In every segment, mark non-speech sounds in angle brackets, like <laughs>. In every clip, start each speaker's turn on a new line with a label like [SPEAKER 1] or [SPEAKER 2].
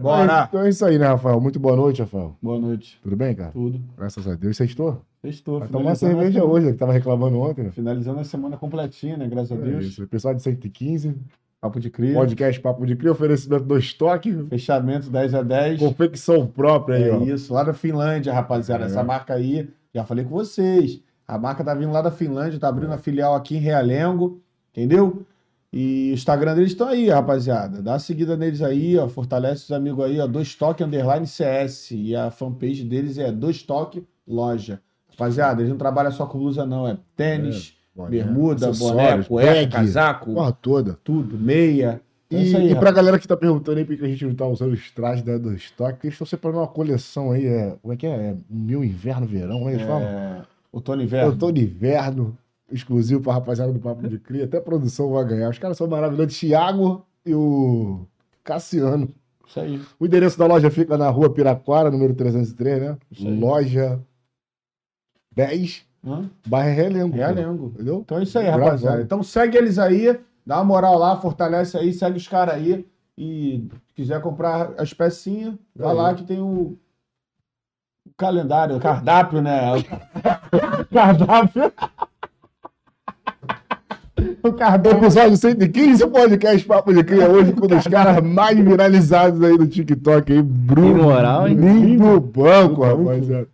[SPEAKER 1] Bora!
[SPEAKER 2] Então é isso aí, né, Rafael? Muito boa noite, Rafael.
[SPEAKER 3] Boa noite.
[SPEAKER 2] Tudo bem, cara?
[SPEAKER 3] Tudo.
[SPEAKER 2] Graças a Deus. Sextou?
[SPEAKER 3] Sextou.
[SPEAKER 2] Vai tomar
[SPEAKER 3] finalizando a
[SPEAKER 2] cerveja
[SPEAKER 3] semana-
[SPEAKER 2] hoje, né, que tava reclamando ontem. Né?
[SPEAKER 3] Finalizando a semana completinha, né? Graças a
[SPEAKER 2] É
[SPEAKER 3] Deus.
[SPEAKER 2] isso. Episódio 115.
[SPEAKER 3] Papo de cria.
[SPEAKER 2] Podcast Papo de Cria, oferecimento do estoque.
[SPEAKER 3] Fechamento 10 a 10.
[SPEAKER 2] Confecção própria aí,
[SPEAKER 3] É
[SPEAKER 2] ó.
[SPEAKER 3] isso, lá da Finlândia, rapaziada.
[SPEAKER 2] É.
[SPEAKER 3] Essa marca aí, já falei com vocês. A marca tá vindo lá da Finlândia, tá abrindo a filial aqui em Realengo, entendeu? E o Instagram deles estão aí, rapaziada. Dá uma seguida neles aí, ó. Fortalece os amigos aí, ó. Dois Toque Underline CS. E a fanpage deles é Dois Toque Loja. Rapaziada, eles não trabalham só com blusa, não. É tênis,
[SPEAKER 2] Boné,
[SPEAKER 3] bermuda, boné,
[SPEAKER 2] acessórios,
[SPEAKER 3] cueca,
[SPEAKER 2] bag,
[SPEAKER 3] casaco,
[SPEAKER 2] Porra toda.
[SPEAKER 3] tudo, meia.
[SPEAKER 2] E,
[SPEAKER 3] É isso aí,
[SPEAKER 2] e pra galera que tá perguntando aí por que a gente não tá usando os trajes da do estoque, eles estão separando uma coleção aí, é, como é que é? é meu inverno, verão, como é que eles falam?
[SPEAKER 3] É, outono e inverno.
[SPEAKER 2] Outono e inverno, exclusivo pra rapaziada do Papo de Cria, até a produção vai ganhar. Os caras são maravilhosos, Thiago e o Cassiano.
[SPEAKER 3] Isso aí.
[SPEAKER 2] O endereço da loja fica na rua Piraquara, número 303, né?
[SPEAKER 3] Isso aí.
[SPEAKER 2] Loja 10,
[SPEAKER 3] Hã?
[SPEAKER 2] barra Realengo.
[SPEAKER 3] Realengo.
[SPEAKER 2] Entendeu?
[SPEAKER 3] Então é isso aí,
[SPEAKER 2] Gravando.
[SPEAKER 3] rapaziada. Então segue eles aí, dá uma moral lá, fortalece aí, segue os caras aí. E se quiser comprar as pecinhas, vai
[SPEAKER 2] Aí.
[SPEAKER 3] lá que tem o, o calendário, o cardápio, né? O cardápio. o cardápio.
[SPEAKER 2] Episódio 115, o podcast Papo de Cria hoje com um dos caras mais viralizados aí do TikTok, aí, Bruno.
[SPEAKER 1] Que moral, hein?
[SPEAKER 2] Bruno Banco, é. rapaziada.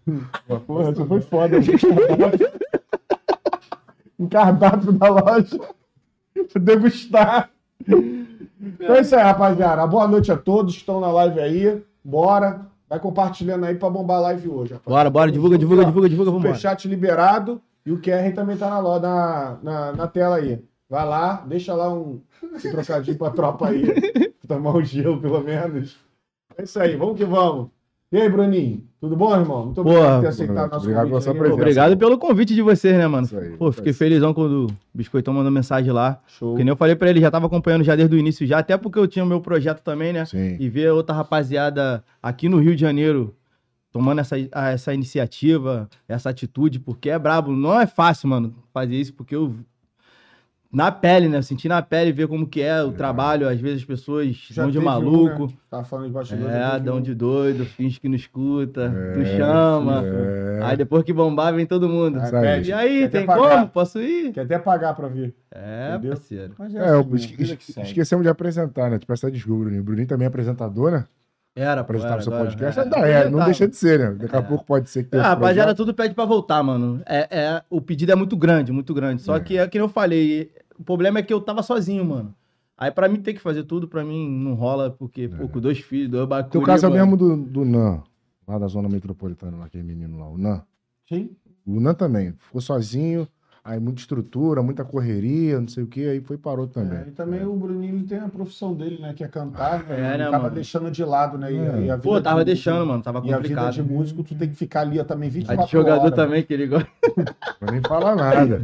[SPEAKER 3] Porra, isso foi foda.
[SPEAKER 2] <laughs>
[SPEAKER 3] o cardápio da loja. Pra degustar. Então é isso aí, rapaziada. Boa noite a todos que estão na live aí. Bora. Vai compartilhando aí pra bombar a live hoje, rapaz.
[SPEAKER 1] Bora, bora, divulga, divulga, divulga, divulga, vambora.
[SPEAKER 3] Superchat liberado. E o QR também tá na, lo- na, na, na tela aí. Vai lá, deixa lá um, um trocadinho pra tropa aí. Tomar um gelo, pelo menos. É isso aí, vamos que vamos. E aí, Bruninho? Tudo bom, irmão? Muito obrigado
[SPEAKER 1] Boa.
[SPEAKER 3] por ter aceitado
[SPEAKER 2] Boa noite,
[SPEAKER 3] nosso
[SPEAKER 2] obrigado
[SPEAKER 3] convite
[SPEAKER 2] pela sua
[SPEAKER 3] aí.
[SPEAKER 2] presença.
[SPEAKER 1] Obrigado pelo convite de vocês, né, mano?
[SPEAKER 2] Isso aí,
[SPEAKER 1] Pô,
[SPEAKER 2] isso
[SPEAKER 1] fiquei
[SPEAKER 2] aí.
[SPEAKER 1] felizão quando o Biscoitão mandou mensagem lá.
[SPEAKER 3] Show.
[SPEAKER 1] Que nem eu falei pra ele, já tava acompanhando já desde o início, já, até porque eu tinha o meu projeto também, né?
[SPEAKER 2] Sim.
[SPEAKER 1] E ver outra rapaziada aqui no Rio de Janeiro tomando essa, a- essa iniciativa, essa atitude, porque é brabo. Não é fácil, mano, fazer isso, porque eu. Na pele, né? Sentir na pele, ver como que é o
[SPEAKER 2] É.
[SPEAKER 1] trabalho. Às vezes as pessoas
[SPEAKER 3] Já
[SPEAKER 1] dão de
[SPEAKER 3] teve um,
[SPEAKER 2] né?
[SPEAKER 1] maluco.
[SPEAKER 3] Tava falando de
[SPEAKER 2] um,
[SPEAKER 3] né? bastidores.
[SPEAKER 1] É,
[SPEAKER 3] de
[SPEAKER 1] dão de doido, finge que não escuta, não
[SPEAKER 2] É,
[SPEAKER 1] chama.
[SPEAKER 2] É.
[SPEAKER 1] Aí depois que bombar, vem todo mundo.
[SPEAKER 2] Isso aí.
[SPEAKER 1] E aí,
[SPEAKER 3] Quer até
[SPEAKER 1] tem
[SPEAKER 3] pagar.
[SPEAKER 1] como? Posso ir?
[SPEAKER 3] Quer até pagar pra vir.
[SPEAKER 1] É,
[SPEAKER 3] Entendeu?
[SPEAKER 1] parceiro.
[SPEAKER 3] Mas
[SPEAKER 2] É,
[SPEAKER 3] assim,
[SPEAKER 2] eu esque-
[SPEAKER 3] né? Vida que
[SPEAKER 2] esque-
[SPEAKER 3] segue.
[SPEAKER 2] esquecemos de apresentar, né? Te peço essa desculpa, Bruninho. O Bruninho também é apresentador, né?
[SPEAKER 1] Era, pô,
[SPEAKER 2] Apresentar
[SPEAKER 1] era,
[SPEAKER 2] o seu
[SPEAKER 1] agora,
[SPEAKER 2] podcast.
[SPEAKER 1] é,
[SPEAKER 2] Ainda é, não
[SPEAKER 1] apresentava.
[SPEAKER 2] deixa de ser, né? Daqui a
[SPEAKER 1] É.
[SPEAKER 2] pouco pode ser que
[SPEAKER 1] É,
[SPEAKER 2] tenha. esse
[SPEAKER 1] rapaziada,
[SPEAKER 2] projeto.
[SPEAKER 1] tudo pede pra voltar, mano. É, é, o pedido é muito grande, muito grande. Só
[SPEAKER 2] É.
[SPEAKER 1] que é que nem eu falei, o problema é que eu tava sozinho, mano. Aí pra mim ter que fazer tudo, pra mim não rola, porque, pô, com dois filhos, dois bagulho.
[SPEAKER 2] Teu caso é o
[SPEAKER 1] mano.
[SPEAKER 2] mesmo do, do Nan, lá da zona metropolitana, lá, aquele menino lá, o Nan.
[SPEAKER 3] Sim.
[SPEAKER 2] O Nan também. Ficou sozinho, aí muita estrutura, muita correria, não sei o que, aí foi e parou também.
[SPEAKER 3] É, e também o Bruninho ele tem a profissão dele, né? Que é cantar, né?
[SPEAKER 1] É, né,
[SPEAKER 3] Ele tava
[SPEAKER 1] mano?
[SPEAKER 3] deixando de lado, né? E,
[SPEAKER 2] É.
[SPEAKER 3] e a vida
[SPEAKER 1] Pô, tava
[SPEAKER 3] de-
[SPEAKER 1] deixando, mano,
[SPEAKER 3] E
[SPEAKER 1] tava
[SPEAKER 3] a vida de
[SPEAKER 1] Tá complicado.
[SPEAKER 3] músico, tu tem que ficar ali ó, também
[SPEAKER 1] A
[SPEAKER 3] 24
[SPEAKER 1] de jogador
[SPEAKER 3] horas. né?
[SPEAKER 1] também, que ele gosta.
[SPEAKER 2] Vou nem falar nada.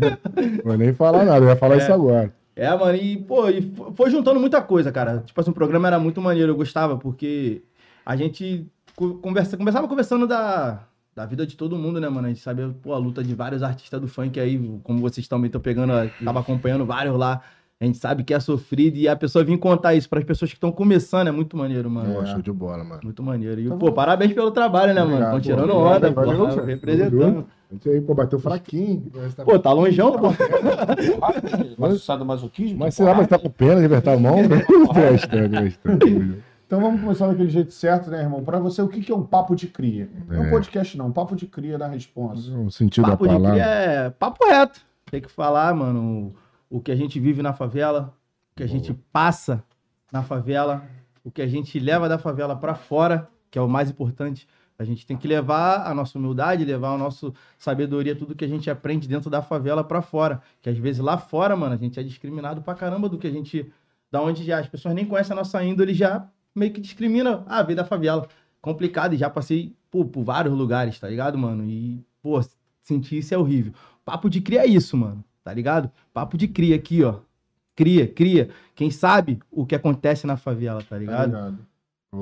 [SPEAKER 2] Vou nem falar nada, eu ia falar isso agora.
[SPEAKER 1] É, mano, e, pô, e fo- foi juntando muita coisa, cara. Tipo assim, o programa era muito maneiro, eu gostava, porque a gente co- conversa, começava conversando da, da vida de todo mundo, né, mano? A gente sabia, pô, a luta de vários artistas do funk aí, como vocês também estão pegando, ó, tava acompanhando vários lá. A gente sabe que é sofrido e a pessoa vir contar isso pras pessoas que estão começando é muito maneiro, mano.
[SPEAKER 2] Pô, show de bola, mano.
[SPEAKER 1] Muito maneiro. E,
[SPEAKER 3] Tá
[SPEAKER 1] pô,
[SPEAKER 3] bom.
[SPEAKER 1] parabéns pelo trabalho, né, mano?
[SPEAKER 2] Obrigado,
[SPEAKER 1] Estão tirando
[SPEAKER 2] pô.
[SPEAKER 1] onda,
[SPEAKER 2] Valeu, Tá
[SPEAKER 1] pô, tá
[SPEAKER 2] chefe.
[SPEAKER 1] representando.
[SPEAKER 2] A gente aí, pô, bateu fraquinho. mas tá-
[SPEAKER 1] Pô, tá longeão, pô.
[SPEAKER 3] Mas o sadomasoquismo?
[SPEAKER 2] Mas será que tá com pena de libertar a
[SPEAKER 1] <laughs>
[SPEAKER 2] mão? né? Gostando, gostando.
[SPEAKER 3] Então vamos começar daquele jeito certo, né, irmão? Pra você, o que que é um papo de cria? Não é um
[SPEAKER 2] É.
[SPEAKER 3] podcast, não. Um papo de cria da resposta.
[SPEAKER 2] O Um sentido
[SPEAKER 1] papo
[SPEAKER 2] da
[SPEAKER 1] de
[SPEAKER 2] palavra.
[SPEAKER 1] cria é papo reto. Tem que falar, mano, o que a gente vive na favela, o que a
[SPEAKER 2] Boa.
[SPEAKER 1] gente passa na favela, o que a gente leva da favela pra fora, que é o mais importante. A gente tem que levar a nossa humildade, levar a nossa sabedoria, tudo que a gente aprende dentro da favela pra fora. Que às vezes lá fora, mano, a gente é discriminado pra caramba do que a gente. Da onde já as pessoas nem conhecem a nossa índole, já meio que discrimina a vida da favela. Complicado, e já passei pô, por vários lugares, tá ligado, mano? E, pô, sentir isso é horrível. Papo de cria é isso, mano. Tá ligado? Papo de cria aqui, ó. Cria, cria. Quem sabe o que acontece na favela, tá
[SPEAKER 3] Tá
[SPEAKER 1] ligado?
[SPEAKER 3] ligado?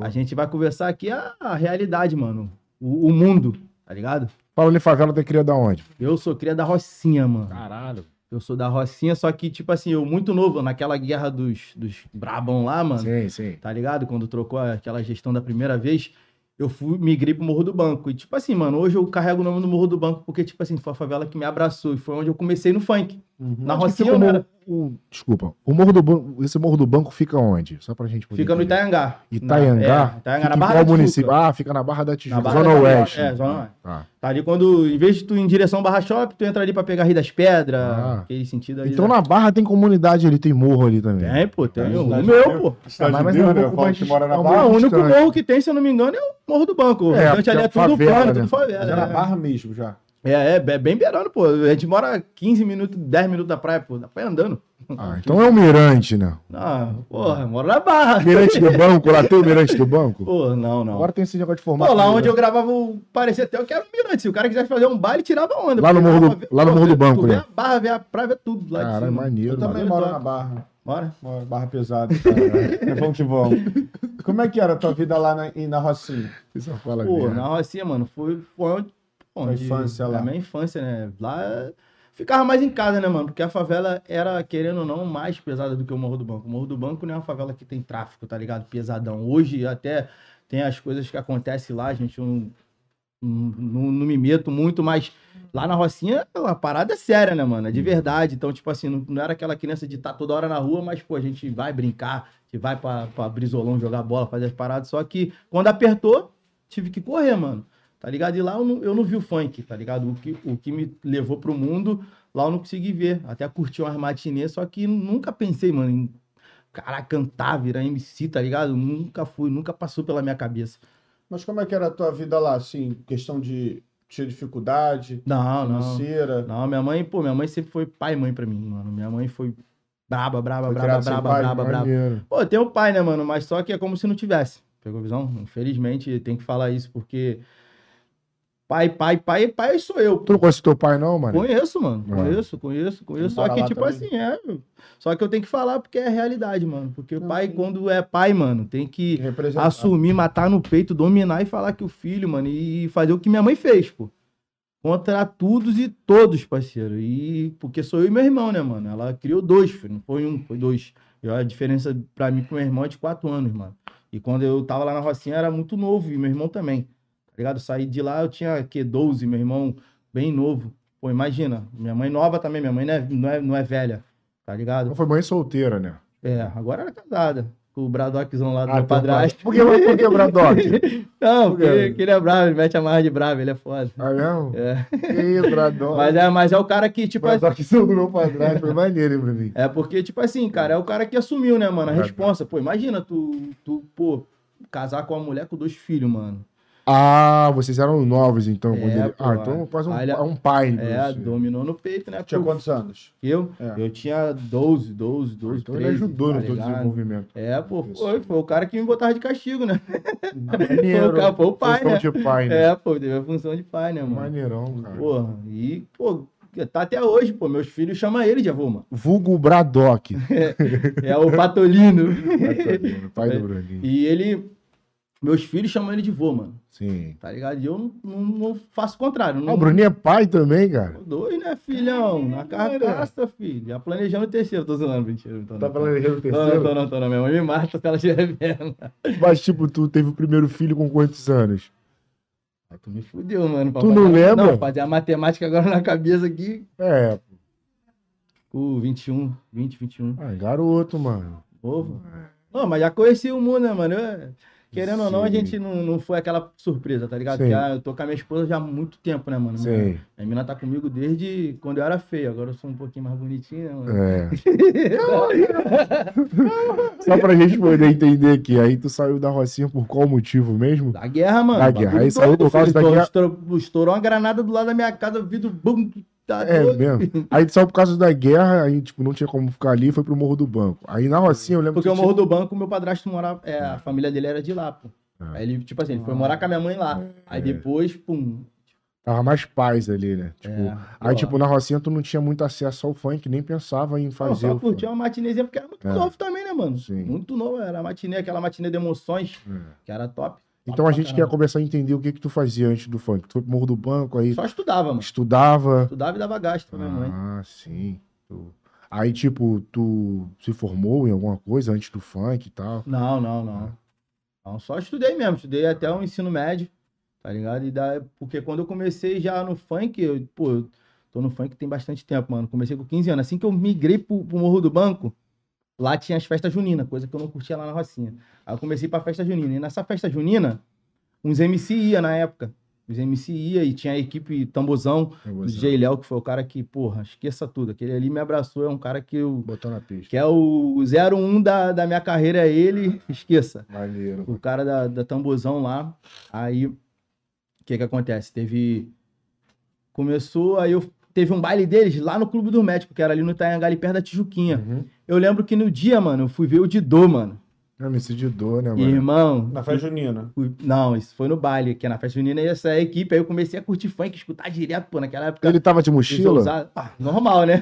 [SPEAKER 1] A gente vai conversar aqui a, a realidade, mano. O, o mundo, tá ligado?
[SPEAKER 2] Falando em favela, tem cria da onde?
[SPEAKER 1] Eu sou cria da Rocinha, mano.
[SPEAKER 2] Caralho.
[SPEAKER 1] Eu sou da Rocinha, só que, tipo assim, eu muito novo, naquela guerra dos, dos Brabão lá, mano.
[SPEAKER 2] Sim, sim.
[SPEAKER 1] tá ligado? Quando trocou aquela gestão da primeira vez, eu fui, migrei pro Morro do Banco. E, tipo assim, mano, hoje eu carrego o nome do Morro do Banco porque, tipo assim, foi a favela que me abraçou e foi onde eu comecei no funk. Na
[SPEAKER 2] Onde que
[SPEAKER 1] Rocinha
[SPEAKER 2] fica o
[SPEAKER 1] eu não
[SPEAKER 2] morro-
[SPEAKER 1] era.
[SPEAKER 2] o- Desculpa. O morro do banco, esse morro do banco fica onde? Só pra gente poder
[SPEAKER 1] Fica no
[SPEAKER 2] entender.
[SPEAKER 1] Itaiangá.
[SPEAKER 2] Itaiangá.
[SPEAKER 1] Na, é, Itaiangá,
[SPEAKER 2] Fica
[SPEAKER 1] na
[SPEAKER 2] em
[SPEAKER 1] Barra
[SPEAKER 2] qual
[SPEAKER 1] da
[SPEAKER 2] município?
[SPEAKER 1] Tijuca.
[SPEAKER 2] Ah, fica na Barra da Tijuca,
[SPEAKER 1] Na Barra
[SPEAKER 2] Zona
[SPEAKER 1] da Tijuca,
[SPEAKER 2] Oeste.
[SPEAKER 1] é, Zona Oeste.
[SPEAKER 2] Tá.
[SPEAKER 1] Tá ali quando, em vez de tu ir em direção Barra Shopping, tu entra ali pra pegar Rio das Pedras,
[SPEAKER 2] Ah.
[SPEAKER 1] aquele sentido ali.
[SPEAKER 2] Então
[SPEAKER 1] né?
[SPEAKER 2] na Barra tem comunidade ali, tem morro ali também.
[SPEAKER 1] Tem, pô, tem.
[SPEAKER 3] É,
[SPEAKER 1] o
[SPEAKER 3] cidade
[SPEAKER 1] meu,
[SPEAKER 3] inteira.
[SPEAKER 1] pô.
[SPEAKER 3] Cidade
[SPEAKER 2] Ah, mas- mas
[SPEAKER 3] de
[SPEAKER 2] é um
[SPEAKER 3] Deus, né?
[SPEAKER 2] pouco
[SPEAKER 3] Fala
[SPEAKER 2] mais
[SPEAKER 3] que mora na
[SPEAKER 2] distante.
[SPEAKER 1] Ah,
[SPEAKER 3] Barra.
[SPEAKER 1] o único
[SPEAKER 2] distante.
[SPEAKER 1] morro que tem, se eu não me engano, é o Morro do Banco. O
[SPEAKER 2] É,
[SPEAKER 1] restante ali é
[SPEAKER 2] porque é
[SPEAKER 1] tudo
[SPEAKER 2] favela,
[SPEAKER 1] plano,
[SPEAKER 2] né?
[SPEAKER 1] tudo
[SPEAKER 3] Já na
[SPEAKER 1] favela. é.
[SPEAKER 3] Barra mesmo, já.
[SPEAKER 1] É, é, é bem beirando, pô. A gente mora 15 minutos, 10 minutos da praia, pô. Da praia andando.
[SPEAKER 2] Ah, então é o Mirante, né?
[SPEAKER 1] Não, porra, eu moro na Barra.
[SPEAKER 2] Mirante do banco, lá tem o Mirante do banco?
[SPEAKER 1] Pô, não, não.
[SPEAKER 2] Agora tem esse negócio de formato.
[SPEAKER 1] Pô, lá
[SPEAKER 2] de
[SPEAKER 1] onde eu
[SPEAKER 2] mirante.
[SPEAKER 1] gravava o Parecia Até, eu quero um mirante. Se o cara quisesse fazer um baile, tirava onda.
[SPEAKER 2] Lá no
[SPEAKER 1] porque
[SPEAKER 2] Morro
[SPEAKER 1] dava
[SPEAKER 2] do-
[SPEAKER 1] pra
[SPEAKER 2] lá no Morro do
[SPEAKER 1] tu
[SPEAKER 2] Banco,
[SPEAKER 1] vê
[SPEAKER 2] né?
[SPEAKER 1] a barra, vê a praia, vê tudo lá de
[SPEAKER 2] Caralho,
[SPEAKER 1] cima.
[SPEAKER 2] maneiro.
[SPEAKER 3] Eu também
[SPEAKER 1] mano.
[SPEAKER 3] moro na Barra.
[SPEAKER 1] Bora.
[SPEAKER 3] Moro- Barra pesada. tá <laughs> cara. vamos que vamos. Como é que era a tua vida lá na, em- na Rocinha?
[SPEAKER 2] Você só é fala
[SPEAKER 1] Pô,
[SPEAKER 2] merda.
[SPEAKER 1] na Rocinha, mano, foi, foi onde... pô,
[SPEAKER 3] Tua
[SPEAKER 1] onde-
[SPEAKER 3] infância lá.
[SPEAKER 1] Na minha infância, né? Lá... Ficava mais em casa, né, mano? Porque a favela era, querendo ou não, mais pesada do que o Morro do Banco. O Morro do Banco não é uma favela que tem tráfico, tá ligado? Pesadão. Hoje até tem as coisas que acontecem lá, a gente não, não, não me meto muito, mas lá na Rocinha a parada é séria, né, mano? É de verdade. Então, tipo assim, não, não era aquela criança de estar toda hora na rua, mas, pô, a gente vai brincar, a gente vai pra, pra Brizolão jogar bola, fazer as paradas. Só que quando apertou, tive que correr, mano. Tá ligado? E lá eu não, eu não vi o funk, tá ligado? O que, o que me levou pro mundo, lá eu não consegui ver. Até curti umas matinês, só que nunca pensei, mano, em cara cantar, virar MC, tá ligado? Nunca fui, nunca passou pela minha cabeça.
[SPEAKER 3] Mas como é que era a tua vida lá, assim? Questão de... Tinha dificuldade
[SPEAKER 1] Não, não.
[SPEAKER 3] financeira?
[SPEAKER 1] Não, minha mãe, pô, minha mãe sempre foi pai e mãe pra mim, mano. Minha mãe foi braba, braba,
[SPEAKER 3] Foi
[SPEAKER 1] braba,
[SPEAKER 3] criado sem
[SPEAKER 1] braba,
[SPEAKER 3] pai,
[SPEAKER 1] braba, braba.
[SPEAKER 2] Maneiro.
[SPEAKER 1] Pô, tem o pai, né, mano? Mas só que é como se não tivesse. Pegou a visão? Infelizmente, tem que falar isso, porque. Pai, pai, pai, pai sou eu.
[SPEAKER 2] Tu não conhece teu pai, não, mano?
[SPEAKER 1] Conheço, mano.
[SPEAKER 2] É.
[SPEAKER 1] Conheço, conheço, conheço. Só
[SPEAKER 3] Bora
[SPEAKER 1] que,
[SPEAKER 3] lá
[SPEAKER 1] tipo
[SPEAKER 3] também.
[SPEAKER 1] assim, é. meu. Só que eu tenho que falar porque é a realidade, mano. Porque o
[SPEAKER 3] Não,
[SPEAKER 1] pai,
[SPEAKER 3] sim.
[SPEAKER 1] quando é pai, mano, tem que
[SPEAKER 3] Representar.
[SPEAKER 1] assumir, matar no peito, dominar e falar que o filho, mano, e fazer o que minha mãe fez, pô. Contra todos e todos, parceiro. E porque sou eu e meu irmão, né, mano? Ela criou dois, filho. Não foi um, foi dois. E a diferença pra mim e pro meu irmão é de quatro anos, mano. E quando eu tava lá na Rocinha, eu era muito novo, e meu irmão também. Tá ligado? Eu saí de lá, eu tinha que 12, meu irmão bem novo. Pô, imagina, minha mãe nova também, minha mãe não é, não é, não é velha, tá ligado?
[SPEAKER 2] Então foi mãe solteira, né?
[SPEAKER 1] É, agora ela é casada. Com o Bradockzão lá do
[SPEAKER 2] Ah,
[SPEAKER 1] meu
[SPEAKER 2] teu pai.
[SPEAKER 1] Tá padrasto.
[SPEAKER 2] Por que, por que Bradock?
[SPEAKER 1] <laughs> Não,
[SPEAKER 2] Por
[SPEAKER 1] porque,
[SPEAKER 2] quê?
[SPEAKER 1] porque ele é bravo, ele mete a marra de bravo, ele é foda.
[SPEAKER 2] Ah, não?
[SPEAKER 1] É.
[SPEAKER 2] Ih, Bradock.
[SPEAKER 1] Mas, é, mas é o cara que, tipo, é,
[SPEAKER 2] Bradock são do meu padrasto, foi maneiro, hein, pra mim.
[SPEAKER 1] é porque, tipo assim, cara, é o cara que assumiu, né, mano, a
[SPEAKER 2] Verdade.
[SPEAKER 1] responsa. Pô, imagina tu, tu, pô, casar com uma mulher com dois filhos, mano.
[SPEAKER 2] Ah, vocês eram novos, então.
[SPEAKER 1] É,
[SPEAKER 2] quando ele...
[SPEAKER 1] pô,
[SPEAKER 2] Ah, então quase um,
[SPEAKER 1] olha-
[SPEAKER 2] é um pai.
[SPEAKER 1] É,
[SPEAKER 2] inclusive.
[SPEAKER 1] dominou no peito, né?
[SPEAKER 3] Tinha
[SPEAKER 1] pô?
[SPEAKER 3] quantos anos?
[SPEAKER 1] Eu,
[SPEAKER 3] É.
[SPEAKER 1] eu tinha 12, 12, 12,
[SPEAKER 2] Então
[SPEAKER 1] 13,
[SPEAKER 2] ele ajudou
[SPEAKER 1] tá
[SPEAKER 2] no teu
[SPEAKER 1] ligado? <laughs>
[SPEAKER 2] desenvolvimento.
[SPEAKER 1] É, pô,
[SPEAKER 2] Isso.
[SPEAKER 1] foi, foi o cara que me botava de castigo, né?
[SPEAKER 2] Maneiro.
[SPEAKER 1] Foi <laughs> o cara- foi o pai,
[SPEAKER 2] Função
[SPEAKER 1] né?
[SPEAKER 2] de pai, né?
[SPEAKER 1] É, pô, teve a função de pai, né, mano?
[SPEAKER 2] Maneirão, cara.
[SPEAKER 1] Porra, e, pô, tá até hoje, pô, meus filhos chamam ele de avô, mano.
[SPEAKER 2] Vulgo Bradock.
[SPEAKER 1] É o Patolino.
[SPEAKER 2] <laughs> pai do
[SPEAKER 1] <laughs>
[SPEAKER 2] Brandinho.
[SPEAKER 1] E ele. Meus filhos chamam ele de vô, mano.
[SPEAKER 2] Sim.
[SPEAKER 1] Tá ligado? E eu não, não, não faço o contrário.
[SPEAKER 2] Ah,
[SPEAKER 1] Não,
[SPEAKER 2] o Bruninho é pai também, cara.
[SPEAKER 1] Dois, né, filhão? Na carcaça, filho. Já planejando o terceiro, tô zoando, mentira. Não tô,
[SPEAKER 2] Tá
[SPEAKER 1] não.
[SPEAKER 2] planejando o
[SPEAKER 1] Tô, não, tô, não, tô, não. Minha mãe me mata se ela estiver vendo.
[SPEAKER 2] Mas, tipo, tu teve o primeiro filho com quantos anos?
[SPEAKER 1] Aí tu me fudeu, mano.
[SPEAKER 2] Tu não é, lembra?
[SPEAKER 1] Não, fazer a matemática agora na cabeça aqui.
[SPEAKER 2] É,
[SPEAKER 1] O 21, 20, 21.
[SPEAKER 2] ah, garoto, mano.
[SPEAKER 1] Novo. um. Não, mas já conheci o mundo, né, mano? Eu- querendo ou não, a
[SPEAKER 2] Sim.
[SPEAKER 1] gente não, não foi aquela surpresa, tá ligado?
[SPEAKER 2] Sim.
[SPEAKER 1] Já, eu tô com a minha esposa já há muito tempo, né, mano?
[SPEAKER 2] Sim.
[SPEAKER 1] A mina tá comigo desde quando eu era feio, agora eu sou um pouquinho mais bonitinho, né, mano?
[SPEAKER 2] É. Só pra gente poder entender aqui, aí tu saiu da Rocinha por qual motivo mesmo?
[SPEAKER 1] <laughs> Da guerra, mano.
[SPEAKER 2] Da guerra.
[SPEAKER 1] Bagulho
[SPEAKER 2] Aí saiu
[SPEAKER 1] doido,
[SPEAKER 2] por causa
[SPEAKER 1] filho.
[SPEAKER 2] da
[SPEAKER 1] Estourou-
[SPEAKER 2] guerra.
[SPEAKER 1] Estourou, estourou uma granada do lado da minha casa, vidro bum, tá
[SPEAKER 2] É
[SPEAKER 1] doido.
[SPEAKER 2] mesmo. Aí tu saiu por causa da guerra, aí tipo, não tinha como ficar ali, foi pro Morro do Banco. Aí na Rocinha eu lembro
[SPEAKER 1] Porque
[SPEAKER 2] que
[SPEAKER 1] o Morro do Banco, meu padrasto morava, é, a família dele era de lá, pô.
[SPEAKER 2] Ah. É.
[SPEAKER 1] Aí ele, tipo assim, ele foi morar com a minha mãe lá. Aí depois, pum.
[SPEAKER 2] tava mais paz ali, né? Tipo,
[SPEAKER 1] é,
[SPEAKER 2] Aí,
[SPEAKER 1] pô,
[SPEAKER 2] tipo, na Rocinha tu não tinha muito acesso ao funk, nem pensava em
[SPEAKER 1] Não,
[SPEAKER 2] fazer.
[SPEAKER 1] só
[SPEAKER 2] o
[SPEAKER 1] curti
[SPEAKER 2] funk.
[SPEAKER 1] uma matinezinha, porque era muito
[SPEAKER 2] É.
[SPEAKER 1] novo também, né, mano?
[SPEAKER 2] Sim.
[SPEAKER 1] Muito novo, era a matinê, aquela matinê de emoções,
[SPEAKER 2] É.
[SPEAKER 1] que era top.
[SPEAKER 2] Então a gente
[SPEAKER 1] Pra
[SPEAKER 2] quer
[SPEAKER 1] caramba.
[SPEAKER 2] começar a entender o que que tu fazia antes do funk. Tu foi pro Morro do Banco, aí
[SPEAKER 1] Só estudava, mano.
[SPEAKER 2] estudava.
[SPEAKER 1] Estudava e dava gasto pra minha mãe.
[SPEAKER 2] Ah, sim. Tu- Aí, tipo, tu se formou em alguma coisa antes do funk e tal?
[SPEAKER 1] Não, não, não. Não, só estudei mesmo, estudei até o ensino médio, tá ligado? E daí, porque quando eu comecei já no funk, eu, pô, eu tô no funk tem bastante tempo, mano. Comecei com 15 anos. Assim que eu migrei pro, pro Morro do Banco, lá tinha as festas juninas, coisa que eu não curtia lá na Rocinha. Aí eu comecei pra festa junina. E nessa festa junina, uns MC ia na época. Os MC ia e tinha a equipe tambozão, o DJ Léo, que foi o cara que, porra, esqueça tudo. Aquele ali me abraçou, é um cara que eu.
[SPEAKER 2] Botou na pista.
[SPEAKER 1] Que é o 01 da, da minha carreira, é ele, esqueça
[SPEAKER 2] Maneiro.
[SPEAKER 1] o cara da, da tambozão lá. Aí, o que que acontece? Teve. Começou, aí eu. Teve um baile deles lá no Clube do Médico, que era ali no Itanhangali, perto da Tijuquinha.
[SPEAKER 2] Uhum.
[SPEAKER 1] Eu lembro que no dia, mano, eu fui ver o Didô, mano.
[SPEAKER 2] Não, me de dor, né, mano?
[SPEAKER 1] Irmão.
[SPEAKER 3] Na festa junina.
[SPEAKER 1] fui- Não, isso foi no baile, que é na festa junina, e essa é a equipe. Aí eu comecei a curtir funk, escutar direto, pô, naquela época.
[SPEAKER 2] Ele tava de mochila?
[SPEAKER 1] usar- Ah,
[SPEAKER 3] <laughs>
[SPEAKER 1] normal, né?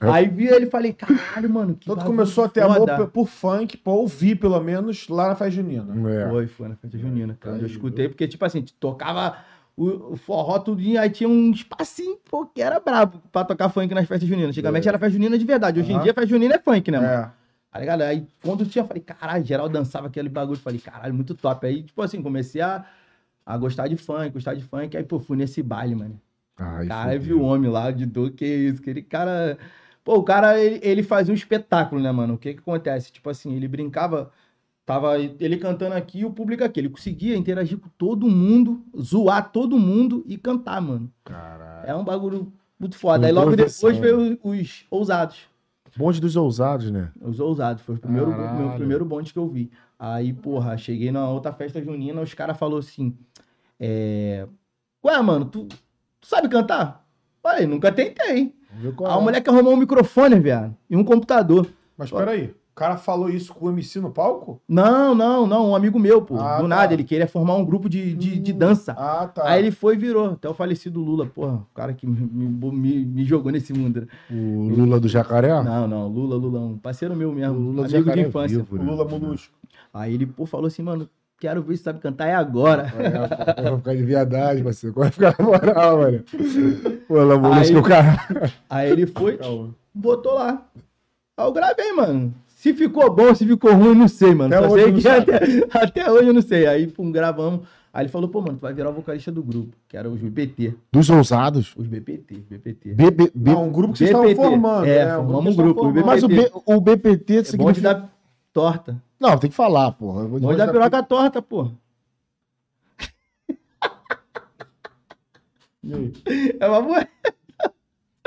[SPEAKER 1] aí vi ele e falei, caralho, mano, que
[SPEAKER 3] Então tu
[SPEAKER 1] bagulho
[SPEAKER 3] começou a ter amor
[SPEAKER 1] foda. Hum,
[SPEAKER 3] por, por funk, pra ouvir pelo menos lá na festa junina.
[SPEAKER 2] É.
[SPEAKER 1] Foi, foi na festa junina, cara.
[SPEAKER 3] Aí,
[SPEAKER 1] eu escutei, porque, tipo assim, tocava o, o forró tudinho, aí tinha um espacinho, pô, que era brabo pra tocar funk nas festas juninas. Antigamente era festa junina de verdade. Hoje em
[SPEAKER 3] É. Aham.
[SPEAKER 1] dia, festa junina é funk, né, mano?
[SPEAKER 3] É.
[SPEAKER 1] Tá ligado? Aí, quando tinha, eu falei, caralho, geral dançava aquele bagulho. Falei, caralho, muito top. Aí, tipo assim, comecei a, a gostar de funk, gostar de funk. Aí, pô, fui nesse baile, mano.
[SPEAKER 2] Ai,
[SPEAKER 1] Cara,
[SPEAKER 2] fudeu.
[SPEAKER 1] vi o homem lá de dor, que isso, aquele cara. Pô, o cara, ele, ele fazia um espetáculo, né, mano? O que que acontece? Tipo assim, ele brincava, tava ele cantando aqui e o público aqui. Ele conseguia interagir com todo mundo, zoar todo mundo e cantar, mano.
[SPEAKER 2] Caralho.
[SPEAKER 1] É um bagulho muito foda.
[SPEAKER 2] Não
[SPEAKER 1] Aí
[SPEAKER 2] tô
[SPEAKER 1] logo depois
[SPEAKER 2] pensando.
[SPEAKER 1] veio os, ousados.
[SPEAKER 2] Bonde dos ousados, né?
[SPEAKER 1] Os ousados, foi o primeiro,
[SPEAKER 2] Caralho.
[SPEAKER 1] meu primeiro bonde que eu vi. Aí, porra, cheguei na outra festa junina, os caras falaram assim, é... Ué, mano, tu, tu sabe cantar? Falei, nunca tentei.
[SPEAKER 2] Vamos ver qual
[SPEAKER 1] A
[SPEAKER 2] é.
[SPEAKER 1] mulher que arrumou um microfone, viado, e um computador.
[SPEAKER 3] Mas peraí, o cara falou isso com o MC no palco?
[SPEAKER 1] Não, não, não, um amigo meu, pô.
[SPEAKER 3] Ah,
[SPEAKER 1] Do
[SPEAKER 3] tá.
[SPEAKER 1] nada, ele queria formar um grupo de, de, de dança.
[SPEAKER 3] Ah, tá.
[SPEAKER 1] Aí ele foi e virou. Até o falecido Lula, porra, o cara que me, me- me- me jogou nesse mundo. né?
[SPEAKER 2] O Lula do Jacaré?
[SPEAKER 1] Não, não, Lula, Lula, um parceiro meu mesmo,
[SPEAKER 2] Ah. Lula do
[SPEAKER 1] amigo de
[SPEAKER 2] Jacaré
[SPEAKER 1] infância.
[SPEAKER 2] vivo,
[SPEAKER 3] O
[SPEAKER 2] né?
[SPEAKER 3] Lula Molusco.
[SPEAKER 1] Aí ele, pô, falou assim, mano, quero ver se sabe cantar, é agora.
[SPEAKER 2] É, vai ficar de viadagem, parceiro. Vai ficar na moral, mano. O Lula Molusco,
[SPEAKER 1] Aí-
[SPEAKER 2] o cara.
[SPEAKER 1] Aí ele foi,
[SPEAKER 3] É
[SPEAKER 1] botou lá. Aí eu gravei, mano. Se ficou bom, se ficou ruim, não sei, mano.
[SPEAKER 3] Até
[SPEAKER 1] Só
[SPEAKER 3] hoje
[SPEAKER 1] sei
[SPEAKER 3] não
[SPEAKER 1] que <laughs>
[SPEAKER 3] sabe.
[SPEAKER 1] até, até hoje eu não sei. Aí, pum, gravamos. Aí ele falou, pô, mano, tu vai virar o vocalista do grupo, que era os BPT.
[SPEAKER 2] Dos ousados.
[SPEAKER 1] Os BPT, BPT.
[SPEAKER 2] BB,
[SPEAKER 3] É um grupo que vocês
[SPEAKER 1] BPT.
[SPEAKER 3] estavam formando.
[SPEAKER 1] É,
[SPEAKER 3] né?
[SPEAKER 1] formamos
[SPEAKER 3] que
[SPEAKER 1] um grupo,
[SPEAKER 3] vocês estavam
[SPEAKER 1] o
[SPEAKER 3] formando.
[SPEAKER 2] Mas o, B, o BPT
[SPEAKER 1] É bonde
[SPEAKER 2] significa.
[SPEAKER 1] da torta.
[SPEAKER 2] Não, tem que falar, porra.
[SPEAKER 1] Bonde da piroca torta, pô.
[SPEAKER 3] E aí?
[SPEAKER 1] <laughs> É uma boa.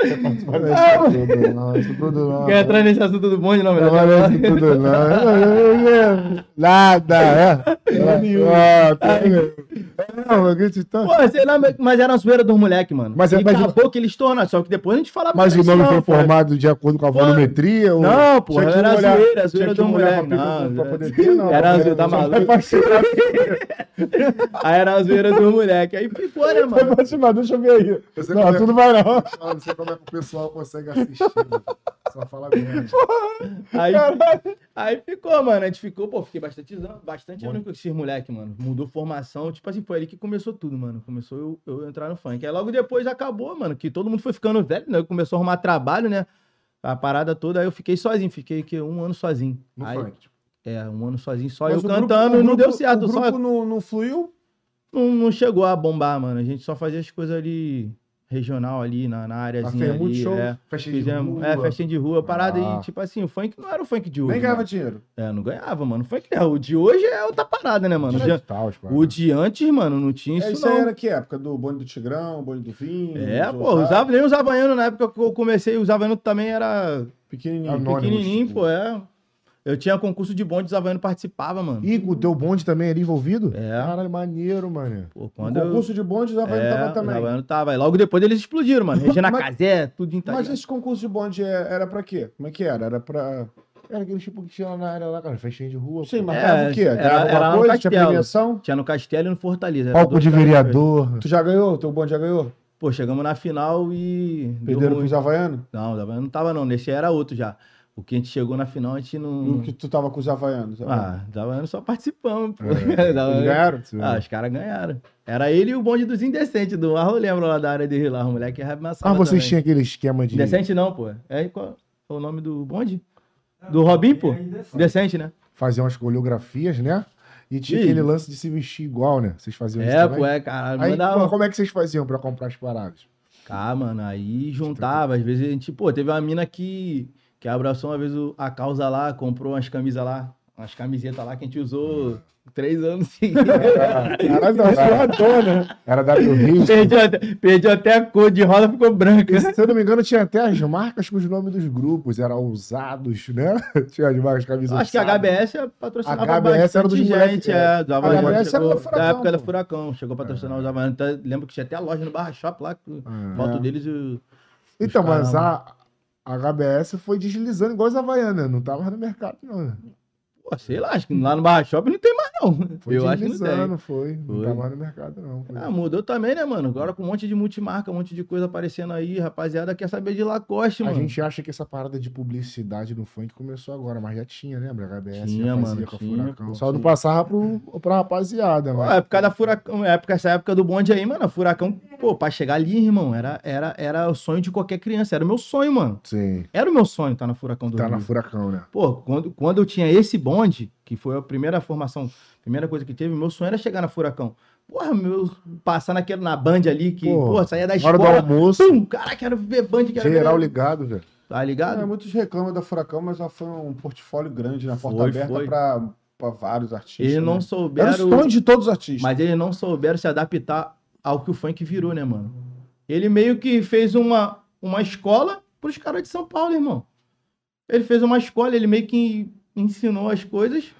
[SPEAKER 2] Não, isso tudo não, isso tudo não.
[SPEAKER 1] Quer entrar nesse assunto do bonde, não,
[SPEAKER 2] Ah, Não, é
[SPEAKER 1] melhor.
[SPEAKER 2] não, isso tudo não. Nada, é. Ah, tá. É, Não, mas acreditando.
[SPEAKER 1] Pô, sei lá, mas era uma zoeira dos moleques, mano.
[SPEAKER 2] Mas é-
[SPEAKER 1] e
[SPEAKER 2] mas-
[SPEAKER 1] acabou que eles tornaram, só que depois a gente falava.
[SPEAKER 2] Mas o
[SPEAKER 1] "Isso
[SPEAKER 2] nome
[SPEAKER 1] não,
[SPEAKER 2] foi
[SPEAKER 1] pô,
[SPEAKER 2] formado de acordo com a volumetria? ou-
[SPEAKER 1] Não, pô,
[SPEAKER 2] Tinha que
[SPEAKER 1] era
[SPEAKER 2] molhar-
[SPEAKER 1] zoeira,
[SPEAKER 2] tinha
[SPEAKER 1] a zoeira
[SPEAKER 2] que
[SPEAKER 1] do
[SPEAKER 2] molhar
[SPEAKER 1] moleque.
[SPEAKER 2] pra poder-
[SPEAKER 1] Não, é.
[SPEAKER 2] pra poder ter, não,
[SPEAKER 1] era
[SPEAKER 2] pra-
[SPEAKER 1] zoeira, tá
[SPEAKER 2] só vai
[SPEAKER 1] maluco.
[SPEAKER 2] participar-
[SPEAKER 1] Aí era a zoeira dos moleques. Aí ficou, né, mano?
[SPEAKER 2] vai participar, deixa eu ver aí.
[SPEAKER 4] Eu sei
[SPEAKER 2] Não,
[SPEAKER 4] como é-
[SPEAKER 2] tu não vai não.
[SPEAKER 4] Ah, não sei como é que o pessoal consegue assistir. mano. Só fala merda.
[SPEAKER 1] Aí, aí ficou, mano. A gente ficou, pô, fiquei bastante, an- bastante ano com esses moleque, mano. Mudou formação. Tipo assim, foi ali que começou tudo, mano. Começou eu, eu entrar no funk. Aí logo depois acabou, mano, que todo mundo foi ficando velho, né? Começou a arrumar trabalho, né? A parada toda, aí eu fiquei sozinho, fiquei que, um ano sozinho.
[SPEAKER 4] No
[SPEAKER 1] Aí,
[SPEAKER 4] funk.
[SPEAKER 1] é, um ano sozinho, só
[SPEAKER 3] Mas
[SPEAKER 1] eu
[SPEAKER 3] o grupo-
[SPEAKER 1] cantando,
[SPEAKER 3] o
[SPEAKER 1] não
[SPEAKER 3] grupo-
[SPEAKER 1] deu certo,
[SPEAKER 3] O
[SPEAKER 1] só
[SPEAKER 3] grupo não, não fluiu?
[SPEAKER 1] não, não chegou a bombar, mano. A gente só fazia as coisas ali regional ali, na, na áreazinha
[SPEAKER 3] fez Ah, muito
[SPEAKER 1] ali.
[SPEAKER 3] show,
[SPEAKER 1] é.
[SPEAKER 4] Festa de
[SPEAKER 1] Fizemos,
[SPEAKER 4] rua.
[SPEAKER 1] é, festinha de rua, parada
[SPEAKER 2] Ah.
[SPEAKER 1] e tipo assim, o funk não era o funk de hoje.
[SPEAKER 3] Nem ganhava
[SPEAKER 1] mano.
[SPEAKER 3] dinheiro.
[SPEAKER 1] É, não ganhava, mano. O funk não, o de hoje é outra parada, né, mano? O de,
[SPEAKER 2] Tal, os caras.
[SPEAKER 1] o de antes, mano, não tinha isso,
[SPEAKER 3] é, isso
[SPEAKER 1] não.
[SPEAKER 3] aí era que época? Do bonde do Tigrão, bonde do Vinho?
[SPEAKER 1] É,
[SPEAKER 3] dos
[SPEAKER 1] pô,
[SPEAKER 3] Osasco?
[SPEAKER 1] usava, nem usava Havaiano na época que eu comecei, usava Havaiano também era
[SPEAKER 3] Pequenininho.
[SPEAKER 2] Anônimos,
[SPEAKER 1] pequenininho,
[SPEAKER 2] tipo.
[SPEAKER 1] pô, é. Eu tinha concurso de bonde, os Havaiano participava, mano.
[SPEAKER 2] E o teu bonde também era envolvido?
[SPEAKER 1] É.
[SPEAKER 2] Caralho, maneiro, mano.
[SPEAKER 1] Pô,
[SPEAKER 3] O
[SPEAKER 1] quando eu...
[SPEAKER 3] concurso de bonde da
[SPEAKER 1] É,
[SPEAKER 3] Havaiana tava
[SPEAKER 1] os
[SPEAKER 3] também.
[SPEAKER 1] Havaiano tava. E logo depois eles explodiram, mano. Regina
[SPEAKER 3] <laughs> Mas-
[SPEAKER 1] Casé, tudo em tá
[SPEAKER 3] Mas
[SPEAKER 1] ligado?
[SPEAKER 3] esse concurso de bonde é- era pra quê? Como é que era? Era pra.
[SPEAKER 2] Era aquele tipo que tinha lá na área lá, cara, festinha de rua.
[SPEAKER 3] Sim,
[SPEAKER 2] pô.
[SPEAKER 3] mas
[SPEAKER 1] É,
[SPEAKER 3] ganhava o quê?
[SPEAKER 1] era-
[SPEAKER 3] Ganhava
[SPEAKER 1] era lá
[SPEAKER 3] alguma
[SPEAKER 1] no
[SPEAKER 3] coisa? Tinha
[SPEAKER 1] Castelo.
[SPEAKER 3] premiação?
[SPEAKER 1] Tinha no Castelo e no Fortaleza. Era
[SPEAKER 2] Palco
[SPEAKER 1] dois
[SPEAKER 2] de
[SPEAKER 1] caras
[SPEAKER 2] vereador.
[SPEAKER 3] Tu já ganhou? Teu bonde já ganhou?
[SPEAKER 1] diferentes. Pô, chegamos na final e. deu
[SPEAKER 3] Perderam
[SPEAKER 1] ruim.
[SPEAKER 3] pros Havaianos?
[SPEAKER 1] Não, não tava não. Nesse era outro já. Porque a gente chegou na final, a gente não.
[SPEAKER 3] No que tu tava com os havaianos. Ah,
[SPEAKER 1] Uhum. Ah, tava só participamos, <laughs> pô.
[SPEAKER 2] É,
[SPEAKER 1] Tava-
[SPEAKER 3] Eles ganharam?
[SPEAKER 1] Ah, os caras ganharam. Era ele e o bonde dos indecentes do Arro, eu lembro lá da área de Rio lá, o moleque arrebaçava.
[SPEAKER 2] Ah, vocês
[SPEAKER 1] também.
[SPEAKER 2] tinham aquele esquema de.
[SPEAKER 1] Indecente não, pô. É qual é o nome do bonde? Do Robin,
[SPEAKER 2] É,
[SPEAKER 1] pô? Indecente, né?
[SPEAKER 2] fazer umas coreografias, né? E tinha
[SPEAKER 1] E aí?
[SPEAKER 2] aquele lance de se vestir igual, né? Vocês faziam isso
[SPEAKER 1] É,
[SPEAKER 2] também?
[SPEAKER 1] pô, é, caralho.
[SPEAKER 2] Aí, pô,
[SPEAKER 1] Mandava.
[SPEAKER 2] como é que vocês faziam pra comprar as paradas?
[SPEAKER 1] Tá, mano, aí juntava. Às vezes a gente, pô, teve uma mina que, que abraçou uma vez o- a causa lá, comprou umas camisas lá, umas camisetas lá que a gente usou três anos né? seguidos.
[SPEAKER 2] Caralho, não, né? Era da do Rio.
[SPEAKER 1] <laughs> Perdeu até, perdeu até a cor de roda, ficou branca.
[SPEAKER 2] E, se eu não me engano, tinha até as marcas com os nomes dos grupos. Era ousados, né? <laughs> Tinha as marcas, camisas.
[SPEAKER 1] Acho que a HBS patrocinava
[SPEAKER 2] A HBS era dos
[SPEAKER 1] é bastante
[SPEAKER 2] moleque,
[SPEAKER 1] gente,
[SPEAKER 2] é.
[SPEAKER 1] é, do Havaianos.
[SPEAKER 2] HBS era
[SPEAKER 1] chegou,
[SPEAKER 2] do Furacão,
[SPEAKER 1] da época da
[SPEAKER 2] pô.
[SPEAKER 1] Furacão, chegou a patrocinar os Havaianos. Então, lembro que tinha até a loja no Barra Shop lá, com
[SPEAKER 2] Ah.
[SPEAKER 1] foto deles e o-
[SPEAKER 2] Então,
[SPEAKER 1] Os
[SPEAKER 2] mas a a HBS foi deslizando igual as Havaianas. Não tava mais no mercado, não. né?
[SPEAKER 1] Pô, sei lá, acho que lá no Barra Shop não tem mais não.
[SPEAKER 2] Foi
[SPEAKER 1] Eu acho que não tem.
[SPEAKER 2] deslizando, foi. Não
[SPEAKER 1] Foi.
[SPEAKER 2] tava mais no mercado, não. Foi.
[SPEAKER 1] Ah, mudou também, né, mano? Agora com um monte de multimarca, um monte de coisa aparecendo aí, rapaziada quer saber de Lacoste,
[SPEAKER 2] A
[SPEAKER 1] mano.
[SPEAKER 2] gente acha que essa parada de publicidade no funk começou agora, mas já tinha, lembra? A HBS
[SPEAKER 1] Tinha,
[SPEAKER 2] já fazia
[SPEAKER 1] mano,
[SPEAKER 2] com a
[SPEAKER 1] tinha,
[SPEAKER 2] Furacão.
[SPEAKER 1] pô,
[SPEAKER 2] Só não
[SPEAKER 1] tinha.
[SPEAKER 2] passava pro, pra rapaziada,
[SPEAKER 1] Pô,
[SPEAKER 2] mas...
[SPEAKER 1] a época da Furacão, é a época, essa época do bonde aí, mano, a Furacão, pô, pra chegar ali, irmão, era, era, era o sonho de qualquer criança, era o meu sonho, mano.
[SPEAKER 2] Sim,
[SPEAKER 1] Era o meu sonho estar na Furacão do
[SPEAKER 2] tá
[SPEAKER 3] Uhum.
[SPEAKER 1] Rio.
[SPEAKER 2] na Furacão, né?
[SPEAKER 1] Pô, quando, quando eu tinha esse bonde, que foi a primeira formação, primeira coisa que teve, meu sonho era chegar na Furacão. Porra, meu, passar naquele, na Band ali, que,
[SPEAKER 2] Pô,
[SPEAKER 1] pô, saía da
[SPEAKER 2] Hora do
[SPEAKER 1] escola,
[SPEAKER 2] almoço,
[SPEAKER 3] um
[SPEAKER 1] pum, cara, quero ver Band, quero
[SPEAKER 2] geral
[SPEAKER 1] ver...
[SPEAKER 2] ligado, velho.
[SPEAKER 1] Tá
[SPEAKER 3] É,
[SPEAKER 1] ligado?
[SPEAKER 3] muitos reclamam da Furacão, mas ela foi um portfólio grande na porta
[SPEAKER 1] Foi,
[SPEAKER 3] aberta
[SPEAKER 1] foi.
[SPEAKER 3] pra, pra vários
[SPEAKER 2] É,
[SPEAKER 3] artistas.
[SPEAKER 1] Eles não
[SPEAKER 3] né?
[SPEAKER 1] souberam...
[SPEAKER 3] Era o sonho de todos os artistas.
[SPEAKER 1] Mas eles não souberam se adaptar ao que o funk virou, né, mano? Ele meio que fez uma, uma escola pros caras de São Paulo, irmão. Ele fez uma escola, ele meio que ensinou as coisas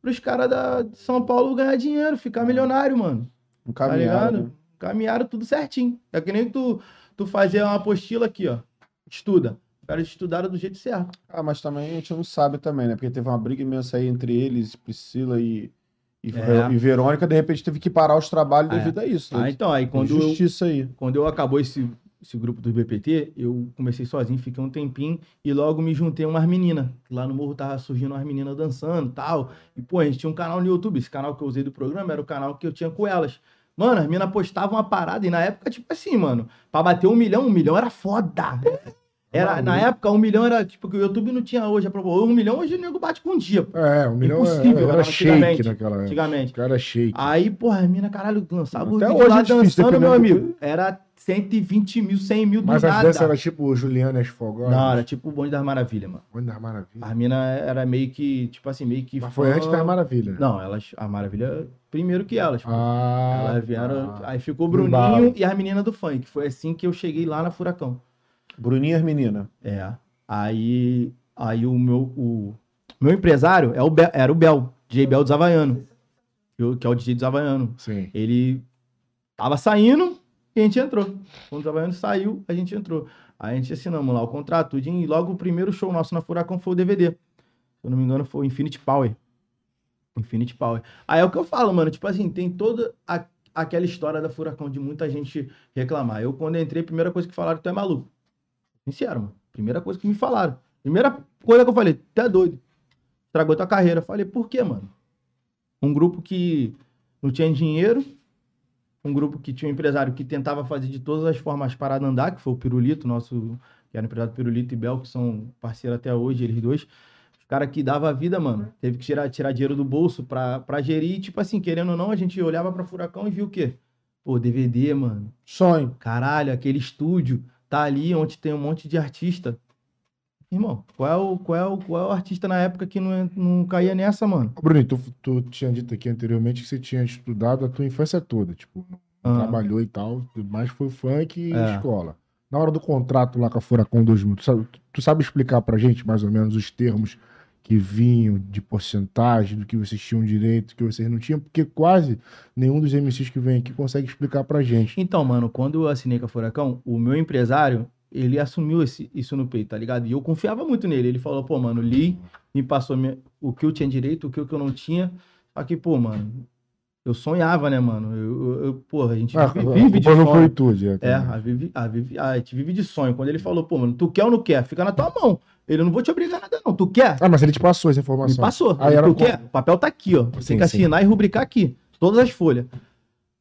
[SPEAKER 1] pros caras da- de São Paulo ganhar dinheiro, ficar milionário, mano.
[SPEAKER 3] Um
[SPEAKER 1] Tá
[SPEAKER 3] caminhado,
[SPEAKER 1] ligado?
[SPEAKER 3] né?
[SPEAKER 1] Caminharam tudo certinho. É que nem tu, tu fazer uma apostila aqui, ó. Estuda. Os caras estudaram do jeito certo.
[SPEAKER 3] Ah, mas também a gente não sabe também, né? Porque teve uma briga imensa aí entre eles, Priscila e, e,
[SPEAKER 1] É.
[SPEAKER 3] e Verônica, de repente teve que parar os trabalhos
[SPEAKER 1] Ah, é.
[SPEAKER 3] devido a isso.
[SPEAKER 1] Ah,
[SPEAKER 3] Né?
[SPEAKER 1] então, aí quando eu,
[SPEAKER 3] Injustiça aí.
[SPEAKER 1] quando eu acabou esse, esse grupo do BPT, eu comecei sozinho, fiquei um tempinho e logo me juntei a umas meninas. Lá no morro tava surgindo umas meninas dançando e tal. E, pô, a gente tinha um canal no YouTube. Esse canal que eu usei do programa era o canal que eu tinha com elas. Mano, as meninas postavam uma parada e na época, tipo assim, mano, pra bater um milhão, um milhão era foda. Era, na época, um milhão era, tipo, que o YouTube não tinha hoje. a propo- Um milhão hoje o nego bate com um dia, pô,
[SPEAKER 2] É, o milhão
[SPEAKER 1] Impossível,
[SPEAKER 2] era, era
[SPEAKER 1] cara,
[SPEAKER 2] shake
[SPEAKER 1] antigamente.
[SPEAKER 2] naquela época.
[SPEAKER 1] antigamente. Ah,
[SPEAKER 2] O cara era shake.
[SPEAKER 1] Aí, porra, as mina, caralho, lançava o
[SPEAKER 3] Até
[SPEAKER 1] vídeo
[SPEAKER 3] hoje
[SPEAKER 1] lá
[SPEAKER 3] é difícil,
[SPEAKER 1] dançando, meu
[SPEAKER 3] dependendo do-
[SPEAKER 1] amigo. Era 120 mil, 100 mil do
[SPEAKER 2] Mas as
[SPEAKER 1] nada.
[SPEAKER 2] danças era tipo Juliana Esfogó.
[SPEAKER 1] Não, era tipo o bonde das maravilhas, mano.
[SPEAKER 2] Bonde das Maravilhas.
[SPEAKER 1] As minas era meio que, tipo assim, meio que.
[SPEAKER 2] Mas foi
[SPEAKER 1] fã-
[SPEAKER 2] antes das Maravilhas.
[SPEAKER 1] Não, elas. A maravilha primeiro que elas. pô.
[SPEAKER 2] Ah,
[SPEAKER 1] elas vieram.
[SPEAKER 2] tá.
[SPEAKER 1] Aí ficou o
[SPEAKER 2] No
[SPEAKER 1] Bruninho
[SPEAKER 2] embalo.
[SPEAKER 1] e as meninas do funk. Foi assim que eu cheguei lá na Furacão.
[SPEAKER 3] Bruninha e as meninas.
[SPEAKER 1] É. Aí. Aí o meu. O meu empresário é o Be- era o Bel, DJ Bel dos Havaiano. Eu- Que é o DJ dos Havaiano.
[SPEAKER 2] Sim.
[SPEAKER 1] Ele tava saindo e a gente entrou. Quando o trabalhando saiu, a gente entrou. Aí a gente assinamos lá o contrato, tudinho, e logo o primeiro show nosso na Furacão foi o DVD. Se eu não me engano, foi o Infinity Power. Infinity Power. Aí é o que eu falo, mano. Tipo assim, tem toda a- aquela história da Furacão de muita gente reclamar. Eu, quando entrei, a primeira coisa que falaram, tu é maluco. Sincero, mano. Primeira coisa que me falaram. Primeira coisa que eu falei, tu é doido. Estragou tua carreira. Eu falei, por quê, mano? Um grupo que não tinha dinheiro, um grupo que tinha um empresário que tentava fazer de todas as formas para andar, que foi o Pirulito, nosso, que era o empresário Pirulito e Bel, que são parceiros até hoje, eles dois. Os caras que dava a vida, mano. Teve que tirar, tirar dinheiro do bolso pra, pra gerir. E, tipo assim, querendo ou não, a gente olhava pra Furacão e viu o quê? Pô, DVD, mano.
[SPEAKER 3] Sonho.
[SPEAKER 1] Caralho, aquele estúdio tá ali onde tem um monte de artista. Irmão, qual é o, qual é o, qual é o artista na época que não, é, não caía nessa, mano?
[SPEAKER 2] Ô, Bruno, tu, tu tinha dito aqui anteriormente que você tinha estudado a tua infância toda, tipo,
[SPEAKER 1] Ah.
[SPEAKER 2] trabalhou e tal, mas foi funk e
[SPEAKER 1] É.
[SPEAKER 2] escola. Na hora do contrato lá com a Furacão 2000, tu sabe, tu sabe explicar pra gente mais ou menos os termos que vinham de porcentagem, do que vocês tinham direito, do que vocês não tinham? Porque quase nenhum dos MCs que vem aqui consegue explicar pra gente.
[SPEAKER 1] Então, mano, quando eu assinei com a Furacão, o meu empresário, ele assumiu esse- isso no peito, tá ligado? E eu confiava muito nele. Ele falou, pô, mano, li, me passou minha- o que eu tinha direito, o que eu não tinha. Só que, pô, mano, eu sonhava, né, mano? Eu, eu- eu- porra, a gente
[SPEAKER 2] Ah, <laughs>
[SPEAKER 1] vive,
[SPEAKER 2] a
[SPEAKER 1] vive de É.
[SPEAKER 2] culpa não foi
[SPEAKER 1] sonho.
[SPEAKER 2] tua, Diego.
[SPEAKER 1] É, a, vive, a, vive, a gente vive de sonho. Quando ele falou, pô, mano, tu quer ou não quer? Fica na tua mão. Ele não vou te obrigar a nada, não. Tu quer?
[SPEAKER 2] Ah, mas ele te passou essa
[SPEAKER 1] Me
[SPEAKER 2] informação.
[SPEAKER 1] passou.
[SPEAKER 2] Aí era
[SPEAKER 1] tu
[SPEAKER 2] como?
[SPEAKER 1] quer? O papel tá aqui, ó. Você
[SPEAKER 2] Sim,
[SPEAKER 1] tem que
[SPEAKER 2] sim.
[SPEAKER 1] assinar e rubricar aqui. Todas as folhas.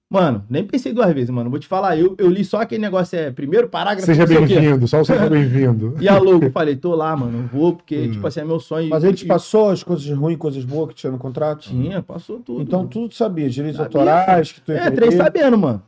[SPEAKER 1] Mano, nem pensei duas vezes, mano. Vou te falar, eu, eu li só aquele negócio, é primeiro parágrafo.
[SPEAKER 2] Seja
[SPEAKER 1] não sei o quê.
[SPEAKER 2] bem-vindo, só o seja
[SPEAKER 1] <laughs>
[SPEAKER 2] bem-vindo.
[SPEAKER 1] E a logo, falei, tô lá, mano, eu vou, porque, tipo assim, é meu sonho.
[SPEAKER 3] Mas
[SPEAKER 1] E-
[SPEAKER 3] ele te
[SPEAKER 1] e-
[SPEAKER 3] passou as coisas ruins, coisas boas que tinha no contrato?
[SPEAKER 1] Tinha, passou tudo.
[SPEAKER 3] Então tudo tu sabia, direitos
[SPEAKER 1] Sabia.
[SPEAKER 3] autorais, que tu ia
[SPEAKER 1] É,
[SPEAKER 3] perder.
[SPEAKER 1] três sabendo, mano.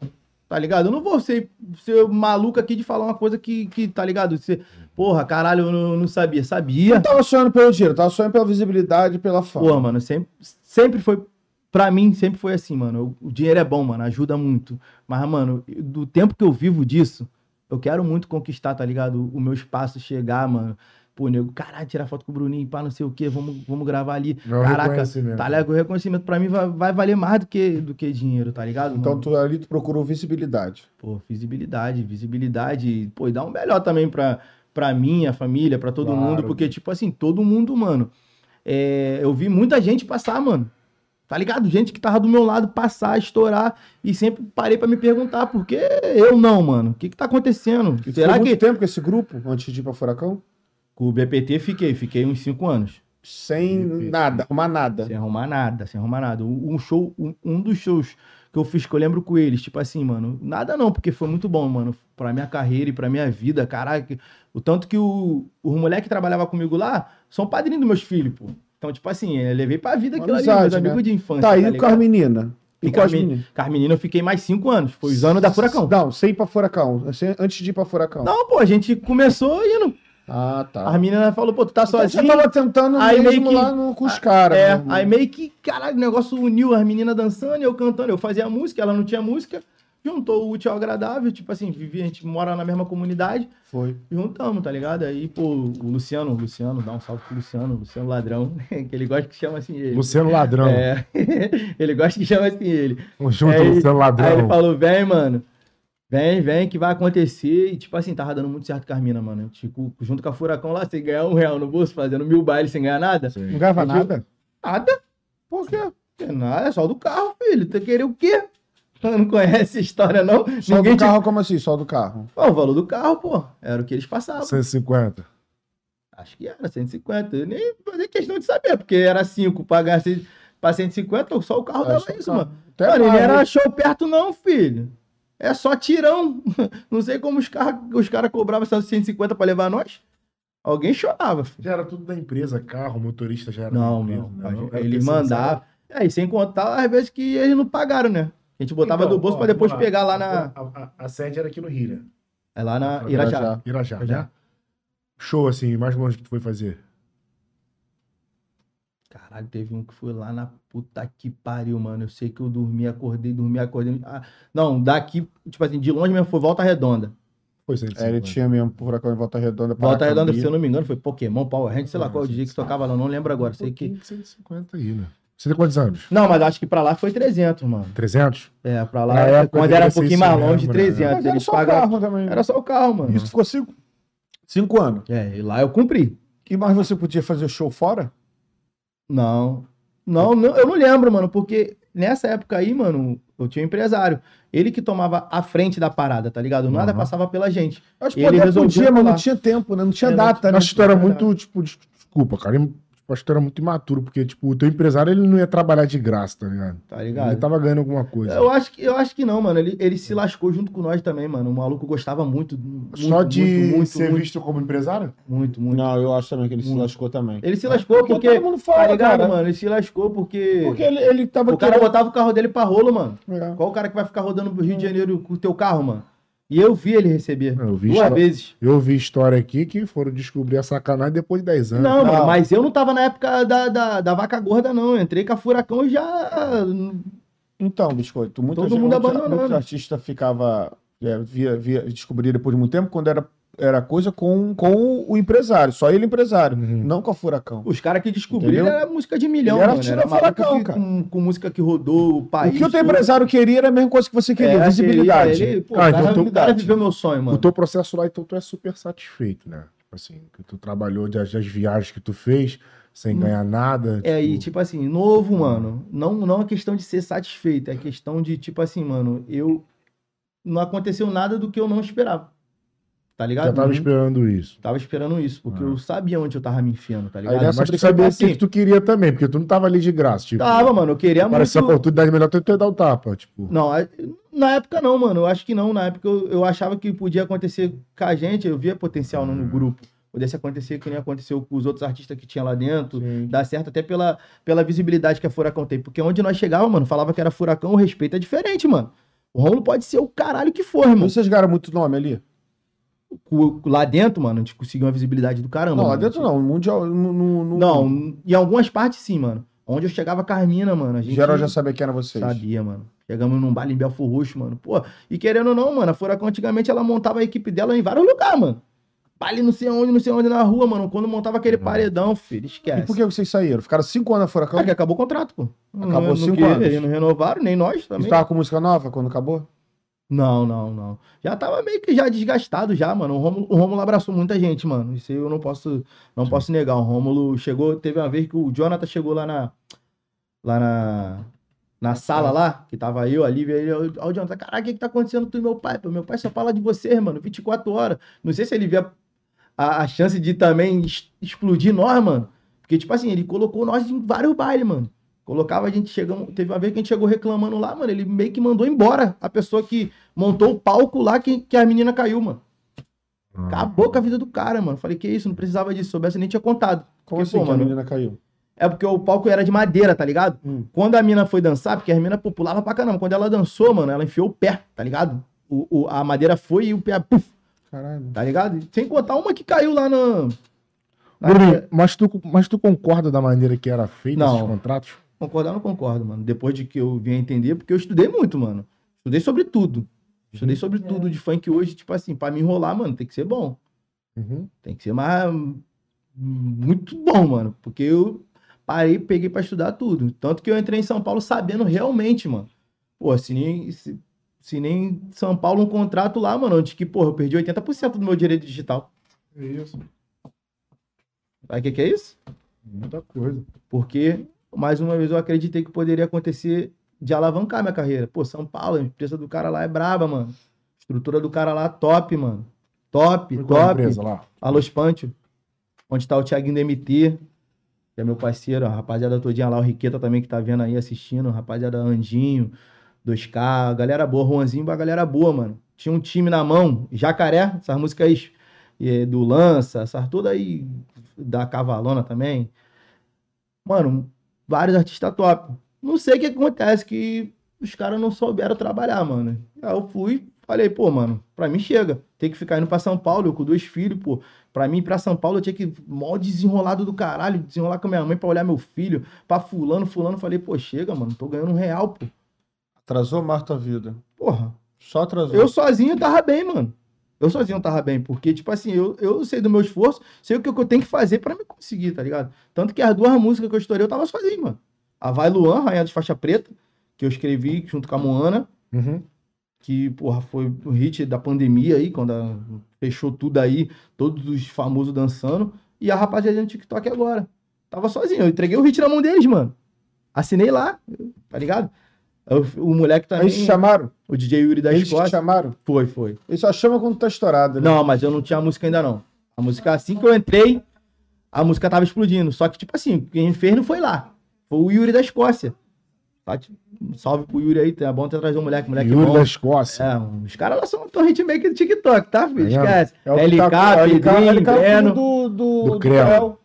[SPEAKER 1] Tá ligado? Eu não vou ser, ser maluco aqui de falar uma coisa que, que tá ligado? Você, porra, caralho, eu não, não sabia. Sabia.
[SPEAKER 3] Não tava sonhando pelo dinheiro, tava sonhando pela visibilidade, pela fama.
[SPEAKER 1] Porra, mano, sempre, sempre foi. Pra mim, sempre foi assim, mano. O dinheiro é bom, mano, ajuda muito. Mas, mano, do tempo que eu vivo disso, eu quero muito conquistar, tá ligado? O meu espaço chegar, mano. Pô, nego, caralho, tirar foto com o Bruninho, pá, não sei o quê, vamos, vamos gravar ali.
[SPEAKER 2] Não,
[SPEAKER 1] Caraca,
[SPEAKER 2] É um reconhecimento.
[SPEAKER 1] tá ligado? O reconhecimento pra mim vai, vai valer mais do que, do que dinheiro, tá ligado?
[SPEAKER 3] Então
[SPEAKER 1] mano?
[SPEAKER 3] tu, ali tu procurou visibilidade.
[SPEAKER 1] Pô, visibilidade, visibilidade, pô, e dá um melhor também pra, pra minha família, pra todo
[SPEAKER 3] Claro.
[SPEAKER 1] mundo, porque, tipo assim, todo mundo, mano, é, eu vi muita gente passar, mano, tá ligado? Gente que tava do meu lado passar, estourar, e sempre parei pra me perguntar, por que eu não, mano? O que que tá acontecendo?
[SPEAKER 3] E tu
[SPEAKER 1] Será
[SPEAKER 3] ficou
[SPEAKER 1] que...
[SPEAKER 3] muito tempo com esse grupo, antes de ir pra Furacão?
[SPEAKER 1] Com o BPT fiquei, fiquei uns cinco anos,
[SPEAKER 3] Sem
[SPEAKER 2] Perfeito.
[SPEAKER 3] nada, arrumar nada.
[SPEAKER 1] sem arrumar nada, sem arrumar nada. Um um show, um, um dos shows que eu fiz, que eu lembro com eles, tipo assim, mano, nada não, porque foi muito bom, mano, pra minha carreira e pra minha vida, caraca. O tanto que o, o moleque que trabalhava comigo lá são padrinhos dos meus filhos, pô. Então, tipo assim, eu levei pra vida
[SPEAKER 3] Uma
[SPEAKER 1] aquilo ali,
[SPEAKER 3] amizade,
[SPEAKER 1] meus amigos de infância.
[SPEAKER 3] Tá, e
[SPEAKER 1] ligado?
[SPEAKER 3] com as meninas? E
[SPEAKER 1] E
[SPEAKER 3] com as
[SPEAKER 1] Carmi-
[SPEAKER 3] meninas?
[SPEAKER 1] Carmenina eu fiquei mais cinco anos, foi os anos da Furacão.
[SPEAKER 3] Não, sem ir pra Furacão. sem- Antes de ir pra Furacão.
[SPEAKER 1] Não, pô, a gente começou indo.
[SPEAKER 3] Ah, tá.
[SPEAKER 1] As meninas falaram, pô, tu tá
[SPEAKER 3] Então
[SPEAKER 1] sozinho.
[SPEAKER 3] Você tava tentando
[SPEAKER 1] Aí meio
[SPEAKER 3] mesmo
[SPEAKER 1] que-
[SPEAKER 3] lá no- com os caras.
[SPEAKER 1] É,
[SPEAKER 3] mesmo.
[SPEAKER 1] aí meio que, caralho, o negócio uniu as meninas dançando e eu cantando. Eu fazia música, ela não tinha música. Juntou o útil ao agradável, tipo assim, vivia, a gente mora na mesma comunidade,
[SPEAKER 3] Foi.
[SPEAKER 1] juntamos, tá ligado? Aí, pô, o Luciano, o Luciano, dá um salve pro Luciano, o Luciano Ladrão, <laughs> que ele gosta que chama assim ele.
[SPEAKER 2] Luciano um Ladrão.
[SPEAKER 1] É, <laughs> ele gosta que chama assim ele.
[SPEAKER 2] Vamos <laughs> junto,
[SPEAKER 1] Aí-
[SPEAKER 2] Luciano
[SPEAKER 1] Aí ele
[SPEAKER 2] Ladrão.
[SPEAKER 1] falou, vem, mano. Vem, vem, que vai acontecer. E, tipo assim, tava dando muito certo com as minas, mano. Tipo, junto com a Furacão lá, sem ganhar um real no bolso, fazendo mil bailes sem ganhar nada.
[SPEAKER 3] Não ganhava
[SPEAKER 1] Entendeu?
[SPEAKER 3] nada?
[SPEAKER 1] Nada.
[SPEAKER 3] Por quê?
[SPEAKER 1] Tem nada, é só do carro, filho. Tu querer o quê? Tu não conhece a história, não?
[SPEAKER 3] Só
[SPEAKER 1] Ninguém
[SPEAKER 3] do
[SPEAKER 1] te...
[SPEAKER 3] carro, como assim? Só do carro.
[SPEAKER 1] Pô, o valor do carro, pô. Era o que eles passavam.
[SPEAKER 2] 150.
[SPEAKER 1] Acho que era 150. Eu nem fazia questão de saber, porque era 5 pagar cem- pra 150, só o carro
[SPEAKER 3] É,
[SPEAKER 1] dava
[SPEAKER 3] só o
[SPEAKER 1] isso,
[SPEAKER 3] carro.
[SPEAKER 1] mano.
[SPEAKER 3] Até
[SPEAKER 1] mano, e
[SPEAKER 3] mais,
[SPEAKER 1] não
[SPEAKER 3] né?
[SPEAKER 1] era show perto, não, filho. É só tirão. <laughs> Não sei como os caras os cara cobravam essas 150 pra levar nós. Alguém chorava, filho.
[SPEAKER 2] Já era tudo da empresa, carro, motorista já era
[SPEAKER 1] Não,
[SPEAKER 2] da empresa.
[SPEAKER 1] não.
[SPEAKER 2] né? Era
[SPEAKER 1] Ele
[SPEAKER 2] terceirizado.
[SPEAKER 1] mandava. Aí, sem contar, às vezes que eles não pagaram, né? A gente botava
[SPEAKER 2] Então,
[SPEAKER 1] do bolso
[SPEAKER 2] ó,
[SPEAKER 1] pra depois
[SPEAKER 2] vamos
[SPEAKER 1] pegar lá na.
[SPEAKER 2] A, a- a sede era aqui no Rio, né?
[SPEAKER 1] É lá na
[SPEAKER 2] Irajá.
[SPEAKER 1] Irajá.
[SPEAKER 2] Irajá, né?
[SPEAKER 1] Irajá.
[SPEAKER 2] Show, assim, mais longe que tu foi fazer.
[SPEAKER 1] Caralho, teve um que foi lá na puta que pariu, mano. Eu sei que eu dormi, acordei, dormi, acordei. Ah, não, daqui, tipo assim, de longe mesmo foi Volta Redonda.
[SPEAKER 2] Foi
[SPEAKER 3] É, ele
[SPEAKER 2] 150.
[SPEAKER 3] tinha mesmo Furacão em Volta Redonda.
[SPEAKER 1] Volta
[SPEAKER 3] Paracambi.
[SPEAKER 1] Redonda, se eu não me engano, foi Pokémon, Power Rangers, sei lá qual o DJ que tocava lá, não lembro agora. Sei que.
[SPEAKER 2] Tem 150 aí, né? Você tem quantos anos?
[SPEAKER 1] Não, mas acho que pra lá foi 300, mano.
[SPEAKER 2] 300?
[SPEAKER 1] É, pra lá,
[SPEAKER 2] Na época
[SPEAKER 1] quando era
[SPEAKER 2] devia
[SPEAKER 1] um
[SPEAKER 2] ser
[SPEAKER 1] pouquinho
[SPEAKER 2] isso
[SPEAKER 1] mais
[SPEAKER 2] mesmo,
[SPEAKER 1] longe,
[SPEAKER 2] né?
[SPEAKER 1] 300.
[SPEAKER 3] Mas era
[SPEAKER 1] Eles
[SPEAKER 3] só o
[SPEAKER 1] pagavam.
[SPEAKER 3] carro também.
[SPEAKER 1] Era Uhum. só o carro, mano.
[SPEAKER 3] Isso ficou cinco, cinco anos.
[SPEAKER 1] É, e lá eu cumpri.
[SPEAKER 3] E mais você podia fazer show fora?
[SPEAKER 1] Não. Não, não, eu não lembro, mano, porque nessa época aí, mano, eu tinha um empresário. Ele que tomava a frente da parada, tá ligado? Nada
[SPEAKER 2] Aham.
[SPEAKER 1] passava pela gente.
[SPEAKER 3] Acho que
[SPEAKER 1] Ele
[SPEAKER 3] poder
[SPEAKER 1] resolveu
[SPEAKER 3] podia, mas não
[SPEAKER 1] falar.
[SPEAKER 3] tinha tempo, né? Não tinha
[SPEAKER 1] É, não
[SPEAKER 3] data, né?
[SPEAKER 2] Acho que tu era
[SPEAKER 1] Verdade.
[SPEAKER 2] muito, tipo, des- desculpa, cara. eu- tipo, Acho que tu era muito imaturo, porque, tipo, o teu empresário ele não ia trabalhar de graça, tá ligado?
[SPEAKER 1] Tá ligado?
[SPEAKER 2] Ele tava ganhando alguma coisa.
[SPEAKER 1] Eu acho, que, eu acho que não, mano. Ele, ele se lascou junto com nós também, mano. O maluco gostava muito. muito
[SPEAKER 2] Só de
[SPEAKER 1] muito, muito,
[SPEAKER 2] ser
[SPEAKER 1] muito,
[SPEAKER 2] visto como empresário?
[SPEAKER 1] muito, muito.
[SPEAKER 3] Não, eu acho também que ele se
[SPEAKER 1] Muito.
[SPEAKER 3] lascou também.
[SPEAKER 1] Ele se lascou porque.
[SPEAKER 3] todo mundo fala,
[SPEAKER 1] tá ligado,
[SPEAKER 3] cara.
[SPEAKER 1] mano? Ele se lascou porque.
[SPEAKER 3] Porque ele, ele tava
[SPEAKER 1] o cara botava o carro dele pra rolo, mano.
[SPEAKER 2] É.
[SPEAKER 3] querendo...
[SPEAKER 1] Qual o cara que vai ficar rodando pro Rio de Janeiro com o teu carro, mano? E eu vi ele receber.
[SPEAKER 2] É, Eu vi,
[SPEAKER 1] Duas
[SPEAKER 2] história,
[SPEAKER 1] vezes.
[SPEAKER 2] eu vi história aqui que foram descobrir a sacanagem depois de 10 anos.
[SPEAKER 1] Não,
[SPEAKER 3] Não.
[SPEAKER 1] mano, mas eu não tava na época da, da, da vaca gorda, não. Eu entrei com a furacão e já.
[SPEAKER 3] Então, biscoito, muita
[SPEAKER 1] Todo
[SPEAKER 3] gente-
[SPEAKER 1] mundo
[SPEAKER 3] muitos-
[SPEAKER 1] abandonando.
[SPEAKER 3] Muitos artistas ficava é, via, via descobrir depois de muito tempo quando era era coisa com, com o empresário, só ele empresário,
[SPEAKER 2] Uhum.
[SPEAKER 3] não com a Furacão.
[SPEAKER 1] Os caras que descobriram
[SPEAKER 3] Entendeu?
[SPEAKER 1] era música de milhão,
[SPEAKER 3] Ele era
[SPEAKER 1] mano.
[SPEAKER 3] tira
[SPEAKER 1] maluco
[SPEAKER 3] furacão,
[SPEAKER 1] que-
[SPEAKER 3] cara.
[SPEAKER 1] Com, com música que rodou o país.
[SPEAKER 3] o que o teu
[SPEAKER 1] todo.
[SPEAKER 3] empresário queria Ah, era a mesma coisa que você queria,
[SPEAKER 1] É,
[SPEAKER 3] visibilidade.
[SPEAKER 1] Ele, ele, pô,
[SPEAKER 2] Cara,
[SPEAKER 1] o cara,
[SPEAKER 2] então
[SPEAKER 1] o cara viveu meu sonho, mano.
[SPEAKER 2] O teu processo lá, então, tu é super satisfeito, né? Tipo assim, que tu trabalhou das, das viagens que tu fez sem
[SPEAKER 1] Hum.
[SPEAKER 2] ganhar nada.
[SPEAKER 1] É, e
[SPEAKER 2] tipo,
[SPEAKER 1] tipo assim, novo, mano, não, não é questão de ser satisfeito, é questão de, tipo assim, mano, eu. Não aconteceu nada do que eu não esperava. Tá ligado?
[SPEAKER 2] Já tava esperando isso.
[SPEAKER 1] Tava esperando isso, porque
[SPEAKER 2] Ah.
[SPEAKER 1] eu sabia onde eu tava me enfiando, tá
[SPEAKER 2] Aí
[SPEAKER 1] ligado?
[SPEAKER 2] nessa
[SPEAKER 1] Mas
[SPEAKER 2] tu
[SPEAKER 3] é
[SPEAKER 2] sabia o
[SPEAKER 1] assim,
[SPEAKER 2] que que tu queria também, porque tu não tava ali de graça,
[SPEAKER 3] Tá
[SPEAKER 2] tipo.
[SPEAKER 1] Tava, mano, eu queria
[SPEAKER 2] Parece essa
[SPEAKER 1] muito.
[SPEAKER 2] oportunidade melhor tu ter dar o tapa, tipo.
[SPEAKER 1] Não, a- na época não, mano. Eu acho que não. Na época eu, eu achava que podia acontecer com a gente, eu via potencial no, no
[SPEAKER 3] Hum.
[SPEAKER 1] grupo. Pudesse acontecer que nem aconteceu com os outros artistas que tinha lá dentro.
[SPEAKER 3] Sim.
[SPEAKER 1] Dar certo até pela, pela visibilidade que a Furacão tem. Porque onde nós chegávamos, mano, falava que era Furacão, o respeito é diferente, mano. O Romulo pode ser o caralho que for, irmão.
[SPEAKER 3] Vocês ganharam muito nome ali?
[SPEAKER 1] O- Lá dentro, mano, a gente conseguiu uma visibilidade do caramba.
[SPEAKER 3] Não, lá
[SPEAKER 1] mano.
[SPEAKER 3] dentro não. Mundial. No, no, no-
[SPEAKER 1] Não, em algumas partes sim, mano. Onde eu chegava Carmina, mano. A gente
[SPEAKER 3] Geral já sabia quem era vocês.
[SPEAKER 1] sabia, mano. Chegamos num bar em Belfor Roxo, mano. Pô, e querendo ou não, mano, a Furacão antigamente ela montava a equipe dela em vários lugares, mano. Baile não sei onde, não sei onde na rua, mano. Quando montava aquele
[SPEAKER 2] Hum.
[SPEAKER 1] paredão, filho,
[SPEAKER 3] E
[SPEAKER 1] esquece.
[SPEAKER 2] é.
[SPEAKER 3] por que vocês saíram? Ficaram cinco anos na Furacão?
[SPEAKER 1] Ah, que acabou o contrato, pô.
[SPEAKER 3] Acabou
[SPEAKER 1] Não- não
[SPEAKER 3] cinco
[SPEAKER 1] queria,
[SPEAKER 3] anos.
[SPEAKER 1] Eles não renovaram, nem nós
[SPEAKER 3] E
[SPEAKER 1] também.
[SPEAKER 3] tava com música nova quando acabou?
[SPEAKER 1] Não, não, não. Já tava meio que já desgastado já, mano. O Rômulo, o Rômulo abraçou muita gente, mano. Isso aí eu não posso, não posso negar. O Rômulo chegou, teve uma vez que o Jonathan chegou lá na lá na na sala lá, que tava eu, a Lívia, ele, ó, o Jonathan, caraca, o que que tá acontecendo tu e meu pai? Pô, meu pai só fala de você, mano, 24 horas. Não sei se ele via a, a chance de também es- explodir nós, mano. Porque, tipo assim, ele colocou nós em vários bailes, mano. Colocava a gente chegando. Teve uma vez que a gente chegou reclamando lá, mano. Ele meio que mandou embora a pessoa que montou o palco lá que, que a menina caiu, mano. Acabou com a vida do cara, mano. Falei, que isso, não precisava disso. Se soubesse, nem tinha contado.
[SPEAKER 3] Como
[SPEAKER 1] Porque,
[SPEAKER 3] assim
[SPEAKER 1] pô,
[SPEAKER 3] que a
[SPEAKER 1] mano?
[SPEAKER 3] menina caiu?
[SPEAKER 1] É porque o palco era de madeira, tá ligado?
[SPEAKER 3] Hum.
[SPEAKER 1] Quando a mina foi dançar, porque a mina pô, pulava pra caramba. Quando ela dançou, mano, ela enfiou o pé, tá ligado? O, o- a madeira foi e o pé, puf,
[SPEAKER 3] Caralho.
[SPEAKER 1] tá ligado? Sem contar uma que caiu lá na. na-
[SPEAKER 2] Bruninho, mas tu, mas tu concorda da maneira que era feito
[SPEAKER 1] é- Não.
[SPEAKER 2] esses contratos?
[SPEAKER 1] Concordar ou não concordo, mano. Depois de que eu vim a entender, porque eu estudei muito, mano. Estudei sobre tudo. Estudei sobre tudo de funk hoje, tipo assim, pra me enrolar, mano, tem que ser bom.
[SPEAKER 3] Uhum.
[SPEAKER 1] Tem que ser mais. Muito bom, mano. Porque eu parei, peguei pra estudar tudo. Tanto que eu entrei em São Paulo sabendo realmente, mano. Pô, se nem, se, se nem São Paulo um contrato lá, mano, onde que, porra, eu perdi 80% do meu direito digital.
[SPEAKER 4] Isso.
[SPEAKER 1] Sabe o que, que é isso?
[SPEAKER 2] Muita coisa.
[SPEAKER 1] Porque, mais uma vez, eu acreditei que poderia acontecer de alavancar minha carreira. Pô, São Paulo, a empresa do cara lá é braba, mano. Estrutura do cara lá top, mano. Top,
[SPEAKER 2] Foi qual a
[SPEAKER 1] top.
[SPEAKER 2] empresa lá?
[SPEAKER 1] Alô, Espantio. Onde tá o Thiaguinho do MT, que é meu parceiro, a rapaziada todinha lá, o Riqueta também que tá vendo aí, assistindo, a rapaziada Andinho, 2K, a galera boa, Juanzinho, a galera boa, mano. Tinha um time na mão, Jacaré, essas músicas eh, do Lança, essas todas aí da Cavalona também. Mano, vários artistas top. Não sei o que acontece, que os caras não souberam trabalhar, mano. Aí eu fui, falei, pô, mano, pra mim chega. Tem que ficar indo pra São Paulo, eu com dois filhos, pô. Pra mim, ir pra São Paulo, eu tinha que mó desenrolado do caralho, desenrolar com a minha mãe pra olhar meu filho, pra fulano, fulano. Falei, pô, chega, mano, tô ganhando um real, pô.
[SPEAKER 3] Atrasou mais tua vida.
[SPEAKER 1] Porra,
[SPEAKER 3] Só atrasou.
[SPEAKER 1] eu sozinho tava bem, mano. Eu sozinho tava bem, porque, tipo assim, eu, eu sei do meu esforço, sei o que eu tenho que fazer pra me conseguir, tá ligado? Tanto que as duas músicas que eu estourei, eu tava sozinho, mano. A Vai Luan, Rainha de Faixa Preta, que eu escrevi junto com a Moana,
[SPEAKER 2] Uhum.
[SPEAKER 1] que, porra, foi o hit da pandemia aí, quando a- fechou tudo aí, todos os famosos dançando, e a rapaziada no TikTok agora. Tava sozinho, eu entreguei o hit na mão deles, mano. Assinei lá, tá ligado? Eu- o moleque também,
[SPEAKER 3] Eles te chamaram?
[SPEAKER 1] o DJ Yuri da
[SPEAKER 3] Eles te
[SPEAKER 1] Escócia,
[SPEAKER 3] chamaram?
[SPEAKER 1] foi, foi.
[SPEAKER 3] Eles só chamam quando tá estourado, né?
[SPEAKER 1] Não, mas eu não tinha a música ainda não. A música, assim que eu entrei, a música tava explodindo. Só que, tipo assim, quem fez não foi lá. Foi o Yuri da Escócia. Tá, tipo, salve pro Yuri aí, tá bom ter trazido um moleque, moleque
[SPEAKER 2] Yuri
[SPEAKER 1] bom.
[SPEAKER 2] da Escócia.
[SPEAKER 1] É, os caras lá são tão hitmaker do TikTok, tá, filho?
[SPEAKER 2] Tá vendo?
[SPEAKER 1] Esquece.
[SPEAKER 3] É o que
[SPEAKER 1] LK,
[SPEAKER 3] tá- é o LK,
[SPEAKER 1] Pedrinho,
[SPEAKER 3] LK, filho
[SPEAKER 1] Breno.
[SPEAKER 3] do, do,
[SPEAKER 2] Do
[SPEAKER 3] do
[SPEAKER 2] Creu.
[SPEAKER 3] Creu.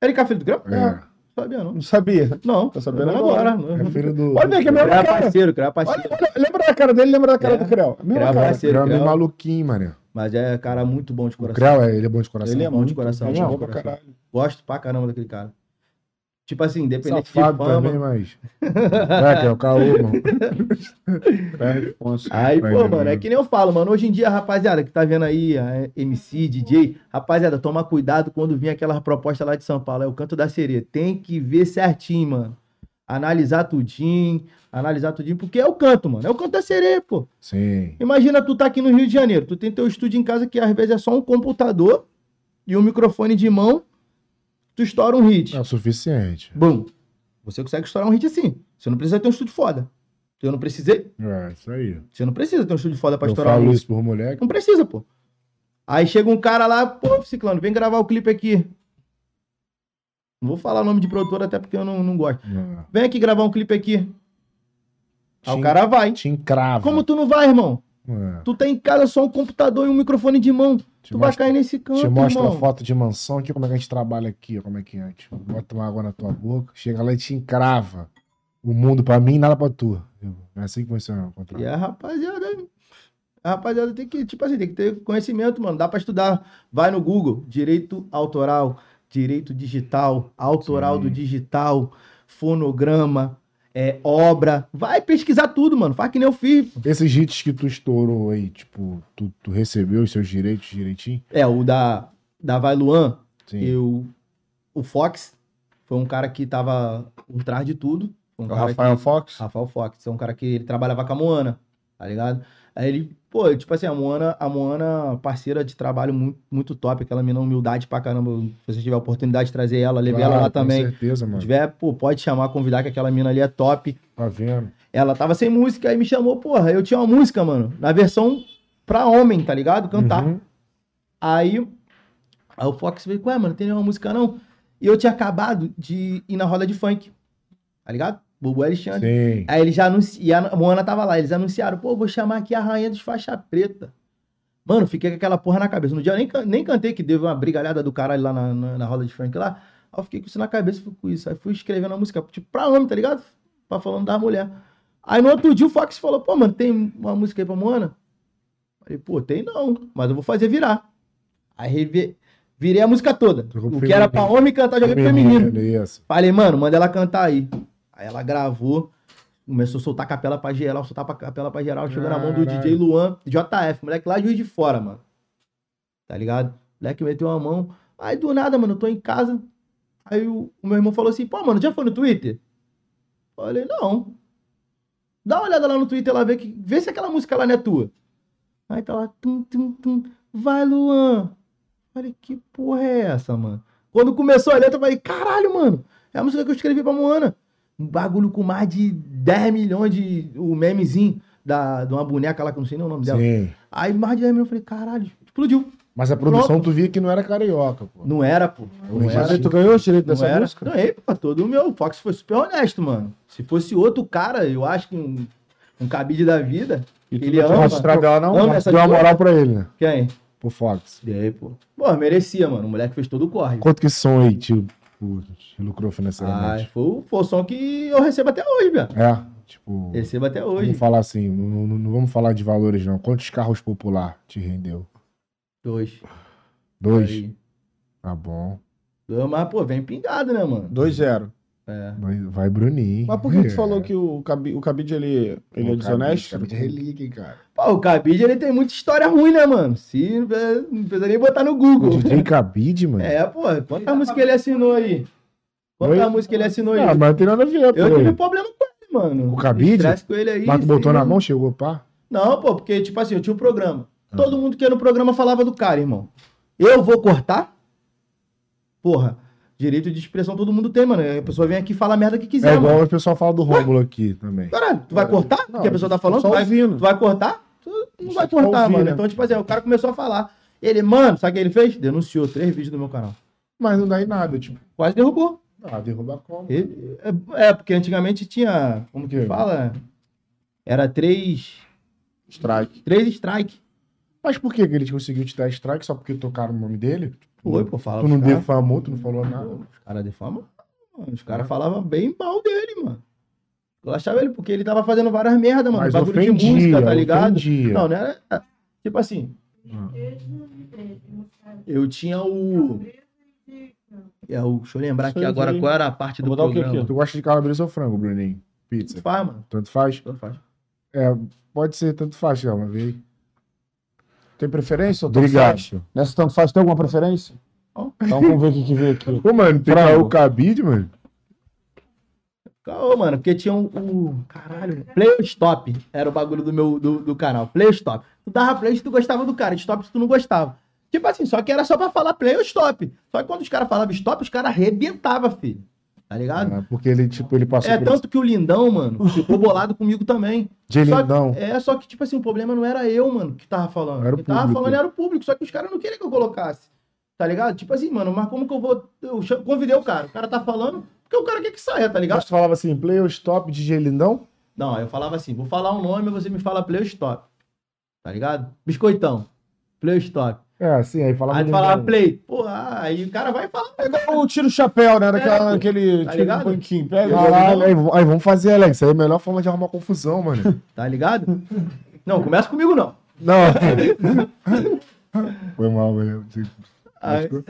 [SPEAKER 1] LK, filho do Grão?
[SPEAKER 2] É.
[SPEAKER 1] Não sabia, não.
[SPEAKER 3] Não sabia.
[SPEAKER 1] Não,
[SPEAKER 3] Tô Tá sabendo
[SPEAKER 1] sabendo
[SPEAKER 3] agora.
[SPEAKER 1] agora.
[SPEAKER 2] É filho do.
[SPEAKER 3] Olha que é a
[SPEAKER 1] Creu
[SPEAKER 3] mesma
[SPEAKER 1] é
[SPEAKER 3] cara.
[SPEAKER 1] parceiro, Creu é
[SPEAKER 3] Olha,
[SPEAKER 1] parceiro.
[SPEAKER 3] olha, lembra da cara dele, lembra da cara
[SPEAKER 1] É.
[SPEAKER 3] do Creu. A Mesma
[SPEAKER 1] Creu é
[SPEAKER 3] cara.
[SPEAKER 1] parceiro,
[SPEAKER 2] Grande
[SPEAKER 1] Creu.
[SPEAKER 2] maluquinho, mané.
[SPEAKER 1] Mas é, cara, muito bom de
[SPEAKER 2] O
[SPEAKER 1] coração.
[SPEAKER 2] Creu, é- ele é bom de coração.
[SPEAKER 3] Ele é
[SPEAKER 1] Bom de
[SPEAKER 3] muito
[SPEAKER 1] coração,
[SPEAKER 3] gente
[SPEAKER 1] bom de
[SPEAKER 3] boa pra
[SPEAKER 1] coração.
[SPEAKER 3] caralho.
[SPEAKER 1] Gosto pra caramba daquele cara. Tipo assim, independente
[SPEAKER 2] Safado
[SPEAKER 1] de fama.
[SPEAKER 2] também, mas.
[SPEAKER 1] <laughs>
[SPEAKER 2] É, que é o caô, mano.
[SPEAKER 3] Perde pontos.
[SPEAKER 1] Aí, pô,
[SPEAKER 2] Vai,
[SPEAKER 1] mano,
[SPEAKER 2] né?
[SPEAKER 1] é que nem eu falo, mano. Hoje em dia, rapaziada, que tá vendo aí, a MC, DJ, rapaziada, toma cuidado quando vir aquela proposta lá de São Paulo. É o canto da sereia. Tem que ver certinho, mano. Analisar tudinho, analisar tudinho, porque é o canto, mano. É o canto da sereia, pô.
[SPEAKER 2] Sim.
[SPEAKER 1] Imagina tu tá aqui no Rio de Janeiro, tu tem teu estúdio em casa que às vezes é só um computador e um microfone de mão, tu estoura um hit.
[SPEAKER 2] É o suficiente.
[SPEAKER 1] Bum. Você consegue estourar um hit assim. Você não precisa ter um estúdio foda. Eu não precisei.
[SPEAKER 2] É, isso aí.
[SPEAKER 1] Você não precisa ter um estúdio foda pra
[SPEAKER 2] Eu
[SPEAKER 1] estourar um
[SPEAKER 2] falo
[SPEAKER 1] hit.
[SPEAKER 2] isso por moleque.
[SPEAKER 1] Não precisa, pô. Aí chega um cara lá, pô, Ciclano, vem gravar o clipe aqui. Não vou falar o nome de produtor, até porque eu não, não gosto.
[SPEAKER 2] É.
[SPEAKER 1] Vem aqui gravar um clipe aqui. Aí
[SPEAKER 2] Te-
[SPEAKER 1] o cara vai.
[SPEAKER 2] Te encrava.
[SPEAKER 1] Como tu não vai, irmão?
[SPEAKER 2] É.
[SPEAKER 1] Tu tá em casa só um computador e um microfone de mão.
[SPEAKER 2] Te
[SPEAKER 1] Tu vai
[SPEAKER 2] mostra-
[SPEAKER 1] cair nesse canto,
[SPEAKER 2] Te mostra a
[SPEAKER 1] irmão.
[SPEAKER 2] foto de mansão aqui, como é que a gente trabalha aqui, ó, como é que é. Tipo, bota uma água na tua boca, chega lá e te encrava. O mundo pra mim, nada pra tu. É assim que funciona o contrato.
[SPEAKER 1] E a rapaziada. A rapaziada tem que, tipo assim, tem que ter conhecimento, mano. Dá pra estudar. Vai no Google, direito autoral, direito digital, autoral
[SPEAKER 2] Sim.
[SPEAKER 1] do digital, fonograma, é, obra. Vai pesquisar tudo, mano. Faz que nem eu fiz.
[SPEAKER 2] Esses hits que tu estourou aí, tipo, tu, tu recebeu os seus direitos direitinho?
[SPEAKER 1] É, o da, da Vai Luan,
[SPEAKER 2] Sim.
[SPEAKER 1] eu. O Fox foi um cara que tava por trás de tudo. Foi um
[SPEAKER 2] É
[SPEAKER 3] O
[SPEAKER 1] cara
[SPEAKER 3] Rafael Fox?
[SPEAKER 1] Rafael Fox, é um cara que ele trabalhava com a Moana, tá ligado? Aí ele, pô, tipo assim, a Moana, a Moana, parceira de trabalho muito, muito top, aquela mina humildade pra caramba. Se você tiver a oportunidade de trazer ela, levei ela
[SPEAKER 2] Claro,
[SPEAKER 1] lá também.
[SPEAKER 2] Com certeza,
[SPEAKER 1] Se
[SPEAKER 2] mano.
[SPEAKER 1] tiver, pô, pode chamar, convidar que aquela mina ali é top.
[SPEAKER 2] Tá vendo?
[SPEAKER 1] Ela tava sem música aí me chamou, porra, eu tinha uma música, mano, na versão pra homem, tá ligado? Cantar.
[SPEAKER 2] Uhum.
[SPEAKER 1] Aí, aí o Fox veio, ué, mano, não tem nenhuma música não. E eu tinha acabado de ir na roda de funk, tá ligado? Bobo Alexandre.
[SPEAKER 2] Sim.
[SPEAKER 1] Aí eles já anunciaram, a Moana tava lá, eles anunciaram, pô, vou chamar aqui a rainha dos faixa preta. Mano, fiquei com aquela porra na cabeça. No dia eu nem, can- nem cantei que deu uma brigalhada do caralho lá na, na, na roda de Frank lá. Aí eu fiquei com isso na cabeça, fui com isso. Aí fui escrevendo a música, tipo, pra homem, tá ligado? Pra falando da mulher. Aí no outro dia o Fox falou, pô, mano, tem uma música aí pra Moana? Falei, pô, tem não, mas eu vou fazer virar. Aí revi- virei a música toda.
[SPEAKER 2] Jogou pro
[SPEAKER 1] O que era pra
[SPEAKER 2] feminino.
[SPEAKER 1] homem cantar, joguei pro feminino.
[SPEAKER 2] Isso.
[SPEAKER 1] Falei, mano, manda ela cantar aí. Aí ela gravou, começou a soltar capela pra geral, soltar pra capela pra geral, chegou na mão do
[SPEAKER 2] Caralho.
[SPEAKER 1] DJ Luan, JF, moleque lá de Juiz de Fora, mano. Tá ligado? Moleque meteu a mão. Aí do nada, mano, eu tô em casa. Aí o, o meu irmão falou assim, pô, mano, já foi no Twitter? Falei, não. Dá uma olhada lá no Twitter, lá, vê, que, vê se aquela música lá não é tua. Aí tá lá, tum, tum, tum, vai Luan. Falei, que porra é essa, mano? Quando começou a letra, eu falei, caralho, mano, é a música que eu escrevi pra Moana. Um bagulho com mais de 10 milhões de. O memezinho da, de uma boneca lá, que eu não sei nem o nome dela.
[SPEAKER 2] Sim.
[SPEAKER 1] Aí mais de 10 milhões, eu falei, caralho, explodiu.
[SPEAKER 2] Mas a produção tu via que não era carioca, pô.
[SPEAKER 1] Não era, pô. Não
[SPEAKER 2] Mas
[SPEAKER 1] era.
[SPEAKER 2] aí
[SPEAKER 3] tu ganhou o direito
[SPEAKER 1] Não
[SPEAKER 3] dessa
[SPEAKER 1] era?
[SPEAKER 3] música?
[SPEAKER 1] Ganhei, pô, todo o meu. O Fox foi super honesto, mano. Se fosse outro cara, eu acho que um, um cabide da vida.
[SPEAKER 3] E tu
[SPEAKER 1] Ele
[SPEAKER 3] não tinha
[SPEAKER 1] ama.
[SPEAKER 3] registrado dela, não?
[SPEAKER 1] Ama
[SPEAKER 2] Mas
[SPEAKER 1] essa
[SPEAKER 2] deu uma
[SPEAKER 1] de-
[SPEAKER 2] moral pra ele, né?
[SPEAKER 1] Quem?
[SPEAKER 2] Pro Fox.
[SPEAKER 1] Ganhei, pô. Pô, merecia, mano. O moleque fez todo o corre.
[SPEAKER 2] Quanto que som aí, tipo, te lucrou
[SPEAKER 1] Ah,
[SPEAKER 2] financeiramente?
[SPEAKER 1] foi, o- foi o som que eu recebo até hoje, velho.
[SPEAKER 2] É, tipo.
[SPEAKER 1] Recebo até hoje.
[SPEAKER 2] Vamos falar assim, não, não- não vamos falar de valores, não. Quantos carros popular te rendeu?
[SPEAKER 1] Dois.
[SPEAKER 2] Dois?
[SPEAKER 1] Aí.
[SPEAKER 2] Tá bom.
[SPEAKER 1] Dois, mas, pô, vem pingado, né, mano?
[SPEAKER 3] 2-0.
[SPEAKER 1] É.
[SPEAKER 2] Vai, vai Bruninho.
[SPEAKER 3] Mas por que tu falou que o, cabi, o cabide ele, ele é desonesto?
[SPEAKER 2] De relíquia, hein, cara.
[SPEAKER 1] Pô, o Cabide, ele tem muita história ruim, né, mano? Se, é, não precisa nem botar no
[SPEAKER 2] <laughs> O
[SPEAKER 1] Google.
[SPEAKER 2] DJ Cabide, mano. Ah,
[SPEAKER 1] É, pô, quanta música ele assinou aí? Quanta
[SPEAKER 2] Oi?
[SPEAKER 1] música ele assinou aí?
[SPEAKER 2] Ah, mas não tem nada a ver,
[SPEAKER 1] Eu tive
[SPEAKER 2] pô.
[SPEAKER 1] problema com ele, mano.
[SPEAKER 2] O Cabide?
[SPEAKER 1] Estresse com ele aí.
[SPEAKER 2] Mas tu
[SPEAKER 1] sim,
[SPEAKER 2] botou na
[SPEAKER 1] mano.
[SPEAKER 2] mão, chegou, pá.
[SPEAKER 1] Não, pô, porque, tipo assim, eu tinha um programa.
[SPEAKER 2] Ah.
[SPEAKER 1] Todo mundo que ia no programa falava do cara, irmão. Eu vou cortar? Porra, direito de expressão todo mundo tem, mano. A pessoa vem aqui e fala a merda que quiser,
[SPEAKER 2] É
[SPEAKER 1] mano.
[SPEAKER 2] igual o pessoal fala do Rômulo aqui também.
[SPEAKER 1] Caralho, tu vai cortar? O que a pessoa tá falando?
[SPEAKER 3] É. Só
[SPEAKER 1] Tu vai,
[SPEAKER 3] ouvindo.
[SPEAKER 1] tu vai cortar? Tu não
[SPEAKER 3] Só
[SPEAKER 1] vai
[SPEAKER 3] tu vai
[SPEAKER 1] cortar,
[SPEAKER 3] ouvir,
[SPEAKER 1] mano.
[SPEAKER 3] né?
[SPEAKER 1] Então, tipo assim, o cara começou a falar. Ele, mano, sabe o que ele fez? Denunciou três vídeos do meu canal.
[SPEAKER 2] Mas não dá em nada, tipo,
[SPEAKER 1] Quase derrubou.
[SPEAKER 2] ah, derrubar como?
[SPEAKER 1] Ele- é, é, porque antigamente tinha. Como que
[SPEAKER 2] Que?
[SPEAKER 1] fala? Era três.
[SPEAKER 3] Strike.
[SPEAKER 1] Três strike.
[SPEAKER 2] Mas por que que ele conseguiu te dar strike só porque tocaram o nome dele?
[SPEAKER 1] Foi, pô, fala
[SPEAKER 2] Tu não
[SPEAKER 1] pros caras.
[SPEAKER 2] defamou, tu não falou nada.
[SPEAKER 1] Os caras defamavam, mano. Os caras falavam bem mal dele, mano. Eu achava ele porque ele tava fazendo várias merda, mano.
[SPEAKER 2] Mas
[SPEAKER 1] bagulho
[SPEAKER 2] ofendia,
[SPEAKER 1] de música, tá ligado?
[SPEAKER 2] ofendia.
[SPEAKER 1] Não, não era. Tipo assim. Eu tinha o. É, o- Deixa eu lembrar
[SPEAKER 3] Isso
[SPEAKER 1] aqui
[SPEAKER 3] aí,
[SPEAKER 1] agora
[SPEAKER 3] isso aí.
[SPEAKER 1] qual era a parte do
[SPEAKER 3] Vou botar o que
[SPEAKER 1] programa.
[SPEAKER 3] aqui,
[SPEAKER 2] Tu gosta de calabresa ou frango, Bruninho? Pizza.
[SPEAKER 1] Tanto faz, mano.
[SPEAKER 2] Tanto faz?
[SPEAKER 1] Tanto faz.
[SPEAKER 2] Pode ser, tanto faz, calma, vê aí.
[SPEAKER 3] Tem preferência? ou tanto
[SPEAKER 2] Obrigado.
[SPEAKER 3] faz? Nessa tanto faz, tem alguma preferência?
[SPEAKER 1] Não.
[SPEAKER 3] Então vamos ver o que, que veio <laughs> aqui.
[SPEAKER 2] Pô, mano, tem
[SPEAKER 3] Frango.
[SPEAKER 2] o cabide, mano.
[SPEAKER 1] Calma, mano, porque tinha um. um- caralho, Play Stop. Era o bagulho do meu do, do canal. Play Stop. Tu dava play se tu gostava do cara, stop se tu não gostava. Tipo assim, só que era só pra falar play ou stop. Só que quando os caras falavam stop, os caras arrebentavam, filho. Tá ligado?
[SPEAKER 2] É, porque ele, tipo, ele passou
[SPEAKER 1] É,
[SPEAKER 2] por
[SPEAKER 1] tanto que o
[SPEAKER 2] <laughs>
[SPEAKER 1] Lindão, mano, ficou bolado comigo também.
[SPEAKER 2] de
[SPEAKER 1] só-
[SPEAKER 2] lindão.
[SPEAKER 1] É, só que, tipo assim, o problema não era eu, mano, que tava falando.
[SPEAKER 2] Era o
[SPEAKER 1] Quem tava
[SPEAKER 2] público.
[SPEAKER 1] falando era o público, só que os caras não queriam que eu colocasse. Tá ligado? Tipo assim, mano, mas como que eu vou. Eu cha- convidei o cara. O cara tá falando, porque o cara quer que saia, tá ligado?
[SPEAKER 2] Mas tu falava assim, play ou stop, DJ Lindão?
[SPEAKER 1] Não, eu falava assim, vou falar um nome, você me fala play ou stop. Tá ligado? Biscoitão. Play ou stop.
[SPEAKER 2] É, assim, aí falava
[SPEAKER 1] Aí
[SPEAKER 2] Lindão.
[SPEAKER 1] falava play. Porra, aí o cara vai falar.
[SPEAKER 3] É igual o tira o chapéu, né? Daquela,
[SPEAKER 1] É,
[SPEAKER 3] naquele
[SPEAKER 1] tá
[SPEAKER 3] tira
[SPEAKER 1] ligado?
[SPEAKER 3] do banquinho. Pega,
[SPEAKER 2] Caralho, aí, aí vamos fazer, Alex. Aí é a melhor forma de arrumar confusão, mano. <laughs>
[SPEAKER 1] Tá ligado? Não, começa comigo não.
[SPEAKER 2] Não. <laughs> Foi mal, velho. Você
[SPEAKER 1] Aí-
[SPEAKER 2] Machucou?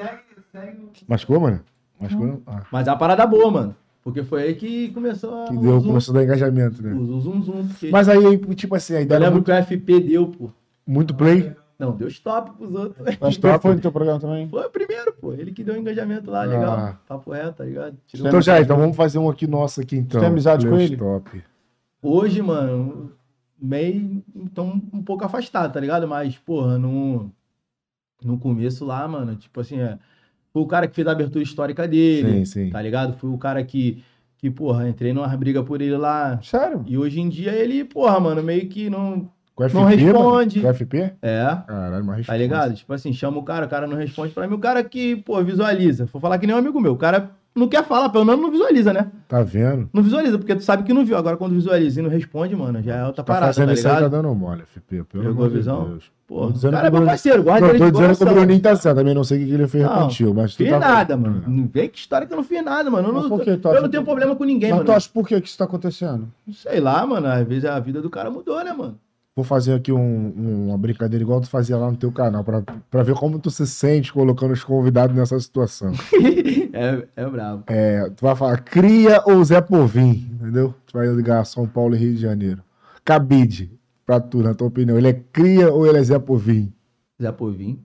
[SPEAKER 2] Machucou, mano? Machucou? não? Ah,
[SPEAKER 1] mas é uma parada boa, mano. Porque foi aí que começou a.
[SPEAKER 2] que deu,
[SPEAKER 1] o zoom,
[SPEAKER 2] começou a dar engajamento, né?
[SPEAKER 1] o zoom, zoom, zoom, porque
[SPEAKER 2] Mas aí, tipo assim, aí
[SPEAKER 1] eu
[SPEAKER 2] deram
[SPEAKER 1] lembro
[SPEAKER 2] muito,
[SPEAKER 1] que o FP deu, pô.
[SPEAKER 2] muito play.
[SPEAKER 1] Não, deu stop pros outros. <laughs>
[SPEAKER 3] Mas tu foi no teu programa também?
[SPEAKER 1] É. Foi o primeiro, pô. Ele que deu o engajamento lá, legal.
[SPEAKER 2] Ah.
[SPEAKER 1] Papo reto, tá ligado? Tirou-
[SPEAKER 2] Então já, então vamos fazer um aqui nosso aqui, então.
[SPEAKER 3] Tem amizade
[SPEAKER 2] Play
[SPEAKER 3] com
[SPEAKER 2] ou Stop.
[SPEAKER 1] Hoje, mano, meio. Então, um pouco afastado, tá ligado? Mas, porra, no. No começo lá, mano, tipo assim, é. Foi o cara que fez a abertura histórica
[SPEAKER 2] Sim,
[SPEAKER 1] dele,
[SPEAKER 2] sim.
[SPEAKER 1] tá ligado? Foi o cara que. Que, porra, entrei numa briga por ele lá.
[SPEAKER 3] Sério?
[SPEAKER 1] E hoje em dia ele, porra, mano, meio que não.
[SPEAKER 2] Com FP,
[SPEAKER 1] Não responde.
[SPEAKER 2] Mano? Com FP?
[SPEAKER 1] É.
[SPEAKER 2] Caralho, mas
[SPEAKER 1] Tá
[SPEAKER 2] responde.
[SPEAKER 1] ligado? Tipo assim, chama o cara, o cara não responde pra mim. O cara que, pô, visualiza. Vou falar que nem um amigo meu. O cara não quer falar, pelo menos não visualiza, né?
[SPEAKER 2] Tá vendo?
[SPEAKER 1] Não visualiza, porque tu sabe que não viu. Agora, quando visualiza e não responde, mano, já é outra
[SPEAKER 2] tá
[SPEAKER 1] parada,
[SPEAKER 2] fazendo
[SPEAKER 1] tá
[SPEAKER 2] isso aí,
[SPEAKER 1] ligado?
[SPEAKER 2] tá dando mole, FP. Pelo
[SPEAKER 1] Pegou
[SPEAKER 2] amor
[SPEAKER 1] a
[SPEAKER 2] de
[SPEAKER 1] visão?
[SPEAKER 2] Deus.
[SPEAKER 1] Pô,
[SPEAKER 2] Tô
[SPEAKER 1] o
[SPEAKER 2] dizendo que
[SPEAKER 1] cara é
[SPEAKER 2] o
[SPEAKER 1] meu
[SPEAKER 2] Bruno-
[SPEAKER 1] parceiro, guarda
[SPEAKER 2] Não,
[SPEAKER 1] ele
[SPEAKER 2] tô
[SPEAKER 1] de
[SPEAKER 2] dizendo que o
[SPEAKER 1] coração.
[SPEAKER 2] Bruninho tá certo, também não sei o que que ele fez
[SPEAKER 1] Não,
[SPEAKER 2] contigo, mas tu
[SPEAKER 1] Fiz
[SPEAKER 2] tá...
[SPEAKER 1] nada, mano. Não vem que história que eu não fiz nada, mano. Eu
[SPEAKER 3] Mas
[SPEAKER 1] não,
[SPEAKER 3] por que tu acha
[SPEAKER 1] eu não tenho
[SPEAKER 2] é?
[SPEAKER 3] que-
[SPEAKER 1] problema com ninguém,
[SPEAKER 3] Mas tu
[SPEAKER 1] mano.
[SPEAKER 3] acha por que que isso tá acontecendo?
[SPEAKER 1] Sei lá, mano. Às vezes a vida do cara mudou, né, mano? <laughs>
[SPEAKER 2] Vou fazer aqui um- uma brincadeira igual tu fazia lá no teu canal, pra, pra ver como tu se sente colocando os convidados nessa situação.
[SPEAKER 1] é, é brabo.
[SPEAKER 2] É, tu vai falar, cria ou Zé Povim, entendeu? Tu vai ligar São Paulo e Rio de Janeiro. Cabide, pra tu, na tua opinião, ele é cria ou ele é Zé Povim?
[SPEAKER 1] Zé Povim.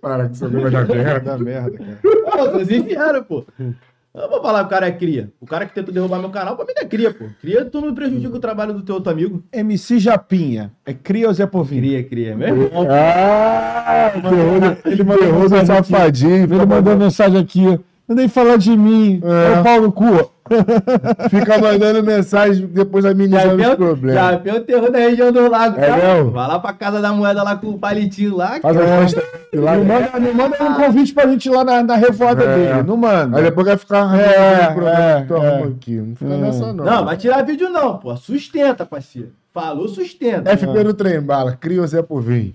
[SPEAKER 2] Para que isso não <laughs> vai dar merda.
[SPEAKER 3] Da merda, cara.
[SPEAKER 1] Pô, vocês enviaram, pô. Eu não vou falar que o cara é cria. O cara que tentou derrubar meu canal, pra mim não é cria, pô. Cria, tu não prejudica o trabalho do teu outro amigo.
[SPEAKER 3] MC Japinha. É Cria ou Zé Povinho?
[SPEAKER 1] Cria, cria, mesmo?
[SPEAKER 2] Ah, ele mandou um
[SPEAKER 3] mensagem aqui.
[SPEAKER 2] safadinho.
[SPEAKER 3] Ele mandou mensagem aqui. Não nem falar de mim.
[SPEAKER 2] É.
[SPEAKER 3] É o pau no cu.
[SPEAKER 2] Fica mandando mensagem depois amenizando os problemas.
[SPEAKER 1] já viu o terror da região do lago,
[SPEAKER 2] É
[SPEAKER 1] cara.
[SPEAKER 2] mesmo?
[SPEAKER 1] Vai lá pra casa da moeda lá com o palitinho lá.
[SPEAKER 2] Faz a
[SPEAKER 1] cara.
[SPEAKER 2] festa lá. né?
[SPEAKER 3] Me manda, me manda um convite pra gente ir lá na, na revoada
[SPEAKER 2] É.
[SPEAKER 3] dele. Não manda.
[SPEAKER 2] Aí depois vai ficar
[SPEAKER 3] É,
[SPEAKER 2] resolvendo o problema
[SPEAKER 3] é,
[SPEAKER 2] que tu
[SPEAKER 3] é.
[SPEAKER 2] arruma aqui. Não fica
[SPEAKER 3] É.
[SPEAKER 2] nessa, não.
[SPEAKER 1] Não, vai tirar vídeo não, pô. Sustenta, parceiro. Falou, sustenta.
[SPEAKER 2] FP no trem bala, cria o Zé Povim.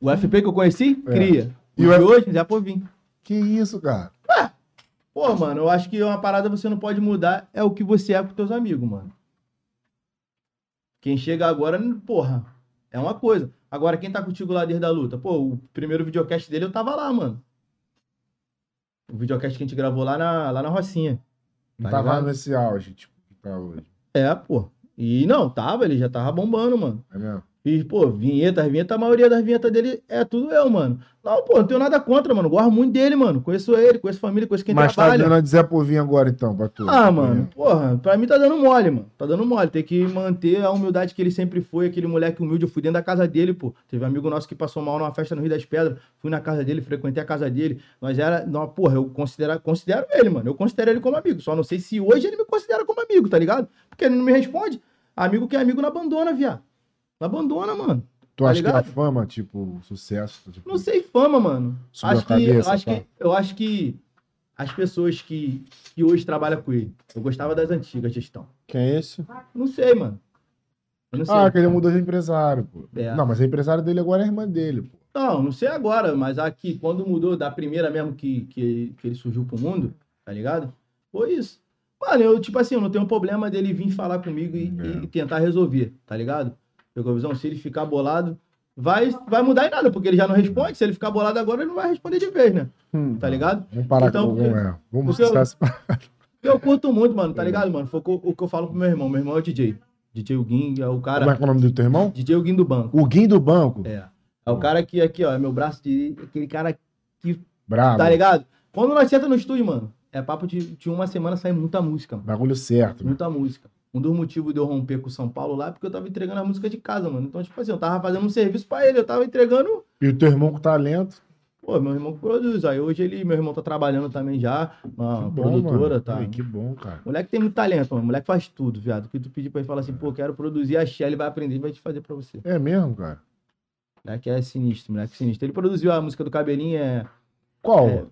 [SPEAKER 1] O FP que eu conheci, cria.
[SPEAKER 2] E
[SPEAKER 1] É. E
[SPEAKER 2] o-
[SPEAKER 1] hoje, Zé Povim.
[SPEAKER 2] Que isso, cara?
[SPEAKER 1] Pô, mano, eu acho que uma parada você não pode mudar é o que você é com teus amigos, mano. Quem chega agora, porra, é uma coisa. Agora, quem tá contigo lá desde a luta? Pô, o primeiro videocast dele eu tava lá, mano. O videocast que a gente gravou lá na, lá na Rocinha.
[SPEAKER 2] Não
[SPEAKER 1] Tá
[SPEAKER 2] tava
[SPEAKER 1] ligado?
[SPEAKER 2] nesse auge, tipo, que tá hoje.
[SPEAKER 1] É, pô. E não, tava, ele já tava bombando, mano.
[SPEAKER 2] É mesmo?
[SPEAKER 1] E, pô, vinhetas, vinhetas, a maioria das vinhetas dele é tudo eu, mano. Não, pô, não tenho nada contra, mano. Gosto muito dele, mano. Conheço ele, conheço a família, conheço quem
[SPEAKER 2] Mas tá
[SPEAKER 1] trabalha.
[SPEAKER 2] dando a de Zé Povim agora, então, pra tu.
[SPEAKER 1] Ah, mano, porra, pra mim tá dando mole, mano. Tá dando mole. Tem que manter a humildade que ele sempre foi, aquele moleque humilde. Eu fui dentro da casa dele, pô. Teve um amigo nosso que passou mal numa festa no Rio das Pedras. Fui na casa dele, frequentei a casa dele. Nós era. Não, porra, eu considero, considero ele, mano. Eu considero ele como amigo. Só não sei se hoje ele me considera como amigo, tá ligado? Porque ele não me responde. Amigo que é amigo não abandona, viado. Não abandona, mano.
[SPEAKER 2] Tu
[SPEAKER 1] tá
[SPEAKER 2] acha que a
[SPEAKER 1] ligado?
[SPEAKER 2] fama, tipo, o sucesso, tipo,
[SPEAKER 1] Não sei fama, mano.
[SPEAKER 2] Subiu
[SPEAKER 1] acho
[SPEAKER 2] a
[SPEAKER 1] que,
[SPEAKER 2] cabeça,
[SPEAKER 1] eu acho
[SPEAKER 2] pá.
[SPEAKER 1] que eu acho que as pessoas que, que hoje trabalham com ele. Eu gostava das antigas gestão.
[SPEAKER 3] Quem é esse?
[SPEAKER 1] Não sei, mano. Eu não sei.
[SPEAKER 2] Ah, que ele mudou de empresário, pô.
[SPEAKER 1] É.
[SPEAKER 2] Não, mas o empresário dele agora é a irmã dele, pô.
[SPEAKER 1] Não, não sei agora, mas aqui, quando mudou da primeira mesmo que, que, que ele surgiu pro mundo, tá ligado? Foi isso. Mano, eu, tipo assim, eu não tenho problema dele vir falar comigo e,
[SPEAKER 2] É.
[SPEAKER 1] e tentar resolver, tá ligado? Pegou a visão? Se ele ficar bolado, vai, vai mudar em nada, porque ele já não responde. Se ele ficar bolado agora, ele não vai responder de vez, né?
[SPEAKER 3] Hum.
[SPEAKER 1] Tá ligado?
[SPEAKER 2] Vamos parar
[SPEAKER 1] Então,
[SPEAKER 2] com o é. Vamos
[SPEAKER 1] porque eu-
[SPEAKER 2] <laughs> sucesso pra
[SPEAKER 1] Eu curto muito, mano,
[SPEAKER 2] É.
[SPEAKER 1] tá ligado, mano? Foi o que eu- o que eu falo pro meu irmão. Meu irmão é o DJ. DJ Guin é
[SPEAKER 2] Como é
[SPEAKER 1] o cara.
[SPEAKER 2] que é o nome do teu irmão?
[SPEAKER 1] DJ Guin do banco.
[SPEAKER 2] O Guim do Banco.
[SPEAKER 1] É. É o cara que aqui, ó, é meu braço de aquele cara,
[SPEAKER 2] Bravo.
[SPEAKER 1] tá ligado? Quando nós senta no estúdio, mano, é papo de, de uma semana sai muita música, mano.
[SPEAKER 2] Bagulho certo, mano.
[SPEAKER 1] Muita música. Um dos motivos de eu romper com o São Paulo lá é porque eu tava entregando a música de casa, mano. Então, tipo assim, eu tava fazendo um serviço pra ele, eu tava entregando.
[SPEAKER 2] E o teu irmão com talento.
[SPEAKER 1] Pô, meu irmão produz. Aí hoje ele, meu irmão tá trabalhando também já, uma
[SPEAKER 2] Que bom,
[SPEAKER 1] produtora,
[SPEAKER 2] mano.
[SPEAKER 1] tá?
[SPEAKER 2] Pô, Que bom, cara.
[SPEAKER 1] Moleque tem muito talento, mano. Moleque faz tudo, viado. O que tu pedir pra ele falar assim, pô, quero produzir axé, ele vai aprender e vai te fazer pra você.
[SPEAKER 2] É mesmo, cara?
[SPEAKER 1] Moleque é sinistro, moleque é sinistro. Ele produziu a música do Cabelinho, é.
[SPEAKER 2] Qual?
[SPEAKER 1] É.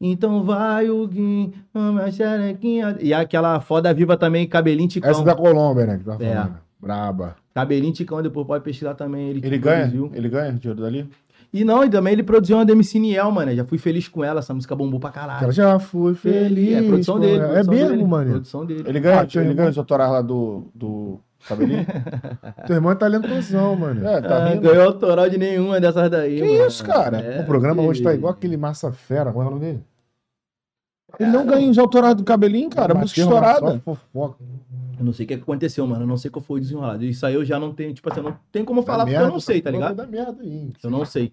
[SPEAKER 1] Então vai, Huguinho, ama a xerequinha. E aquela foda viva também, Cabelinho Ticão.
[SPEAKER 2] Essa da Colômbia, né? Que tá
[SPEAKER 1] então- É.
[SPEAKER 2] falando. Braba.
[SPEAKER 1] Cabelinho Ticão, depois pode pesquisar também. Ele, que
[SPEAKER 3] Ele ganha?
[SPEAKER 1] produziu.
[SPEAKER 3] Ele ganha dinheiro dali?
[SPEAKER 1] E não, e também ele produziu uma MC Niel, mano. Já fui feliz com ela, essa música bombou pra
[SPEAKER 2] Ela
[SPEAKER 1] caralho.
[SPEAKER 2] já foi feliz.
[SPEAKER 1] Ah. é produção
[SPEAKER 2] pô.
[SPEAKER 1] dele.
[SPEAKER 2] É
[SPEAKER 1] produção dele,
[SPEAKER 2] mesmo, mano.
[SPEAKER 1] Produção dele.
[SPEAKER 3] Ele ganha,
[SPEAKER 2] Ah, tinha
[SPEAKER 3] ele
[SPEAKER 2] um-
[SPEAKER 3] ganha os autorais lá do, do cabelinho?
[SPEAKER 2] Teu irmão é talentosão, mano.
[SPEAKER 3] é, tá
[SPEAKER 1] Ah,
[SPEAKER 3] rindo.
[SPEAKER 1] ganhou autoral de nenhuma dessas daí.
[SPEAKER 2] Que
[SPEAKER 1] mano.
[SPEAKER 2] isso, cara?
[SPEAKER 1] É,
[SPEAKER 2] o programa hoje tá
[SPEAKER 1] filho.
[SPEAKER 2] igual aquele Massa Fera. Qual é o nome dele?
[SPEAKER 3] Ele não ganha os autorais do cabelinho, cara. Música
[SPEAKER 2] Bateu uma
[SPEAKER 3] estourada.
[SPEAKER 2] só Fofoca.
[SPEAKER 1] Eu não sei o que aconteceu, mano. Eu não sei qual foi o desenrolado. Isso aí eu já não tenho, tipo assim, eu não tem como
[SPEAKER 2] Dá
[SPEAKER 1] falar porque eu
[SPEAKER 2] merda,
[SPEAKER 1] não sei, tá ligado?
[SPEAKER 2] Dá merda aí. hein?
[SPEAKER 1] Eu não sei.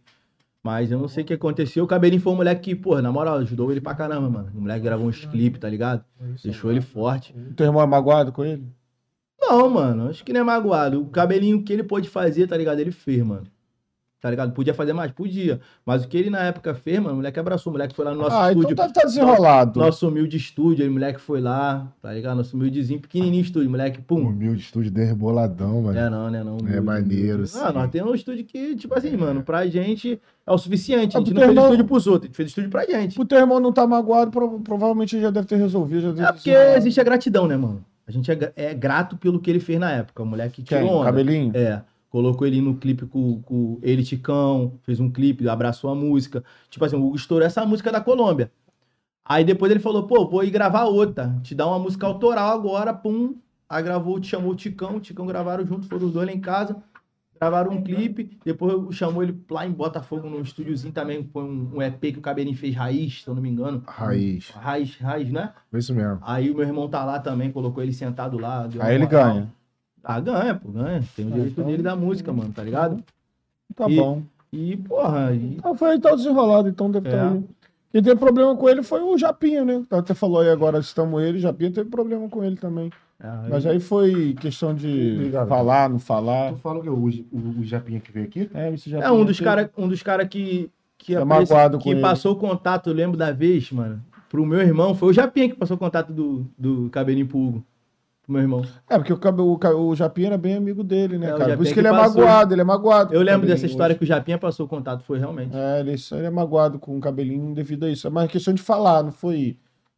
[SPEAKER 1] Mas eu não sei o que aconteceu. O Cabelinho foi um moleque que, pô, na moral, ajudou ele pra caramba, mano. O moleque gravou uns clipes, tá ligado? Deixou ele forte.
[SPEAKER 3] Teu irmão é magoado com ele?
[SPEAKER 1] Não, mano, acho que não é magoado. O Cabelinho, o que ele pôde fazer, tá ligado? Ele fez, mano. Tá ligado? Podia fazer mais? Podia. Mas o que ele na época fez, mano, o moleque abraçou. O moleque foi lá no nosso
[SPEAKER 3] ah,
[SPEAKER 1] estúdio.
[SPEAKER 3] então tá, tá desenrolado.
[SPEAKER 1] Nosso humilde estúdio, aí o moleque foi lá, tá ligado? Nosso humildezinho, pequenininho estúdio, moleque, pum.
[SPEAKER 2] Um Humilde estúdio derreboladão, mano.
[SPEAKER 1] É não, né não.
[SPEAKER 2] É maneiro, sim.
[SPEAKER 1] Não, nós temos um estúdio que, tipo assim, mano, pra gente é o suficiente. A
[SPEAKER 3] Ah, pro
[SPEAKER 1] gente
[SPEAKER 3] teu
[SPEAKER 1] não fez
[SPEAKER 3] irmão-
[SPEAKER 1] estúdio pros outros, a gente fez estúdio pra gente.
[SPEAKER 3] O teu irmão não tá magoado, prova- provavelmente ele já deve ter resolvido. Já deve
[SPEAKER 1] É
[SPEAKER 3] ter
[SPEAKER 1] porque
[SPEAKER 3] desenrolado.
[SPEAKER 1] existe a gratidão, né, mano? A gente é, gra- é grato pelo que ele fez na época. O moleque
[SPEAKER 3] Quem?
[SPEAKER 1] tirou onda.
[SPEAKER 3] Cabelinho?
[SPEAKER 1] É. Colocou ele no clipe com, com ele Ticão, fez um clipe, abraçou a música. Tipo assim, o Hugo estourou essa música da Colômbia. Aí depois ele falou, pô, vou ir gravar outra. Te dar uma música autoral agora, pum. Aí gravou, te chamou o Ticão, o Ticão gravaram junto, foram os dois lá em casa. Gravaram um clipe, depois chamou ele lá em Botafogo, num estúdiozinho também, foi um, um EP que o Cabelinho fez Raiz, se eu não me engano.
[SPEAKER 2] Raiz.
[SPEAKER 1] Raiz, Raiz, né?
[SPEAKER 2] Foi isso mesmo.
[SPEAKER 1] Aí o meu irmão tá lá também, colocou ele sentado lá. deu uma
[SPEAKER 3] Aí ele
[SPEAKER 1] moral.
[SPEAKER 3] ganha.
[SPEAKER 1] Ah, ganha, pô, ganha. Tem o direito
[SPEAKER 3] então-
[SPEAKER 1] dele da música, mano, tá ligado?
[SPEAKER 3] Tá
[SPEAKER 1] E-
[SPEAKER 3] bom.
[SPEAKER 1] E, porra, e...
[SPEAKER 3] Ah, foi aí tá desenrolado, então deve
[SPEAKER 1] É.
[SPEAKER 3] estar. Quem teve problema com ele foi o Japinha, né? Até falou aí agora, estamos ele, Japinha teve problema com ele também.
[SPEAKER 1] Ah,
[SPEAKER 3] Mas aí foi questão de
[SPEAKER 2] Obrigado.
[SPEAKER 3] falar, não falar.
[SPEAKER 2] Tu fala que o, o, o Japinha que veio aqui?
[SPEAKER 3] É, esse
[SPEAKER 1] É
[SPEAKER 3] Japinha
[SPEAKER 1] um dos
[SPEAKER 3] teve-
[SPEAKER 1] caras um dos cara que, que,
[SPEAKER 3] Tá
[SPEAKER 1] aparece-
[SPEAKER 3] magoado com
[SPEAKER 1] que
[SPEAKER 3] ele.
[SPEAKER 1] passou o contato, eu lembro da vez, mano, pro meu irmão. Foi o Japinha que passou o contato do, do cabelinho pro Hugo, pro meu irmão.
[SPEAKER 3] É, porque o, Cabe- o, Ca- o Japinha era bem amigo dele, né,
[SPEAKER 1] É, o
[SPEAKER 3] cara? Por
[SPEAKER 1] Japinha
[SPEAKER 3] isso que
[SPEAKER 1] que
[SPEAKER 3] ele é
[SPEAKER 1] passou.
[SPEAKER 3] magoado, ele é magoado.
[SPEAKER 1] Eu
[SPEAKER 3] com o
[SPEAKER 1] lembro
[SPEAKER 3] cabelinho
[SPEAKER 1] dessa história
[SPEAKER 3] hoje.
[SPEAKER 1] que o Japinha passou o contato, foi realmente.
[SPEAKER 3] É, ele, isso, ele é magoado com o cabelinho devido a isso. É mais questão de falar, não foi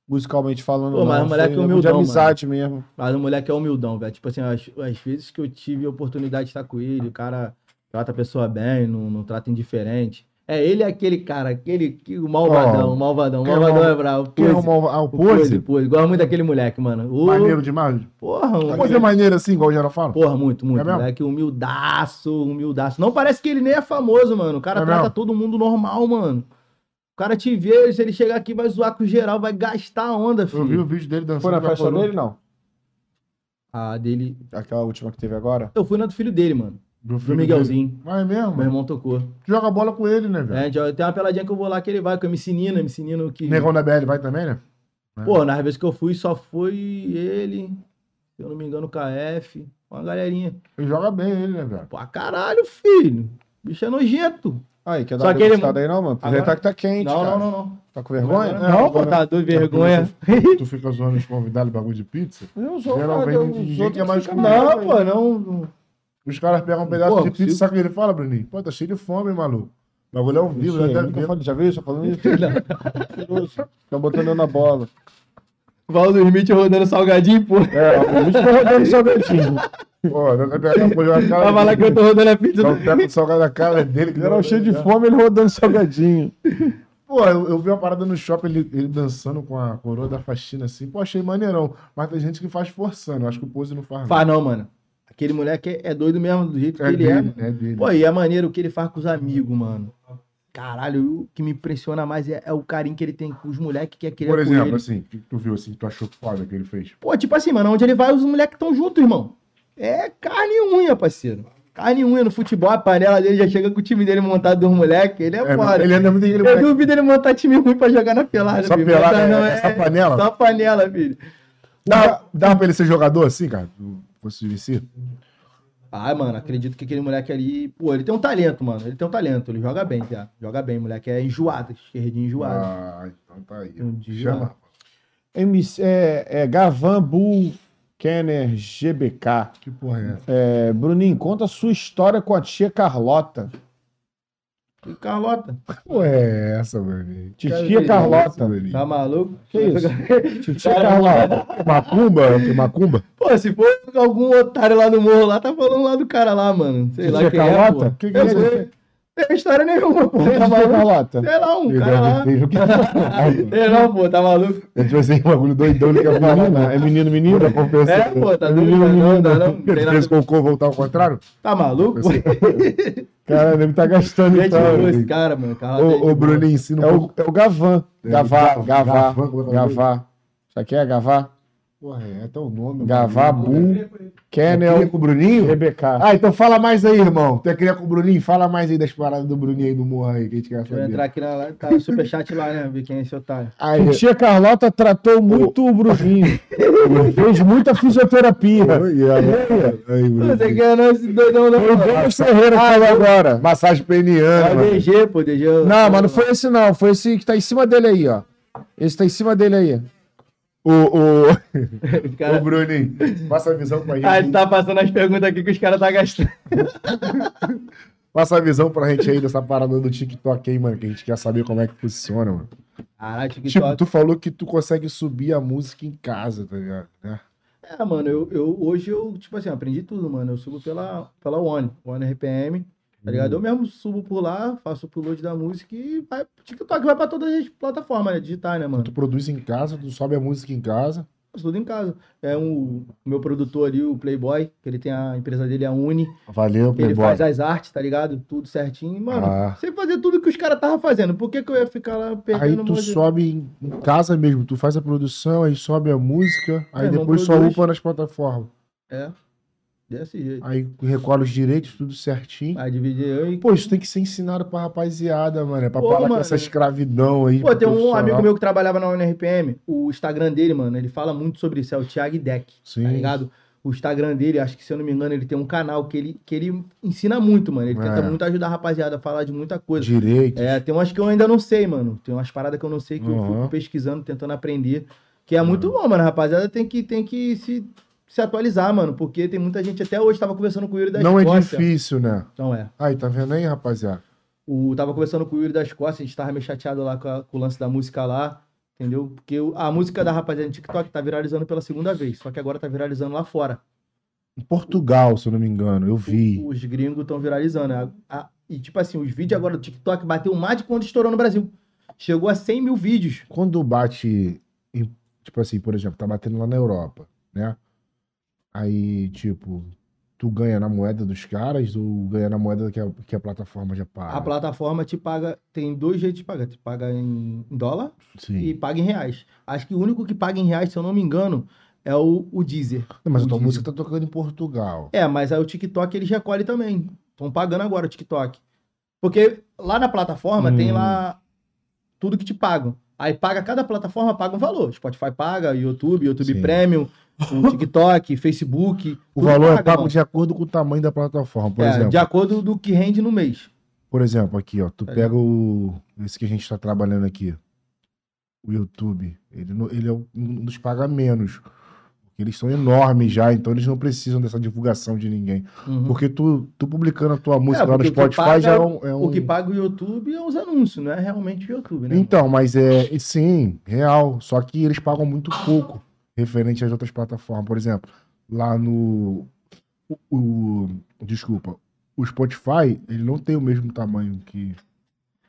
[SPEAKER 3] musicalmente falando.
[SPEAKER 1] Pô, mas
[SPEAKER 3] não,
[SPEAKER 1] o moleque
[SPEAKER 3] foi um
[SPEAKER 1] é
[SPEAKER 3] de
[SPEAKER 1] humildão,
[SPEAKER 3] amizade mesmo.
[SPEAKER 1] Mas o moleque é humildão, velho. Tipo assim, as, as vezes que eu tive a oportunidade de estar com ele, o cara trata a pessoa bem, não, não trata indiferente. É, ele é aquele cara, aquele que, o malvadão,
[SPEAKER 2] Ó,
[SPEAKER 1] o malvadão, o
[SPEAKER 2] quem
[SPEAKER 3] um
[SPEAKER 1] malvadão
[SPEAKER 2] arrumou-
[SPEAKER 1] é bravo.
[SPEAKER 2] Quem
[SPEAKER 1] Pose,
[SPEAKER 2] arrumou ah, o
[SPEAKER 1] o pose, pose,
[SPEAKER 2] pose?
[SPEAKER 1] Gosto muito daquele moleque, mano. Ô,
[SPEAKER 2] Maneiro demais.
[SPEAKER 1] Porra, um-
[SPEAKER 2] O pose é maneiro assim, igual o geral fala?
[SPEAKER 1] porra, muito, muito.
[SPEAKER 2] É mesmo?
[SPEAKER 1] moleque humildaço, humildaço. Não parece que ele nem é famoso, mano. O cara
[SPEAKER 2] É
[SPEAKER 1] trata
[SPEAKER 2] mesmo?
[SPEAKER 1] todo mundo normal, mano. O cara te vê, se ele chegar aqui, vai zoar com geral, vai gastar a onda, filho.
[SPEAKER 2] Eu vi o vídeo dele dançando.
[SPEAKER 3] Foi na
[SPEAKER 2] com a
[SPEAKER 3] festa
[SPEAKER 2] coroa.
[SPEAKER 3] dele, não?
[SPEAKER 1] Ah, dele.
[SPEAKER 3] Aquela última que teve agora?
[SPEAKER 1] Eu fui na do filho dele, mano.
[SPEAKER 2] Do filho
[SPEAKER 1] Do Miguelzinho.
[SPEAKER 2] dele. Mas mesmo?
[SPEAKER 1] Meu irmão tocou.
[SPEAKER 2] Tu joga bola com ele, né, velho?
[SPEAKER 1] É, já- tem uma peladinha que eu vou lá que ele vai com o MC Nino, MC Nino que.
[SPEAKER 2] Negão da BL vai também, né?
[SPEAKER 1] Pô, nas vezes que eu fui, só foi ele, se eu não me engano, o KF, uma galerinha.
[SPEAKER 2] Ele joga bem ele, né, velho?
[SPEAKER 1] Pô, caralho, filho. Bicho é nojento.
[SPEAKER 3] Aí, quer
[SPEAKER 1] Só
[SPEAKER 3] dar uma
[SPEAKER 1] que ele-
[SPEAKER 3] degustada aí, não, mano? Aproveitar
[SPEAKER 1] Agora-
[SPEAKER 3] que tá quente,
[SPEAKER 1] Não,
[SPEAKER 3] cara.
[SPEAKER 1] não, não, não.
[SPEAKER 3] Tá com vergonha?
[SPEAKER 1] Não, não, pô, tá doido, <laughs> vergonha.
[SPEAKER 2] Tu fica zoando os convidados bagulho de pizza.
[SPEAKER 3] Eu sou
[SPEAKER 2] Geralmente
[SPEAKER 3] cara,
[SPEAKER 2] ninguém
[SPEAKER 3] os outros
[SPEAKER 2] quer mais
[SPEAKER 3] ficam
[SPEAKER 2] comer.
[SPEAKER 3] mal,
[SPEAKER 1] Não,
[SPEAKER 3] velho.
[SPEAKER 1] pô, não. não.
[SPEAKER 2] Os caras pegam um pedaço
[SPEAKER 1] Pô,
[SPEAKER 2] de pizza,
[SPEAKER 1] consigo.
[SPEAKER 2] sabe o que ele fala, Bruninho? Pô, tá cheio de fome, hein, maluco. O bagulho é um
[SPEAKER 3] Isso,
[SPEAKER 2] vivo,
[SPEAKER 3] eu
[SPEAKER 2] né?
[SPEAKER 3] nunca falei, já viu isso? Tá
[SPEAKER 1] <laughs>
[SPEAKER 3] Falando isso? Mentiroso. Tá botando eu na bola.
[SPEAKER 1] Valdo Smith rodando salgadinho, pô.
[SPEAKER 3] É, ó,
[SPEAKER 2] <laughs>
[SPEAKER 3] por isso que eu
[SPEAKER 2] um
[SPEAKER 3] rodando salgadinho.
[SPEAKER 2] Pô, não quer pegar pô, joga a cara.
[SPEAKER 1] Vai falar que eu tô rodando a pizza.
[SPEAKER 2] Dá um tapa de salgado na cara dele. que
[SPEAKER 3] Geral
[SPEAKER 2] não-
[SPEAKER 3] cheio de fome, ele rodando salgadinho.
[SPEAKER 2] Pô, eu, eu vi uma parada no shopping, ele, ele dançando com a coroa da faxina assim. Pô, achei maneirão. Mas tem gente que faz forçando. eu Acho que o Pose não faz.
[SPEAKER 1] Faz não, mano. Aquele moleque é- é doido mesmo, do jeito que
[SPEAKER 2] não. É
[SPEAKER 1] ele é.
[SPEAKER 2] dele, é dele.
[SPEAKER 1] Pô, e é maneiro o que ele faz com os amigos, mano. Caralho, o que me impressiona mais é, é o carinho que ele tem com os moleques que é aquele
[SPEAKER 2] Por
[SPEAKER 1] com
[SPEAKER 2] exemplo,
[SPEAKER 1] ele.
[SPEAKER 2] assim, o que tu viu assim, que tu achou foda que ele fez?
[SPEAKER 1] Pô, tipo assim, mano, onde ele vai, os moleques estão juntos, irmão. É carne e unha, parceiro. Carne e unha no futebol, a panela dele já chega com o time dele montado dos moleques. Ele é,
[SPEAKER 2] É,
[SPEAKER 1] foda.
[SPEAKER 2] ele anda muito ele
[SPEAKER 1] Eu duvido ele montar time ruim pra jogar na pelada.
[SPEAKER 2] Só
[SPEAKER 1] filho.
[SPEAKER 2] pelada,
[SPEAKER 1] Mas
[SPEAKER 2] é- é só panela?
[SPEAKER 1] Só panela, filho.
[SPEAKER 2] Dá, dá pra ele ser jogador assim, cara? Se Fosse VC?
[SPEAKER 1] Ah, mano, acredito que aquele moleque ali. Pô, ele tem um talento, mano. Ele tem um talento. Ele joga bem, já. Joga bem. O moleque é enjoado, esquerdinho enjoado.
[SPEAKER 2] Ah, então tá aí.
[SPEAKER 1] Um dia-
[SPEAKER 2] Chama.
[SPEAKER 3] MC, é, é Gavan Bull Kenner GBK.
[SPEAKER 2] Que porra é essa?
[SPEAKER 3] É, Bruninho, conta a sua história com a tia Carlota.
[SPEAKER 1] E Carlota,
[SPEAKER 2] Que porra é essa, velho?
[SPEAKER 3] Titia
[SPEAKER 1] que
[SPEAKER 3] Carlota.
[SPEAKER 2] velho.
[SPEAKER 1] tá maluco?
[SPEAKER 3] Que isso? Titia Carlota.
[SPEAKER 1] é
[SPEAKER 2] Macumba? Macumba?
[SPEAKER 1] Pô, se for algum otário lá no morro lá, tá falando lá do cara lá, mano. Sei lá
[SPEAKER 3] Titia
[SPEAKER 1] quem é, pô.
[SPEAKER 3] Carlota? Que que é
[SPEAKER 1] Eu
[SPEAKER 3] isso?
[SPEAKER 1] sei. Não tem história nenhuma, pô.
[SPEAKER 3] Quem é
[SPEAKER 1] Tá
[SPEAKER 3] Titia
[SPEAKER 1] maluco?
[SPEAKER 3] Carlota?
[SPEAKER 1] Sei lá, um
[SPEAKER 2] Ele
[SPEAKER 1] cara lá.
[SPEAKER 2] deve ter o que- <laughs>
[SPEAKER 1] Sei não, pô, tá maluco?
[SPEAKER 2] A gente vai ser um bagulho doidão ele né? quer falar.
[SPEAKER 3] Menina, é menino, menino?
[SPEAKER 2] Muda a conversa.
[SPEAKER 1] É, pô, tá doido, não, não, não, não. Tem
[SPEAKER 2] Ele
[SPEAKER 1] nada-
[SPEAKER 2] fez cocô voltar ao contrário?
[SPEAKER 1] Tá maluco? pô?
[SPEAKER 3] Caralho, ele tá gastando
[SPEAKER 1] <laughs> Gente
[SPEAKER 3] então.
[SPEAKER 1] boa esse cara, mano. Carlota é gente
[SPEAKER 2] Ô,
[SPEAKER 1] boa.
[SPEAKER 2] ô Bruninho, ensina
[SPEAKER 3] É
[SPEAKER 2] um
[SPEAKER 3] o,
[SPEAKER 2] pouco.
[SPEAKER 3] é o Gavan.
[SPEAKER 2] É,
[SPEAKER 3] Gavá,
[SPEAKER 2] Gavan,
[SPEAKER 3] Gavá,
[SPEAKER 2] Gavan, como é o nome
[SPEAKER 3] Gavá. Isso aqui é Gavá?
[SPEAKER 4] Porra, é até
[SPEAKER 1] um
[SPEAKER 4] o nome.
[SPEAKER 3] Gavá, Bull,
[SPEAKER 2] Queria
[SPEAKER 3] Kennel,
[SPEAKER 2] com o Bruninho?
[SPEAKER 3] GBK.
[SPEAKER 2] Ah, então fala mais aí, irmão. Tu queria com o Bruninho? Fala mais aí das paradas do Bruninho aí, do Morra aí, que a gente quer
[SPEAKER 1] Deixa eu
[SPEAKER 2] saber.
[SPEAKER 1] entrar aqui na tá no superchat lá, né? Ver quem é esse otário.
[SPEAKER 2] Aí,
[SPEAKER 3] A tia Carlota tratou muito o
[SPEAKER 2] <laughs>
[SPEAKER 3] Bruninho. Fez muita fisioterapia.
[SPEAKER 2] Oi, e aí, aí,
[SPEAKER 1] Não sei
[SPEAKER 2] Bruninho.
[SPEAKER 1] quem é não, esse doidão não,
[SPEAKER 3] Foi
[SPEAKER 1] mano.
[SPEAKER 3] bem o Ferreira falou agora.
[SPEAKER 2] Massagem
[SPEAKER 1] É
[SPEAKER 2] peniana,
[SPEAKER 1] o
[SPEAKER 2] mano.
[SPEAKER 1] DG, pô, DG.
[SPEAKER 3] Não, mas não foi esse não. Foi esse que tá em cima dele aí, ó. Esse tá em cima dele aí.
[SPEAKER 2] Ô, ô,
[SPEAKER 1] Os
[SPEAKER 2] ô,
[SPEAKER 1] cara...
[SPEAKER 2] Bruninho, passa a visão pra gente.
[SPEAKER 1] Ah, ele tá passando as perguntas aqui que os caras tá gastando.
[SPEAKER 2] Passa a visão pra gente aí dessa parada do TikTok aí, mano, que a gente quer saber como é que funciona, mano.
[SPEAKER 1] Caralho,
[SPEAKER 2] Tipo,
[SPEAKER 1] TikTok.
[SPEAKER 2] tu falou que tu consegue subir a música em casa, tá ligado? Né?
[SPEAKER 1] É, mano, eu, eu hoje eu, tipo assim, aprendi tudo, mano. Eu subo pela, pela One, One RPM, tá ligado?
[SPEAKER 2] Uhum.
[SPEAKER 1] Eu mesmo subo por lá, faço o upload da música e vai. TikTok vai pra todas as plataformas né, digitais, né, mano?
[SPEAKER 2] Tu produz em casa, tu sobe a música em casa.
[SPEAKER 1] Faço tudo em casa. É um, o meu produtor ali, o Playboy, que ele tem a empresa dele, a Uni.
[SPEAKER 2] Valeu,
[SPEAKER 1] Ele
[SPEAKER 2] Playboy.
[SPEAKER 1] faz as artes, tá ligado? Tudo certinho. E, Mano,
[SPEAKER 2] Ah.
[SPEAKER 1] sem fazer tudo que os caras estavam fazendo. Por que, que eu ia ficar lá
[SPEAKER 2] Aí
[SPEAKER 1] perdendo um
[SPEAKER 2] tu
[SPEAKER 1] monte de-
[SPEAKER 2] sobe em em casa mesmo, tu faz a produção, aí sobe a música, aí
[SPEAKER 1] É, não
[SPEAKER 2] depois só
[SPEAKER 1] produz.
[SPEAKER 2] upa nas plataformas.
[SPEAKER 1] É. Desse jeito.
[SPEAKER 2] Aí recolhe os direitos, tudo certinho.
[SPEAKER 1] Aí dividir eu e.
[SPEAKER 2] Pô, isso tem que ser ensinado pra rapaziada, mano. É pra
[SPEAKER 1] Pô,
[SPEAKER 2] parar com
[SPEAKER 1] mano.
[SPEAKER 2] essa escravidão aí.
[SPEAKER 1] Pô, tem um amigo
[SPEAKER 2] Tipo, profissional.
[SPEAKER 1] meu que trabalhava na UNRPM, o Instagram dele, mano, ele fala muito sobre isso, é o Thiago Deck,
[SPEAKER 2] Sim.
[SPEAKER 1] tá ligado? O Instagram dele, acho que se eu não me engano, ele tem um canal que ele, que ele ensina muito, mano. Ele tenta
[SPEAKER 2] É.
[SPEAKER 1] muito ajudar a rapaziada a falar de muita coisa.
[SPEAKER 2] Direito.
[SPEAKER 1] É, tem umas que eu ainda não sei, mano. Tem umas paradas que eu não sei que eu
[SPEAKER 2] Uhum.
[SPEAKER 1] fico pesquisando, tentando aprender. Que é muito bom, mano. A Rapaziada, tem que, tem que se, se atualizar, mano. Porque tem muita gente. Até hoje tava conversando com o Yuri da
[SPEAKER 2] Não é
[SPEAKER 1] Escócia.
[SPEAKER 2] difícil, né?
[SPEAKER 1] Não é.
[SPEAKER 2] Aí, tá vendo aí, rapaziada?
[SPEAKER 1] O, tava conversando com o Yuri da Escócia, a gente tava meio chateado lá com, a- com o lance da música lá, entendeu? Porque o- a música da rapaziada no TikTok tá viralizando pela segunda vez, só que agora tá viralizando lá fora.
[SPEAKER 2] Em Portugal, se eu não me engano, eu vi.
[SPEAKER 1] Os gringos estão viralizando. A- a- e tipo assim, os vídeos agora do TikTok bateu mais de quando estourou no Brasil. Chegou a 100 mil vídeos.
[SPEAKER 2] Quando bate, em- tipo assim, por exemplo, tá batendo lá na Europa, né? Aí, tipo, tu ganha na moeda dos caras ou ganha na moeda que a, que a plataforma já paga?
[SPEAKER 1] A plataforma te paga, tem dois jeitos de pagar. Te paga em dólar
[SPEAKER 2] Sim.
[SPEAKER 1] e paga em reais. Acho que o único que paga em reais, se eu não me engano, é o, o Deezer.
[SPEAKER 2] Não, mas a
[SPEAKER 1] o
[SPEAKER 2] tua
[SPEAKER 1] Deezer.
[SPEAKER 2] música tá tocando em Portugal.
[SPEAKER 1] É, mas aí o TikTok eles recolhem também. Estão pagando agora o TikTok. Porque lá na plataforma
[SPEAKER 2] Hum.
[SPEAKER 1] tem lá tudo que te pagam. Aí paga cada plataforma, paga um valor. Spotify paga, YouTube, YouTube
[SPEAKER 2] Sim.
[SPEAKER 1] Premium,
[SPEAKER 2] <laughs>
[SPEAKER 1] o TikTok, Facebook.
[SPEAKER 2] O
[SPEAKER 1] tudo
[SPEAKER 2] valor é pago
[SPEAKER 1] mano.
[SPEAKER 2] de acordo com o tamanho da plataforma. Por
[SPEAKER 1] É,
[SPEAKER 2] exemplo,
[SPEAKER 1] de acordo do que rende no mês.
[SPEAKER 2] por exemplo, aqui, ó, tu
[SPEAKER 1] Tá
[SPEAKER 2] pega o esse que a gente tá trabalhando aqui, o YouTube, ele não- ele é um um dos paga menos. Porque Eles são enormes já, então eles não precisam dessa divulgação de ninguém.
[SPEAKER 1] Uhum. É,
[SPEAKER 2] Porque tu, tu publicando a tua música lá no
[SPEAKER 1] porque o que
[SPEAKER 2] Spotify
[SPEAKER 1] paga
[SPEAKER 2] já
[SPEAKER 1] é
[SPEAKER 2] é um. é
[SPEAKER 1] O que
[SPEAKER 2] um-
[SPEAKER 1] paga o YouTube é os anúncios, não é realmente o YouTube, né?
[SPEAKER 2] Então, mas é. e Sim, real. Só que eles pagam muito pouco referente às outras plataformas. Por exemplo, lá no. O, o- desculpa. O Spotify, ele não tem o mesmo tamanho que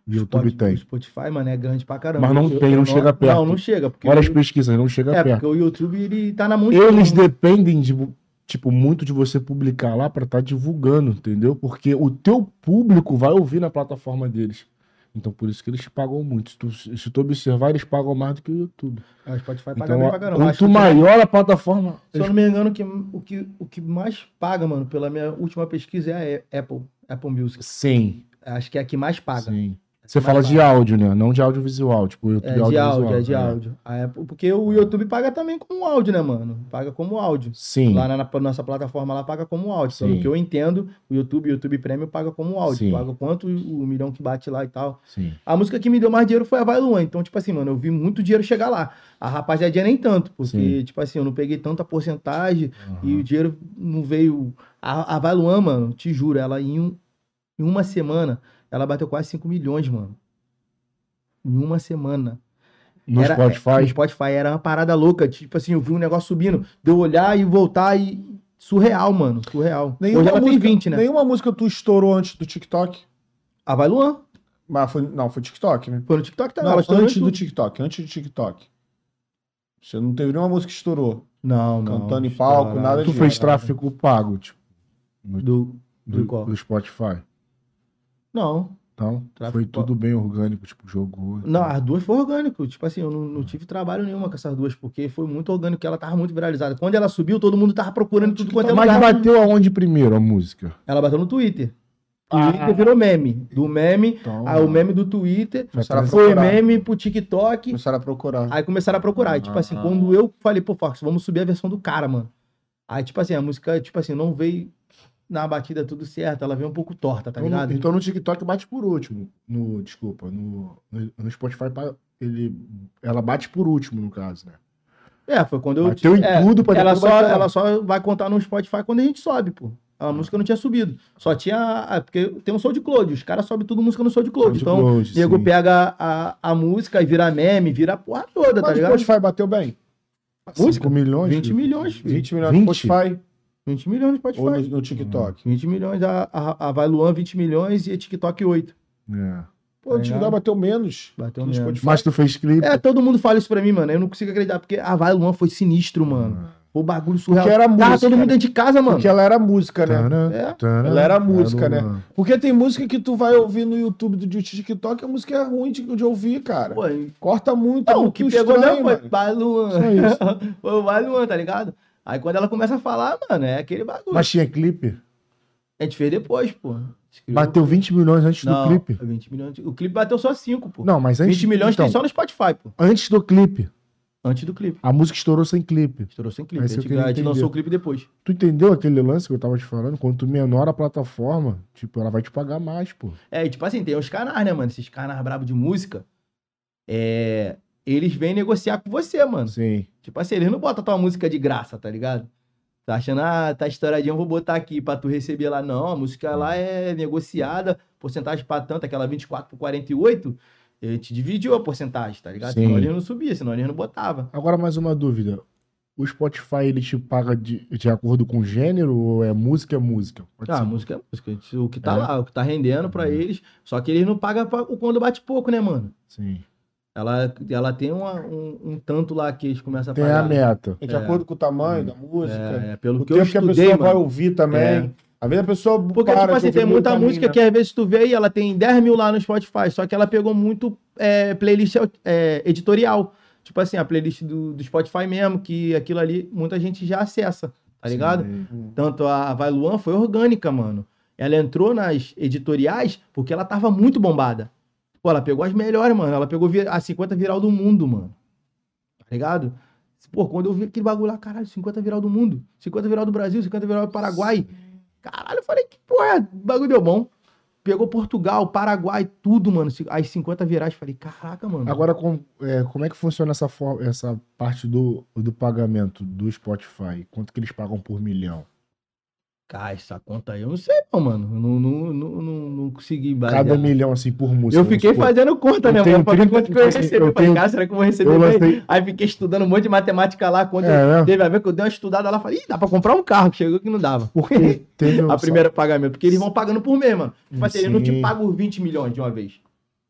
[SPEAKER 2] o YouTube
[SPEAKER 1] Spotify,
[SPEAKER 2] tem.
[SPEAKER 1] Spotify, mano, é grande pra caramba.
[SPEAKER 2] Mas não tem, não chega perto.
[SPEAKER 1] Não, não chega. Porque
[SPEAKER 2] Olha as
[SPEAKER 1] o-
[SPEAKER 2] pesquisas, não chega
[SPEAKER 1] é,
[SPEAKER 2] perto.
[SPEAKER 1] porque o YouTube, ele tá na mão de todo
[SPEAKER 2] Eles
[SPEAKER 1] mundo.
[SPEAKER 2] dependem de, tipo, muito de você publicar lá pra estar divulgando, entendeu? Porque o teu público vai ouvir na plataforma deles. Então, por isso que eles pagam muito. Se tu, se tu observar, eles pagam mais do que o YouTube.
[SPEAKER 1] É, O Spotify paga
[SPEAKER 2] Então,
[SPEAKER 1] bem
[SPEAKER 2] a-
[SPEAKER 1] pra caramba. Acho
[SPEAKER 2] quanto
[SPEAKER 1] que-
[SPEAKER 2] maior a plataforma,
[SPEAKER 1] Se eu não me engano, que, o, que, o que mais paga, mano, pela minha última pesquisa é a Apple, Apple Music.
[SPEAKER 2] sim,
[SPEAKER 1] Acho que é a que mais paga.
[SPEAKER 2] sim. Você fala
[SPEAKER 1] mais
[SPEAKER 2] de áudio, né? Não de audiovisual. Tipo, YouTube
[SPEAKER 1] É de áudio, é de
[SPEAKER 2] né?
[SPEAKER 1] áudio. Aí é porque o YouTube paga também como áudio, né, mano? Paga como áudio.
[SPEAKER 2] Sim.
[SPEAKER 1] Lá na, na nossa plataforma lá paga como áudio. Pelo
[SPEAKER 2] Sim.
[SPEAKER 1] que eu entendo, o YouTube, o YouTube Premium paga como áudio.
[SPEAKER 2] Sim.
[SPEAKER 1] Paga quanto o, o milhão que bate lá e tal.
[SPEAKER 2] Sim.
[SPEAKER 1] A música que me deu mais dinheiro foi a Vai Luan. Então, tipo assim, mano, eu vi muito dinheiro chegar lá. A rapaziadinha nem tanto, porque,
[SPEAKER 2] Sim.
[SPEAKER 1] tipo assim, eu não peguei tanta porcentagem e o dinheiro não veio. A, a Vai Luan, mano, te juro, ela em, um- em uma semana, ela bateu quase 5 milhões, mano. Em uma semana.
[SPEAKER 2] No
[SPEAKER 1] Era- No
[SPEAKER 2] Spotify.
[SPEAKER 1] Spotify era uma parada louca. Tipo assim, eu vi um negócio subindo, de eu olhar e voltar e. Surreal, mano. Surreal. Hoje ela
[SPEAKER 3] música,
[SPEAKER 1] tem 20, né?
[SPEAKER 3] Nenhuma música tu estourou antes do TikTok.
[SPEAKER 1] A Vai Luan.
[SPEAKER 3] Mas foi, não, foi TikTok, né?
[SPEAKER 1] Foi no TikTok também.
[SPEAKER 3] Não,
[SPEAKER 1] ela estourou
[SPEAKER 3] antes
[SPEAKER 1] em
[SPEAKER 3] do
[SPEAKER 1] tudo.
[SPEAKER 3] TikTok, antes do TikTok. Você não teve nenhuma música que estourou.
[SPEAKER 1] Não, não.
[SPEAKER 3] Cantando em palco,
[SPEAKER 1] estourado.
[SPEAKER 3] nada
[SPEAKER 2] Tu
[SPEAKER 3] de-
[SPEAKER 2] fez tráfego pago, tipo,
[SPEAKER 1] né? Do...
[SPEAKER 2] do,
[SPEAKER 1] Do qual?
[SPEAKER 2] do Spotify.
[SPEAKER 1] Não.
[SPEAKER 2] Então,
[SPEAKER 1] Tráfego
[SPEAKER 2] foi
[SPEAKER 1] pago.
[SPEAKER 2] tudo bem orgânico, tipo, jogou.
[SPEAKER 1] Não, as duas foi orgânico. Tipo assim, eu não, não tive trabalho nenhuma com essas duas, porque foi muito orgânico, ela tava muito viralizada. Quando ela subiu, todo mundo tava procurando tudo quanto é
[SPEAKER 2] Mas
[SPEAKER 1] lugar.
[SPEAKER 2] bateu aonde primeiro a música?
[SPEAKER 1] Ela bateu no Twitter.
[SPEAKER 2] Ah.
[SPEAKER 1] Twitter virou meme. Do meme,
[SPEAKER 2] Então,
[SPEAKER 1] ah, o meme do Twitter,
[SPEAKER 3] Começaram a
[SPEAKER 1] foi
[SPEAKER 3] procurar.
[SPEAKER 1] meme pro TikTok.
[SPEAKER 3] Começaram a procurar.
[SPEAKER 1] Aí começaram a procurar. E, tipo assim,
[SPEAKER 2] Ah.
[SPEAKER 1] quando eu falei, pô, Fox, vamos subir a versão do cara, mano. Aí, tipo assim, a música, tipo assim, não veio na batida tudo certo. Ela veio um pouco torta, tá
[SPEAKER 2] Então, no-
[SPEAKER 1] ligado?
[SPEAKER 2] Então no TikTok bate por último. No, desculpa, no, no no Spotify pa- ele, ela bate por último, no caso, né?
[SPEAKER 1] É, foi quando eu.
[SPEAKER 2] Bateu em
[SPEAKER 1] é,
[SPEAKER 2] tudo pra
[SPEAKER 1] ela
[SPEAKER 2] depois
[SPEAKER 1] só,
[SPEAKER 2] bater.
[SPEAKER 1] ela só vai contar no Spotify quando a gente sobe, pô.
[SPEAKER 3] Ah.
[SPEAKER 1] A música não tinha subido. Só tinha. a- Porque tem um Soul de Cloud. Os caras sobem tudo música no Soul de Cloud.
[SPEAKER 2] Sound
[SPEAKER 1] Então, o
[SPEAKER 2] Cloud,
[SPEAKER 1] nego
[SPEAKER 2] sim.
[SPEAKER 1] pega a, a música e vira meme, vira a porra toda, tá
[SPEAKER 3] Mas o
[SPEAKER 1] ligado?
[SPEAKER 3] Spotify bateu bem.
[SPEAKER 2] Cinco
[SPEAKER 1] música?
[SPEAKER 2] milhões?
[SPEAKER 1] 20 milhões, filho.
[SPEAKER 3] 20 milhões no
[SPEAKER 2] 20?
[SPEAKER 3] Spotify
[SPEAKER 1] 20 milhões no
[SPEAKER 3] ou no,
[SPEAKER 1] Spotify. Hum.
[SPEAKER 3] no TikTok.
[SPEAKER 1] 20 milhões, a, a, a Vai Luan 20 milhões e a TikTok 8.
[SPEAKER 2] É.
[SPEAKER 3] Pô, o TikTok
[SPEAKER 1] Tá ligado?
[SPEAKER 3] bateu menos.
[SPEAKER 1] Bateu
[SPEAKER 3] que no
[SPEAKER 1] menos.
[SPEAKER 3] Spotify.
[SPEAKER 2] Mas tu fez clipe?
[SPEAKER 1] É, todo mundo fala isso pra mim, mano. Eu não consigo acreditar, porque a Vai Luan foi sinistro, mano. O bagulho surreal.
[SPEAKER 3] Porque era
[SPEAKER 1] Tava
[SPEAKER 3] música,
[SPEAKER 1] todo mundo
[SPEAKER 3] né?
[SPEAKER 1] dentro de casa, mano.
[SPEAKER 3] Porque ela era música, né?
[SPEAKER 2] Tana,
[SPEAKER 1] É.
[SPEAKER 2] tana,
[SPEAKER 3] Ela era
[SPEAKER 2] tana,
[SPEAKER 3] música, né?
[SPEAKER 2] tana.
[SPEAKER 3] Porque tem música que tu vai ouvir no YouTube do TikTok, a música é ruim de, de ouvir, cara.
[SPEAKER 1] Pô, e-
[SPEAKER 3] Corta muito. é
[SPEAKER 1] não, o
[SPEAKER 3] muito
[SPEAKER 1] que pegou
[SPEAKER 3] estranho,
[SPEAKER 1] não foi
[SPEAKER 3] mano.
[SPEAKER 1] Vai Luan.
[SPEAKER 3] Só isso.
[SPEAKER 1] Foi o Vai Luan, tá ligado? Aí quando ela começa a falar, mano, é aquele bagulho.
[SPEAKER 2] Mas tinha clipe?
[SPEAKER 1] A gente fez depois, pô. A gente criou-
[SPEAKER 2] Bateu 20 milhões antes
[SPEAKER 1] não,
[SPEAKER 2] do clipe?
[SPEAKER 1] 20 milhões. de- O clipe bateu só 5, pô.
[SPEAKER 2] Não, mas antes.
[SPEAKER 1] 20 milhões
[SPEAKER 2] então,
[SPEAKER 1] tem só no Spotify, pô.
[SPEAKER 2] Antes do clipe.
[SPEAKER 1] Antes do clipe.
[SPEAKER 2] A música estourou sem clipe.
[SPEAKER 1] Estourou sem clipe. A
[SPEAKER 2] Esse eu
[SPEAKER 1] gente,
[SPEAKER 2] queria
[SPEAKER 1] a gente
[SPEAKER 2] entender.
[SPEAKER 1] lançou o clipe depois.
[SPEAKER 2] Tu entendeu aquele lance que eu tava te falando? Quanto menor a plataforma, tipo, ela vai te pagar mais, pô.
[SPEAKER 1] É, e tipo assim, tem os canais, né, mano? Esses canais brabos de música. É. Eles vêm negociar com você, mano.
[SPEAKER 2] Sim.
[SPEAKER 1] Tipo assim, eles não botam tua música de graça, tá ligado? Tá achando, ah, tá estouradinha, eu vou botar aqui pra tu receber lá. Não, a música lá é negociada, porcentagem pra tanto, aquela 24 por 48, ele te dividiu a porcentagem, tá ligado?
[SPEAKER 2] Sim.
[SPEAKER 1] Senão eles não subia, senão eles não botava.
[SPEAKER 2] Agora mais uma dúvida. O Spotify ele te paga de, de acordo com o gênero ou é música é música? Pode
[SPEAKER 1] Ah,
[SPEAKER 2] ser.
[SPEAKER 1] a música é música. gente, O que tá
[SPEAKER 2] É.
[SPEAKER 1] lá, o que tá rendendo pra
[SPEAKER 2] Uhum.
[SPEAKER 1] eles. Só que eles não pagam pra- o quando bate pouco, né, mano?
[SPEAKER 2] Sim.
[SPEAKER 1] Ela, ela tem uma- um, um tanto lá que eles começam a
[SPEAKER 2] Tem
[SPEAKER 1] pagar. né?
[SPEAKER 2] a meta.
[SPEAKER 3] É De acordo com o tamanho
[SPEAKER 2] Hum.
[SPEAKER 3] da música.
[SPEAKER 1] É, é, pelo
[SPEAKER 3] O
[SPEAKER 1] que
[SPEAKER 3] tempo
[SPEAKER 1] eu
[SPEAKER 3] que a
[SPEAKER 1] estudei,
[SPEAKER 3] pessoa
[SPEAKER 1] mano. É.
[SPEAKER 3] vai ouvir também. Às vezes a pessoa
[SPEAKER 1] Porque,
[SPEAKER 3] para
[SPEAKER 1] tipo
[SPEAKER 3] de
[SPEAKER 1] assim,
[SPEAKER 3] ouvir
[SPEAKER 1] tem
[SPEAKER 3] muito
[SPEAKER 1] muita
[SPEAKER 3] caminho,
[SPEAKER 1] música
[SPEAKER 3] né?
[SPEAKER 1] que às vezes tu vê e ela tem 10 mil lá no Spotify, só que ela pegou muito é, playlist é, editorial. Tipo assim, a playlist do, do Spotify mesmo, que aquilo ali muita gente já acessa, tá ligado? Tanto a Vai Luan foi orgânica, mano. Ela entrou nas editoriais porque ela tava muito bombada. Pô, ela pegou as melhores, mano. Ela pegou vi- a 50 viral do mundo, mano. Tá ligado? Pô, quando eu vi aquele bagulho lá, caralho, 50 viral do mundo, 50 viral do Brasil, 50 viral do Paraguai. Caralho, eu falei que porra, o bagulho deu bom. Pegou Portugal, Paraguai, tudo, mano. ci- As 50 virais. Falei, caraca, mano.
[SPEAKER 2] Agora, com- é, como é que funciona essa, for- essa parte do, do pagamento do Spotify? Quanto que eles pagam por milhão?
[SPEAKER 1] Cara, essa conta aí eu não sei, não, mano. Eu Não, não, não, não, não consegui.
[SPEAKER 2] Cada
[SPEAKER 1] basear.
[SPEAKER 2] milhão, assim, por música.
[SPEAKER 1] Eu
[SPEAKER 2] vamos
[SPEAKER 1] fiquei
[SPEAKER 2] supor.
[SPEAKER 1] fazendo conta,
[SPEAKER 2] eu
[SPEAKER 1] né,
[SPEAKER 2] tenho
[SPEAKER 1] mano? Pra ver
[SPEAKER 2] 30,
[SPEAKER 1] quanto que eu
[SPEAKER 2] tipo
[SPEAKER 1] ia
[SPEAKER 2] assim,
[SPEAKER 1] receber.
[SPEAKER 2] eu
[SPEAKER 1] Eu falei,
[SPEAKER 2] tenho-
[SPEAKER 1] cara, será que eu vou
[SPEAKER 2] eu
[SPEAKER 1] receber um bem?
[SPEAKER 2] lancei-
[SPEAKER 1] Aí fiquei estudando um monte de matemática lá. Quando
[SPEAKER 2] É, né?
[SPEAKER 1] teve a ver que eu dei uma estudada lá, falei, ih, dá pra comprar um carro. Chegou que não dava. <laughs>
[SPEAKER 2] Porque teve um-
[SPEAKER 1] a primeira pagamento. Porque eles vão pagando por mês, mano. Tipo assim, eles não te
[SPEAKER 2] Sim.
[SPEAKER 1] pagam os 20 milhões de uma vez.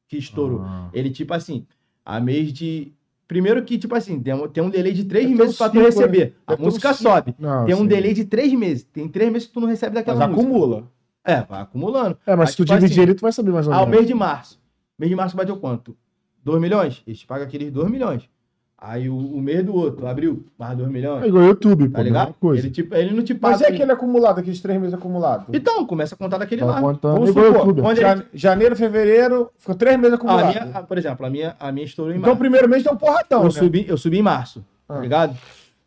[SPEAKER 1] Que estourou.
[SPEAKER 2] Ah,
[SPEAKER 1] Ele, tipo assim, a mês de. Primeiro que, tipo assim, tem um, tem um delay de
[SPEAKER 2] É
[SPEAKER 1] três
[SPEAKER 3] Deve ter
[SPEAKER 1] meses
[SPEAKER 3] uns
[SPEAKER 1] pra tu
[SPEAKER 2] né?
[SPEAKER 3] cinco,
[SPEAKER 1] receber. A
[SPEAKER 3] Deve ter
[SPEAKER 1] música
[SPEAKER 3] uns cinco.
[SPEAKER 1] sobe.
[SPEAKER 2] não,
[SPEAKER 1] Tem um
[SPEAKER 2] sim.
[SPEAKER 1] delay de três meses. Tem três meses que tu não recebe
[SPEAKER 3] Mas
[SPEAKER 1] daquela música.
[SPEAKER 3] acumula.
[SPEAKER 1] É, vai acumulando.
[SPEAKER 2] É, mas
[SPEAKER 1] Mas,
[SPEAKER 2] se tu
[SPEAKER 1] tipo
[SPEAKER 2] dividir
[SPEAKER 1] assim,
[SPEAKER 2] ele, tu vai saber mais ou
[SPEAKER 1] Ao
[SPEAKER 2] menos.
[SPEAKER 1] mês de março. Mês de março bateu quanto? 2 milhões? Eles pagam aqueles 2 milhões. Aí o, o mês do outro, abril, mais 2
[SPEAKER 2] É
[SPEAKER 1] milhões.
[SPEAKER 2] igual ao YouTube, pô.
[SPEAKER 1] Tá ligado?
[SPEAKER 2] mesma coisa.
[SPEAKER 1] Ele, te- ele não te
[SPEAKER 3] Mas
[SPEAKER 1] passa.
[SPEAKER 3] é aquele acumulado, aqueles três meses acumulados.
[SPEAKER 1] Então, começa a contar daquele
[SPEAKER 2] Tá
[SPEAKER 1] lá.
[SPEAKER 2] contando
[SPEAKER 3] Vamos
[SPEAKER 2] é igual ao
[SPEAKER 3] supor,
[SPEAKER 2] YouTube.
[SPEAKER 1] onde
[SPEAKER 3] Ja-
[SPEAKER 1] ele-
[SPEAKER 3] Janeiro, fevereiro, ficou três meses
[SPEAKER 1] A
[SPEAKER 3] acumulado.
[SPEAKER 1] Ah, minha, a- por exemplo, a minha, a minha estourou em
[SPEAKER 3] Então o
[SPEAKER 1] março.
[SPEAKER 3] primeiro mês deu um porradão,
[SPEAKER 1] eu,
[SPEAKER 3] né?
[SPEAKER 1] subi, eu subi em março,
[SPEAKER 3] Ah.
[SPEAKER 1] tá ligado?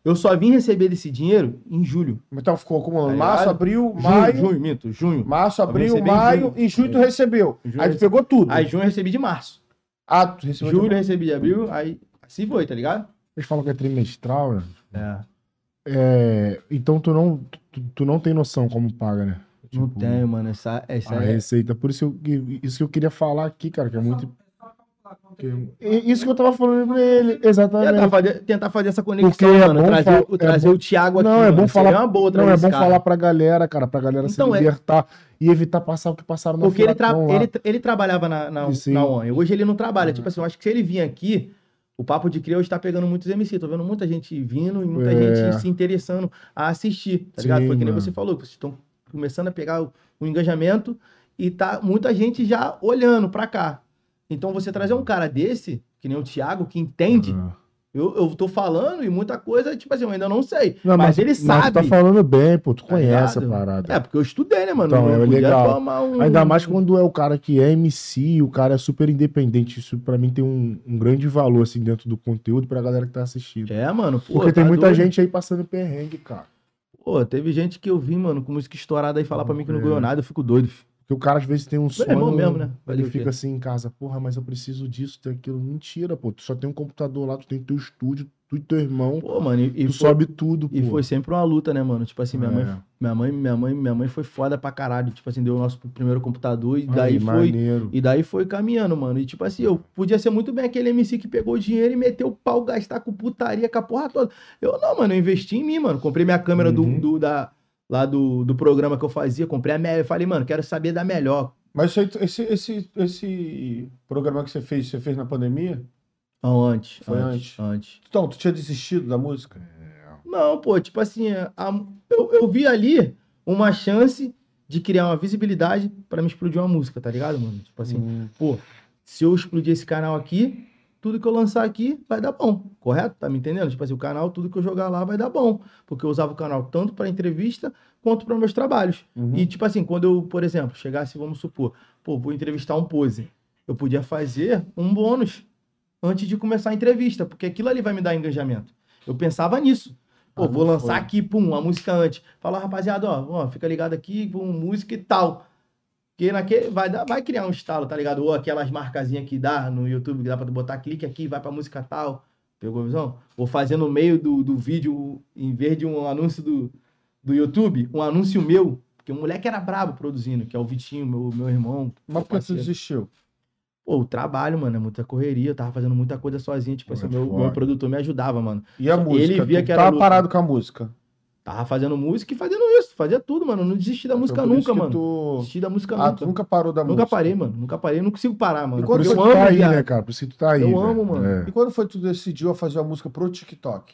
[SPEAKER 1] Eu só vim receber esse dinheiro em julho.
[SPEAKER 3] Então ficou acumulando
[SPEAKER 1] Tá
[SPEAKER 3] março,
[SPEAKER 1] ligado?
[SPEAKER 3] abril,
[SPEAKER 1] Junho,
[SPEAKER 3] maio,
[SPEAKER 1] junho, minto, junho.
[SPEAKER 3] março,
[SPEAKER 1] Eu
[SPEAKER 3] abril,
[SPEAKER 1] recebi em
[SPEAKER 3] maio
[SPEAKER 1] junho.
[SPEAKER 3] e julho tu recebeu.
[SPEAKER 1] Junho
[SPEAKER 3] Aí
[SPEAKER 1] eu-
[SPEAKER 3] tu pegou tudo.
[SPEAKER 1] Aí junho eu recebi de março.
[SPEAKER 3] Ah, tu recebeu
[SPEAKER 1] Julho
[SPEAKER 3] tudo.
[SPEAKER 1] eu recebi de abril, aí assim foi, tá ligado?
[SPEAKER 2] Eles falam que é trimestral, né?
[SPEAKER 1] É.
[SPEAKER 2] É, então tu não, tu, tu não tem noção como paga, né?
[SPEAKER 1] Não
[SPEAKER 2] Tipo,
[SPEAKER 1] tenho, mano. Essa,
[SPEAKER 2] A
[SPEAKER 1] essa é-
[SPEAKER 2] receita. Por isso que eu, isso que eu queria falar aqui, cara, que é muito.
[SPEAKER 4] Porque
[SPEAKER 2] E- Isso que eu tava falando pra ele,
[SPEAKER 1] Tentar
[SPEAKER 2] exatamente.
[SPEAKER 1] fazer, tentar fazer essa conexão,
[SPEAKER 2] Porque é
[SPEAKER 1] mano.
[SPEAKER 2] bom
[SPEAKER 1] trazer,
[SPEAKER 2] fal-
[SPEAKER 1] o,
[SPEAKER 2] é
[SPEAKER 1] trazer o Thiago aqui.
[SPEAKER 2] Não, é
[SPEAKER 1] mano.
[SPEAKER 2] bom
[SPEAKER 1] Seria
[SPEAKER 2] falar-
[SPEAKER 1] uma boa
[SPEAKER 2] Não,
[SPEAKER 1] trazer
[SPEAKER 2] é
[SPEAKER 1] esse
[SPEAKER 2] bom
[SPEAKER 1] cara.
[SPEAKER 2] falar pra galera, cara, pra galera
[SPEAKER 1] Então,
[SPEAKER 2] se
[SPEAKER 1] é-
[SPEAKER 2] libertar e evitar passar o que passaram na
[SPEAKER 1] Porque ele, tra-
[SPEAKER 2] Furacão lá.
[SPEAKER 1] ele, ele trabalhava na, na,
[SPEAKER 2] Sim. É.
[SPEAKER 1] na ONU. Hoje ele não trabalha. Tipo assim, eu acho que se ele vir aqui, o Papo de Cria hoje tá pegando muitos MC. Tô vendo muita gente vindo e muita
[SPEAKER 2] É.
[SPEAKER 1] gente se interessando a assistir, tá
[SPEAKER 2] Sim,
[SPEAKER 1] ligado? Foi que nem
[SPEAKER 2] mano.
[SPEAKER 1] você falou, que vocês estão começando a pegar o, o engajamento e tá muita gente já olhando pra cá. Então você trazer um cara desse, que nem o Thiago, que entende,
[SPEAKER 2] Ah.
[SPEAKER 1] eu, eu tô falando e muita coisa, tipo assim, eu ainda não sei.
[SPEAKER 2] Não,
[SPEAKER 1] mas, ele
[SPEAKER 2] tu
[SPEAKER 1] sabe.
[SPEAKER 2] tá falando bem, pô. Tu
[SPEAKER 1] tá
[SPEAKER 2] conhece a
[SPEAKER 1] ligado?
[SPEAKER 2] parada.
[SPEAKER 1] É, porque eu estudei, né, mano?
[SPEAKER 2] Então,
[SPEAKER 1] Eu
[SPEAKER 2] é
[SPEAKER 1] podia
[SPEAKER 2] legal.
[SPEAKER 1] tomar um-
[SPEAKER 2] Ainda mais quando é o cara que é MC, o cara é super independente. Isso pra mim tem um, um grande valor, assim, dentro do conteúdo pra galera que tá assistindo.
[SPEAKER 1] É, mano. Pô,
[SPEAKER 2] Porque tem
[SPEAKER 1] tá
[SPEAKER 2] muita
[SPEAKER 1] doido.
[SPEAKER 2] gente aí passando perrengue, cara.
[SPEAKER 1] Pô, teve gente que eu vi, mano, com música estourada aí falar pra mim que não
[SPEAKER 2] É.
[SPEAKER 1] ganhou nada, eu fico doido. filho.
[SPEAKER 2] Porque o cara às vezes tem um
[SPEAKER 1] Meu
[SPEAKER 2] sonho.
[SPEAKER 1] irmão mesmo, né? Fazer
[SPEAKER 2] Ele
[SPEAKER 1] o quê?
[SPEAKER 2] fica assim em casa, porra, mas eu preciso disso, tem aquilo. Mentira, pô. Tu só tem um computador lá, tu tem teu estúdio, tu e teu irmão,
[SPEAKER 1] Pô, mano, e, e
[SPEAKER 2] tu
[SPEAKER 1] foi,
[SPEAKER 2] sobe tudo, pô.
[SPEAKER 1] e foi sempre uma luta, né, mano? Tipo assim, minha mãe,
[SPEAKER 2] É.
[SPEAKER 1] minha mãe, minha mãe, minha mãe foi foda pra caralho. Tipo assim, deu o nosso primeiro computador e
[SPEAKER 2] Aí,
[SPEAKER 1] daí foi.
[SPEAKER 2] Maneiro.
[SPEAKER 1] E daí foi caminhando, mano. E tipo assim, eu podia ser muito bem aquele MC que pegou o dinheiro e meteu o pau, gastar com putaria, com a porra toda. Eu não, mano, eu investi em mim, mano. Comprei minha câmera do-
[SPEAKER 2] Uhum.
[SPEAKER 1] do, da, lá do, do programa que eu fazia, comprei a melhor. Eu falei, mano, quero saber da melhor.
[SPEAKER 3] Mas isso aí, tu- esse, esse, esse programa que você fez, você fez na pandemia?
[SPEAKER 1] Não, antes.
[SPEAKER 3] Foi antes.
[SPEAKER 1] Antes.
[SPEAKER 3] Então, tu tinha desistido da música?
[SPEAKER 2] É.
[SPEAKER 1] Não, pô, tipo assim, a- eu, eu vi ali uma chance de criar uma visibilidade pra me explodir uma música, tá ligado, mano? Tipo assim, pô, se eu explodir esse canal aqui, tudo que eu lançar aqui vai dar bom, correto? Tá me entendendo? Tipo assim, o canal, tudo que eu jogar lá vai dar bom, porque eu usava o canal tanto pra entrevista quanto pra meus trabalhos.
[SPEAKER 3] Uhum.
[SPEAKER 1] E tipo assim, quando eu, por exemplo, chegasse, vamos supor, pô, vou entrevistar um pose, eu podia fazer um bônus antes de começar a entrevista, porque aquilo ali vai me dar engajamento. Eu pensava nisso. Pô,
[SPEAKER 3] Ah,
[SPEAKER 1] vou
[SPEAKER 3] não
[SPEAKER 1] lançar
[SPEAKER 3] foi.
[SPEAKER 1] aqui, pum, a música antes. Fala, rapaziada, ó, ó, fica ligado aqui, pum, música e tal. Porque naquele vai, dar, vai criar um estalo, tá ligado? Ou aquelas marcazinhas que dá no YouTube, que dá pra tu botar clique aqui, vai pra música tal. Pegou a visão? Ou fazer no meio do, do vídeo, em vez de um anúncio do, do YouTube, um anúncio meu. Porque o moleque era brabo produzindo, que é o Vitinho, meu, meu irmão.
[SPEAKER 3] Mas por que tu
[SPEAKER 1] parceiro.
[SPEAKER 3] desistiu?
[SPEAKER 1] Pô, o trabalho, mano, é muita correria. Eu tava fazendo muita coisa sozinho. Tipo
[SPEAKER 2] Pô,
[SPEAKER 1] assim,
[SPEAKER 2] é
[SPEAKER 1] meu,
[SPEAKER 2] foda.
[SPEAKER 1] meu produtor me ajudava, mano.
[SPEAKER 3] E a música?
[SPEAKER 1] ele via
[SPEAKER 3] tu
[SPEAKER 1] que era
[SPEAKER 3] tava
[SPEAKER 1] luta.
[SPEAKER 3] parado com a música.
[SPEAKER 1] Tava fazendo música e fazendo isso. Fazia tudo, mano. Não desisti
[SPEAKER 2] Tá
[SPEAKER 1] da música
[SPEAKER 3] Então, por isso
[SPEAKER 1] nunca,
[SPEAKER 3] que
[SPEAKER 1] mano.
[SPEAKER 3] Tu...
[SPEAKER 1] Desisti da música
[SPEAKER 3] Ah, tu
[SPEAKER 1] nunca.
[SPEAKER 3] nunca parou da música?
[SPEAKER 1] Nunca parei, mano. Nunca parei. Não consigo parar, mano.
[SPEAKER 2] E Por isso
[SPEAKER 1] eu
[SPEAKER 2] que tu
[SPEAKER 1] amo,
[SPEAKER 2] tá aí,
[SPEAKER 1] viado.
[SPEAKER 2] né, cara? Por isso que tu tá aí.
[SPEAKER 1] Eu
[SPEAKER 2] velho.
[SPEAKER 1] amo, mano.
[SPEAKER 2] É.
[SPEAKER 3] E quando foi que tu decidiu a fazer uma música pro TikTok?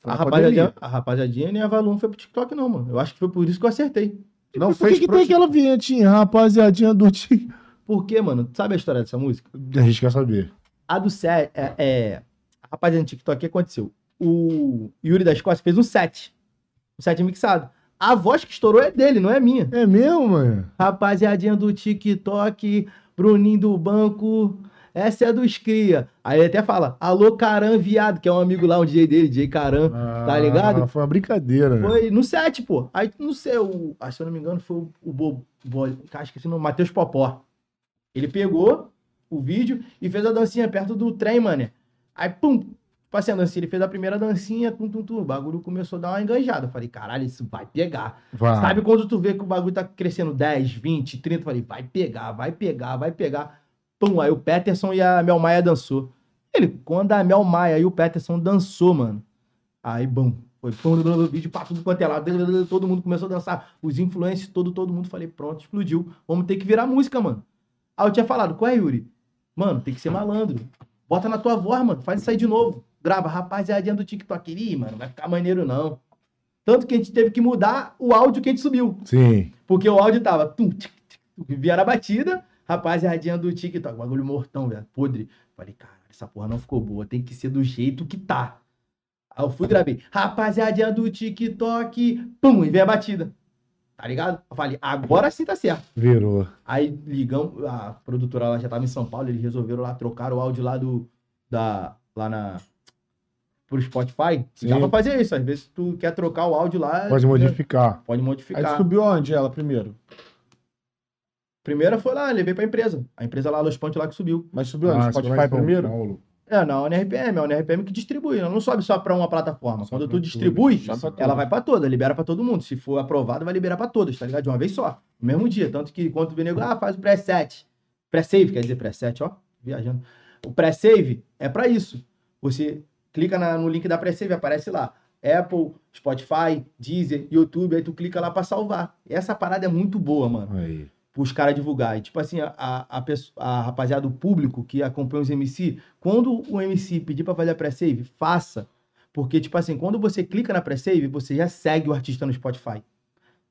[SPEAKER 3] Foi
[SPEAKER 1] A
[SPEAKER 3] na
[SPEAKER 1] rapaziadinha,
[SPEAKER 3] pandemia.
[SPEAKER 1] a rapaziadinha nem a Valum foi pro TikTok, não, mano. Eu acho que foi por isso que eu acertei.
[SPEAKER 3] Não
[SPEAKER 2] Mas por
[SPEAKER 3] fez
[SPEAKER 2] que, que
[SPEAKER 3] pro
[SPEAKER 2] tem
[SPEAKER 3] TikTok.
[SPEAKER 2] aquela vinhetinha, rapaziadinha do Ti?
[SPEAKER 1] Por quê, mano? Tu Sabe a história dessa música?
[SPEAKER 2] A gente quer saber.
[SPEAKER 1] A do set. É, é, a rapaziada do TikTok, o que aconteceu? O Yuri da Escócia fez um set. Um set mixado. A voz que estourou é dele, não é minha.
[SPEAKER 2] É mesmo, mano?
[SPEAKER 1] Rapaziadinha do TikTok, Bruninho do Banco, essa é dos cria. Aí ele até fala, alô Caran, viado, que é um amigo lá, um DJ dele, DJ Caran. Tá ligado?
[SPEAKER 2] Ah, Foi uma brincadeira, né?
[SPEAKER 1] Foi no set, pô. Aí, não sei, o, ah, se eu não me engano, foi o, o Bobo, Bo, cara, esqueci o nome, Matheus Popó. Ele pegou o vídeo e fez a dancinha perto do trem, mano. Aí, pum, passei a dancinha, ele fez a primeira dancinha, tum, tum, tum, o bagulho começou a dar uma enganjada. Eu falei, caralho, isso vai pegar.
[SPEAKER 2] Vai.
[SPEAKER 1] Sabe quando tu vê que o bagulho tá crescendo 10, 20, 30, eu falei, vai pegar, vai pegar, vai pegar. Pum, aí o Peterson e a Mel Maia dançou. Ele, quando a Mel Maia e o Peterson dançou, mano. Aí, bom, foi pum, blá, blá, blá, vídeo pra tudo quanto é lado, blá, blá, blá, todo mundo começou a dançar, os influencers, todo, todo mundo, falei, pronto, explodiu, vamos ter que virar música, mano. Aí eu tinha falado, qual é, Yuri? Mano, tem que ser malandro. Bota na tua voz, mano, faz isso aí de novo. Grava, rapaziadinha do TikTok, ih, mano, vai ficar maneiro não. Tanto que a gente teve que mudar o áudio que a gente subiu.
[SPEAKER 2] Sim.
[SPEAKER 1] Porque o áudio tava. Tum, tic, tic, tum, vieram a batida, rapaziadinha do TikTok. Bagulho mortão, velho. Podre. Falei, caralho, essa porra não ficou boa, tem que ser do jeito que tá. Aí eu fui e gravei, rapaziada do TikTok, pum, e veio a batida. Tá ligado? Eu falei, agora sim tá certo.
[SPEAKER 2] Virou.
[SPEAKER 1] Aí ligamos, a produtora lá já tava em São Paulo, eles resolveram lá, trocar o áudio lá do. Da, lá na. Pro Spotify.
[SPEAKER 2] Sim.
[SPEAKER 1] Já pra fazer isso. Às vezes tu quer trocar o áudio lá.
[SPEAKER 2] Pode modificar.
[SPEAKER 1] Pode
[SPEAKER 3] Aí tu
[SPEAKER 1] modificar.
[SPEAKER 3] subiu onde ela primeiro?
[SPEAKER 1] Primeira foi lá, levei pra empresa. A empresa lá, Los Pontes, lá que subiu.
[SPEAKER 3] Mas subiu onde?
[SPEAKER 2] Ah,
[SPEAKER 3] Spotify
[SPEAKER 2] São
[SPEAKER 3] primeiro?
[SPEAKER 2] Paulo.
[SPEAKER 1] É, na UNRPM, é a UNRPM que distribui. Ela não sobe só pra uma plataforma.
[SPEAKER 2] Só
[SPEAKER 1] Quando
[SPEAKER 2] pra
[SPEAKER 1] tu
[SPEAKER 2] tudo,
[SPEAKER 1] distribui,
[SPEAKER 2] só pra tudo.
[SPEAKER 1] ela vai pra toda, libera pra todo mundo. Se for aprovado, vai liberar pra todas, tá ligado? De uma vez só. No mesmo dia. Tanto que quando o nego, ah, faz o pré-set. Pré-save, quer dizer pré-set, ó, viajando. O pré-save é pra isso. Você clica na- no link da pré-save, aparece lá. Apple, Spotify, Deezer, YouTube, aí tu clica lá pra salvar. Essa parada é muito boa, mano
[SPEAKER 2] Aí.
[SPEAKER 1] pros caras divulgar. E, tipo assim, a, a, pesso- a rapaziada, o público que acompanha os MC, quando o MC pedir pra fazer a pré-save, faça. Porque, tipo assim, quando você clica na pré-save, você já segue o artista no Spotify.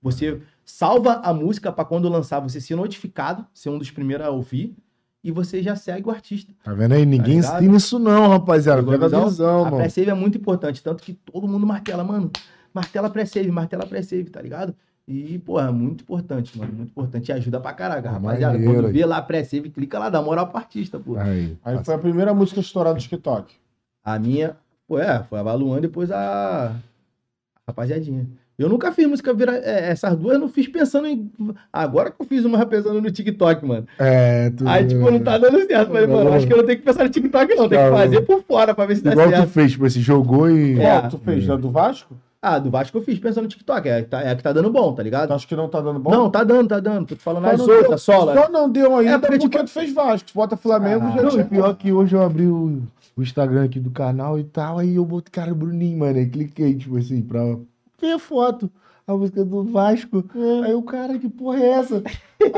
[SPEAKER 1] Você salva a música pra quando lançar, você ser notificado, ser um dos primeiros a ouvir, e você já segue o artista.
[SPEAKER 2] Tá vendo aí? Ninguém
[SPEAKER 1] ligado?
[SPEAKER 2] ensina isso não, rapaziada.
[SPEAKER 1] Pegou a
[SPEAKER 2] Pega a
[SPEAKER 1] visão?
[SPEAKER 2] visão,
[SPEAKER 1] a
[SPEAKER 2] mano.
[SPEAKER 1] pré-save é muito importante, tanto que todo mundo martela, mano. Martela pré-save, martela pré-save, tá ligado? E, porra, é muito importante, mano. Muito importante. E ajuda pra caraca,
[SPEAKER 2] Pô,
[SPEAKER 1] rapaziada.
[SPEAKER 2] maneiro,
[SPEAKER 1] Quando
[SPEAKER 2] hein?
[SPEAKER 1] vê lá pré-save, clica lá, dá moral pro artista, pô.
[SPEAKER 2] Aí. Tá
[SPEAKER 3] Aí foi a primeira música estourada no TikTok.
[SPEAKER 1] A minha, pô, é, foi a Baluan, depois a a rapaziadinha. Eu nunca fiz música virar. é, essas duas eu não fiz pensando em. Agora que eu fiz uma pensando no TikTok, mano.
[SPEAKER 2] É, tu...
[SPEAKER 1] Aí, tipo, não tá dando certo. Falei, mano, acho que eu não tenho que pensar no TikTok, não. Tem que
[SPEAKER 2] Tá,
[SPEAKER 1] fazer por fora pra ver se dá
[SPEAKER 2] Igual
[SPEAKER 1] certo.
[SPEAKER 2] tu fez, tipo, você jogou e.
[SPEAKER 1] É.
[SPEAKER 3] Qual que tu fez?
[SPEAKER 2] É.
[SPEAKER 3] A do Vasco?
[SPEAKER 1] Ah, do Vasco eu fiz pensando no TikTok. É, a que tá- é a que tá dando bom, tá ligado?
[SPEAKER 3] Tu acha que não tá dando bom?
[SPEAKER 1] Não, tá dando, tá dando. Tô te falando
[SPEAKER 3] Só
[SPEAKER 1] as
[SPEAKER 3] não deu-
[SPEAKER 1] outras, sola.
[SPEAKER 3] Só não deu ainda
[SPEAKER 1] É, porque,
[SPEAKER 3] porque,
[SPEAKER 1] tipo,
[SPEAKER 3] tu fez Vasco. Tu bota Flamengo
[SPEAKER 1] Ah,
[SPEAKER 3] já
[SPEAKER 2] Não, e
[SPEAKER 3] tinha-
[SPEAKER 2] pior que hoje eu abri o, o Instagram aqui do canal e tal, aí eu boto cara Bruninho, mano, aí cliquei, tipo assim, pra ver a foto, a música do Vasco, aí o cara, que porra é essa?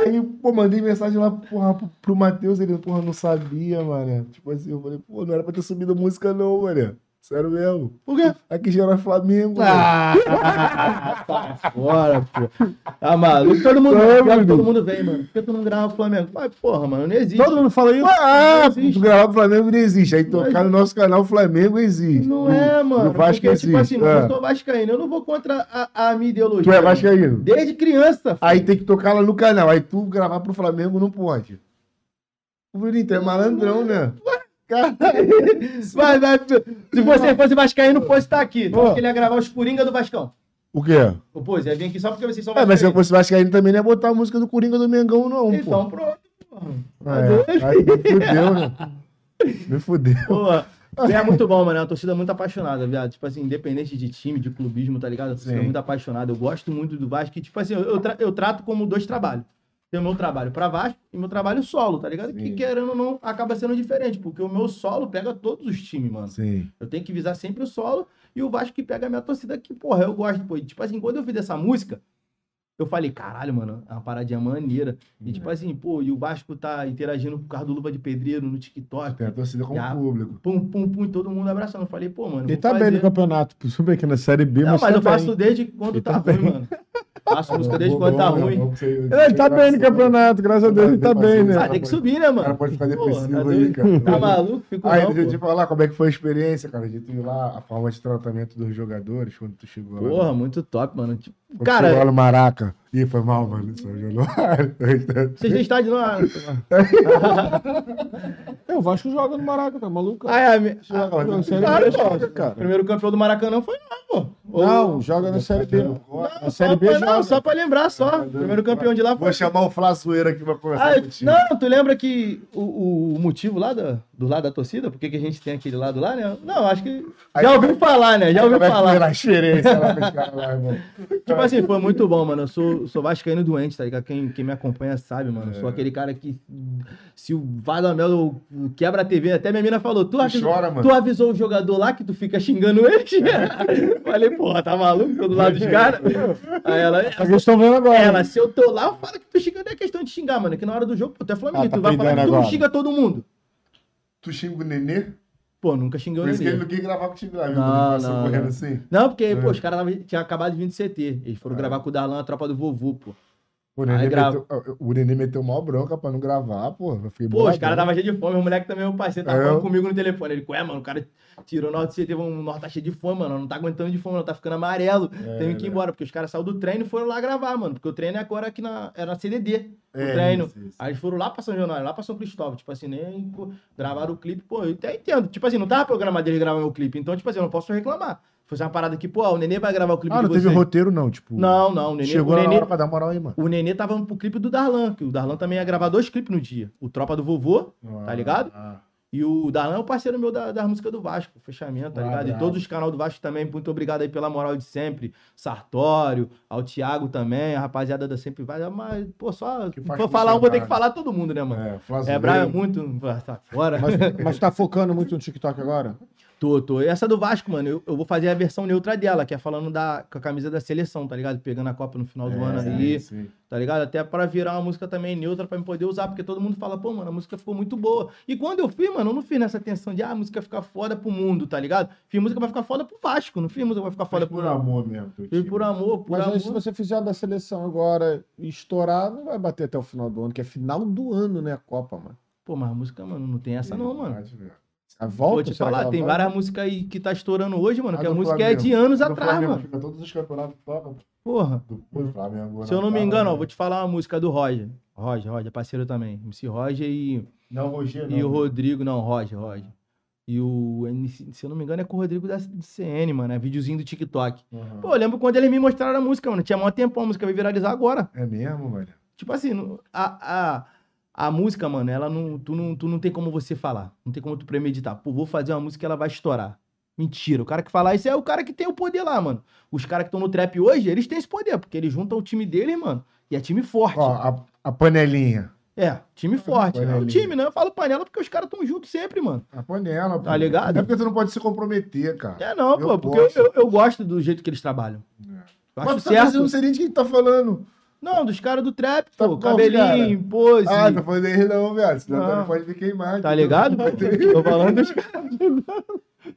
[SPEAKER 2] aí, pô, mandei mensagem lá, porra, pro, pro Matheus, ele, porra, não sabia, mano, tipo assim, eu falei, pô, não era pra ter subido a música não, mano, sério mesmo.
[SPEAKER 1] Por quê?
[SPEAKER 2] Aqui geral é Flamengo, mano.
[SPEAKER 1] <laughs> Ah, tá fora, pô. Tá maluco? Todo mundo,
[SPEAKER 2] Não,
[SPEAKER 1] pior que todo
[SPEAKER 2] meu.
[SPEAKER 1] mundo vem, mano. Por que tu não grava o Flamengo? Ai, porra, mano, não existe.
[SPEAKER 3] Todo mundo fala isso.
[SPEAKER 2] Ah,
[SPEAKER 1] não existe.
[SPEAKER 2] tu gravar o Flamengo não existe, aí tocar no nosso canal Flamengo existe.
[SPEAKER 1] Não é, mano.
[SPEAKER 2] do Vasco
[SPEAKER 1] porque,
[SPEAKER 2] existe,
[SPEAKER 1] tipo assim, mano,
[SPEAKER 2] é.
[SPEAKER 1] eu sou vascaíno. Eu não vou contra a, a minha ideologia.
[SPEAKER 2] Tu é
[SPEAKER 1] mano.
[SPEAKER 2] vascaíno?
[SPEAKER 1] Desde criança.
[SPEAKER 2] Aí tem que tocar lá no canal. Aí tu gravar pro Flamengo não pode. O Bruninho, tu é malandrão, né? Caralho.
[SPEAKER 1] Vai, vai. Se você fosse vascaíno, o Pose tá aqui.
[SPEAKER 2] Ó.
[SPEAKER 1] Acho que ele ia gravar os Coringa do Vascão.
[SPEAKER 2] O quê?
[SPEAKER 1] O Pose ia vir aqui só porque vocês são
[SPEAKER 2] É, mas se eu um
[SPEAKER 1] vascaínos.
[SPEAKER 2] fosse vascaíno também não ia botar a música do Coringa do Mengão, não,
[SPEAKER 1] Então, pronto, porra.
[SPEAKER 2] pô. É, aí me fudeu, né? Me fudeu.
[SPEAKER 1] Porra. É muito bom, mano. É uma torcida muito apaixonada, viado. Tipo assim, independente de time, de clubismo, tá ligado? É uma torcida
[SPEAKER 2] Sim.
[SPEAKER 1] muito apaixonada. Eu gosto muito do Vasco. E, tipo assim, eu, eu tra- eu trato como dois trabalhos. Tem o meu trabalho pra Vasco e meu trabalho solo, tá ligado? Que
[SPEAKER 2] Sim.
[SPEAKER 1] querendo ou não, acaba sendo diferente, porque o meu solo pega todos os times, mano.
[SPEAKER 2] Sim.
[SPEAKER 1] Eu tenho que visar sempre o solo e o Vasco que pega a minha torcida que, porra, eu gosto, pô. E, tipo assim, quando eu fiz essa música, eu falei, caralho, mano, é uma paradinha maneira.
[SPEAKER 2] Uhum.
[SPEAKER 1] E tipo assim, pô, e o Vasco tá interagindo com o carro do Luva de Pedreiro no TikTok.
[SPEAKER 3] É
[SPEAKER 2] Tem a torcida como
[SPEAKER 1] Já.
[SPEAKER 2] público.
[SPEAKER 1] Pum, pum, pum, e todo mundo abraçando. Eu falei, pô, mano.
[SPEAKER 3] Ele
[SPEAKER 1] vou
[SPEAKER 3] tá
[SPEAKER 1] fazer.
[SPEAKER 3] bem no campeonato. Subiu aqui na Série B,
[SPEAKER 1] Não,
[SPEAKER 3] mas,
[SPEAKER 1] mas,
[SPEAKER 3] tá
[SPEAKER 1] eu
[SPEAKER 3] bem.
[SPEAKER 1] faço desde quando
[SPEAKER 2] Ele
[SPEAKER 1] tá,
[SPEAKER 2] tá
[SPEAKER 1] ruim,
[SPEAKER 2] bem.
[SPEAKER 1] mano. Faço música desde quando tá ruim.
[SPEAKER 3] Ele tá bem no campeonato, graças a Deus, ele tá bem, né?
[SPEAKER 1] Ah, tem que subir, né,
[SPEAKER 2] O cara
[SPEAKER 1] mano?
[SPEAKER 2] pode ficar
[SPEAKER 1] Pô,
[SPEAKER 2] depressivo
[SPEAKER 1] tá
[SPEAKER 2] aí,
[SPEAKER 1] doido?
[SPEAKER 2] cara.
[SPEAKER 1] Tá maluco? Fico
[SPEAKER 2] Aí,
[SPEAKER 1] não,
[SPEAKER 2] deixa eu te
[SPEAKER 1] pô.
[SPEAKER 2] falar como é que foi a experiência, cara, de tu ir lá, a forma de tratamento dos jogadores quando tu chegou lá. né?
[SPEAKER 1] Porra, muito top, mano. Tipo,
[SPEAKER 2] Quando
[SPEAKER 1] cara,
[SPEAKER 2] chegou lá no Maraca. Ih, foi mal, mano. Isso aí eu <laughs> não-
[SPEAKER 1] vocês têm estádio não? Ah,
[SPEAKER 3] É, o Vasco joga no Maraca, tá maluco?
[SPEAKER 1] Ah, é, me-
[SPEAKER 2] Joga,
[SPEAKER 1] Ah,
[SPEAKER 2] mas tem-
[SPEAKER 1] claro,
[SPEAKER 3] Série B,
[SPEAKER 1] pô.
[SPEAKER 3] cara.
[SPEAKER 1] Primeiro campeão do Maracanã foi não, pô. Ou-
[SPEAKER 3] Não, joga na Série B.
[SPEAKER 2] Não,
[SPEAKER 3] Na Série
[SPEAKER 1] só
[SPEAKER 3] B
[SPEAKER 1] pra,
[SPEAKER 3] joga.
[SPEAKER 1] não, só pra lembrar,
[SPEAKER 2] Tá
[SPEAKER 1] só. Primeiro campeão de lá foi.
[SPEAKER 2] Vou chamar o Flaçoeiro aqui pra
[SPEAKER 1] Ah,
[SPEAKER 2] conversar
[SPEAKER 1] eu-
[SPEAKER 2] contigo.
[SPEAKER 1] não, tu lembra que o- o, o motivo lá da- do lado da torcida? Por que que a gente tem aquele lado lá, né? Não, acho que.
[SPEAKER 2] Aí-
[SPEAKER 1] já ouviu falar, né? Já ouviu
[SPEAKER 2] Como é que foi
[SPEAKER 1] falar.
[SPEAKER 2] na experiência lá com os caras lá, irmão?
[SPEAKER 1] Tipo assim, foi muito bom, mano. Eu sou, sou vascaíno doente, tá ligado? Quem, quem me acompanha sabe, mano. Eu
[SPEAKER 2] É.
[SPEAKER 1] sou aquele cara que. Se o Vadamel quebra a TV, até minha mina falou, tu acha
[SPEAKER 2] chora, mano.
[SPEAKER 1] Tu avisou o jogador lá que tu fica xingando eles?
[SPEAKER 2] É.
[SPEAKER 1] <laughs> Falei, porra, tá maluco? Tô do lado dos caras.
[SPEAKER 2] <laughs>
[SPEAKER 1] Aí ela, "É,
[SPEAKER 3] Só que eles estão vendo agora.
[SPEAKER 1] ela, se eu tô lá, eu falo que tu xingando é questão de xingar, mano. Que na hora do jogo, pô, tu é Flamengo,
[SPEAKER 3] Ah, tá
[SPEAKER 1] tu vai falar que
[SPEAKER 3] peidando
[SPEAKER 1] tu não
[SPEAKER 3] agora.
[SPEAKER 1] xinga todo mundo.
[SPEAKER 2] Tu xinga o Nenê?
[SPEAKER 1] Pô, nunca xinguei o
[SPEAKER 2] Por isso que ele
[SPEAKER 1] Nenê.
[SPEAKER 2] não quis gravar contigo lá, viu?
[SPEAKER 1] Não,
[SPEAKER 2] Ele passou
[SPEAKER 1] não,
[SPEAKER 2] correndo
[SPEAKER 1] não.
[SPEAKER 2] assim. É.
[SPEAKER 1] Não, porque, pô, os caras tinham acabado de vir do CT. Eles foram gravar com o Darlan, a tropa do vovô, pô.
[SPEAKER 2] O Nenê,
[SPEAKER 1] Aí grava.
[SPEAKER 2] meteu, o Nenê meteu mó bronca pra não gravar, pô. Eu fiquei
[SPEAKER 1] Pô, os
[SPEAKER 2] boladão.
[SPEAKER 1] caras estavam cheios de fome, o moleque também, o parceiro, tava
[SPEAKER 2] É.
[SPEAKER 1] falando comigo no telefone. Ele, ué, mano, o cara tirou nota, você teve um nota tá cheio de fome, mano, não tá aguentando de fome, não tá ficando amarelo,
[SPEAKER 3] É,
[SPEAKER 1] tenho
[SPEAKER 3] né?
[SPEAKER 1] que ir embora, porque os caras saíram do treino e foram lá gravar, mano, porque o treino é agora aqui na, era na CDD.
[SPEAKER 4] É,
[SPEAKER 1] treino.
[SPEAKER 4] isso, isso.
[SPEAKER 1] Aí eles foram lá pra São Januário, lá pra São Cristóvão, tipo assim, nem pô, gravaram o clipe, pô, eu até entendo, tipo assim, não tava programado eles gravar o clipe, então, tipo assim, eu não posso reclamar. Foi uma parada que, pô, o Nenê vai gravar o clipe
[SPEAKER 2] Ah,
[SPEAKER 1] de
[SPEAKER 2] não teve
[SPEAKER 1] vocês.
[SPEAKER 2] roteiro, não, tipo.
[SPEAKER 1] Não, não, o Nenê,
[SPEAKER 2] Chegou
[SPEAKER 1] o
[SPEAKER 2] na
[SPEAKER 1] Nenê,
[SPEAKER 2] hora pra dar moral aí, mano.
[SPEAKER 1] o Nenê tava pro clipe do Darlan, que o Darlan também ia gravar dois clipes no dia, o Tropa do Vovô Tá ligado?
[SPEAKER 2] Ah,
[SPEAKER 1] E o Darlan é o parceiro meu da, da música do Vasco, fechamento, tá
[SPEAKER 2] Ah,
[SPEAKER 1] ligado? E
[SPEAKER 2] brabo.
[SPEAKER 1] todos os canais do Vasco também, muito obrigado aí pela moral de sempre. Sartório, ao Thiago também, a rapaziada da Sempre Vai. Mas, pô, só.
[SPEAKER 2] Que faz
[SPEAKER 1] Vou
[SPEAKER 2] com
[SPEAKER 1] falar um, vou ter que
[SPEAKER 2] saudade.
[SPEAKER 1] falar todo mundo, né, mano?
[SPEAKER 2] é,
[SPEAKER 1] É,
[SPEAKER 2] Flávio
[SPEAKER 1] Brian,
[SPEAKER 2] Leite.
[SPEAKER 1] muito. Tá fora.
[SPEAKER 3] Mas, <laughs> mas tá focando muito no TikTok agora?
[SPEAKER 1] Tô, tô. E essa do Vasco, mano, eu, eu vou fazer a versão neutra dela, que é falando da, com a camisa da seleção, tá ligado? Pegando a Copa no
[SPEAKER 2] É,
[SPEAKER 1] final do ano aí. tá ligado? Até pra virar uma música também neutra pra eu poder usar, porque todo mundo fala, pô, mano, a música ficou muito boa. E quando eu fiz, mano, eu não fiz nessa tensão de, ah, a música ficar foda pro mundo, tá ligado? Fiz música pra ficar foda pro Vasco, não fiz música pra ficar foda
[SPEAKER 4] Fala
[SPEAKER 1] pro
[SPEAKER 4] por amor mesmo. teu
[SPEAKER 1] Fiz
[SPEAKER 4] time.
[SPEAKER 1] por amor, por
[SPEAKER 3] Mas aí,
[SPEAKER 1] amor.
[SPEAKER 3] se você fizer a da seleção agora e estourar, não vai bater até o final do ano, que é final do ano, né? A Copa, mano.
[SPEAKER 1] Pô, mas a música, mano, não tem essa não, mano.
[SPEAKER 4] Verdade, velho.
[SPEAKER 3] A volta,
[SPEAKER 1] Vou
[SPEAKER 3] será
[SPEAKER 1] te
[SPEAKER 3] que
[SPEAKER 1] falar,
[SPEAKER 3] ela
[SPEAKER 1] tem
[SPEAKER 3] volta?
[SPEAKER 1] várias músicas aí que tá estourando hoje, mano,
[SPEAKER 4] Ah,
[SPEAKER 1] que a
[SPEAKER 4] do
[SPEAKER 1] música é
[SPEAKER 4] Flamengo.
[SPEAKER 1] de anos
[SPEAKER 4] Do
[SPEAKER 1] atrás,
[SPEAKER 4] Flamengo,
[SPEAKER 1] mano.
[SPEAKER 4] Fica todos os campeonatos que toca.
[SPEAKER 1] Porra.
[SPEAKER 4] Do do Flamengo.
[SPEAKER 1] Se eu não me
[SPEAKER 4] tá,
[SPEAKER 1] engano, ó,
[SPEAKER 4] né?
[SPEAKER 1] vou te falar uma música do Roger. Roger, Roger, é parceiro também. MC Roger e,
[SPEAKER 4] Não, Rogério.
[SPEAKER 1] e o Rodrigo, não, Roger, Roger. E o, MC se eu não me engano, é com o Rodrigo da do CN, mano, é videozinho do TikTok. Pô, eu lembro quando eles me mostraram a música, mano. Tinha maior tempão, a música vai viralizar agora.
[SPEAKER 2] É mesmo, velho.
[SPEAKER 1] Tipo assim, não- a, a, a música, mano, ela não tu, não. tu não tem como você falar. Não tem como tu premeditar. Pô, vou fazer uma música e ela vai estourar. Mentira. O cara que falar isso é o cara que tem o poder lá, mano. Os caras que estão no trap hoje, eles têm esse poder, porque eles juntam o time deles, mano. E é time forte.
[SPEAKER 2] Ó, a, a panelinha.
[SPEAKER 1] É,
[SPEAKER 2] Ah,
[SPEAKER 1] time forte. É o
[SPEAKER 2] panelinha.
[SPEAKER 1] time, né? Eu falo panela porque os caras estão juntos sempre, mano.
[SPEAKER 2] A panela, pô.
[SPEAKER 1] Tá ligado?
[SPEAKER 2] É porque tu não pode se comprometer, cara.
[SPEAKER 1] É não,
[SPEAKER 2] Eu
[SPEAKER 1] pô, porque eu,
[SPEAKER 2] gosto.
[SPEAKER 1] eu, eu gosto do jeito que eles trabalham. Eu acho
[SPEAKER 2] Mas tá
[SPEAKER 1] certo.
[SPEAKER 2] não sei nem de quem tu tá falando.
[SPEAKER 1] Não, dos caras do trap,
[SPEAKER 2] Tá
[SPEAKER 1] pô.
[SPEAKER 2] bom,
[SPEAKER 1] Cabelinho, pose.
[SPEAKER 2] Ah, tá falando erro não, velho. Senão
[SPEAKER 1] Não.
[SPEAKER 2] tu não pode me queimar.
[SPEAKER 1] é. Ah.
[SPEAKER 2] entendeu?
[SPEAKER 1] Tá
[SPEAKER 2] É,
[SPEAKER 1] ligado? pô? Tô falando dos caras.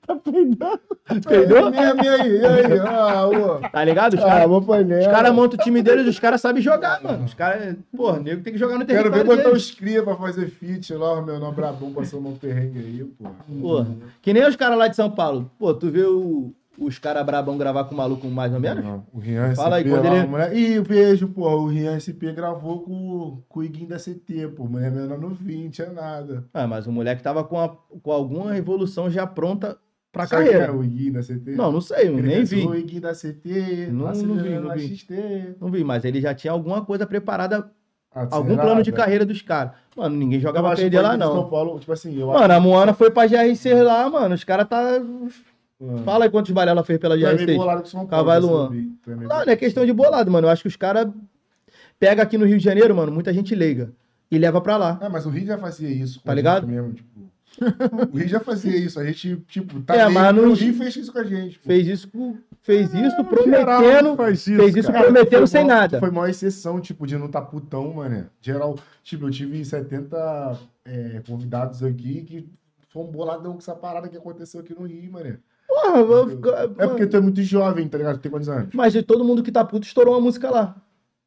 [SPEAKER 3] Tá peidando.
[SPEAKER 1] Entendeu?
[SPEAKER 2] E aí, é e aí, e aí? Ah, é. ô.
[SPEAKER 1] Tá ligado? Os
[SPEAKER 3] Ah,
[SPEAKER 1] caras
[SPEAKER 3] uma panela.
[SPEAKER 1] cara montam o time deles, os caras sabem jogar, mano. Os caras. Pô, nego tem que jogar no
[SPEAKER 2] Quero
[SPEAKER 1] território.
[SPEAKER 2] ver botar
[SPEAKER 1] deles.
[SPEAKER 2] os cria pra fazer feat lá, o meu nó brabão passou no terreno aí, pô.
[SPEAKER 1] Pô, que nem os caras lá de São Paulo. Pô, tu vê o- os caras brabão gravar com o maluco mais ou menos?
[SPEAKER 2] Não, o Rian
[SPEAKER 1] Fala aí,
[SPEAKER 2] SP
[SPEAKER 1] quando
[SPEAKER 2] lá,
[SPEAKER 1] ele-
[SPEAKER 2] o moleque- Ih, vejo, pô, o Rian SP gravou com, com o Iguinho da CT, pô. Mulher menor no 20, é nada.
[SPEAKER 1] Ah, mas o moleque tava com, a- com alguma revolução já pronta pra
[SPEAKER 2] Sabe quem
[SPEAKER 1] carreira.
[SPEAKER 2] é o Iguinho da CT?
[SPEAKER 1] Não, não sei, eu
[SPEAKER 2] Ele
[SPEAKER 1] nem
[SPEAKER 2] cantou
[SPEAKER 1] vi.
[SPEAKER 2] O Iguinho da CT,
[SPEAKER 1] Não- não vi, não
[SPEAKER 2] acelerando a
[SPEAKER 1] vi.
[SPEAKER 2] XT.
[SPEAKER 1] Não vi, mas ele já tinha alguma coisa preparada, algum
[SPEAKER 2] Acelerada.
[SPEAKER 1] plano de carreira dos caras. Mano, ninguém
[SPEAKER 2] Eu
[SPEAKER 1] jogava
[SPEAKER 2] acho que
[SPEAKER 1] perder
[SPEAKER 2] foi
[SPEAKER 1] lá,
[SPEAKER 2] em
[SPEAKER 1] não.
[SPEAKER 2] São Paulo, tipo assim, eu
[SPEAKER 1] Mano, a Moana foi pra GR6 lá, mano. Os caras tá. Fala aí quantos balé ela fez pela
[SPEAKER 2] Tu é meio
[SPEAKER 1] GR6.
[SPEAKER 2] bolado com São Paulo.
[SPEAKER 1] Cavalo
[SPEAKER 2] eu
[SPEAKER 1] Luan.
[SPEAKER 2] percebi. Tu é meio
[SPEAKER 1] Não, não é questão de bolado, mano. Eu acho que os caras pega aqui no Rio de Janeiro, mano, muita gente leiga e leva pra lá.
[SPEAKER 2] Ah, mas o Rio já fazia isso. com
[SPEAKER 1] Tá
[SPEAKER 2] a gente
[SPEAKER 1] ligado?
[SPEAKER 2] Mesmo,
[SPEAKER 1] <laughs>
[SPEAKER 2] tipo. o Rio já fazia isso. A gente, tipo, tá
[SPEAKER 1] É,
[SPEAKER 2] bem,
[SPEAKER 1] mas não-
[SPEAKER 2] O Rio fez isso com a gente. pô.
[SPEAKER 1] Fez isso, com- fez isso
[SPEAKER 2] Geral não
[SPEAKER 1] prometendo,
[SPEAKER 2] É, faz
[SPEAKER 1] fez isso
[SPEAKER 2] cara.
[SPEAKER 1] prometendo
[SPEAKER 2] Foi
[SPEAKER 1] sem
[SPEAKER 2] mó-
[SPEAKER 1] nada.
[SPEAKER 2] Foi maior exceção, tipo, de não tá putão, mano. Geral, tipo, eu tive 70 é, convidados aqui que foi um boladão com essa parada que aconteceu aqui no Rio, mano.
[SPEAKER 1] Porra, eu vou ficar-
[SPEAKER 2] É
[SPEAKER 1] mano,
[SPEAKER 2] porque tu é muito jovem, tá ligado? Tu tem quantos anos?
[SPEAKER 1] Mas de todo mundo que tá puto estourou uma música lá.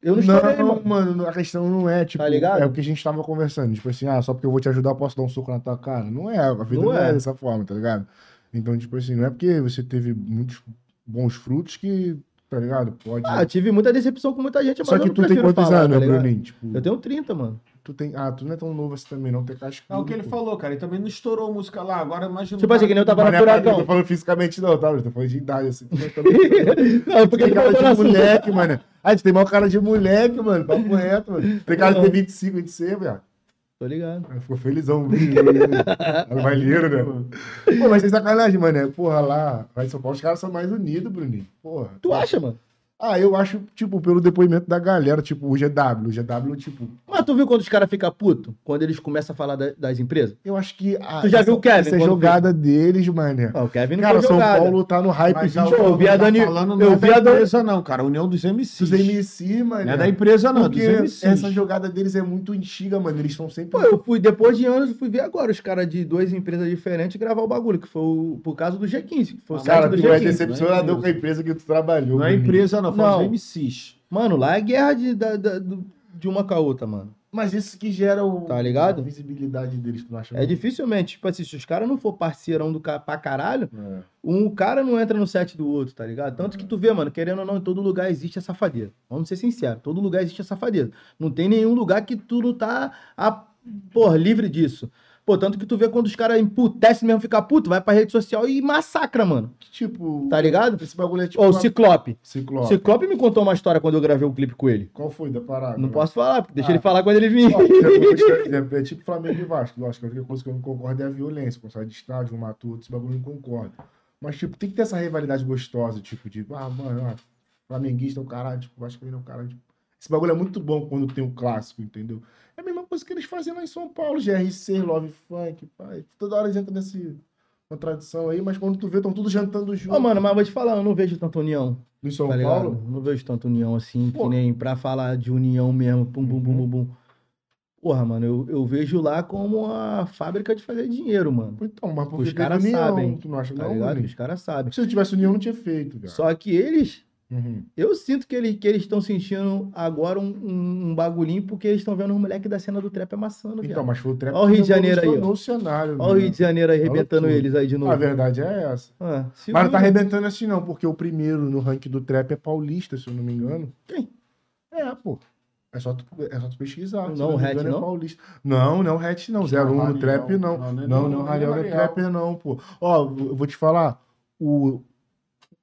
[SPEAKER 1] Eu não estourei,
[SPEAKER 2] Não,
[SPEAKER 1] mano.
[SPEAKER 2] mano, a questão não é, tipo,
[SPEAKER 1] Tá ligado?
[SPEAKER 2] é o que a gente tava conversando. Tipo assim, ah, só porque eu vou te ajudar, eu posso dar um soco na tua cara. Não é, a vida
[SPEAKER 1] Não
[SPEAKER 2] não, é.
[SPEAKER 1] é.
[SPEAKER 2] dessa forma, tá ligado? Então, tipo assim, não é porque você teve muitos bons frutos que, tá ligado? Pode.
[SPEAKER 1] Ah, eu tive muita decepção com muita gente, mas
[SPEAKER 2] só
[SPEAKER 1] eu
[SPEAKER 2] que
[SPEAKER 1] não
[SPEAKER 2] tu tem
[SPEAKER 1] prefiro
[SPEAKER 2] quantos
[SPEAKER 1] falar,
[SPEAKER 2] anos,
[SPEAKER 1] tá ligado?
[SPEAKER 2] Bruninho? Tipo,
[SPEAKER 1] Eu tenho 30, mano.
[SPEAKER 2] tu tem. Ah, tu não é tão novo assim também, não. Tem cascudo.
[SPEAKER 3] É o que ele
[SPEAKER 2] pô.
[SPEAKER 3] falou, cara. Ele também não estourou música lá. Agora imagina.
[SPEAKER 1] Tipo assim, que nem eu tava
[SPEAKER 2] Mas
[SPEAKER 1] no
[SPEAKER 2] não é pra- eu tô
[SPEAKER 1] furacão.
[SPEAKER 2] falando fisicamente, não, tá? Eu tô falando de idade, assim. Mas também
[SPEAKER 1] <laughs> <laughs> Não, porque
[SPEAKER 2] tem
[SPEAKER 1] tu
[SPEAKER 2] cara
[SPEAKER 1] falou
[SPEAKER 2] de
[SPEAKER 1] assim.
[SPEAKER 2] moleque, mano. Ah, tu tem maior cara de moleque, mano. Papo reto, mano. Tem cara de ter 25, 26, velho.
[SPEAKER 1] Tô ligado.
[SPEAKER 2] Ela Ficou felizão. <laughs> Ela Maneiro, né? Pô, mas sem sacanagem, mano. é, Porra, lá, lá em São Paulo, os caras são mais unidos, Bruninho. Porra.
[SPEAKER 1] Tu acha, mano?
[SPEAKER 2] Ah, eu acho, tipo, pelo depoimento da galera, tipo, o GW. O GW, tipo,
[SPEAKER 1] Mas tu viu quando os caras ficam putos? Quando eles começam a falar da- das empresas?
[SPEAKER 2] eu acho que. A,
[SPEAKER 1] Tu já viu o Kevin
[SPEAKER 2] Essa
[SPEAKER 1] quando
[SPEAKER 2] jogada deles, mano.
[SPEAKER 1] Ah, o Kevin não
[SPEAKER 2] Cara,
[SPEAKER 1] foi
[SPEAKER 2] São
[SPEAKER 1] jogada.
[SPEAKER 2] Paulo tá no hype
[SPEAKER 3] Mas
[SPEAKER 2] de
[SPEAKER 3] já
[SPEAKER 1] Pô, eu
[SPEAKER 3] o
[SPEAKER 1] vi a
[SPEAKER 3] Bruno
[SPEAKER 1] Dani-
[SPEAKER 3] tá falando não
[SPEAKER 1] eu
[SPEAKER 3] é da
[SPEAKER 1] vi a Dani-
[SPEAKER 3] empresa, não, cara. União dos MCs.
[SPEAKER 2] dos MC, mano.
[SPEAKER 3] Não é da empresa, não.
[SPEAKER 2] Porque
[SPEAKER 3] dos MCs.
[SPEAKER 2] essa jogada deles é muito antiga, mano. Eles estão sempre.
[SPEAKER 1] Pô, eu fui, depois de anos, eu fui ver agora os caras de duas empresas diferentes gravar o bagulho, que foi o, por causa do G15, que foi o
[SPEAKER 3] Ah,
[SPEAKER 1] cara,
[SPEAKER 2] cara,
[SPEAKER 1] do
[SPEAKER 2] tu é
[SPEAKER 1] G15.
[SPEAKER 2] decepcionador com a empresa que tu trabalhou.
[SPEAKER 3] Não é
[SPEAKER 2] Bruninho.
[SPEAKER 3] empresa, não. Fala
[SPEAKER 1] Não.
[SPEAKER 3] dos MCs.
[SPEAKER 1] Mano, lá é guerra de, da, da- do- de uma com a outra, mano.
[SPEAKER 2] Mas isso que gera o,
[SPEAKER 1] Tá ligado?
[SPEAKER 2] a visibilidade deles, tu não acha?
[SPEAKER 1] É dificilmente, tipo assim, se os caras não for parceirão do cara pra caralho,
[SPEAKER 2] É.
[SPEAKER 1] um cara não entra no set do outro, tá ligado? Tanto que tu vê, mano, querendo ou não, em todo lugar existe a safadeira. Vamos ser sinceros, todo lugar existe a safadeira. Não tem nenhum lugar que tu não tá, a, pô, livre disso. Pô, tanto que tu vê quando os caras emputecem mesmo, fica puto, vai pra rede social e massacra, mano.
[SPEAKER 2] Que Tipo,
[SPEAKER 1] Tá ligado?
[SPEAKER 2] esse bagulho é tipo.
[SPEAKER 1] Ou o
[SPEAKER 2] uma-
[SPEAKER 1] Ciclope.
[SPEAKER 2] Ciclo.
[SPEAKER 1] O Ciclope me contou uma história quando eu gravei o clipe com ele.
[SPEAKER 2] Qual foi da parada?
[SPEAKER 1] Não
[SPEAKER 2] né?
[SPEAKER 1] posso falar, porque deixa
[SPEAKER 2] Ah.
[SPEAKER 1] ele falar quando ele vir.
[SPEAKER 2] Ó, eu vou te dar um
[SPEAKER 1] <laughs>
[SPEAKER 2] exemplo. É tipo Flamengo e Vasco. Lógico, a única coisa que eu não concordo é a violência. Quando sai de estádio, um mata o outro, esse bagulho eu não concordo. Mas, tipo, tem que ter essa rivalidade gostosa, tipo, de, ah, mano, ó, flamenguista é o caralho, tipo, vascaíno é o caralho. Tipo. Esse bagulho é muito bom quando tem um clássico, entendeu? É a mesma coisa que eles fazem lá em São Paulo, GRC, Love Funk, pai. Toda hora eles entram nesse contradição aí, mas quando tu vê, estão tudo jantando junto.
[SPEAKER 1] Ô, mano, mas vou te falar, eu não vejo tanta união.
[SPEAKER 2] no São
[SPEAKER 1] Tá ligado?
[SPEAKER 2] Paulo,
[SPEAKER 1] Não vejo tanta união assim,
[SPEAKER 2] Pô. Uhum.
[SPEAKER 1] que nem pra falar de união mesmo, pum, bum, bum, bum, bum. Porra, mano, eu, eu vejo lá como uma fábrica de fazer dinheiro, mano.
[SPEAKER 2] então, mas por
[SPEAKER 1] Os
[SPEAKER 2] que teve
[SPEAKER 1] caras
[SPEAKER 2] união?
[SPEAKER 1] sabem,
[SPEAKER 2] Tu não acha,
[SPEAKER 1] Tá
[SPEAKER 2] não, É.
[SPEAKER 1] ligado?
[SPEAKER 2] Bruninho?
[SPEAKER 1] Os caras sabem.
[SPEAKER 2] Se eu tivesse união, não tinha feito, cara.
[SPEAKER 1] Só que eles,
[SPEAKER 2] Uhum.
[SPEAKER 1] eu sinto que eles que eles estão sentindo agora um, um, um bagulhinho porque eles estão vendo os moleques da cena do trap amassando,
[SPEAKER 2] Então,
[SPEAKER 1] viado.
[SPEAKER 2] mas foi o trap
[SPEAKER 1] Ó o
[SPEAKER 2] que
[SPEAKER 1] Rio de Janeiro aí, ó.
[SPEAKER 2] revolucionou o cenário.
[SPEAKER 1] Olha o
[SPEAKER 2] né?
[SPEAKER 1] Rio de Janeiro aí arrebentando
[SPEAKER 2] tudo.
[SPEAKER 1] eles aí de novo.
[SPEAKER 2] A verdade é essa.
[SPEAKER 1] Ah, segura.
[SPEAKER 2] Mas não tá arrebentando assim, não, porque o primeiro no ranking do trap é paulista, se eu não me engano.
[SPEAKER 1] Quem?
[SPEAKER 2] É, pô. É só tu, é só tu pesquisar.
[SPEAKER 1] Não,
[SPEAKER 2] se eu me
[SPEAKER 1] Hatch
[SPEAKER 2] engano,
[SPEAKER 1] não?
[SPEAKER 2] É paulista. Não, não, hatch não. 01 no
[SPEAKER 3] Raniel,
[SPEAKER 2] trap não.
[SPEAKER 3] não, não é
[SPEAKER 2] Não,
[SPEAKER 3] nem-
[SPEAKER 2] não,
[SPEAKER 3] nem
[SPEAKER 2] Raniel não é
[SPEAKER 3] Raniel.
[SPEAKER 2] trapper não, pô. Ó, eu vou te falar, o,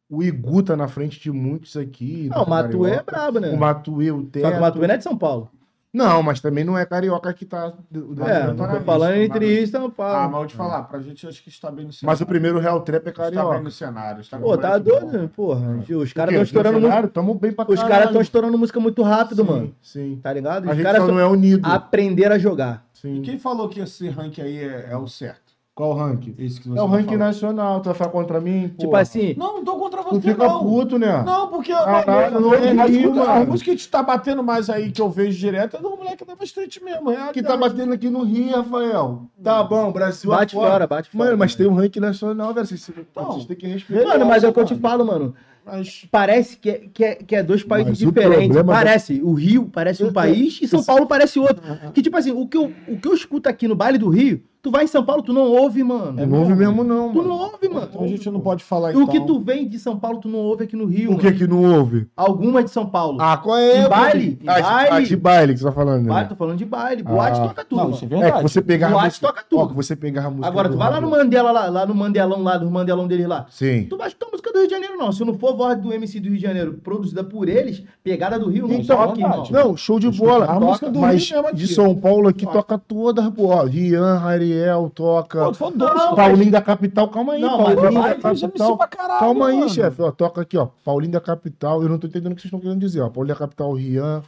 [SPEAKER 2] o Igu tá na frente de muitos aqui.
[SPEAKER 1] Ah, o
[SPEAKER 2] do
[SPEAKER 1] Matuê é
[SPEAKER 2] Carioca.
[SPEAKER 1] brabo, né?
[SPEAKER 2] tá O Matuê, o
[SPEAKER 1] Só que
[SPEAKER 2] Teto.
[SPEAKER 1] o Matuê não é de São Paulo.
[SPEAKER 2] Não, mas também não é carioca que tá...
[SPEAKER 1] É,
[SPEAKER 3] não
[SPEAKER 1] não
[SPEAKER 3] tá
[SPEAKER 1] tô
[SPEAKER 3] na
[SPEAKER 1] falando
[SPEAKER 3] lista,
[SPEAKER 1] entre
[SPEAKER 3] mas-
[SPEAKER 1] isso e São
[SPEAKER 3] Ah,
[SPEAKER 1] Paulo.
[SPEAKER 3] mal de falar, pra gente acho que está bem no cenário.
[SPEAKER 2] Mas o primeiro Real Trap é
[SPEAKER 3] está bem
[SPEAKER 2] carioca.
[SPEAKER 3] no cenário. Está com
[SPEAKER 1] Pô,
[SPEAKER 2] é
[SPEAKER 1] tá
[SPEAKER 3] moleque bom.
[SPEAKER 1] doido, porra. Os
[SPEAKER 2] Ah. Quê? tá
[SPEAKER 1] caras estão estourando muito.
[SPEAKER 2] Bolsonaro? Tamo bem pra
[SPEAKER 1] Os caras estão estourando música muito rápido,
[SPEAKER 2] Sim,
[SPEAKER 1] mano.
[SPEAKER 2] Sim.
[SPEAKER 1] Tá ligado?
[SPEAKER 2] A
[SPEAKER 1] Os
[SPEAKER 2] gente
[SPEAKER 1] caras
[SPEAKER 2] só
[SPEAKER 1] só
[SPEAKER 2] não é unido.
[SPEAKER 1] aprenderam a jogar.
[SPEAKER 2] Sim.
[SPEAKER 3] E quem falou que esse ranking aí é, é o certo?
[SPEAKER 2] Qual o ranking?
[SPEAKER 3] Isso que você
[SPEAKER 2] É o
[SPEAKER 3] tá
[SPEAKER 2] ranking
[SPEAKER 3] falando.
[SPEAKER 2] nacional. Tu vai ficar contra mim?
[SPEAKER 1] Tipo
[SPEAKER 2] Porra.
[SPEAKER 1] assim,
[SPEAKER 3] Não, não tô contra
[SPEAKER 2] Tu
[SPEAKER 3] você,
[SPEAKER 2] fica
[SPEAKER 3] não.
[SPEAKER 2] puto, né?
[SPEAKER 3] Não, porque
[SPEAKER 2] Caralho, não
[SPEAKER 3] mas-
[SPEAKER 2] é
[SPEAKER 3] mas
[SPEAKER 2] Rio,
[SPEAKER 3] quando- a
[SPEAKER 2] mano.
[SPEAKER 3] música que tá batendo mais aí que eu vejo direto é do moleque da bastante mesmo. É a
[SPEAKER 2] Que tá
[SPEAKER 3] verdade.
[SPEAKER 2] batendo aqui no Rio, Rafael. Tá bom, Brasil
[SPEAKER 1] bate
[SPEAKER 2] afora.
[SPEAKER 1] fora, bate fora.
[SPEAKER 2] Mano, mas tem um ranking nacional, velho. Vocês,
[SPEAKER 3] Não.
[SPEAKER 2] vocês têm que respeitar.
[SPEAKER 1] Mano, mas é o que eu te
[SPEAKER 2] mano.
[SPEAKER 1] falo, mano.
[SPEAKER 3] Mas
[SPEAKER 1] Parece que é, que é, que é dois países
[SPEAKER 2] Mas o
[SPEAKER 1] diferentes.
[SPEAKER 2] problema- é
[SPEAKER 1] Parece. O Rio parece
[SPEAKER 2] Eu- Ah,
[SPEAKER 1] um país e São Paulo parece outro. Que tipo assim, o que, eu, o que eu escuto aqui no baile do Rio, tu vai em São Paulo, tu não ouve, mano.
[SPEAKER 2] Não ouve mesmo, não.
[SPEAKER 1] tu
[SPEAKER 2] É mano.
[SPEAKER 1] não ouve, mano.
[SPEAKER 3] então a gente não pode falar
[SPEAKER 1] E
[SPEAKER 3] então.
[SPEAKER 1] O que tu vem de São Paulo, tu não ouve aqui no Rio.
[SPEAKER 2] O que
[SPEAKER 1] mano.
[SPEAKER 2] que não ouve?
[SPEAKER 1] Algumas de São Paulo.
[SPEAKER 2] Ah, qual é?
[SPEAKER 1] De baile?
[SPEAKER 2] Ah, de-
[SPEAKER 1] De
[SPEAKER 2] ah, de baile que você tá falando.
[SPEAKER 1] Baile,
[SPEAKER 2] Né?
[SPEAKER 1] tô falando de baile. Boate
[SPEAKER 2] Ah.
[SPEAKER 1] toca tudo.
[SPEAKER 3] Não,
[SPEAKER 1] mano.
[SPEAKER 3] isso é
[SPEAKER 2] É,
[SPEAKER 3] verdade.
[SPEAKER 2] que você pegar
[SPEAKER 1] Boate
[SPEAKER 2] música...
[SPEAKER 1] toca tudo.
[SPEAKER 2] Ó, que você pegar a música...
[SPEAKER 1] Agora, tu
[SPEAKER 2] do
[SPEAKER 1] vai lá no
[SPEAKER 2] Rafael.
[SPEAKER 1] Mandela, lá, lá no Mandelão, lá do Mandelão dele lá.
[SPEAKER 2] Sim.
[SPEAKER 1] Tu vai escutar música do Rio de Janeiro, não. Se não for voz do MC do Rio de Janeiro produzida por eles, pegada do Rio, não
[SPEAKER 2] Então,
[SPEAKER 1] toque,
[SPEAKER 3] verdade.
[SPEAKER 1] irmão.
[SPEAKER 2] Não, show de bola.
[SPEAKER 3] a música do
[SPEAKER 2] mas
[SPEAKER 3] Rio mesmo aqui.
[SPEAKER 2] de São Paulo aqui toca todas, pô. Rian, Ariel, toca.
[SPEAKER 3] Pô, tu falou dois,
[SPEAKER 1] Não,
[SPEAKER 3] cara.
[SPEAKER 2] Paulinho da Capital, calma aí,
[SPEAKER 1] Não, mas
[SPEAKER 2] Paulinho
[SPEAKER 1] vai,
[SPEAKER 2] da
[SPEAKER 1] vai,
[SPEAKER 3] Mas já me sinto
[SPEAKER 2] Capital.
[SPEAKER 3] pra caralho,
[SPEAKER 2] Calma aí,
[SPEAKER 3] mano.
[SPEAKER 2] chefe. Ó, toca aqui, ó. Paulinho da Capital. Eu não tô entendendo o que vocês estão querendo dizer, ó. Paulinho da Capital, Rian,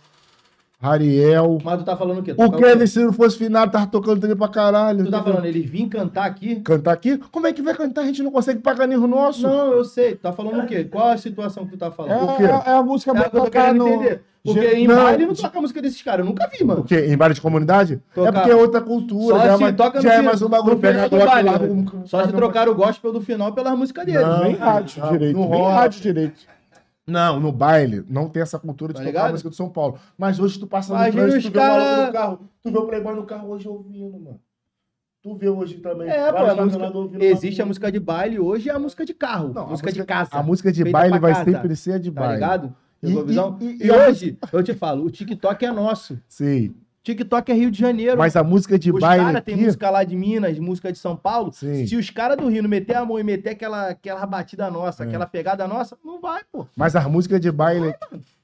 [SPEAKER 2] Ariel.
[SPEAKER 1] Mas tu tá falando o quê? Tu
[SPEAKER 2] O é
[SPEAKER 1] tá-
[SPEAKER 2] Kevin, se não fosse final, tava tocando também pra caralho.
[SPEAKER 1] Tu tá
[SPEAKER 2] entendeu?
[SPEAKER 1] falando, eles vêm cantar aqui?
[SPEAKER 2] Cantar aqui? Como é que vai cantar? A gente não consegue pagar nem o nosso.
[SPEAKER 1] Não, eu sei. Tu tá falando o quê? Qual a situação que tu tá
[SPEAKER 3] É,
[SPEAKER 1] falando?
[SPEAKER 2] O quê?
[SPEAKER 3] é- é a música
[SPEAKER 1] É,
[SPEAKER 3] pra
[SPEAKER 1] o que eu tô
[SPEAKER 3] tocar
[SPEAKER 1] querendo
[SPEAKER 3] no...
[SPEAKER 1] entender. Porque
[SPEAKER 2] Ge-
[SPEAKER 1] em
[SPEAKER 2] não.
[SPEAKER 1] baile não toca a música desses caras. Eu nunca vi,
[SPEAKER 2] O
[SPEAKER 1] mano.
[SPEAKER 2] quê? Em baile de comunidade?
[SPEAKER 1] Tocar.
[SPEAKER 2] É porque é outra cultura.
[SPEAKER 1] Só
[SPEAKER 2] já é
[SPEAKER 1] se
[SPEAKER 2] mais-
[SPEAKER 1] toca no
[SPEAKER 2] já é
[SPEAKER 1] fim-
[SPEAKER 2] mais um
[SPEAKER 1] no
[SPEAKER 2] bagulho. Pega
[SPEAKER 1] final
[SPEAKER 2] a
[SPEAKER 1] do
[SPEAKER 2] Glock
[SPEAKER 1] baile,
[SPEAKER 2] lá.
[SPEAKER 1] né?
[SPEAKER 2] um-
[SPEAKER 1] Só se
[SPEAKER 2] cada um-
[SPEAKER 1] trocar o gospel do final pelas músicas deles.
[SPEAKER 2] Não,
[SPEAKER 3] Nem rádio
[SPEAKER 2] não,
[SPEAKER 3] direito,
[SPEAKER 2] não
[SPEAKER 3] nem
[SPEAKER 2] rola.
[SPEAKER 3] rádio direito.
[SPEAKER 2] Não, no baile não tem essa cultura de
[SPEAKER 1] Tá
[SPEAKER 2] tocar
[SPEAKER 1] ligado?
[SPEAKER 2] a música do São Paulo. Mas hoje tu passa no
[SPEAKER 1] Imagina
[SPEAKER 2] trânsito,
[SPEAKER 1] os
[SPEAKER 2] tu vê o maluco
[SPEAKER 1] cara-
[SPEAKER 2] no carro, tu vê o Playboy no carro hoje ouvindo, mano. Tu vê hoje também.
[SPEAKER 1] É, pô,
[SPEAKER 2] vários
[SPEAKER 1] a música,
[SPEAKER 2] favelados ouvindo
[SPEAKER 1] existe a
[SPEAKER 2] bagulho.
[SPEAKER 1] música de baile hoje é a música de carro,
[SPEAKER 2] Não, a
[SPEAKER 1] música, de casa,
[SPEAKER 2] A música de
[SPEAKER 1] feita
[SPEAKER 2] baile
[SPEAKER 1] pra
[SPEAKER 2] vai
[SPEAKER 1] casa,
[SPEAKER 2] sempre ser a de
[SPEAKER 1] tá
[SPEAKER 2] baile.
[SPEAKER 1] ligado?
[SPEAKER 2] E-
[SPEAKER 1] Pegou a
[SPEAKER 2] e-
[SPEAKER 1] visão?
[SPEAKER 2] e-
[SPEAKER 1] E
[SPEAKER 2] e
[SPEAKER 1] hoje, eu te falo, o TikTok é nosso.
[SPEAKER 2] Sim.
[SPEAKER 1] TikTok é Rio de Janeiro.
[SPEAKER 2] Mas a música de
[SPEAKER 1] os
[SPEAKER 2] baile
[SPEAKER 1] caras
[SPEAKER 2] aqui...
[SPEAKER 1] tem música lá de Minas, música de São Paulo.
[SPEAKER 2] Sim.
[SPEAKER 1] Se os caras do Rio não meter a mão e meter aquela, aquela batida nossa,
[SPEAKER 2] É.
[SPEAKER 1] aquela pegada nossa, não vai, pô.
[SPEAKER 2] Mas a música de baile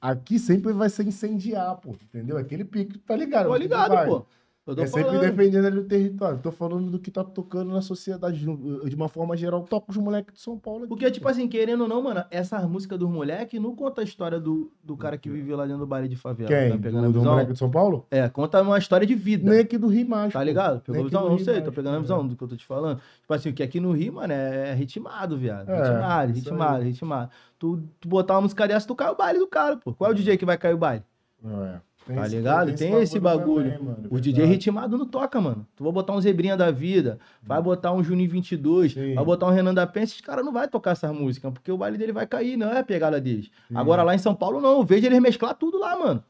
[SPEAKER 2] aqui sempre vai ser incendiar, pô. Entendeu? Aquele pique, tá ligado?
[SPEAKER 1] Tô
[SPEAKER 2] Música de
[SPEAKER 1] ligado,
[SPEAKER 2] baile.
[SPEAKER 1] pô. Eu tô
[SPEAKER 2] É sempre
[SPEAKER 1] falando.
[SPEAKER 2] defendendo ali o território. Tô falando do que tá tocando na sociedade de de uma forma geral. Toca os moleques de São Paulo. aqui.
[SPEAKER 1] Porque, tipo assim, querendo ou não, mano, essa música dos moleques não conta a história do, do cara que viveu lá dentro do baile de favela. Tá
[SPEAKER 2] Quem?
[SPEAKER 1] pegando
[SPEAKER 2] Do, do
[SPEAKER 1] a visão?
[SPEAKER 2] moleque de São Paulo?
[SPEAKER 1] É, conta uma história de vida.
[SPEAKER 2] Nem aqui do Rio mais.
[SPEAKER 1] Tá
[SPEAKER 2] pô.
[SPEAKER 1] ligado? Pegou
[SPEAKER 2] Nem
[SPEAKER 1] a
[SPEAKER 2] aqui
[SPEAKER 1] visão?
[SPEAKER 2] no
[SPEAKER 1] Não
[SPEAKER 2] Rio
[SPEAKER 1] sei,
[SPEAKER 2] mais,
[SPEAKER 1] tô pegando a
[SPEAKER 2] é.
[SPEAKER 1] visão do que eu tô te falando. Tipo assim, o que aqui no Rio, mano, é ritmado, viado.
[SPEAKER 2] É,
[SPEAKER 1] ritmado,
[SPEAKER 2] isso
[SPEAKER 1] ritmado, ritmado. Tu, tu botar uma música dessa, tu cai o baile do cara, pô. Qual é o DJ que vai cair o baile?
[SPEAKER 2] É. Tem
[SPEAKER 1] Tá
[SPEAKER 2] esse-
[SPEAKER 1] ligado? Tem esse bagulho.
[SPEAKER 2] também, mano, é
[SPEAKER 1] Os
[SPEAKER 2] verdade.
[SPEAKER 1] DJ ritmado não toca, mano. Tu vai botar um Zebrinha da Vida, vai botar um Juninho 22,
[SPEAKER 2] Sim.
[SPEAKER 1] vai botar um Renan da Penha, esses caras não vai tocar essas músicas, porque o baile dele vai cair, não é a pegada deles. Agora lá em São Paulo, não. Eu vejo eles mesclar tudo lá, mano.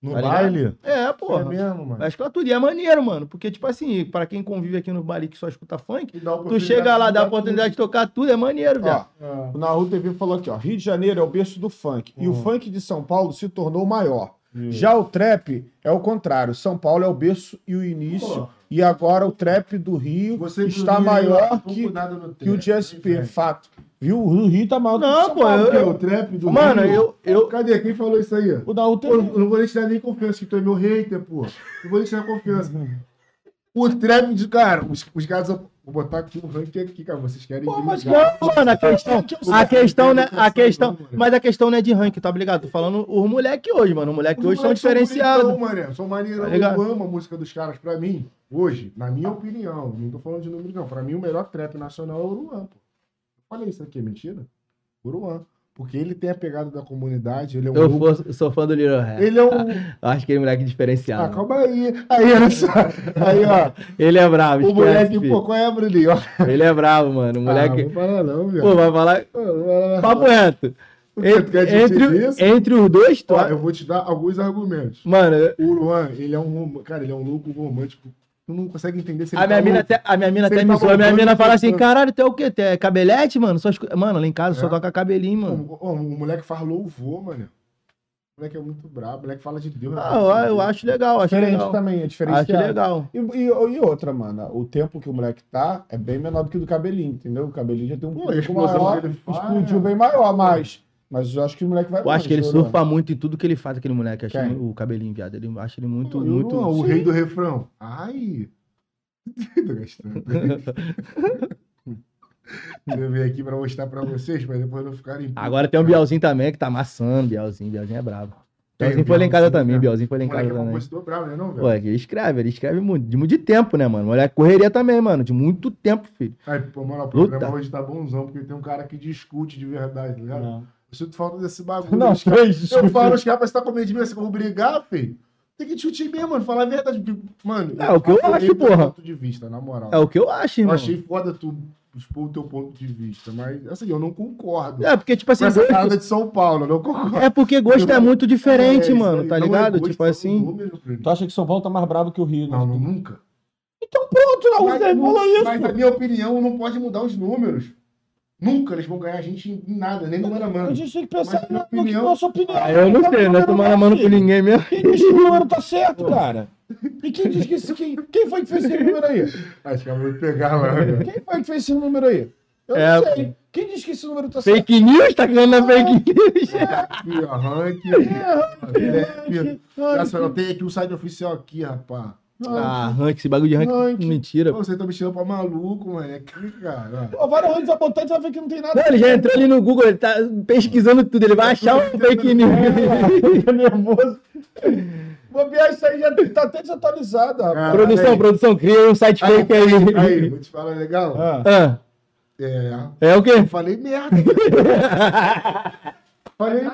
[SPEAKER 5] No
[SPEAKER 1] Tá ligado?
[SPEAKER 5] baile?
[SPEAKER 1] É,
[SPEAKER 2] É
[SPEAKER 1] porra.
[SPEAKER 2] mesmo, mano.
[SPEAKER 1] Acho que ela tudo. E é maneiro, mano. Porque, tipo assim, pra quem convive aqui no baile que só escuta funk,
[SPEAKER 2] E dá
[SPEAKER 1] tu
[SPEAKER 2] oportunidade
[SPEAKER 1] chega lá,
[SPEAKER 2] de
[SPEAKER 1] dá a
[SPEAKER 2] dar
[SPEAKER 1] oportunidade de tocar tudo, é maneiro,
[SPEAKER 3] Ó,
[SPEAKER 1] velho.
[SPEAKER 2] tudo. Ah,
[SPEAKER 3] o Naru TV falou aqui, ó. Rio de Janeiro é o berço do funk. E o
[SPEAKER 2] Uhum.
[SPEAKER 3] funk de São Paulo se tornou o maior.
[SPEAKER 2] É.
[SPEAKER 3] Já o trap é o contrário. São Paulo é o berço e o início. E agora o trap do Rio
[SPEAKER 2] Você
[SPEAKER 3] está
[SPEAKER 2] dormir,
[SPEAKER 3] maior
[SPEAKER 2] pouco
[SPEAKER 3] que,
[SPEAKER 2] nada no
[SPEAKER 3] que o
[SPEAKER 2] trap, né,
[SPEAKER 3] GSP.
[SPEAKER 2] velho?
[SPEAKER 3] Fato. Viu? O Rio tá maior
[SPEAKER 1] Não,
[SPEAKER 3] que o São
[SPEAKER 1] pô,
[SPEAKER 3] Paulo.
[SPEAKER 2] Porque
[SPEAKER 1] eu-
[SPEAKER 2] o trap do
[SPEAKER 1] Mano,
[SPEAKER 2] Rio-
[SPEAKER 1] eu. eu...
[SPEAKER 2] Cadê? Quem falou isso aí?
[SPEAKER 1] é
[SPEAKER 3] O Naru
[SPEAKER 2] Pô, eu
[SPEAKER 3] TV.
[SPEAKER 2] não vou lhe tirar nem confiança, que tu é meu hater, pô. Não vou lhe tirar confiança. O trap de. Cara, os, os caras. Vou botar aqui um ranking aqui, cara. Vocês querem.
[SPEAKER 1] Pô, mas não,
[SPEAKER 2] brigar.
[SPEAKER 1] mano, a questão. A questão, né? A questão.
[SPEAKER 2] Mano.
[SPEAKER 1] Mas a questão não é de ranking, tá ligado? Tô falando os moleque hoje, mano. Os moleque
[SPEAKER 2] Os
[SPEAKER 1] hoje são
[SPEAKER 2] moleques
[SPEAKER 1] diferenciados.
[SPEAKER 2] bonitão, mané. São maneirão.
[SPEAKER 1] Tá ligado?
[SPEAKER 2] eu amo a música dos caras. Pra mim, hoje, na minha opinião, não tô falando de número, não. Pra mim, o melhor trap nacional é o Uruan, pô. Eu falei isso aqui, é mentira? Uruan. Porque ele tem a pegada da comunidade, ele é um.
[SPEAKER 1] Eu
[SPEAKER 2] grupo-
[SPEAKER 1] for- sou fã do Little Rap.
[SPEAKER 2] Ele é um.
[SPEAKER 1] Eu acho que ele é moleque
[SPEAKER 2] Ah,
[SPEAKER 1] diferenciado.
[SPEAKER 2] calma aí. Aí, olha só. Aí, ó.
[SPEAKER 1] Ele é brabo,
[SPEAKER 2] O
[SPEAKER 1] esquece,
[SPEAKER 2] moleque,
[SPEAKER 1] filho.
[SPEAKER 2] pô, qual é, Bruninho? Ó,
[SPEAKER 1] Ele é bravo, mano. O
[SPEAKER 2] Ah, não
[SPEAKER 1] moleque.
[SPEAKER 2] para não, velho.
[SPEAKER 1] Pô, vai falar.
[SPEAKER 2] Pô, não para não.
[SPEAKER 1] Papo reto.
[SPEAKER 2] O que tu quer
[SPEAKER 1] Entre,
[SPEAKER 2] dizer disso?
[SPEAKER 1] entre, entre os dois, tu.
[SPEAKER 2] Ó, eu vou te dar alguns argumentos.
[SPEAKER 1] Mano, eu-
[SPEAKER 2] O Luan, ele é um. rom- Cara, ele é um louco romântico. Tu não consegue entender se ele
[SPEAKER 1] a minha,
[SPEAKER 2] tá
[SPEAKER 1] mina
[SPEAKER 2] louco.
[SPEAKER 1] até, a minha mina
[SPEAKER 2] Se
[SPEAKER 1] até
[SPEAKER 2] ele
[SPEAKER 1] me
[SPEAKER 2] tá
[SPEAKER 1] zoa. A minha
[SPEAKER 2] bombando,
[SPEAKER 1] mina
[SPEAKER 2] ele
[SPEAKER 1] fala
[SPEAKER 2] tá
[SPEAKER 1] assim:
[SPEAKER 2] bombando.
[SPEAKER 1] caralho, tu é o quê? Tu é cabelete, mano? Só escu- Mano, lá em casa só
[SPEAKER 2] É.
[SPEAKER 1] toca cabelinho, mano.
[SPEAKER 2] Ô, ô, o moleque faz louvor, mano. O moleque é muito brabo, o moleque fala de Deus. né?
[SPEAKER 1] Ah, eu, eu acho legal, acho
[SPEAKER 3] Diferente
[SPEAKER 2] tá?
[SPEAKER 1] legal.
[SPEAKER 3] também, é
[SPEAKER 1] Acho
[SPEAKER 3] diferenciado.
[SPEAKER 1] legal.
[SPEAKER 3] E, e- e outra, mano, o tempo que o moleque tá é bem menor do que o do cabelinho, entendeu? O cabelinho já tem um
[SPEAKER 2] Pô,
[SPEAKER 3] pico
[SPEAKER 2] a explosão
[SPEAKER 3] maior,
[SPEAKER 2] que ele faz,
[SPEAKER 3] explodiu
[SPEAKER 2] né?
[SPEAKER 3] bem maior, mas, mas eu acho que o moleque vai
[SPEAKER 1] Eu acho que ele
[SPEAKER 3] longe, né?
[SPEAKER 1] surfa muito em tudo que ele faz, aquele moleque. Acho
[SPEAKER 3] Quem?
[SPEAKER 1] ele- o cabelinho, viado. Ele, acho ele
[SPEAKER 2] Pô,
[SPEAKER 1] muito,
[SPEAKER 2] e o
[SPEAKER 1] muito.
[SPEAKER 2] Luan, o rei do refrão. Ai! <laughs> Tô
[SPEAKER 1] <laughs>
[SPEAKER 2] gastando. Eu vim aqui pra mostrar pra vocês, mas depois não ficarem.
[SPEAKER 1] Agora tem o Bielzinho também, que tá amassando. Bielzinho, Bielzinho é brabo.
[SPEAKER 2] Tem o
[SPEAKER 1] Bielzinho foi lá em casa
[SPEAKER 2] Bielzinho,
[SPEAKER 1] também,
[SPEAKER 2] né?
[SPEAKER 1] Bielzinho foi
[SPEAKER 2] O
[SPEAKER 1] lá em
[SPEAKER 2] moleque
[SPEAKER 1] casa
[SPEAKER 2] é um
[SPEAKER 1] também.
[SPEAKER 2] compositor bravo, né, não, velho?
[SPEAKER 1] Pô, é que ele escreve, ele escreve muito, de, muito de tempo, né, mano? Olha, correria também, mano, de muito tempo,
[SPEAKER 2] <laughs>
[SPEAKER 1] filho.
[SPEAKER 2] Aí, pô, mano, o programa
[SPEAKER 1] Luta.
[SPEAKER 2] hoje tá bonzão, porque tem um cara que discute de verdade, tá ligado?
[SPEAKER 3] Não,
[SPEAKER 2] Eu sinto falta desse bagulho.
[SPEAKER 3] não
[SPEAKER 2] Os
[SPEAKER 3] três,
[SPEAKER 2] Eu
[SPEAKER 3] desculpa.
[SPEAKER 2] falo, os caras parecem é que tá com medo de mim, assim, vão brigar, filho. Tem que discutir mesmo, mano. Falar a verdade. porque, Mano,
[SPEAKER 1] É, o que eu
[SPEAKER 2] apoiei
[SPEAKER 1] acho,
[SPEAKER 2] teu
[SPEAKER 1] porra.
[SPEAKER 2] ponto de vista, na moral.
[SPEAKER 1] É o que eu acho,
[SPEAKER 2] eu
[SPEAKER 1] irmão.
[SPEAKER 2] achei foda tu expor o teu ponto de vista, mas assim, eu não concordo.
[SPEAKER 1] É, porque, tipo assim,
[SPEAKER 2] com essa
[SPEAKER 1] gosto-
[SPEAKER 2] parada de São Paulo, eu não concordo.
[SPEAKER 1] é porque gosto é muito diferente,
[SPEAKER 2] É, isso
[SPEAKER 1] mano,
[SPEAKER 2] aí,
[SPEAKER 1] tá
[SPEAKER 2] não é
[SPEAKER 1] ligado?
[SPEAKER 2] gosto,
[SPEAKER 1] tipo
[SPEAKER 2] é um
[SPEAKER 1] assim.
[SPEAKER 2] número, filho.
[SPEAKER 3] Tu acha que São Paulo tá mais brabo que o Rio, né?
[SPEAKER 2] Não, não, nunca.
[SPEAKER 3] Então Pronto, não, você Ah, falou isso.
[SPEAKER 2] mas na minha opinião, não pode mudar os números. Nunca eles vão ganhar a gente em nada, nem no mano a
[SPEAKER 3] A
[SPEAKER 2] mano.
[SPEAKER 3] gente tem que pensar
[SPEAKER 2] Mas,
[SPEAKER 3] no
[SPEAKER 2] na
[SPEAKER 3] no que
[SPEAKER 2] opinião-
[SPEAKER 3] nossa opinião. tá
[SPEAKER 1] Ah, eu não sei, né? Tomando a mano com
[SPEAKER 2] é
[SPEAKER 1] ninguém mesmo.
[SPEAKER 3] Quem diz que o ano tá certo, cara? E quem diz que esse- quem, quem foi que fez esse número aí?
[SPEAKER 2] Acho que eu vou pegar lá. velho.
[SPEAKER 3] Quem foi que fez esse número aí? Eu não
[SPEAKER 1] É,
[SPEAKER 3] sei. Quem diz que esse número tá certo?
[SPEAKER 1] Fake news, tá ganhando a fake news.
[SPEAKER 2] Aqui, ó, ranking.
[SPEAKER 3] <laughs> ranking,
[SPEAKER 2] Felipe.
[SPEAKER 3] ranking.
[SPEAKER 2] Nossa, eu tenho aqui o site oficial aqui, rapaz.
[SPEAKER 1] Ah, rank, esse bagulho de rank.
[SPEAKER 3] Rank.
[SPEAKER 1] Mentira.
[SPEAKER 2] Pô, Você tá me chamando pra maluco, mano. Aqui, cara.
[SPEAKER 3] Pô, vários anos apontando, você vai ver que não tem nada.
[SPEAKER 1] Não, ele já entrou ali no Google, ele tá pesquisando tudo, ele vai achar um fake <laughs> news.
[SPEAKER 3] Fica nervoso. Bobear, isso aí já tá até desatualizado, rapaz.
[SPEAKER 2] Cara,
[SPEAKER 1] Produção,
[SPEAKER 2] aí,
[SPEAKER 1] produção, cria um site
[SPEAKER 2] aí,
[SPEAKER 1] fake aí.
[SPEAKER 2] Aí, vou te falar legal.
[SPEAKER 3] é Ah.
[SPEAKER 1] Ah,
[SPEAKER 2] É.
[SPEAKER 1] É o quê?
[SPEAKER 2] Falei merda.
[SPEAKER 3] <laughs>
[SPEAKER 2] cara. falei,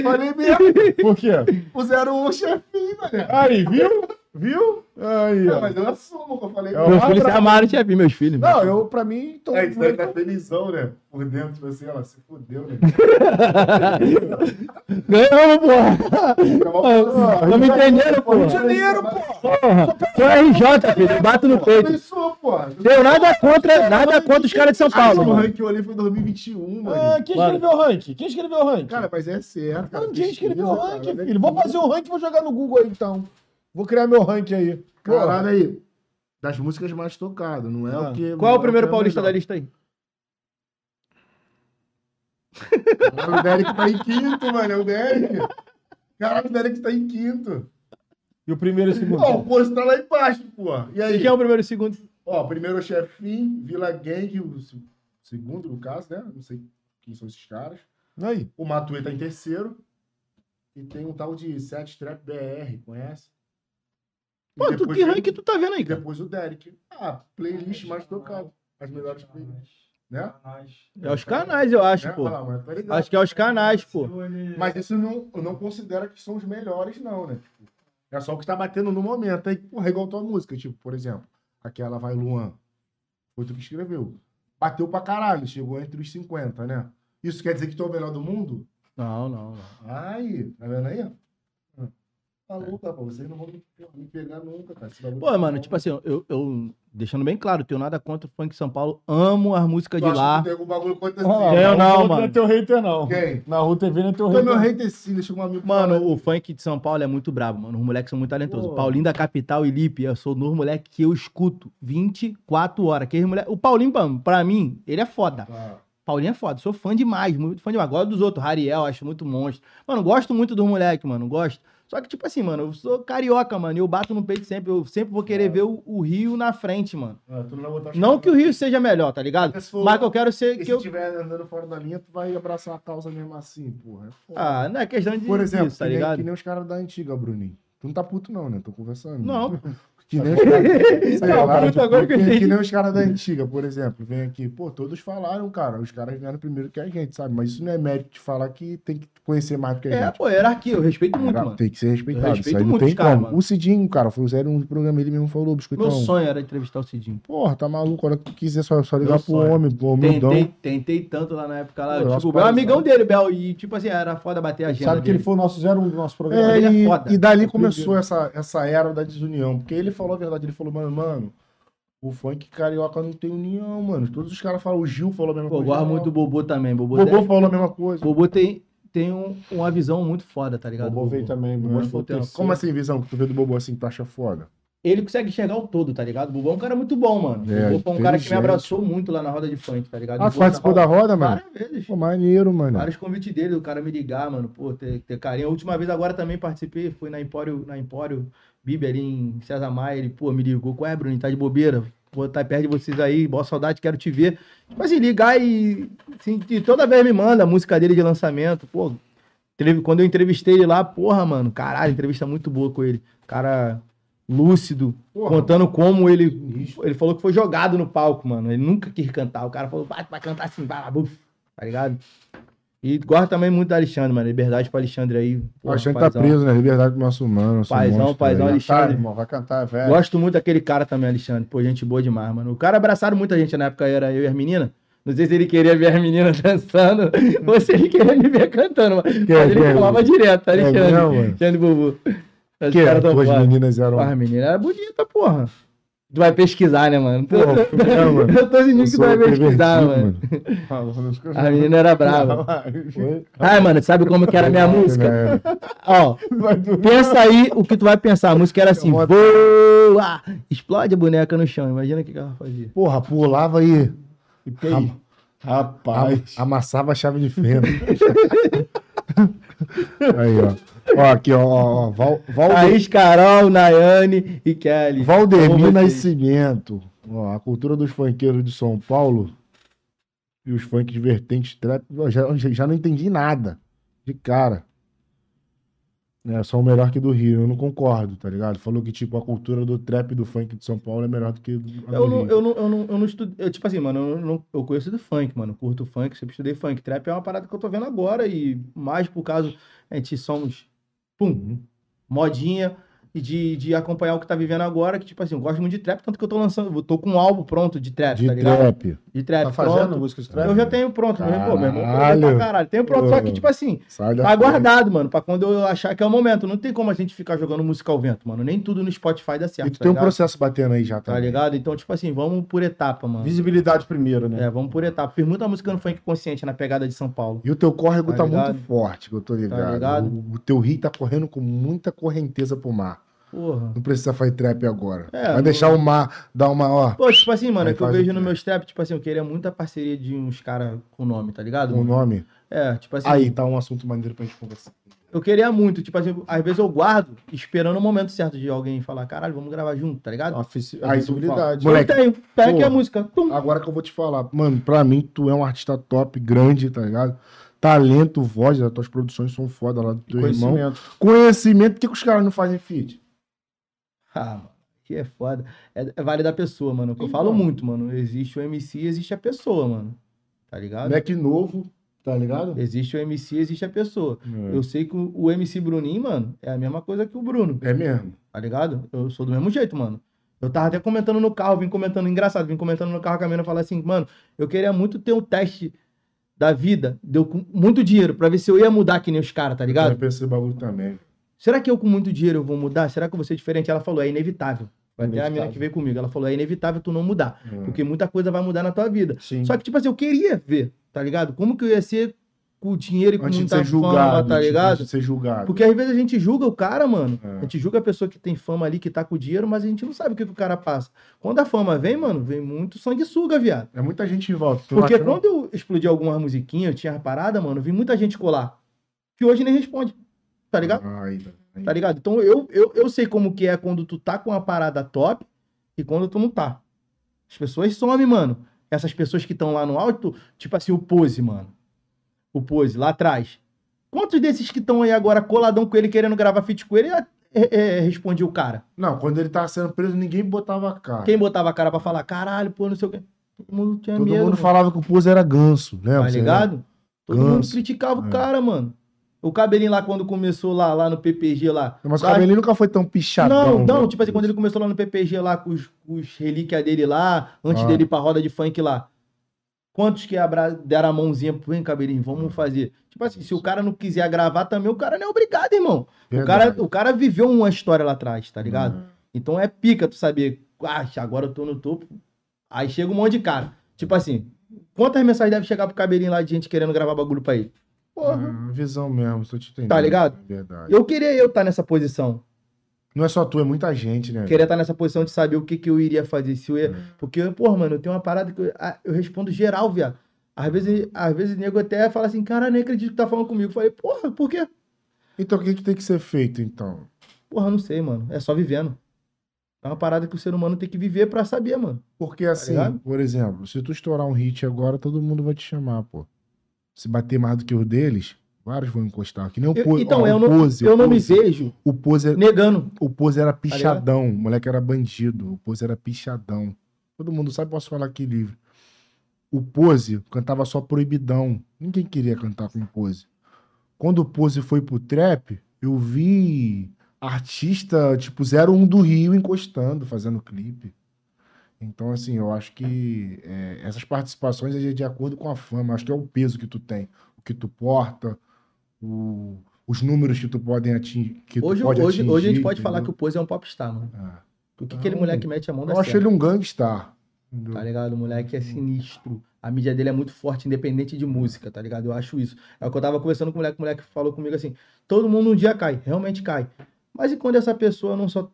[SPEAKER 2] falei merda.
[SPEAKER 1] É
[SPEAKER 3] Por quê?
[SPEAKER 2] O 01 chefinho, velho.
[SPEAKER 3] Aí, viu? Viu? Aí,
[SPEAKER 2] Não,
[SPEAKER 3] ó.
[SPEAKER 2] mas eu assumo que eu falei.
[SPEAKER 3] É o
[SPEAKER 1] Meus
[SPEAKER 3] Ah,
[SPEAKER 1] filhos se
[SPEAKER 3] bravo.
[SPEAKER 1] amaram, chefe, meus filhos.
[SPEAKER 3] Não, eu, pra mim, tô...
[SPEAKER 2] É, isso daí tá felizão, né? Por dentro, tipo assim, ela se fudeu,
[SPEAKER 1] <laughs>
[SPEAKER 2] né?
[SPEAKER 1] Ganhamos, <laughs> porra! Ah,
[SPEAKER 2] "Ah,
[SPEAKER 1] Não me entendendo, porra!
[SPEAKER 3] Janeiro, pô.
[SPEAKER 1] Porra! Sou RJ, filho, bato no peito.
[SPEAKER 2] Começou, porra.
[SPEAKER 1] Tenho nada contra, nada contra os caras de São
[SPEAKER 2] Paulo,
[SPEAKER 1] Paulo,
[SPEAKER 2] o
[SPEAKER 1] mano.
[SPEAKER 2] ranking que eu olhei foi em 2021, mano.
[SPEAKER 3] Ah, quem
[SPEAKER 1] Mano.
[SPEAKER 3] escreveu o ranking? Quem escreveu o ranking?
[SPEAKER 2] Cara, mas é certo. cara.
[SPEAKER 3] Não, quem escreveu o
[SPEAKER 2] Pesquisa, cara.
[SPEAKER 3] ranking, filho? Vou fazer um ranking e vou jogar no Google aí, então. Vou criar meu ranking aí. Pô,
[SPEAKER 2] Caralho aí. Das músicas mais tocadas, não é
[SPEAKER 3] Ah.
[SPEAKER 2] o que.
[SPEAKER 1] Qual é o primeiro paulista da lista aí?
[SPEAKER 2] Caralho, o Derek tá em quinto, mano. É o Derek. Caralho, o Derek tá em quinto.
[SPEAKER 3] E o primeiro e o segundo?
[SPEAKER 2] Ó, o Poço tá lá embaixo, pô. E
[SPEAKER 1] E
[SPEAKER 2] aí?
[SPEAKER 1] quem é o primeiro e o segundo?
[SPEAKER 2] Ó, primeiro é o Chefim, Vila Gang, o se- segundo, no caso, né? Não sei quem são esses caras.
[SPEAKER 3] Aí.
[SPEAKER 2] O Matuê tá em terceiro. E tem um tal de Set Trap BR, conhece? E
[SPEAKER 1] Pô, tu,
[SPEAKER 2] depois
[SPEAKER 1] que
[SPEAKER 2] vem-
[SPEAKER 1] rank tu tá vendo aí,
[SPEAKER 2] E
[SPEAKER 1] cara?
[SPEAKER 2] depois o Derek. Ah, playlist mais tocada. As melhores playlists, né?
[SPEAKER 1] É os canais, eu acho,
[SPEAKER 2] Né?
[SPEAKER 1] pô.
[SPEAKER 2] Olha lá, mano, tá ligado?
[SPEAKER 1] Acho que é os canais, pô.
[SPEAKER 2] Mas isso não, eu não considero que são os melhores, não, né? Tipo, é só o que tá batendo no momento. Aí, porra, igual tua música, tipo, por exemplo, aquela Vai Luan. Foi tu que escreveu. Bateu pra caralho, chegou entre os 50, né? Isso quer dizer que tu é o melhor do mundo?
[SPEAKER 1] Não, não, não.
[SPEAKER 2] Ai, tá vendo aí? ó?
[SPEAKER 4] Maluco, rapaz, vocês não vão me- me pegar nunca, cara. Esse bagulho
[SPEAKER 1] Pô,
[SPEAKER 4] tá
[SPEAKER 1] mano,
[SPEAKER 4] bom.
[SPEAKER 1] tipo assim, eu, eu- deixando bem claro, tenho nada contra o funk São Paulo, amo as músicas
[SPEAKER 4] Tu
[SPEAKER 1] de
[SPEAKER 4] acha
[SPEAKER 1] lá.
[SPEAKER 4] que Tem algum bagulho contra
[SPEAKER 3] Olha lá,
[SPEAKER 1] Eu
[SPEAKER 3] na rua
[SPEAKER 1] não,
[SPEAKER 3] Não é
[SPEAKER 1] mano.
[SPEAKER 3] teu hater, não.
[SPEAKER 4] Quem?
[SPEAKER 3] Na rua TV não é teu
[SPEAKER 4] Então, meu
[SPEAKER 3] hater.
[SPEAKER 4] rei tecido, deixa um amigo
[SPEAKER 1] Mano,
[SPEAKER 4] falar.
[SPEAKER 1] o funk de São Paulo é muito brabo, mano. Os moleques são muito talentosos.
[SPEAKER 4] Pô.
[SPEAKER 1] Paulinho da Capital e Lipe, eu sou dos moleques que eu escuto 24 horas. Aqueles moleque... O Paulinho, mano, pra mim, ele é foda.
[SPEAKER 4] Tá.
[SPEAKER 1] Paulinho é foda. Sou fã demais, muito fã demais. Gosto dos outros. Rariel, acho muito monstro. Mano, gosto muito dos moleques, mano. Gosto. Só que, tipo assim, mano, eu sou carioca, mano. E eu bato no peito sempre. Eu sempre vou querer ver o, o Rio na frente, mano.
[SPEAKER 4] Ah, tu não vai botar
[SPEAKER 1] Não que o Rio seja melhor, tá ligado?
[SPEAKER 4] Se for-
[SPEAKER 1] Mas que eu quero ser.
[SPEAKER 4] E
[SPEAKER 1] Que
[SPEAKER 4] se
[SPEAKER 1] eu...
[SPEAKER 2] tipo
[SPEAKER 4] estiver andando fora da linha, tu vai abraçar a causa mesmo assim, porra. É foda.
[SPEAKER 1] Ah, não é questão de.
[SPEAKER 2] Por exemplo,
[SPEAKER 1] isso, tá
[SPEAKER 2] que, nem,
[SPEAKER 1] ligado?
[SPEAKER 2] que nem os caras da antiga, Bruninho. Tu não tá puto, não, né? Tô conversando. <laughs>
[SPEAKER 1] Não. <laughs> é
[SPEAKER 2] Que nem os caras. sei
[SPEAKER 1] Não,
[SPEAKER 2] lá,
[SPEAKER 1] puto,
[SPEAKER 2] tipo,
[SPEAKER 1] agora que eu
[SPEAKER 2] que,
[SPEAKER 1] entendi.
[SPEAKER 2] que nem os caras da antiga, por exemplo. Vem aqui, pô, todos falaram, cara. Os caras vieram primeiro que a gente, sabe? Mas isso não é mérito de falar que tem que conhecer mais do que a
[SPEAKER 1] É,
[SPEAKER 2] gente.
[SPEAKER 1] pô, hierarquia. Eu respeito muito,
[SPEAKER 2] Cara,
[SPEAKER 1] mano.
[SPEAKER 2] Tem que ser respeitado.
[SPEAKER 1] respeito
[SPEAKER 2] Isso aí não
[SPEAKER 1] muito
[SPEAKER 2] tem
[SPEAKER 1] os caras,
[SPEAKER 2] como.
[SPEAKER 1] mano.
[SPEAKER 2] O Cidinho, cara, foi o 01 do programa, ele mesmo falou,
[SPEAKER 1] Meu
[SPEAKER 2] biscoitão.
[SPEAKER 1] sonho era entrevistar o Cidinho.
[SPEAKER 2] Porra, tá maluco? A hora que tu quiser só, só ligar
[SPEAKER 1] Meu
[SPEAKER 2] pro
[SPEAKER 1] sonho.
[SPEAKER 2] homem, pro
[SPEAKER 1] Tentei,
[SPEAKER 2] humildão.
[SPEAKER 1] tentei tanto lá na época lá.
[SPEAKER 2] então? Pô, nosso
[SPEAKER 1] tipo, meu
[SPEAKER 2] pai,
[SPEAKER 1] amigão dele, Bel. E, tipo assim, era foda bater a agenda.
[SPEAKER 3] Sabe que
[SPEAKER 1] dele.
[SPEAKER 3] ele foi o nosso 01 do nosso programa?
[SPEAKER 2] É,
[SPEAKER 1] Ele é
[SPEAKER 2] e,
[SPEAKER 1] foda.
[SPEAKER 2] e dali
[SPEAKER 4] começou
[SPEAKER 2] começou.
[SPEAKER 4] essa, essa era da desunião. Porque ele falou a verdade, ele falou, mano, mano, o funk carioca não tem união, mano. Todos os caras falam, o Gil falou a mesma
[SPEAKER 1] Pô, eu
[SPEAKER 4] coisa.
[SPEAKER 1] gosto muito do Bobô também. Bobô, né?
[SPEAKER 4] O Bobô
[SPEAKER 1] deve-
[SPEAKER 4] falou a mesma coisa.
[SPEAKER 1] Bobô tem, tem um- uma visão muito foda, tá ligado?
[SPEAKER 3] O Bobô veio também,
[SPEAKER 1] Bobô
[SPEAKER 3] mano.
[SPEAKER 1] foi o terceiro.
[SPEAKER 2] Como assim, visão? Que tu vê do bobo assim, que tu acha foda?
[SPEAKER 1] Ele consegue enxergar o todo, tá ligado? O Bobô é um cara muito bom, mano.
[SPEAKER 2] É,
[SPEAKER 1] o Bobô foi um cara que me
[SPEAKER 2] inteligente.
[SPEAKER 1] abraçou muito lá na roda de funk, tá ligado?
[SPEAKER 2] Ah,
[SPEAKER 1] O
[SPEAKER 2] tu
[SPEAKER 1] Bobô
[SPEAKER 2] participou da roda, mano?
[SPEAKER 1] Várias vezes.
[SPEAKER 2] Pô, maneiro, mano.
[SPEAKER 1] Vários convites dele, o cara me ligar, mano, pô, ter, ter carinho. A última vez agora também participei, fui na Empório, na Empório Bibi ali em César Maia, ele, pô, me ligou, qual é, Bruno, tá de bobeira? Pô, tá perto de vocês aí, boa saudade, quero te ver. Tipo assim, ligar e, assim, e toda vez me manda a música dele de lançamento, pô. teve- Quando eu entrevistei ele lá, porra, mano, caralho, entrevista muito boa com ele. Cara lúcido,
[SPEAKER 4] Porra.
[SPEAKER 1] contando como ele ele falou que foi jogado no palco, mano. Ele nunca quis cantar. O cara falou, vai, vai cantar assim, vai lá, buf, tá ligado? E gosto também muito do Alexandre, mano. Liberdade pro Alexandre aí.
[SPEAKER 2] O
[SPEAKER 1] Porra,
[SPEAKER 2] Alexandre tá
[SPEAKER 1] paizão.
[SPEAKER 2] preso, né? Liberdade do nosso humano. Nosso
[SPEAKER 1] Paizão,
[SPEAKER 2] monstro,
[SPEAKER 1] paizão,
[SPEAKER 4] né?
[SPEAKER 2] velho.
[SPEAKER 1] ele-
[SPEAKER 3] Tá,
[SPEAKER 1] Alexandre.
[SPEAKER 3] irmão, vai cantar,
[SPEAKER 2] né?
[SPEAKER 3] velho.
[SPEAKER 1] Gosto muito daquele cara também, Alexandre. Pô, gente boa demais, mano. O cara abraçaram muita gente na época, era eu e as meninas. Não sei se ele queria ver as
[SPEAKER 2] <laughs>
[SPEAKER 1] meninas <laughs> dançando ou se ele queria me ver cantando, mano. Mas ele
[SPEAKER 2] quer,
[SPEAKER 1] falava direto,
[SPEAKER 2] É
[SPEAKER 1] Alexandre.
[SPEAKER 2] mesmo, mano?
[SPEAKER 1] Alexandre Bubu. Os
[SPEAKER 2] Que
[SPEAKER 1] caras tão
[SPEAKER 2] duas
[SPEAKER 1] foda.
[SPEAKER 2] meninas eram.
[SPEAKER 4] <laughs>
[SPEAKER 1] Pô, as meninas eram bonitas, porra. Tu vai pesquisar, né, mano?
[SPEAKER 2] Pô, é, mano.
[SPEAKER 1] <laughs> Eu tô
[SPEAKER 2] Eu
[SPEAKER 1] sentindo que tu
[SPEAKER 2] sou
[SPEAKER 1] vai
[SPEAKER 2] pervertido,
[SPEAKER 1] pesquisar, mano.
[SPEAKER 2] mano.
[SPEAKER 1] A menina era brava.
[SPEAKER 2] Oi?
[SPEAKER 1] Ai, mano, sabe como que era a minha música?
[SPEAKER 2] Né?
[SPEAKER 1] Ó, pensa aí o que tu vai pensar. A música era assim, voa! Explode a boneca no chão. Imagina o que que ela fazia.
[SPEAKER 2] Porra, pulava e
[SPEAKER 3] E tem- Rapaz.
[SPEAKER 2] am- amassava a chave de fenda. <laughs> aí, ó. Ó, aqui, ó. ó, ó, Val, Val,
[SPEAKER 1] Thaís, Carol, Nayane e Kelly.
[SPEAKER 2] Valdemir
[SPEAKER 1] Vamos ver se-
[SPEAKER 2] Nascimento. Ó, a cultura dos funkeiros de São Paulo e os funk de vertente trap. ó, Já, já já não entendi nada. De cara. É, são melhor que do Rio. Eu não concordo, tá ligado? Falou que, tipo, a cultura do trap e do funk de São Paulo é melhor do que a do
[SPEAKER 1] Eu não,
[SPEAKER 2] Rio.
[SPEAKER 1] eu não, eu não, eu não estudo. Eu, tipo assim, mano, eu, não, eu conheço do funk, mano. Curto funk, sempre estudei funk. Trap é uma parada que eu tô vendo agora e mais por causa. A gente somos.
[SPEAKER 2] Uhum.
[SPEAKER 1] Pum! Modinha. E de, de acompanhar o que tá vivendo agora, que, tipo assim, eu gosto muito de trap, tanto que eu tô lançando. eu Tô com um álbum pronto de trap,
[SPEAKER 2] De
[SPEAKER 1] tá ligado?
[SPEAKER 2] trap.
[SPEAKER 1] De trap.
[SPEAKER 2] É,
[SPEAKER 3] Tá fazendo
[SPEAKER 1] pronto.
[SPEAKER 3] música de trap?
[SPEAKER 1] Eu já tenho pronto, meu irmão. Pô, meu irmão, produziu
[SPEAKER 2] Caralho.
[SPEAKER 1] pra caralho. Tenho pronto, só que, tipo assim,
[SPEAKER 2] Sai da
[SPEAKER 1] Tá
[SPEAKER 2] frente.
[SPEAKER 1] guardado, mano, pra quando eu achar que é o momento. Não tem como a gente ficar jogando música ao vento, mano. Nem tudo no Spotify dá certo.
[SPEAKER 2] E tu
[SPEAKER 1] tá
[SPEAKER 2] tem um
[SPEAKER 1] ligado?
[SPEAKER 2] processo batendo aí já, tá?
[SPEAKER 1] Tá ligado? Então, tipo assim, vamos por etapa, mano.
[SPEAKER 3] Visibilidade primeiro, né?
[SPEAKER 1] É, vamos por etapa. Fiz muita música no funk consciente na pegada de São Paulo.
[SPEAKER 2] E o teu córrego
[SPEAKER 1] Tá
[SPEAKER 2] tá,
[SPEAKER 1] ligado?
[SPEAKER 2] muito forte, que eu tô ligado.
[SPEAKER 1] ligado?
[SPEAKER 2] O, o teu rio tá correndo com muita correnteza pro mar.
[SPEAKER 1] Porra.
[SPEAKER 2] Não precisa fazer trap agora.
[SPEAKER 1] É,
[SPEAKER 2] Vai
[SPEAKER 1] não-
[SPEAKER 2] deixar o mar dar uma, ó,
[SPEAKER 1] Pô, tipo assim, mano,
[SPEAKER 2] Aí
[SPEAKER 1] é que eu
[SPEAKER 2] faz o
[SPEAKER 1] vejo
[SPEAKER 2] quê?
[SPEAKER 1] no meu strap, tipo assim, eu queria muita parceria de uns caras com nome, tá ligado?
[SPEAKER 2] o um nome.
[SPEAKER 1] É, tipo assim,
[SPEAKER 2] Aí, tá um assunto maneiro pra gente conversar.
[SPEAKER 1] eu queria muito, tipo assim, às vezes eu guardo esperando o momento certo de alguém falar, caralho, vamos gravar junto, tá ligado?
[SPEAKER 3] É. A fici- a
[SPEAKER 2] Aí tu
[SPEAKER 3] visibilidade.
[SPEAKER 2] fala,
[SPEAKER 1] eu
[SPEAKER 2] Ah, moleque,
[SPEAKER 1] tenho, pega aqui
[SPEAKER 2] porra.
[SPEAKER 1] a música. Tum.
[SPEAKER 2] Agora que eu vou te falar, mano, pra mim, tu é um artista top, grande, tá ligado? Talento, voz, as tuas produções são foda lá do teu irmão.
[SPEAKER 3] Conhecimento.
[SPEAKER 2] Conhecimento, por que, que os caras não fazem feat?
[SPEAKER 1] Ah, mano, que é foda. É, é vale da pessoa, mano. que Eu
[SPEAKER 2] Sim,
[SPEAKER 1] falo
[SPEAKER 2] mano.
[SPEAKER 1] muito, mano. Existe o MC, existe a pessoa, mano. Tá ligado?
[SPEAKER 2] Moleque novo, tá ligado?
[SPEAKER 1] Existe o MC, existe a pessoa.
[SPEAKER 2] Hum.
[SPEAKER 1] Eu sei que o o MC Bruninho, mano, é a mesma coisa que o Bruno,
[SPEAKER 2] É mesmo.
[SPEAKER 1] tá ligado? Eu sou do mesmo jeito, mano. Eu tava até comentando no carro, vim comentando, engraçado, vim comentando no carro com a mina, falar assim, mano, eu queria muito ter um teste da vida, deu com muito dinheiro, pra ver se eu ia mudar que nem os caras, tá
[SPEAKER 2] Eu
[SPEAKER 1] ligado?
[SPEAKER 2] pensei esse bagulho também.
[SPEAKER 1] Será que eu com muito dinheiro eu vou mudar? Será que eu vou ser diferente? Ela falou, é inevitável. Vai ter a menina
[SPEAKER 3] Inevitável.
[SPEAKER 1] que veio comigo. Ela falou, é inevitável tu não mudar.
[SPEAKER 3] Hum.
[SPEAKER 1] Porque muita coisa vai mudar na tua vida.
[SPEAKER 3] Sim.
[SPEAKER 1] Só que, tipo assim, eu queria ver, tá ligado? Como que eu ia ser com o dinheiro e com
[SPEAKER 2] Antes de
[SPEAKER 1] muita
[SPEAKER 2] ser julgado, tipo
[SPEAKER 1] fama, tá
[SPEAKER 2] antes-
[SPEAKER 1] ligado?
[SPEAKER 2] Antes de ser julgado.
[SPEAKER 1] Porque às vezes a gente julga o cara, mano.
[SPEAKER 2] É.
[SPEAKER 1] A gente julga a pessoa que tem fama ali, que tá com dinheiro, mas a gente não sabe o que, que o cara passa. Quando a fama vem, mano, vem muito sanguessuga, viado.
[SPEAKER 2] É muita gente em volta. Tu
[SPEAKER 1] Porque
[SPEAKER 2] acha não?
[SPEAKER 1] quando eu explodi algumas musiquinhas, eu tinha parada, mano, vi muita gente colar. Que hoje nem responde. Tá ligado?
[SPEAKER 2] Ai, velho.
[SPEAKER 1] Tá ligado? Então eu, eu, eu sei como que é quando tu tá com uma parada top e quando tu não tá. As pessoas somem, mano. Essas pessoas que estão lá no alto, tipo assim, o Pose, mano. O Pose, lá atrás. Quantos desses que estão aí agora coladão com ele, querendo gravar feat com ele, é, é, é, respondia o cara?
[SPEAKER 2] Não, quando ele tava sendo preso, ninguém botava a cara.
[SPEAKER 1] Quem botava a cara pra falar, caralho, pô, não sei o quê. Todo mundo tinha
[SPEAKER 2] Todo
[SPEAKER 1] medo.
[SPEAKER 2] mundo
[SPEAKER 1] mano.
[SPEAKER 2] falava que o Pose era ganso, né?
[SPEAKER 1] Tá ligado? Todo mundo
[SPEAKER 2] Ganso.
[SPEAKER 1] criticava
[SPEAKER 2] É.
[SPEAKER 1] o cara, mano. O cabelinho lá, quando começou lá, lá no PPG lá.
[SPEAKER 2] Mas o
[SPEAKER 1] lá
[SPEAKER 2] cabelinho nunca foi tão pichadão.
[SPEAKER 1] Tá Não, não,
[SPEAKER 2] Tá velho.
[SPEAKER 1] tipo assim, quando ele começou lá no PPG lá, com os, com os relíquias dele lá, antes
[SPEAKER 2] Ah.
[SPEAKER 1] dele ir pra roda de funk lá. Quantos que abra, deram a mãozinha pro hein, cabelinho? Vamos fazer. Tipo assim, se o cara não quiser gravar também, o cara não é obrigado, irmão. O
[SPEAKER 2] Verdade. Ah, Uhum.
[SPEAKER 1] cara, o cara viveu uma história lá atrás, tá ligado? Então é pica tu saber, ah, agora eu tô no topo. Aí chega um monte de cara. Tipo assim, quantas mensagens deve chegar pro cabelinho lá de gente querendo gravar bagulho pra ele? Porra.
[SPEAKER 2] Ah, visão mesmo, tô te entendendo.
[SPEAKER 1] Tá ligado?
[SPEAKER 2] É Verdade.
[SPEAKER 1] Eu queria eu estar nessa posição.
[SPEAKER 2] Não é só tu, é muita gente, né?
[SPEAKER 1] Queria estar nessa posição de saber o que, que eu iria fazer. Se eu ia...
[SPEAKER 2] Hum.
[SPEAKER 1] Porque, porra, mano, eu tenho uma parada que eu, ah, eu respondo geral, viado. Às vezes, às vezes o nego até fala assim, cara, nem acredito que tá falando comigo. Eu falei, porra, por quê?
[SPEAKER 2] Então o que, que tem que ser feito, então?
[SPEAKER 1] Porra, não sei, mano. É só vivendo. É uma parada que o ser humano tem que viver pra saber, mano.
[SPEAKER 2] Porque assim,
[SPEAKER 1] Tá ligado?
[SPEAKER 2] por exemplo, se tu estourar um hit agora, todo mundo vai te chamar, pô. Se bater mais do que o deles, vários vão encostar. Que nem o
[SPEAKER 1] Eu-
[SPEAKER 2] Pose.
[SPEAKER 1] então,
[SPEAKER 2] Um ó,
[SPEAKER 1] eu
[SPEAKER 2] o
[SPEAKER 1] não-
[SPEAKER 2] Pose,
[SPEAKER 1] eu
[SPEAKER 2] o
[SPEAKER 1] não me
[SPEAKER 2] Pose.
[SPEAKER 1] vejo
[SPEAKER 2] O Pose, é,
[SPEAKER 1] negando.
[SPEAKER 2] o Pose era
[SPEAKER 1] ligado?
[SPEAKER 2] pichadão, o moleque era bandido, o Pose era pichadão. Todo mundo sabe, posso falar aqui livre. O Pose cantava só proibidão. Ninguém queria cantar com o Pose. Quando o Pose foi pro trap, eu vi artista tipo 01 do Rio encostando, fazendo clipe. Então, assim, eu acho que é, essas participações é de- de acordo com a fama. Acho que é o peso que tu tem, o que tu porta, o- os números que tu podem atingir. Que tu
[SPEAKER 1] Hoje,
[SPEAKER 2] pode
[SPEAKER 1] hoje, hoje a gente
[SPEAKER 2] atingir,
[SPEAKER 1] pode falar que
[SPEAKER 2] entendeu?
[SPEAKER 1] o Pose é um popstar, mano.
[SPEAKER 2] Ah,
[SPEAKER 1] O que aquele
[SPEAKER 2] Não,
[SPEAKER 1] moleque mete a mão da
[SPEAKER 2] Eu acho ele um gangstar. entendeu?
[SPEAKER 1] Tá ligado? O moleque é sinistro. A mídia dele é muito forte, independente de música, tá ligado? Eu acho isso. É o que eu tava conversando com o moleque, o moleque falou comigo assim: todo mundo um dia cai, realmente cai. Mas e quando essa pessoa não só,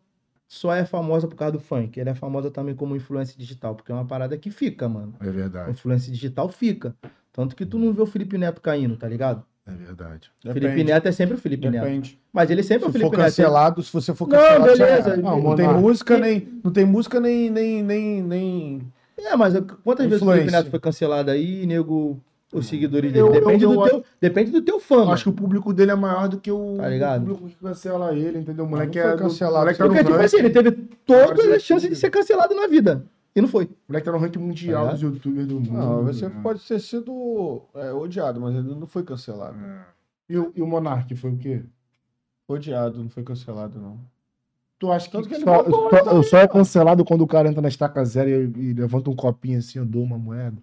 [SPEAKER 1] só é famosa por causa do funk? Ela é famosa também como influência digital, porque é uma parada que fica, mano.
[SPEAKER 2] É
[SPEAKER 1] A
[SPEAKER 2] verdade,
[SPEAKER 1] influência digital fica. Tanto que tu não vê o Felipe Neto caindo, tá ligado?
[SPEAKER 2] é verdade.
[SPEAKER 1] Felipe Neto é sempre o Felipe Neto.
[SPEAKER 3] Depende.
[SPEAKER 1] Mas ele sempre é o
[SPEAKER 3] Se
[SPEAKER 1] Felipe
[SPEAKER 3] for
[SPEAKER 1] Neto.
[SPEAKER 3] cancelado, se você for
[SPEAKER 1] Não,
[SPEAKER 3] cancelado, já
[SPEAKER 1] beleza.
[SPEAKER 3] era. Não, não
[SPEAKER 2] Não,
[SPEAKER 3] tem
[SPEAKER 2] não.
[SPEAKER 3] música nem, não tem música nem nem nem nem.
[SPEAKER 1] É, mas quantas vezes o Felipe
[SPEAKER 3] Influência.
[SPEAKER 1] Neto foi cancelado aí, nego, os seguidores
[SPEAKER 2] Eu-
[SPEAKER 1] dele?
[SPEAKER 2] eu-
[SPEAKER 1] Depende,
[SPEAKER 2] eu
[SPEAKER 1] do,
[SPEAKER 2] acho-
[SPEAKER 1] teu, depende do teu fã,
[SPEAKER 2] Eu
[SPEAKER 1] mano.
[SPEAKER 2] acho que o público dele é maior do que o,
[SPEAKER 1] Tá ligado?
[SPEAKER 2] o público que cancela ele, entendeu? O moleque
[SPEAKER 3] Não foi
[SPEAKER 2] é do-
[SPEAKER 3] cancelado,
[SPEAKER 2] o moleque tá no
[SPEAKER 1] Porque, tipo
[SPEAKER 2] ranking,
[SPEAKER 1] assim, ele teve todas
[SPEAKER 2] Agora
[SPEAKER 1] as chances de ser cancelado na vida. E não foi.
[SPEAKER 2] o moleque tá no ranking mundial
[SPEAKER 1] Tá
[SPEAKER 2] dos youtubers do mundo.
[SPEAKER 3] Não, você
[SPEAKER 2] né?
[SPEAKER 3] pode ter sido é, odiado, mas ele não foi cancelado.
[SPEAKER 2] E, o- e o Monark foi o quê?
[SPEAKER 3] Odiado, não foi cancelado não.
[SPEAKER 2] Tu acha que,
[SPEAKER 3] Tanto que ele
[SPEAKER 2] só,
[SPEAKER 3] voltou,
[SPEAKER 2] só-
[SPEAKER 3] ele tá
[SPEAKER 2] eu só é cancelado quando o cara entra na estaca zero e, e levanta um copinho assim, eu dou uma moeda?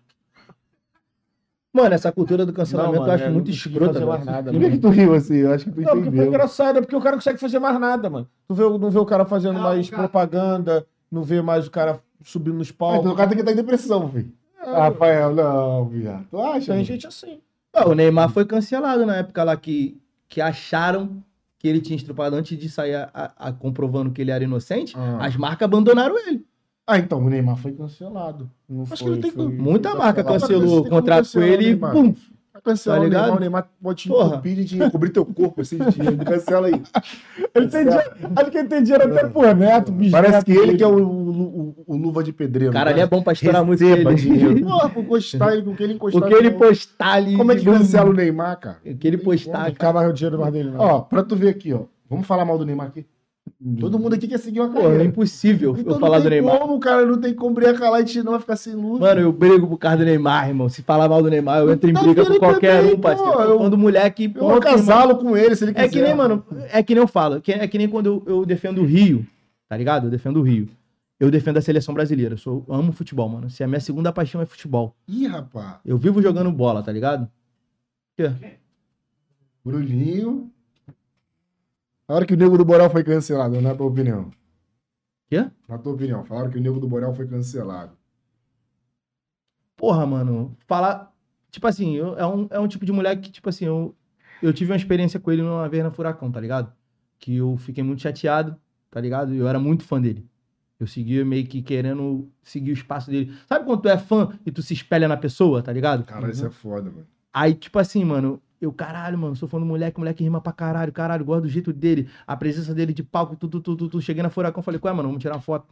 [SPEAKER 1] Mano, essa cultura do cancelamento
[SPEAKER 3] Não, mano,
[SPEAKER 1] eu
[SPEAKER 2] é,
[SPEAKER 1] acho
[SPEAKER 3] eu não
[SPEAKER 1] muito
[SPEAKER 3] consegui
[SPEAKER 1] escrota.
[SPEAKER 3] fazer mais
[SPEAKER 1] velho.
[SPEAKER 3] nada,
[SPEAKER 2] Por que, que tu riu assim? Eu acho que tu
[SPEAKER 3] Não, porque foi
[SPEAKER 2] entendeu.
[SPEAKER 3] engraçado, é porque o cara não consegue fazer mais nada, mano. Tu vê, o- não vê o cara fazendo mais propaganda, não vê mais o cara subindo nos
[SPEAKER 2] Ah,
[SPEAKER 3] palcos.
[SPEAKER 2] então o cara tem que estar em depressão, filho. Ah, Rafael, não, viado. Tu acha?
[SPEAKER 3] É. Tem
[SPEAKER 2] mano?
[SPEAKER 3] gente assim.
[SPEAKER 1] Ah, o Neymar foi cancelado na época lá que, que acharam que ele tinha estrupado antes de sair a- a- a- comprovando que ele era inocente.
[SPEAKER 2] Ah.
[SPEAKER 1] As marcas abandonaram ele.
[SPEAKER 2] Ah, então, o Neymar foi cancelado.
[SPEAKER 3] Não
[SPEAKER 2] Acho
[SPEAKER 3] foi,
[SPEAKER 2] que não tem
[SPEAKER 3] foi-
[SPEAKER 2] como-
[SPEAKER 1] Muita
[SPEAKER 2] cancelado.
[SPEAKER 1] marca
[SPEAKER 2] é Mas
[SPEAKER 1] cancelou
[SPEAKER 2] tem
[SPEAKER 1] o
[SPEAKER 2] como
[SPEAKER 1] contrato com
[SPEAKER 2] cancelar o
[SPEAKER 1] ele e
[SPEAKER 2] Neymar.
[SPEAKER 1] pum.
[SPEAKER 2] Cancela
[SPEAKER 1] Tá
[SPEAKER 2] o Neymar,
[SPEAKER 1] ligado?
[SPEAKER 2] o Neymar pode te
[SPEAKER 1] Porra.
[SPEAKER 2] entupir de dinheiro, cobrir teu corpo assim de dinheiro. Cancela aí.
[SPEAKER 3] Ele tem dinheiro, acho que ele tem dinheiro até pro Neto, bicho.
[SPEAKER 2] Parece que ele
[SPEAKER 3] <laughs>
[SPEAKER 2] que é o, o, o- o luva de pedreiro. né?
[SPEAKER 1] O cara ali é bom pra estourar a música
[SPEAKER 2] Receba
[SPEAKER 1] dele.
[SPEAKER 2] dinheiro. Porra, por gostar, ele- com o que ele
[SPEAKER 1] <laughs> O
[SPEAKER 2] encostar.
[SPEAKER 1] que ele
[SPEAKER 2] ele-
[SPEAKER 1] postar ali.
[SPEAKER 2] Como é que é
[SPEAKER 1] bum,
[SPEAKER 2] cancela o Neymar, cara?
[SPEAKER 1] O que ele postar.
[SPEAKER 3] Não cava o dinheiro mais dele, não.
[SPEAKER 2] Ó, pra tu ver aqui, ó. Vamos falar mal do Neymar aqui? Todo mundo aqui quer seguir uma
[SPEAKER 1] Pô, é
[SPEAKER 2] carreira.
[SPEAKER 1] impossível
[SPEAKER 2] Então
[SPEAKER 1] eu falar
[SPEAKER 2] não
[SPEAKER 1] do
[SPEAKER 2] tem
[SPEAKER 1] Neymar.
[SPEAKER 2] como, cara. Não tem como brincar lá e te não vai ficar sem luz.
[SPEAKER 1] Mano, eu brigo por causa do Neymar, irmão. Se falar mal do Neymar, eu entro em
[SPEAKER 2] Tá
[SPEAKER 1] briga com
[SPEAKER 2] vendo
[SPEAKER 1] qualquer
[SPEAKER 2] também,
[SPEAKER 1] um, parceiro.
[SPEAKER 2] pô,
[SPEAKER 1] Eu sou fã
[SPEAKER 2] eu-
[SPEAKER 1] do moleque.
[SPEAKER 2] eu vou
[SPEAKER 1] ponto, irmão.
[SPEAKER 2] casá-lo com ele se ele quiser.
[SPEAKER 1] É que nem, mano, é que nem eu falo, que- é que nem quando eu, eu defendo o Rio, tá ligado? Eu defendo o Rio. Eu defendo a seleção brasileira. Eu sou, eu amo futebol, mano. Se a minha segunda paixão é futebol.
[SPEAKER 2] Ih, rapaz.
[SPEAKER 1] Eu vivo jogando bola, tá ligado?
[SPEAKER 2] Brulinho. A hora que o Nego do Borel foi cancelado, na tua opinião.
[SPEAKER 1] Quê?
[SPEAKER 2] Na tua opinião, falaram que o Nego do Borel foi cancelado.
[SPEAKER 1] Porra, mano, falar. Tipo assim, eu- é, um, é um tipo de moleque que, tipo assim, eu, eu tive uma experiência com ele uma vez na Furacão, tá ligado? Que eu fiquei muito chateado, tá ligado? Eu era muito fã dele. Eu seguia meio que querendo seguir o espaço dele. Sabe quando tu é fã e tu se espelha na pessoa, tá ligado?
[SPEAKER 2] Cara, isso é foda, mano.
[SPEAKER 1] Aí, tipo assim, mano, eu, caralho, mano, sou fã do moleque, moleque rima pra caralho, caralho, gosto do jeito dele, a presença dele de palco, tudo, tudo, tudo. Cheguei na Furacão, falei, ué, mano, vamos tirar uma foto.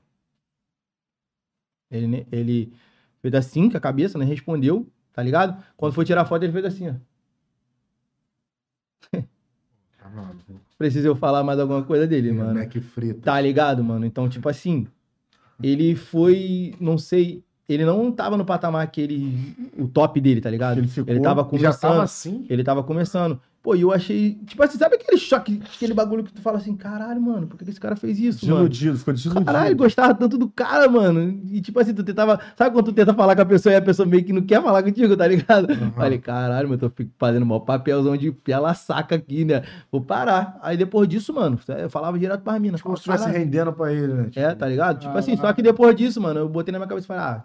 [SPEAKER 1] Ele, ne- ele fez assim com a cabeça, né? Respondeu, tá ligado? Quando foi tirar a foto, ele fez assim, ó.
[SPEAKER 2] Tá maluco.
[SPEAKER 1] Precisa eu falar mais alguma coisa dele, mano.
[SPEAKER 2] Mac frita.
[SPEAKER 1] Tá ligado, mano? Então, tipo assim, ele foi, não sei, ele não tava no patamar que ele, o top dele, tá ligado?
[SPEAKER 2] Ele ficou.
[SPEAKER 1] tava
[SPEAKER 2] e Já
[SPEAKER 1] começando.
[SPEAKER 2] tava assim?
[SPEAKER 1] Ele tava começando. Pô, e eu achei. Tipo assim, sabe aquele choque, aquele bagulho que tu fala assim, caralho, mano, por que que esse cara fez isso, mano?
[SPEAKER 3] Desiludido, ficou desiludido.
[SPEAKER 1] Caralho, gostava tanto do cara, mano. E tipo assim, tu tentava. Sabe quando tu tenta falar com a pessoa e a pessoa meio que não quer falar contigo, tá ligado? Falei, caralho, mas eu tô fico fazendo mó papelzão de pela saca aqui, né? Vou parar. Aí depois disso, mano, eu falava direto pra mina.
[SPEAKER 3] Tipo,
[SPEAKER 2] Como se
[SPEAKER 1] "Fala,
[SPEAKER 2] estivesse rendendo pra ele, né?
[SPEAKER 1] é, tá ligado? Tipo assim, só que depois disso, mano, eu botei na minha cabeça e falei, ah,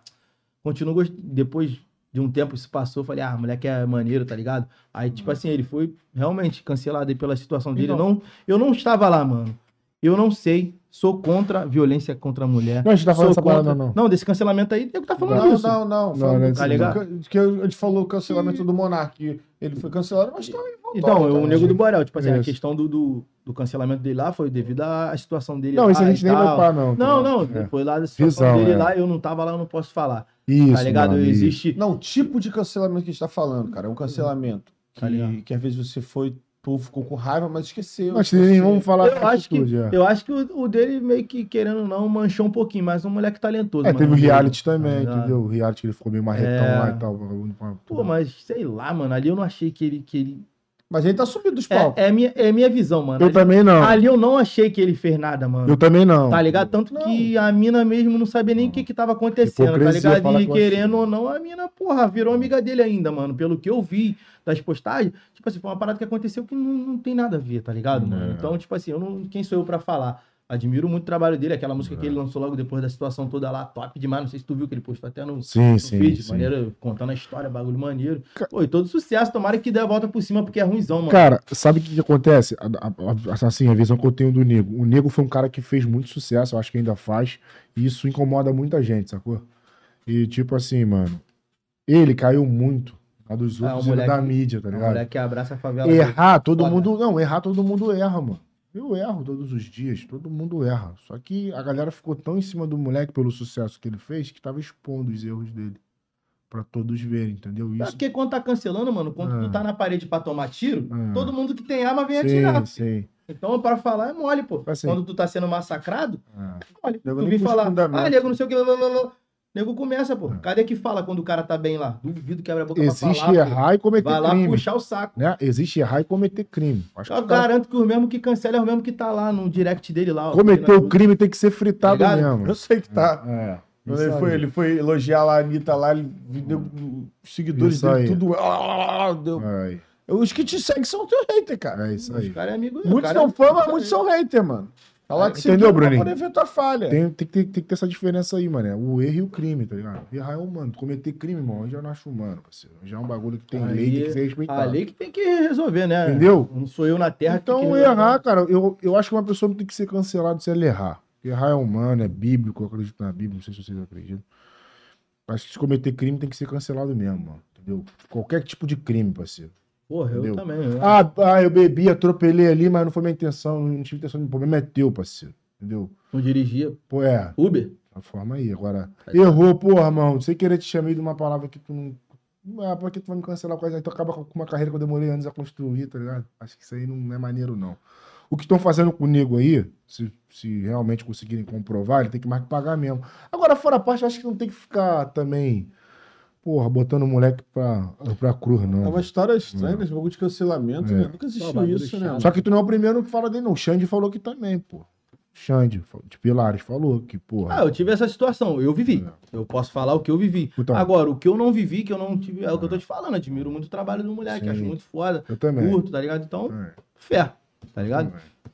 [SPEAKER 1] continuo gostando. Depois de um tempo se passou, eu falei, ah, moleque é maneiro, tá ligado? Aí, tipo assim, ele foi realmente cancelado aí pela situação dele.
[SPEAKER 2] Uhum. Então-
[SPEAKER 1] Não, eu não estava lá, mano. Eu não sei. Sou contra a violência contra a mulher.
[SPEAKER 6] Não, a gente tá falando essa
[SPEAKER 1] Sou
[SPEAKER 6] parada,
[SPEAKER 1] contra-
[SPEAKER 6] não.
[SPEAKER 1] Não, desse cancelamento aí, eu tá falando
[SPEAKER 3] Não,
[SPEAKER 1] isso.
[SPEAKER 3] não, não.
[SPEAKER 2] Não,
[SPEAKER 3] Falando
[SPEAKER 2] né,
[SPEAKER 1] tá ligado?
[SPEAKER 3] que- Que a gente falou o cancelamento do Monark. que Ele foi cancelado, mas tá também voltou.
[SPEAKER 1] Então, eu, o Nego do Borel, tipo assim, a
[SPEAKER 2] tá, Isso.
[SPEAKER 1] questão do, do, do cancelamento dele lá foi devido à à situação dele
[SPEAKER 2] Não,
[SPEAKER 1] lá
[SPEAKER 2] isso a gente
[SPEAKER 1] e
[SPEAKER 2] nem vai
[SPEAKER 1] tal.
[SPEAKER 2] parar, não.
[SPEAKER 1] Ah, então. Não, não,
[SPEAKER 2] É.
[SPEAKER 1] foi lá da situação
[SPEAKER 2] Visão,
[SPEAKER 1] dele
[SPEAKER 2] é.
[SPEAKER 1] lá, eu não tava lá, eu não posso falar.
[SPEAKER 2] Isso.
[SPEAKER 1] tá ligado?
[SPEAKER 2] mano, isso.
[SPEAKER 1] Existe
[SPEAKER 3] Não, o tipo de cancelamento que a gente tá falando, cara. É um cancelamento. Que,
[SPEAKER 1] Tá ligado.
[SPEAKER 3] que às vezes você foi, pô, ficou com raiva, mas esqueceu.
[SPEAKER 2] Mas
[SPEAKER 3] esqueceu.
[SPEAKER 2] nem vamos falar
[SPEAKER 1] Eu
[SPEAKER 2] da
[SPEAKER 1] acho, que,
[SPEAKER 2] atitude, é.
[SPEAKER 1] eu acho que o, o dele meio que, querendo ou não, manchou um pouquinho, mas um moleque talentoso.
[SPEAKER 2] É,
[SPEAKER 1] mano.
[SPEAKER 2] teve o reality também,
[SPEAKER 1] ligado?
[SPEAKER 2] entendeu? O reality que ele ficou meio marretão
[SPEAKER 1] É.
[SPEAKER 2] lá e tal. vagabundo pra-
[SPEAKER 1] Pô, mas sei lá, mano, ali eu não achei que ele... Que ele...
[SPEAKER 3] Mas ele tá subindo dos palcos.
[SPEAKER 1] É, é minha, é minha visão, mano.
[SPEAKER 2] Eu
[SPEAKER 1] ali,
[SPEAKER 2] também não.
[SPEAKER 1] ali eu não achei que ele fez nada, mano.
[SPEAKER 2] Eu também não.
[SPEAKER 1] Tá ligado? Tanto que a mina mesmo não sabia nem o que que tava acontecendo,
[SPEAKER 2] Hipocrisia,
[SPEAKER 1] tá ligado?
[SPEAKER 2] fala
[SPEAKER 1] E
[SPEAKER 2] que eu achei.
[SPEAKER 1] querendo ou não, a mina, porra, virou amiga dele ainda, mano. Pelo que eu vi das postagens, tipo assim, foi uma parada que aconteceu que não, não tem nada a ver, tá ligado, mano?
[SPEAKER 2] É.
[SPEAKER 1] Então, tipo assim, eu não, quem sou eu pra falar? Admiro muito o trabalho dele, aquela música que ele lançou logo depois da situação toda lá, top demais. Não sei se tu viu que ele postou até no, no
[SPEAKER 2] Sim, sim.
[SPEAKER 1] feed,
[SPEAKER 2] sim.
[SPEAKER 1] maneiro, contando a história, bagulho maneiro. Pô, e todo sucesso, tomara que dê a volta por cima, porque é ruimzão, mano.
[SPEAKER 2] Cara, sabe o que, que acontece? A- a- a- assim, a visão que eu tenho do Nego. O Nego foi um cara que fez muito sucesso, eu acho que ainda faz. E isso incomoda muita gente, sacou? E tipo assim, mano. Ele caiu muito na dos
[SPEAKER 1] É,
[SPEAKER 2] outros
[SPEAKER 1] o
[SPEAKER 2] e na da
[SPEAKER 1] moleque-
[SPEAKER 2] mídia, tá
[SPEAKER 1] É um
[SPEAKER 2] ligado?
[SPEAKER 1] moleque que abraça a favela.
[SPEAKER 2] Errar, todo
[SPEAKER 1] Foda.
[SPEAKER 2] mundo. Não, errar, todo mundo erra, mano. Eu erro todos os dias, todo mundo erra. Só que a galera ficou tão em cima do moleque pelo sucesso que ele fez que tava expondo os erros dele. Pra todos verem, entendeu?
[SPEAKER 1] É
[SPEAKER 2] Isso.
[SPEAKER 1] Porque quando tá cancelando, mano, quando
[SPEAKER 2] Ah.
[SPEAKER 1] tu tá na parede pra tomar tiro,
[SPEAKER 2] Ah.
[SPEAKER 1] todo mundo que tem arma vem
[SPEAKER 2] Sim,
[SPEAKER 1] atirar.
[SPEAKER 2] sim.
[SPEAKER 1] Então, pra falar é mole, pô.
[SPEAKER 2] Assim.
[SPEAKER 1] Quando tu tá sendo massacrado,
[SPEAKER 2] Ah.
[SPEAKER 1] é mole.
[SPEAKER 3] Nego
[SPEAKER 1] tu
[SPEAKER 3] nem
[SPEAKER 1] vem
[SPEAKER 3] curte
[SPEAKER 1] falar,
[SPEAKER 3] fundamento.
[SPEAKER 1] ah, nego, não sei o que, blá, blá, blá, blá. Nego começa, pô.
[SPEAKER 2] Ah.
[SPEAKER 1] Cadê que fala quando o cara tá bem lá? Duvido que abre a boca pra
[SPEAKER 2] Existe
[SPEAKER 1] falar, pô.
[SPEAKER 2] errar e cometer
[SPEAKER 1] Vai lá
[SPEAKER 2] crime.
[SPEAKER 1] puxar o saco.
[SPEAKER 2] Né? Existe errar e cometer crime. Acho que tá-
[SPEAKER 1] Eu
[SPEAKER 2] o cara
[SPEAKER 1] garanto que o mesmo que cancela é o mesmo que tá lá no direct dele lá. ó,
[SPEAKER 2] cometeu o
[SPEAKER 1] pegando
[SPEAKER 2] crime tem que ser fritado
[SPEAKER 1] Tá ligado?
[SPEAKER 2] mesmo.
[SPEAKER 3] Eu sei que tá.
[SPEAKER 2] É.
[SPEAKER 3] Quando
[SPEAKER 2] Isso
[SPEAKER 3] ele,
[SPEAKER 2] aí. Hum.
[SPEAKER 3] foi, ele foi elogiar lá a Anitta lá, ele deu, os seguidores
[SPEAKER 2] Isso
[SPEAKER 3] dele,
[SPEAKER 2] aí.
[SPEAKER 3] tudo. ah, deu-
[SPEAKER 2] É Aí,
[SPEAKER 3] Os que te seguem são teu hater, cara.
[SPEAKER 2] É isso
[SPEAKER 1] tudo.
[SPEAKER 2] aí.
[SPEAKER 1] Os caras é amigo. o
[SPEAKER 3] Muitos
[SPEAKER 1] cara
[SPEAKER 3] são
[SPEAKER 1] é-
[SPEAKER 3] fã, mas muitos são hater, mano. Tá lá te
[SPEAKER 2] Entendeu,
[SPEAKER 3] seguindo pra
[SPEAKER 2] Bruninho?
[SPEAKER 3] poder ver tua falha.
[SPEAKER 2] Tem, tem que ter, tem que ter essa diferença aí, mano. O erro e o crime, tá ligado? Errar é humano. Cometer crime, irmão, eu já não acho humano, parceiro. Já é um bagulho que tem
[SPEAKER 1] Aí-
[SPEAKER 2] lei, tem que ser respeitado.
[SPEAKER 1] A lei que tem que resolver, né?
[SPEAKER 2] Entendeu?
[SPEAKER 1] Não sou eu na terra que tem
[SPEAKER 2] Então,
[SPEAKER 1] que
[SPEAKER 2] errar, cara, eu, eu acho que uma pessoa não tem que ser cancelada se ela errar. Porque errar é humano, é bíblico, eu acredito na Bíblia, não sei se vocês acreditam. Acho que se cometer crime tem que ser cancelado mesmo, mano. Entendeu? Qualquer tipo de crime, parceiro.
[SPEAKER 1] Porra, eu
[SPEAKER 2] Entendeu?
[SPEAKER 1] também. né? eu-
[SPEAKER 2] Ah, ah, eu bebi, atropelei ali, mas não foi minha intenção, não tive intenção, o problema é teu, parceiro. Entendeu?
[SPEAKER 1] Não dirigia.
[SPEAKER 2] Pô, é,
[SPEAKER 1] Uber.
[SPEAKER 2] a forma aí. Agora,
[SPEAKER 1] Tá
[SPEAKER 2] errou, porra, irmão. Sem querer te chamei de uma palavra que tu não. Ah, pra que tu vai me cancelar coisa? Aí tu acaba com uma carreira que eu demorei anos a construir, tá ligado? Acho que isso aí não é maneiro, não. O que estão fazendo com o nego aí, se, se realmente conseguirem comprovar, ele tem que mais que pagar mesmo. Agora, fora a parte, eu acho que não tem que ficar também, porra, botando o moleque pra, pra cruz,
[SPEAKER 3] É
[SPEAKER 2] não.
[SPEAKER 3] uma história estranha, esse bagulho de cancelamento,
[SPEAKER 2] Hum. É.
[SPEAKER 3] né? Nunca
[SPEAKER 1] Pô,
[SPEAKER 3] existiu
[SPEAKER 1] bagulho
[SPEAKER 3] isso, né?
[SPEAKER 1] chato.
[SPEAKER 2] Só que tu não é o primeiro que fala dele, não. O Xande falou que também, pô. Xande, de Pilares, falou que, porra.
[SPEAKER 1] Ah, eu tive essa situação, eu vivi. Eu posso falar o que eu vivi.
[SPEAKER 2] Então.
[SPEAKER 1] Agora, o que eu não vivi, que eu não tive, é o que eu tô te falando. Admiro muito o trabalho do moleque,
[SPEAKER 2] Ah. Sim.
[SPEAKER 1] acho muito foda,
[SPEAKER 2] Eu também.
[SPEAKER 1] curto, tá ligado? Então,
[SPEAKER 2] É.
[SPEAKER 1] fé, tá ligado?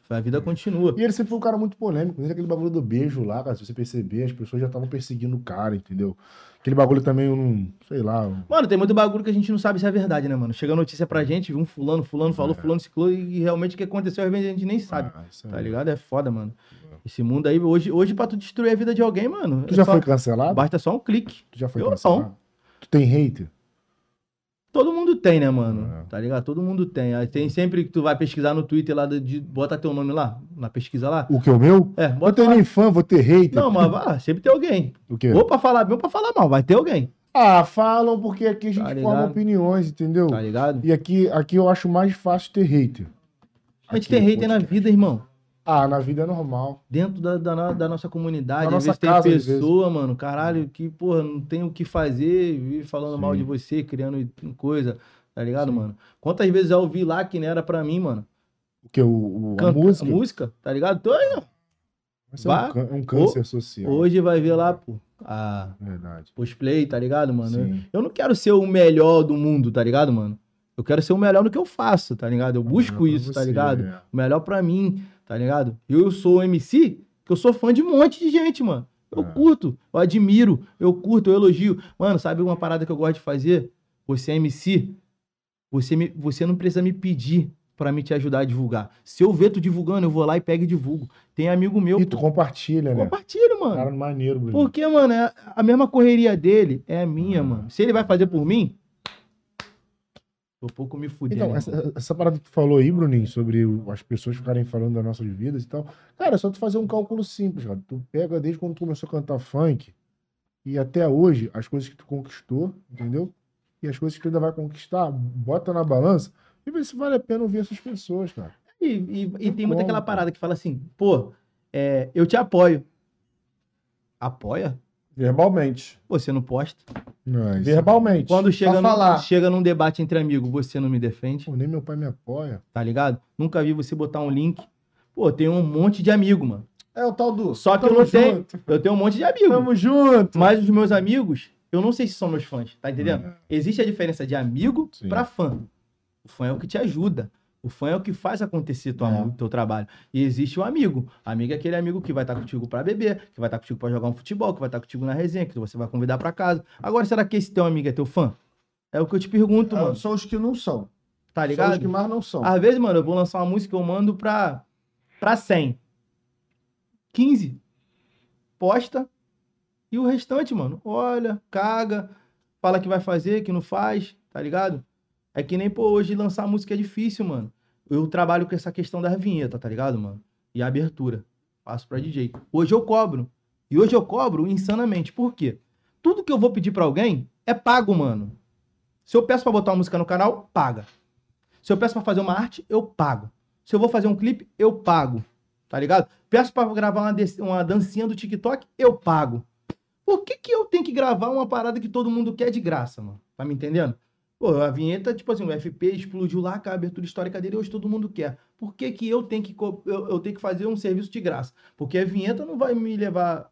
[SPEAKER 1] A vida continua.
[SPEAKER 2] E ele sempre foi um cara muito polêmico. Desde aquele bagulho do beijo lá, cara, se você perceber, as pessoas já estavam perseguindo o cara, entendeu? Aquele bagulho também, eu não. Sei lá. eu-
[SPEAKER 1] Mano, tem muito bagulho que a gente não sabe se é verdade, né, mano? Chega a notícia
[SPEAKER 2] É.
[SPEAKER 1] pra gente, um fulano, fulano falou, fulano ciclou, e realmente o que aconteceu, às vezes a gente nem sabe.
[SPEAKER 2] Ah, isso aí.
[SPEAKER 1] Tá ligado? É foda, mano. Esse mundo aí, hoje, hoje pra tu destruir a vida de alguém, mano,
[SPEAKER 2] Tu
[SPEAKER 1] é
[SPEAKER 2] já
[SPEAKER 1] só-
[SPEAKER 2] foi cancelado?
[SPEAKER 1] basta só um clique.
[SPEAKER 2] Tu já foi
[SPEAKER 1] Eu não.
[SPEAKER 2] cancelado? Tu tem hater?
[SPEAKER 1] Todo mundo tem, né, mano?
[SPEAKER 2] É.
[SPEAKER 1] Tá ligado? Todo mundo tem. Aí tem sempre que tu vai pesquisar no Twitter lá, de, bota teu nome lá, na pesquisa lá.
[SPEAKER 2] O que o meu?
[SPEAKER 1] É,
[SPEAKER 2] Não
[SPEAKER 1] bota
[SPEAKER 2] tenho É.
[SPEAKER 1] lá.
[SPEAKER 2] nem fã, vou ter hater.
[SPEAKER 1] Não, mas ah, sempre tem alguém.
[SPEAKER 2] O quê?
[SPEAKER 1] Ou pra falar bem ou pra falar mal, vai ter alguém.
[SPEAKER 2] Ah, falam porque aqui a gente
[SPEAKER 1] Tá
[SPEAKER 2] forma
[SPEAKER 1] ligado?
[SPEAKER 2] opiniões, entendeu?
[SPEAKER 1] Tá ligado?
[SPEAKER 2] E aqui, aqui eu acho mais fácil ter hater.
[SPEAKER 1] A gente
[SPEAKER 2] Aqui
[SPEAKER 1] tem
[SPEAKER 2] no
[SPEAKER 1] hater na
[SPEAKER 2] podcast.
[SPEAKER 1] vida, irmão.
[SPEAKER 2] Ah, na vida é normal.
[SPEAKER 1] Dentro da, da, no- da nossa comunidade,
[SPEAKER 2] Da
[SPEAKER 1] às
[SPEAKER 2] nossa
[SPEAKER 1] vezes tem
[SPEAKER 2] casa, às
[SPEAKER 1] pessoa, mano, caralho, que, porra, não tem o que fazer, vive falando mal
[SPEAKER 2] Sim.
[SPEAKER 1] de você, criando coisa, tá ligado, mano? Quantas vezes eu ouvi lá que não era pra mim, mano?
[SPEAKER 2] O que? O, o, a
[SPEAKER 1] Canta-
[SPEAKER 2] música?
[SPEAKER 1] tá ligado? Então, aí, ó,
[SPEAKER 2] Isso é um,
[SPEAKER 1] Vá-
[SPEAKER 2] cân- é um câncer social.
[SPEAKER 1] hoje vai ver lá, pô, a
[SPEAKER 2] Verdade.
[SPEAKER 1] cosplay, tá ligado, mano?
[SPEAKER 2] Sim.
[SPEAKER 1] Eu não quero ser o melhor do mundo, tá ligado, mano? Eu quero ser o melhor no que eu faço, tá ligado? Eu busco
[SPEAKER 2] Melhor pra
[SPEAKER 1] isso, tá
[SPEAKER 2] você,
[SPEAKER 1] ligado?
[SPEAKER 2] é.
[SPEAKER 1] O melhor pra mim, tá ligado? Eu sou MC, que eu sou fã de um monte de gente, mano. Eu
[SPEAKER 2] É.
[SPEAKER 1] curto, eu admiro, eu curto, eu elogio. Mano, sabe uma parada que eu gosto de fazer? Você é MC, você, me, você não precisa me pedir pra me te ajudar a divulgar. Se eu ver tu divulgando, eu vou lá e pego e divulgo. Tem amigo meu,
[SPEAKER 2] E tu
[SPEAKER 1] pô,
[SPEAKER 2] compartilha, né?
[SPEAKER 1] compartilha, mano.
[SPEAKER 2] Cara maneiro, Bruno.
[SPEAKER 1] Porque, mano, é- a mesma correria dele é a minha,
[SPEAKER 3] Hum.
[SPEAKER 2] Ah.
[SPEAKER 1] mano. Se ele vai fazer por mim, tô um pouco me fudendo.
[SPEAKER 2] Então,
[SPEAKER 1] irmão.
[SPEAKER 2] essa, essa parada que tu falou aí, Bruninho, sobre o- as pessoas ficarem falando das nossas vidas e tal. Cara, é só tu fazer um cálculo simples, cara. Tu pega desde quando tu começou a cantar funk e até hoje, as coisas que tu conquistou, entendeu? E as coisas que tu ainda vai conquistar, bota na balança e vê se vale a pena ouvir essas pessoas, cara.
[SPEAKER 1] E, e- e
[SPEAKER 3] É
[SPEAKER 1] tem
[SPEAKER 2] como,
[SPEAKER 1] muita aquela
[SPEAKER 2] pô.
[SPEAKER 1] parada que fala assim, pô, é, eu te apoio. Apoia?
[SPEAKER 3] Verbalmente.
[SPEAKER 1] Pô, Você não posta.
[SPEAKER 2] Não, isso-
[SPEAKER 3] Verbalmente.
[SPEAKER 1] Quando chega,
[SPEAKER 3] pra
[SPEAKER 1] num-
[SPEAKER 3] falar.
[SPEAKER 1] chega num debate entre amigos, você não me defende,
[SPEAKER 2] Pô, nem meu pai me apoia.
[SPEAKER 1] tá ligado? Nunca vi você botar um link. Pô, tem um monte de amigo, mano.
[SPEAKER 3] É o tal do.
[SPEAKER 1] Só que eu
[SPEAKER 3] tamo
[SPEAKER 1] não tenho.
[SPEAKER 3] junto,
[SPEAKER 1] Eu tenho um monte de amigo.
[SPEAKER 3] Tamo junto.
[SPEAKER 1] Mas os meus amigos, eu não sei se são meus fãs, tá entendendo? Existe a diferença de amigo
[SPEAKER 2] Sim.
[SPEAKER 1] pra fã. O fã é o que te ajuda. O fã é o que faz acontecer tua,
[SPEAKER 3] É.
[SPEAKER 1] o teu trabalho. E existe o amigo. Amigo é aquele amigo que vai estar contigo pra beber, que vai estar contigo pra jogar um futebol, que vai estar contigo na resenha, que você vai convidar pra casa. Agora, será que esse teu amigo é teu fã? É o que eu te pergunto,
[SPEAKER 3] Ah,
[SPEAKER 1] mano.
[SPEAKER 3] São os que não são.
[SPEAKER 1] Tá
[SPEAKER 3] São os que
[SPEAKER 1] ligado? Ah.
[SPEAKER 3] mais não são.
[SPEAKER 1] Às vezes, mano, eu vou lançar uma música, eu mando pra, pra 100. 15. Posta. E o restante, mano, olha, caga, fala que vai fazer, que não faz, tá ligado? É que nem, pô, hoje lançar música é difícil, mano. Eu trabalho com essa questão das vinhetas, tá ligado, mano? E a abertura. Passo pra DJ. Hoje eu cobro. E hoje eu cobro insanamente. Por quê? Tudo que eu vou pedir pra alguém é pago, mano. Se eu peço pra botar uma música no canal, paga. Se eu peço pra fazer uma arte, eu pago. Se eu vou fazer um clipe, eu pago. Tá ligado? Peço pra gravar uma, des- uma dancinha do TikTok, eu pago. Por que, que eu tenho que gravar uma parada que todo mundo quer de graça, mano? Tá me entendendo? Pô, a vinheta, tipo assim, o FP explodiu lá com a abertura histórica dele, hoje todo mundo quer. Por que, que eu tenho que co- eu, eu tenho que fazer um serviço de graça? Porque a vinheta não vai me levar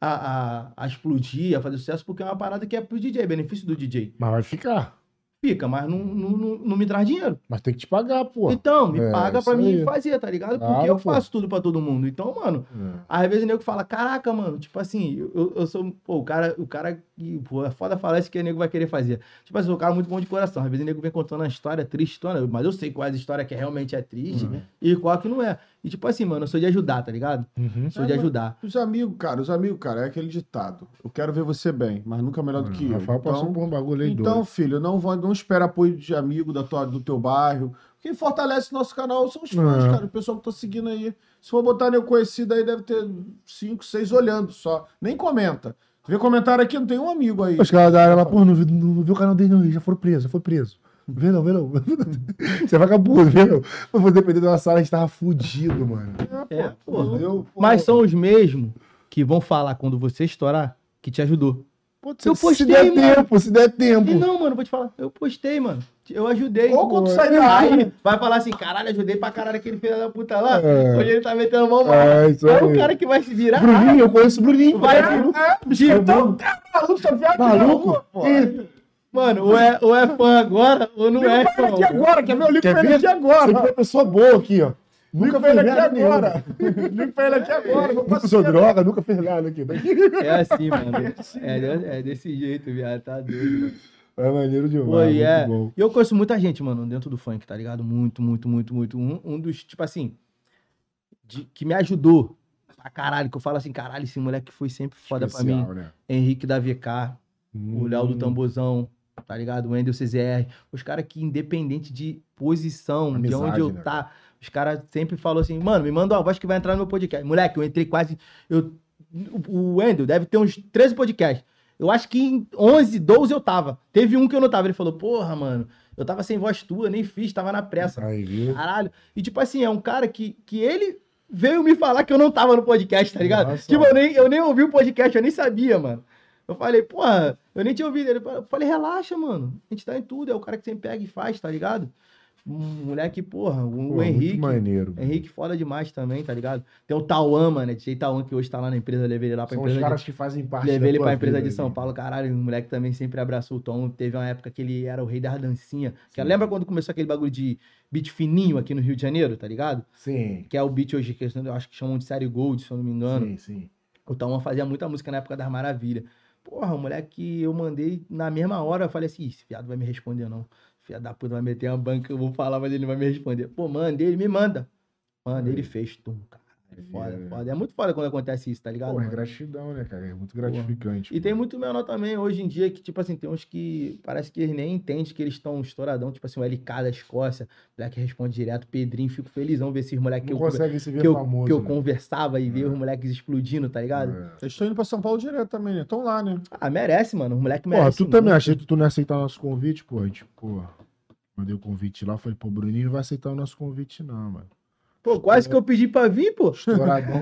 [SPEAKER 1] a, a- a explodir, a fazer sucesso, porque é uma parada que é pro DJ, benefício do DJ.
[SPEAKER 2] Mas vai ficar.
[SPEAKER 1] Fica, mas não- não- não, não me traz dinheiro.
[SPEAKER 2] Mas tem que te pagar, pô.
[SPEAKER 1] Então, me
[SPEAKER 2] É,
[SPEAKER 1] paga pra
[SPEAKER 2] isso
[SPEAKER 1] mim
[SPEAKER 2] aí.
[SPEAKER 1] fazer, tá ligado? Porque
[SPEAKER 2] Claro,
[SPEAKER 1] eu
[SPEAKER 2] pô.
[SPEAKER 1] faço tudo pra todo mundo. Então, mano,
[SPEAKER 2] É.
[SPEAKER 1] às vezes o nego fala, caraca, mano, tipo assim, eu, eu sou, pô, o cara, o cara, que- pô, é foda falar isso que o nego vai querer fazer. Tipo assim, eu sou um cara muito bom de coração. Às vezes o nego vem contando uma história tristona, mas eu sei qual é a história que realmente é triste e qual que não é. E tipo assim, mano, eu sou de ajudar, tá ligado?
[SPEAKER 2] Uhum.
[SPEAKER 1] Eu sou
[SPEAKER 3] É,
[SPEAKER 1] de
[SPEAKER 3] mas-
[SPEAKER 1] ajudar.
[SPEAKER 3] Os amigos, cara, os amigos, cara, é aquele ditado. Eu quero ver você bem, mas nunca melhor do que eu.
[SPEAKER 2] Rafael passou
[SPEAKER 3] Então,
[SPEAKER 2] por um bagulho aí
[SPEAKER 3] então,
[SPEAKER 2] doido.
[SPEAKER 3] filho, não, vai, não espera apoio de amigo da tua, do teu bairro. Quem fortalece nosso canal são os fãs,
[SPEAKER 2] É.
[SPEAKER 3] cara. O pessoal que tá seguindo aí. Se for botar nego conhecido aí, deve ter cinco, seis olhando só. Nem comenta. Tu vê comentário aqui, não tem um amigo aí.
[SPEAKER 2] Os caras da área lá, pô, não viu, não viu o canal dele, não, ele já foram presos, já foi preso. Não Vê não, vê não. <laughs> Você é vagabundo, vê não. Mas vou depender da sala, a gente tava fudido, mano.
[SPEAKER 1] É, pô.
[SPEAKER 3] Entendeu?
[SPEAKER 1] Mas são os mesmos que vão falar quando você estourar que te ajudou.
[SPEAKER 2] Pô,
[SPEAKER 1] Eu
[SPEAKER 2] se, se
[SPEAKER 1] postei,
[SPEAKER 2] der
[SPEAKER 1] mano.
[SPEAKER 2] tempo, se der tempo.
[SPEAKER 1] E não, mano, vou te falar. Eu postei, mano. Eu ajudei.
[SPEAKER 3] Ou quando sai da
[SPEAKER 1] Aí
[SPEAKER 3] área.
[SPEAKER 1] vai falar assim, caralho, ajudei pra caralho aquele filho da puta lá.
[SPEAKER 2] É.
[SPEAKER 1] Hoje ele tá metendo mão, mano.
[SPEAKER 2] É, isso
[SPEAKER 1] Aí o
[SPEAKER 2] aí.
[SPEAKER 1] cara que vai se virar.
[SPEAKER 2] Bruninho, eu conheço o Bruninho.
[SPEAKER 1] Vai,
[SPEAKER 2] cara.
[SPEAKER 3] É, então, tá maluco, tá viado,
[SPEAKER 2] Maluco?
[SPEAKER 3] não, pô.
[SPEAKER 2] Ih,
[SPEAKER 1] Mano, ou é, ou é fã agora, ou não é,
[SPEAKER 3] Olha
[SPEAKER 1] irmão.
[SPEAKER 3] aqui agora, quer ver? Eu ligo
[SPEAKER 2] Então, Quer
[SPEAKER 3] pra ele
[SPEAKER 2] ver?
[SPEAKER 3] aqui agora.
[SPEAKER 2] Você foi uma pessoa boa aqui, ó. Nunca fez nada nenhum.
[SPEAKER 4] Ligo pra ele aqui agora. Vou
[SPEAKER 2] Nunca usou droga, nunca fez nada aqui.
[SPEAKER 1] É assim, mano. É, é desse jeito, viado. Tá doido, mano.
[SPEAKER 2] É maneiro demais.
[SPEAKER 1] Pô, e
[SPEAKER 2] muito
[SPEAKER 1] é-
[SPEAKER 2] bom.
[SPEAKER 1] E eu conheço muita gente, mano, dentro do funk, tá ligado? Muito, muito, muito, muito. Um, um dos, tipo assim, de- que me ajudou pra caralho, que eu falo assim, caralho, esse moleque foi sempre foda pra mim.
[SPEAKER 2] Especial, né?
[SPEAKER 1] Henrique da VK, o Léo do
[SPEAKER 2] Hum,
[SPEAKER 1] Tambozão, tá ligado? O Wendel CZR. Os caras que, independente de posição, de
[SPEAKER 2] Amizade,
[SPEAKER 1] onde eu
[SPEAKER 2] né,
[SPEAKER 1] tá, os caras sempre falam assim, mano, me manda uma voz que vai entrar no meu podcast. Moleque, eu entrei quase. Eu, o o Wendel deve ter uns 13 podcasts. Eu acho que em 11, 12 eu tava. Teve um que eu não tava. Ele falou, porra, mano, eu tava sem voz tua, nem fiz, tava na pressa.
[SPEAKER 2] Aí, viu?
[SPEAKER 1] Caralho. E tipo assim, é um cara que, que ele veio me falar que eu não tava no podcast, tá ligado?
[SPEAKER 2] Nossa.
[SPEAKER 1] Tipo, eu nem, eu nem ouvi o podcast, eu nem sabia, mano. Eu falei, porra, eu nem tinha ouvido. Ele falou- eu falei, relaxa, mano. A gente tá em tudo, é o cara que sempre pega e faz, tá ligado? Um moleque, porra, o, o
[SPEAKER 2] Pô,
[SPEAKER 1] Henrique.
[SPEAKER 2] Muito maneiro.
[SPEAKER 1] Henrique foda demais também, tá ligado? Tem o Tauan, mano, é DJ Tauan que hoje tá lá na empresa, eu levei ele lá pra
[SPEAKER 2] São os
[SPEAKER 1] empresa. de-
[SPEAKER 2] caras que fazem parte
[SPEAKER 1] Levei
[SPEAKER 2] da
[SPEAKER 1] ele
[SPEAKER 2] tua
[SPEAKER 1] pra empresa
[SPEAKER 2] vida
[SPEAKER 1] de São
[SPEAKER 2] ali.
[SPEAKER 1] Paulo, caralho. O moleque também sempre abraçou o Tom. Teve uma época que ele era o rei das dancinhas. Que lembra quando começou aquele bagulho de beat fininho aqui no Rio de Janeiro, tá ligado?
[SPEAKER 2] Sim.
[SPEAKER 1] Que é o beat hoje, que eu acho que chamam de série Gold, se eu não me engano.
[SPEAKER 2] Sim, sim.
[SPEAKER 1] O Tom fazia muita música na época das maravilhas. Porra, o moleque que eu mandei na mesma hora, eu falei assim, "Ih, esse fiado vai me responder não. Fiado da puta vai meter uma banca, eu vou falar, mas ele não vai me responder. Pô, manda ele, me manda. Manda, ele fez, tum, cara. É foda,
[SPEAKER 2] É.
[SPEAKER 1] foda. É muito foda quando acontece isso, tá ligado?
[SPEAKER 2] Pô, é
[SPEAKER 1] mano?
[SPEAKER 2] gratidão, né, cara? É muito gratificante.
[SPEAKER 1] E tem muito menor também hoje em dia que, tipo assim, tem uns que parece que eles nem entendem que eles estão estouradão, tipo assim, o LK da Escócia, moleque responde direto, Pedrinho, fico felizão ver esses moleques que,
[SPEAKER 2] Não
[SPEAKER 1] eu,
[SPEAKER 2] consegue se ver
[SPEAKER 1] que eu-
[SPEAKER 2] famoso.
[SPEAKER 1] que eu
[SPEAKER 2] né?
[SPEAKER 1] conversava e ver
[SPEAKER 2] É.
[SPEAKER 1] os moleques explodindo, tá ligado?
[SPEAKER 2] É.
[SPEAKER 3] Eles estão indo pra São Paulo direto também, né? Estão lá, né?
[SPEAKER 1] Ah, merece, mano, o moleque
[SPEAKER 2] Porra,
[SPEAKER 1] merece.
[SPEAKER 2] tu também
[SPEAKER 1] muito.
[SPEAKER 2] achei que tu não ia aceitar o nosso convite, pô. A gente, pô, mandei o convite lá, falei, pô, o Bruninho não vai aceitar o nosso convite, não,
[SPEAKER 1] <laughs>
[SPEAKER 2] mano.
[SPEAKER 1] Pô, quase que eu pedi pra vir, pô.
[SPEAKER 2] Estouradão.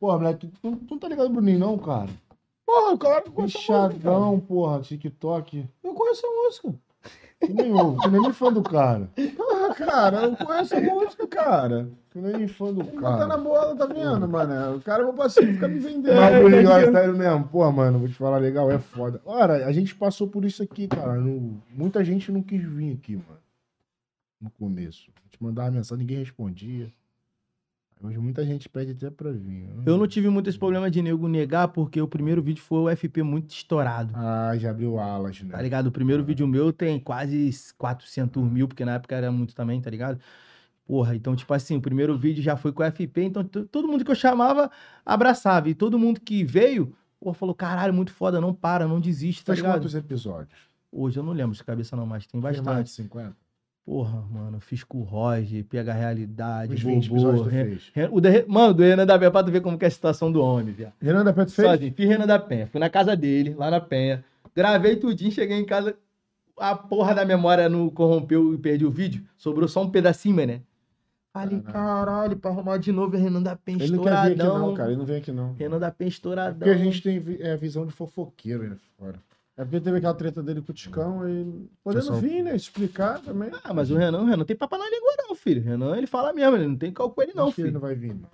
[SPEAKER 3] Pô, moleque, tu, tu não tá ligado do Bruninho, não, cara?
[SPEAKER 1] Porra, claro que
[SPEAKER 3] Bichadão, porra, TikTok.
[SPEAKER 1] Eu conheço um. a música.
[SPEAKER 3] Tu nem ouve, tu nem é fã do cara. Porra, cara, eu conheço a música, cara.
[SPEAKER 2] tu nem é fã do
[SPEAKER 3] Cara. Tá na
[SPEAKER 2] cara.
[SPEAKER 3] bola, tá vendo, mano? O cara é meu parceiro, fica me vendendo.
[SPEAKER 2] Mas, Bruninho, olha, é sério mesmo. Pô, mano, vou te falar legal, é foda. Ora, a gente passou por isso aqui, cara. Não- muita gente não quis vir aqui, mano. No começo. A gente mandava mensagem, ninguém respondia. Hoje muita gente pede até pra vir.
[SPEAKER 1] Eu não tive muito esse problema de nego negar, porque o primeiro vídeo foi o FP muito estourado.
[SPEAKER 2] Ah, já abriu alas, né?
[SPEAKER 1] Tá ligado? O primeiro vídeo meu tem quase 400 mil, porque na época era muito também, tá ligado? Porra, então, tipo assim, o primeiro vídeo já foi com o FP, então to- todo mundo que eu chamava abraçava. E todo mundo que veio, porra, falou: caralho, muito foda, não para, não desiste, tá
[SPEAKER 2] Faz
[SPEAKER 1] ligado?
[SPEAKER 2] quantos episódios?
[SPEAKER 1] Hoje eu não lembro de cabeça, não, mas tem
[SPEAKER 2] Fez mais de
[SPEAKER 1] bastante.
[SPEAKER 2] 50?
[SPEAKER 1] Porra, mano, fiz com o Roger, pega a realidade,
[SPEAKER 2] Uns 20
[SPEAKER 1] bobô,
[SPEAKER 2] episódios tu
[SPEAKER 1] Ren-
[SPEAKER 2] fez.
[SPEAKER 1] Ren- o da Re- Mano, do Renan da Penha, pra tu ver como que é a situação do homem, viado.
[SPEAKER 2] Renan da Preto fez?
[SPEAKER 1] Sozinho, fiz Renan da Penha. Fui na casa dele, lá na Penha. Gravei tudinho, cheguei em casa. A porra da memória não corrompeu e perdi o vídeo. Sobrou só um pedacinho, mané. Falei, caralho, pra arrumar de novo é Renan da Penha
[SPEAKER 3] Ele não quer vir aqui,
[SPEAKER 1] estouradão.
[SPEAKER 3] não, cara. Ele não vem aqui, não.
[SPEAKER 1] Renan da Penha estouradão.
[SPEAKER 2] Porque a gente tem vi- é, visão de fofoqueiro aí fora.
[SPEAKER 3] É porque teve aquela treta dele com o Ticão e. Podendo
[SPEAKER 2] Pessoal-
[SPEAKER 3] vir, né? Explicar também.
[SPEAKER 1] Ah, mas o Renan, o Renan não tem papo na língua, não, filho. Renan, ele fala mesmo, ele não tem cálculo ele, não,
[SPEAKER 2] Acho que ele
[SPEAKER 1] filho.
[SPEAKER 2] não vai vir, não.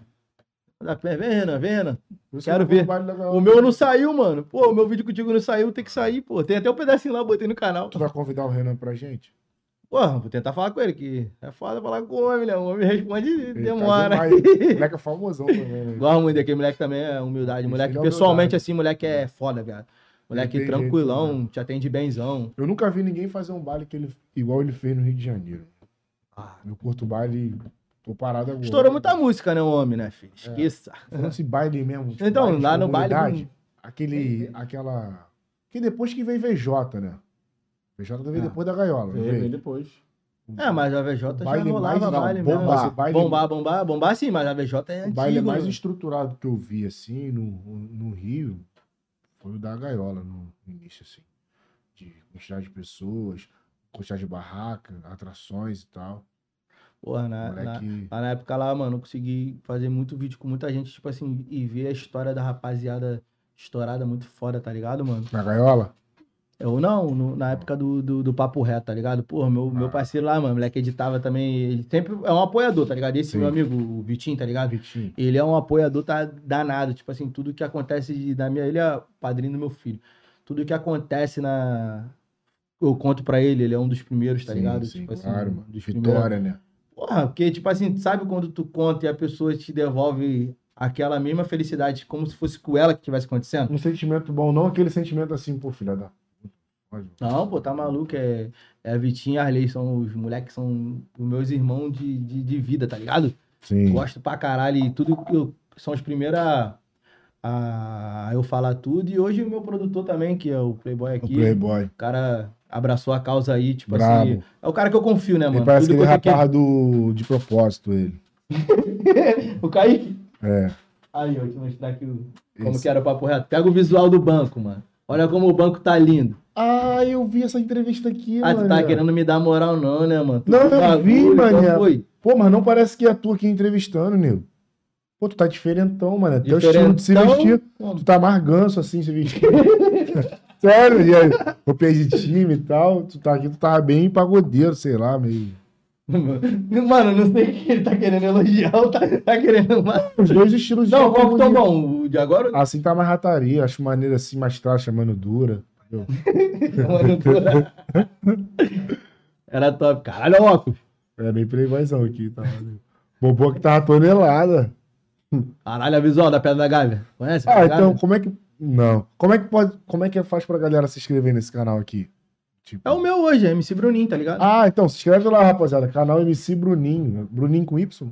[SPEAKER 1] Renan da Penha, vem, Renan, vem, Renan.
[SPEAKER 2] Por isso
[SPEAKER 1] Quero
[SPEAKER 2] que eu
[SPEAKER 1] ver.
[SPEAKER 2] vou no baile da Gaiola.
[SPEAKER 1] O meu não saiu, mano. Pô, o meu vídeo contigo não saiu, tem que sair, pô. Tem até um pedacinho lá, eu botei no canal.
[SPEAKER 2] Tu vai convidar o Renan pra gente?
[SPEAKER 1] Porra, vou tentar falar com ele, que é foda falar com o homem, né? O homem responde e
[SPEAKER 2] Ele
[SPEAKER 1] demora.
[SPEAKER 2] tá
[SPEAKER 1] <laughs>
[SPEAKER 2] demais. O moleque é famosão também, né?
[SPEAKER 1] Gosto muito daquele moleque também, é humildade.
[SPEAKER 2] Esse
[SPEAKER 1] Moleque,
[SPEAKER 2] filho é
[SPEAKER 1] pessoalmente,
[SPEAKER 2] humildade.
[SPEAKER 1] assim, moleque é foda, viado. Moleque
[SPEAKER 2] Ele tem
[SPEAKER 1] tranquilão,
[SPEAKER 2] jeito,
[SPEAKER 1] te atende benzão.
[SPEAKER 2] Eu nunca vi ninguém fazer um baile que ele, igual ele fez no Rio de Janeiro.
[SPEAKER 1] Ah,
[SPEAKER 2] Eu curto baile, tô parado agora.
[SPEAKER 1] Estourou muita música, né, o homem, né,
[SPEAKER 2] É.
[SPEAKER 1] filho? Esqueça.
[SPEAKER 2] Falando esse baile mesmo. tipo,
[SPEAKER 1] Então,
[SPEAKER 2] baile de
[SPEAKER 1] lá no baile
[SPEAKER 2] comunidade,
[SPEAKER 1] com-
[SPEAKER 2] Aquele, aquela... Que depois que vem VJ, né? VJ veio
[SPEAKER 1] Ah.
[SPEAKER 2] depois da Gaiola, não veio? Um
[SPEAKER 3] depois.
[SPEAKER 1] É, mas a VJ já
[SPEAKER 2] Baile mais
[SPEAKER 1] rolava
[SPEAKER 2] não,
[SPEAKER 1] baile mesmo.
[SPEAKER 2] bombar,
[SPEAKER 1] Bombar,
[SPEAKER 2] baile-
[SPEAKER 1] bombar, bombar, sim, mas a VJ é
[SPEAKER 2] O baile
[SPEAKER 1] antigo,
[SPEAKER 2] mais
[SPEAKER 1] né?
[SPEAKER 2] estruturado que eu vi, assim, no, no Rio, foi o da Gaiola, no início, assim. De quantidade de pessoas, quantidade de barraca, atrações e tal.
[SPEAKER 1] Porra, na, na,
[SPEAKER 2] Moleque...
[SPEAKER 1] lá na época lá, mano, eu consegui fazer muito vídeo com muita gente, tipo assim, e ver a história da rapaziada estourada muito foda, tá ligado, mano?
[SPEAKER 2] Na Gaiola?
[SPEAKER 1] Eu não, no- na época do, do, do Papo Reto, tá ligado? Porra, meu, meu
[SPEAKER 2] Ah.
[SPEAKER 1] parceiro lá, mano, moleque editava também. Ele sempre é um apoiador, tá ligado? Esse
[SPEAKER 2] Sim.
[SPEAKER 1] meu amigo, o Vitinho, tá ligado?
[SPEAKER 2] Vitinho.
[SPEAKER 1] Ele é um apoiador tá, danado. Tipo assim, tudo que acontece de- da minha. Ele é padrinho do meu filho. Tudo que acontece na. Eu conto pra ele, ele é um dos primeiros, tá
[SPEAKER 2] Sim,
[SPEAKER 1] ligado?
[SPEAKER 2] sim,
[SPEAKER 1] tipo assim,
[SPEAKER 2] claro,
[SPEAKER 1] um
[SPEAKER 2] mano.
[SPEAKER 1] dos primeiros.
[SPEAKER 2] Vitória, né?
[SPEAKER 1] Pô, Porra, porque, tipo assim, tu sabe quando tu conta e a pessoa te devolve aquela mesma felicidade, como se fosse com ela que tivesse acontecendo?
[SPEAKER 2] Um sentimento bom, não aquele sentimento assim, pô, filha da.
[SPEAKER 1] Não, pô, tá maluco. É, é a Vitinha e a Arley, são os moleques, são os meus irmãos de, de, de vida, tá ligado?
[SPEAKER 7] Sim.
[SPEAKER 1] Gosto pra caralho e tudo que eu, são os primeiros a, a eu falar tudo. E hoje o meu produtor também, que é o Playboy
[SPEAKER 7] O
[SPEAKER 1] aqui, o,
[SPEAKER 7] Playboy.
[SPEAKER 1] cara abraçou a causa aí, tipo
[SPEAKER 7] Brabo.
[SPEAKER 1] assim. É o cara que eu confio, né,
[SPEAKER 7] Ele
[SPEAKER 1] mano?
[SPEAKER 7] parece
[SPEAKER 1] Tudo
[SPEAKER 7] que ele
[SPEAKER 1] quanto é
[SPEAKER 7] raparra do... de propósito, ele.
[SPEAKER 1] que- O Kaique.
[SPEAKER 7] É.
[SPEAKER 1] Aí, ó, deixa eu mostrar aqui o- como
[SPEAKER 7] Esse.
[SPEAKER 1] que era o papo reto. Pega o visual do banco, mano. Olha como o banco tá lindo.
[SPEAKER 2] Ah, eu vi essa entrevista aqui, né?
[SPEAKER 1] Ah, tu tá
[SPEAKER 2] mané.
[SPEAKER 1] querendo me dar moral não, né, mano? Tu
[SPEAKER 7] Não,
[SPEAKER 1] viu o
[SPEAKER 7] eu vi,
[SPEAKER 1] bagulho, qual
[SPEAKER 7] mané.
[SPEAKER 1] foi?
[SPEAKER 7] Pô, mas não parece que é tu aqui
[SPEAKER 2] entrevistando, nego. Pô, tu tá diferentão, mano. Teu estilo
[SPEAKER 1] Diferentão?
[SPEAKER 2] de se vestir. Tu tá mais ganso assim, se
[SPEAKER 1] <laughs>
[SPEAKER 2] vestir. Sério, e aí, eu perdi time e tal. Tu tá aqui, tu tava bem pagodeiro, sei lá, meio.
[SPEAKER 1] <laughs> Mano, não sei o que ele tá querendo elogiar ou tá, tá querendo... ma-
[SPEAKER 2] Os dois estilos
[SPEAKER 1] Não, qual que
[SPEAKER 2] pagodeiro.
[SPEAKER 1] tá bom? O de agora ou
[SPEAKER 2] Assim tá mais rataria, acho maneiro assim, mais tá chamando dura.
[SPEAKER 1] o
[SPEAKER 2] <laughs>
[SPEAKER 1] de agora? Era top. Caralho, óculos.
[SPEAKER 2] É bem playboyzão aqui, tá? maneiro. Bobô que tava tonelada.
[SPEAKER 1] Caralho, a visual da Pedra da Gávea. Conhece? a
[SPEAKER 2] Ah,
[SPEAKER 1] Pedra da
[SPEAKER 2] então
[SPEAKER 1] Gávea?
[SPEAKER 2] como é que. Não. Como é que pode. Como é que faz pra galera se inscrever nesse canal aqui? Tipo...
[SPEAKER 1] É o meu hoje, é MC Bruninho, tá ligado?
[SPEAKER 2] Ah, então, se inscreve lá, rapaziada. Canal MC Bruninho. Bruninho com Y?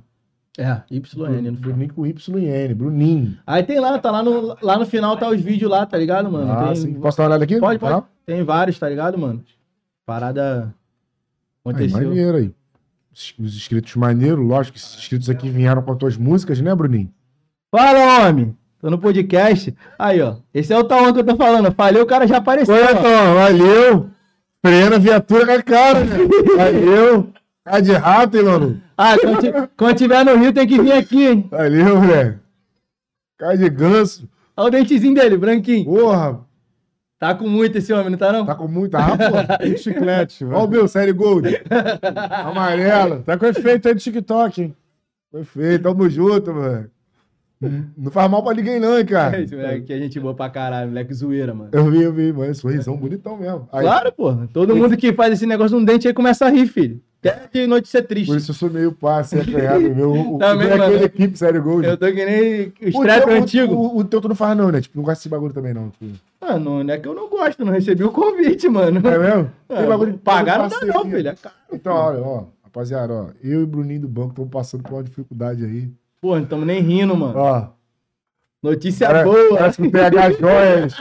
[SPEAKER 1] É, YN no final.
[SPEAKER 2] Bruninho com Y e N. Bruninho.
[SPEAKER 1] Aí tem lá, tá lá no, lá no final, tá os vídeos lá, tá ligado, mano?
[SPEAKER 2] ah,
[SPEAKER 1] tem,
[SPEAKER 2] sim. Posso dar uma olhada aqui?
[SPEAKER 1] Pode,
[SPEAKER 2] Tá?
[SPEAKER 1] pode. Tem vários, tá ligado, mano? Parada
[SPEAKER 2] Aí,
[SPEAKER 1] aconteceu.
[SPEAKER 2] maneiro aí. Os- Os inscritos maneiro, lógico que esses inscritos aqui vieram com as tuas músicas, né, Bruninho?
[SPEAKER 1] Fala, homem! Tô no podcast. Aí, ó. Esse é o Taon que eu tô falando. Falei, o cara já apareceu.
[SPEAKER 2] Olha,
[SPEAKER 1] ó.
[SPEAKER 2] então, valeu! Freia a viatura com a cara, né? <laughs> Valeu! Cara de rato, hein, mano?
[SPEAKER 1] Ah, quando, ti- quando tiver no Rio tem que vir aqui, hein?
[SPEAKER 2] Valeu, velho! Cara de ganso!
[SPEAKER 1] Olha o dentezinho dele, branquinho.
[SPEAKER 2] Porra!
[SPEAKER 1] Tá com muito esse homem, não tá não?
[SPEAKER 2] Tá com muita
[SPEAKER 1] <laughs>
[SPEAKER 2] rapa?
[SPEAKER 3] Chiclete,
[SPEAKER 2] Olha o
[SPEAKER 3] velho.
[SPEAKER 2] meu, série Gold! Amarela!
[SPEAKER 3] Tá com efeito aí do TikTok, hein?
[SPEAKER 2] Perfeito, tamo junto, mano. Não faz mal pra ninguém, não, hein, cara.
[SPEAKER 1] Esse moleque aqui é gente boa pra caralho, moleque zoeira, mano.
[SPEAKER 2] Eu vi, eu vi, mano. Sorrisão bonitão mesmo. Aí,
[SPEAKER 1] Claro, porra. Todo mundo que faz esse negócio de um dente aí começa a rir, filho. Até de notícia triste.
[SPEAKER 2] Por isso eu sou meio passe, acanhado, meu. O, o,
[SPEAKER 1] Também,
[SPEAKER 2] o moleque
[SPEAKER 1] mano.
[SPEAKER 2] da equipe, sério, gol.
[SPEAKER 1] Eu
[SPEAKER 2] gente.
[SPEAKER 1] tô que nem o
[SPEAKER 2] O
[SPEAKER 1] strap
[SPEAKER 2] teu- o-
[SPEAKER 1] antigo.
[SPEAKER 2] O, o teu tu não faz, não, né? Tipo, não gosta desse bagulho também, não. Tipo.
[SPEAKER 1] Mano, não é que eu não gosto, não recebi o convite, mano.
[SPEAKER 2] É mesmo?
[SPEAKER 1] Ah, pagar não dá não,
[SPEAKER 2] parceria.
[SPEAKER 1] filho. É caro.
[SPEAKER 2] Então, olha, ó. Rapaziada, ó. Eu e o Bruninho do banco estamos passando por uma dificuldade aí.
[SPEAKER 1] Porra, não tamo nem rindo, mano.
[SPEAKER 2] Ó.
[SPEAKER 1] Notícia
[SPEAKER 2] Cara,
[SPEAKER 1] Tá boa.
[SPEAKER 2] Parece que o
[SPEAKER 1] <laughs>
[SPEAKER 2] PH Joias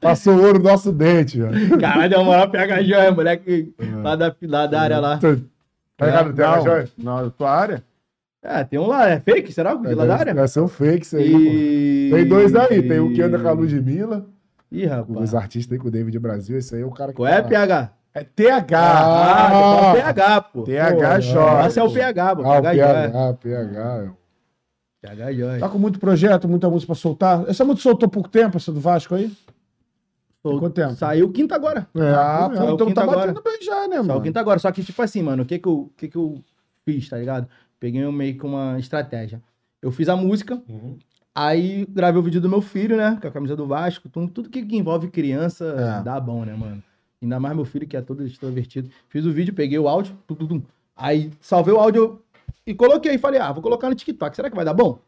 [SPEAKER 2] passou ouro no nosso dente, velho.
[SPEAKER 1] Caralho, é o maior PH joia, moleque.
[SPEAKER 2] É.
[SPEAKER 1] Lá da, lá da área lá.
[SPEAKER 2] Tá ligado? PH Joias.
[SPEAKER 3] Na na tua área?
[SPEAKER 1] É, tem um lá, é fake, será? De lá da área?
[SPEAKER 2] Vai ser um fake isso aí, pô.
[SPEAKER 1] E...
[SPEAKER 2] Tem dois aí, tem um que anda com a Ludmilla,
[SPEAKER 1] Ih, rapaz.
[SPEAKER 2] os artistas aí com o David Brasil, esse aí é o cara que.
[SPEAKER 1] Qual é PH?
[SPEAKER 3] É TH.
[SPEAKER 1] Ah, tem
[SPEAKER 2] Ah,
[SPEAKER 1] um PH, pô.
[SPEAKER 2] Porra,
[SPEAKER 3] TH
[SPEAKER 1] Nossa, é o
[SPEAKER 3] Jorge.
[SPEAKER 1] PH, pô. é.
[SPEAKER 2] Ah, o
[SPEAKER 1] PH joia.
[SPEAKER 2] PH, PH.
[SPEAKER 1] PH joia.
[SPEAKER 3] Tá com muito projeto, muita música pra soltar. Essa música soltou pouco tempo, essa do Vasco aí?
[SPEAKER 1] Pô,
[SPEAKER 3] quanto tempo?
[SPEAKER 1] Saiu quinta agora.
[SPEAKER 2] É,
[SPEAKER 3] Ah,
[SPEAKER 1] é o
[SPEAKER 3] então
[SPEAKER 1] quinto
[SPEAKER 3] tá
[SPEAKER 1] agora.
[SPEAKER 3] batendo bem já, né,
[SPEAKER 1] Só
[SPEAKER 3] mano?
[SPEAKER 1] o quinto agora. Só que, tipo assim, mano, o que que eu, o que que eu fiz, tá ligado? Peguei um meio que uma estratégia. Eu fiz a música,
[SPEAKER 2] É,
[SPEAKER 1] aí gravei o vídeo do meu filho, né? Com a camisa do Vasco, tudo, tudo que que envolve criança
[SPEAKER 3] É.
[SPEAKER 1] dá bom, né, mano? Ainda mais meu filho, que é todo extrovertido. Fiz o vídeo, peguei o áudio, tum, tum, tum. aí salvei o áudio e coloquei. Falei, ah, vou colocar no TikTok, será que vai dar bom?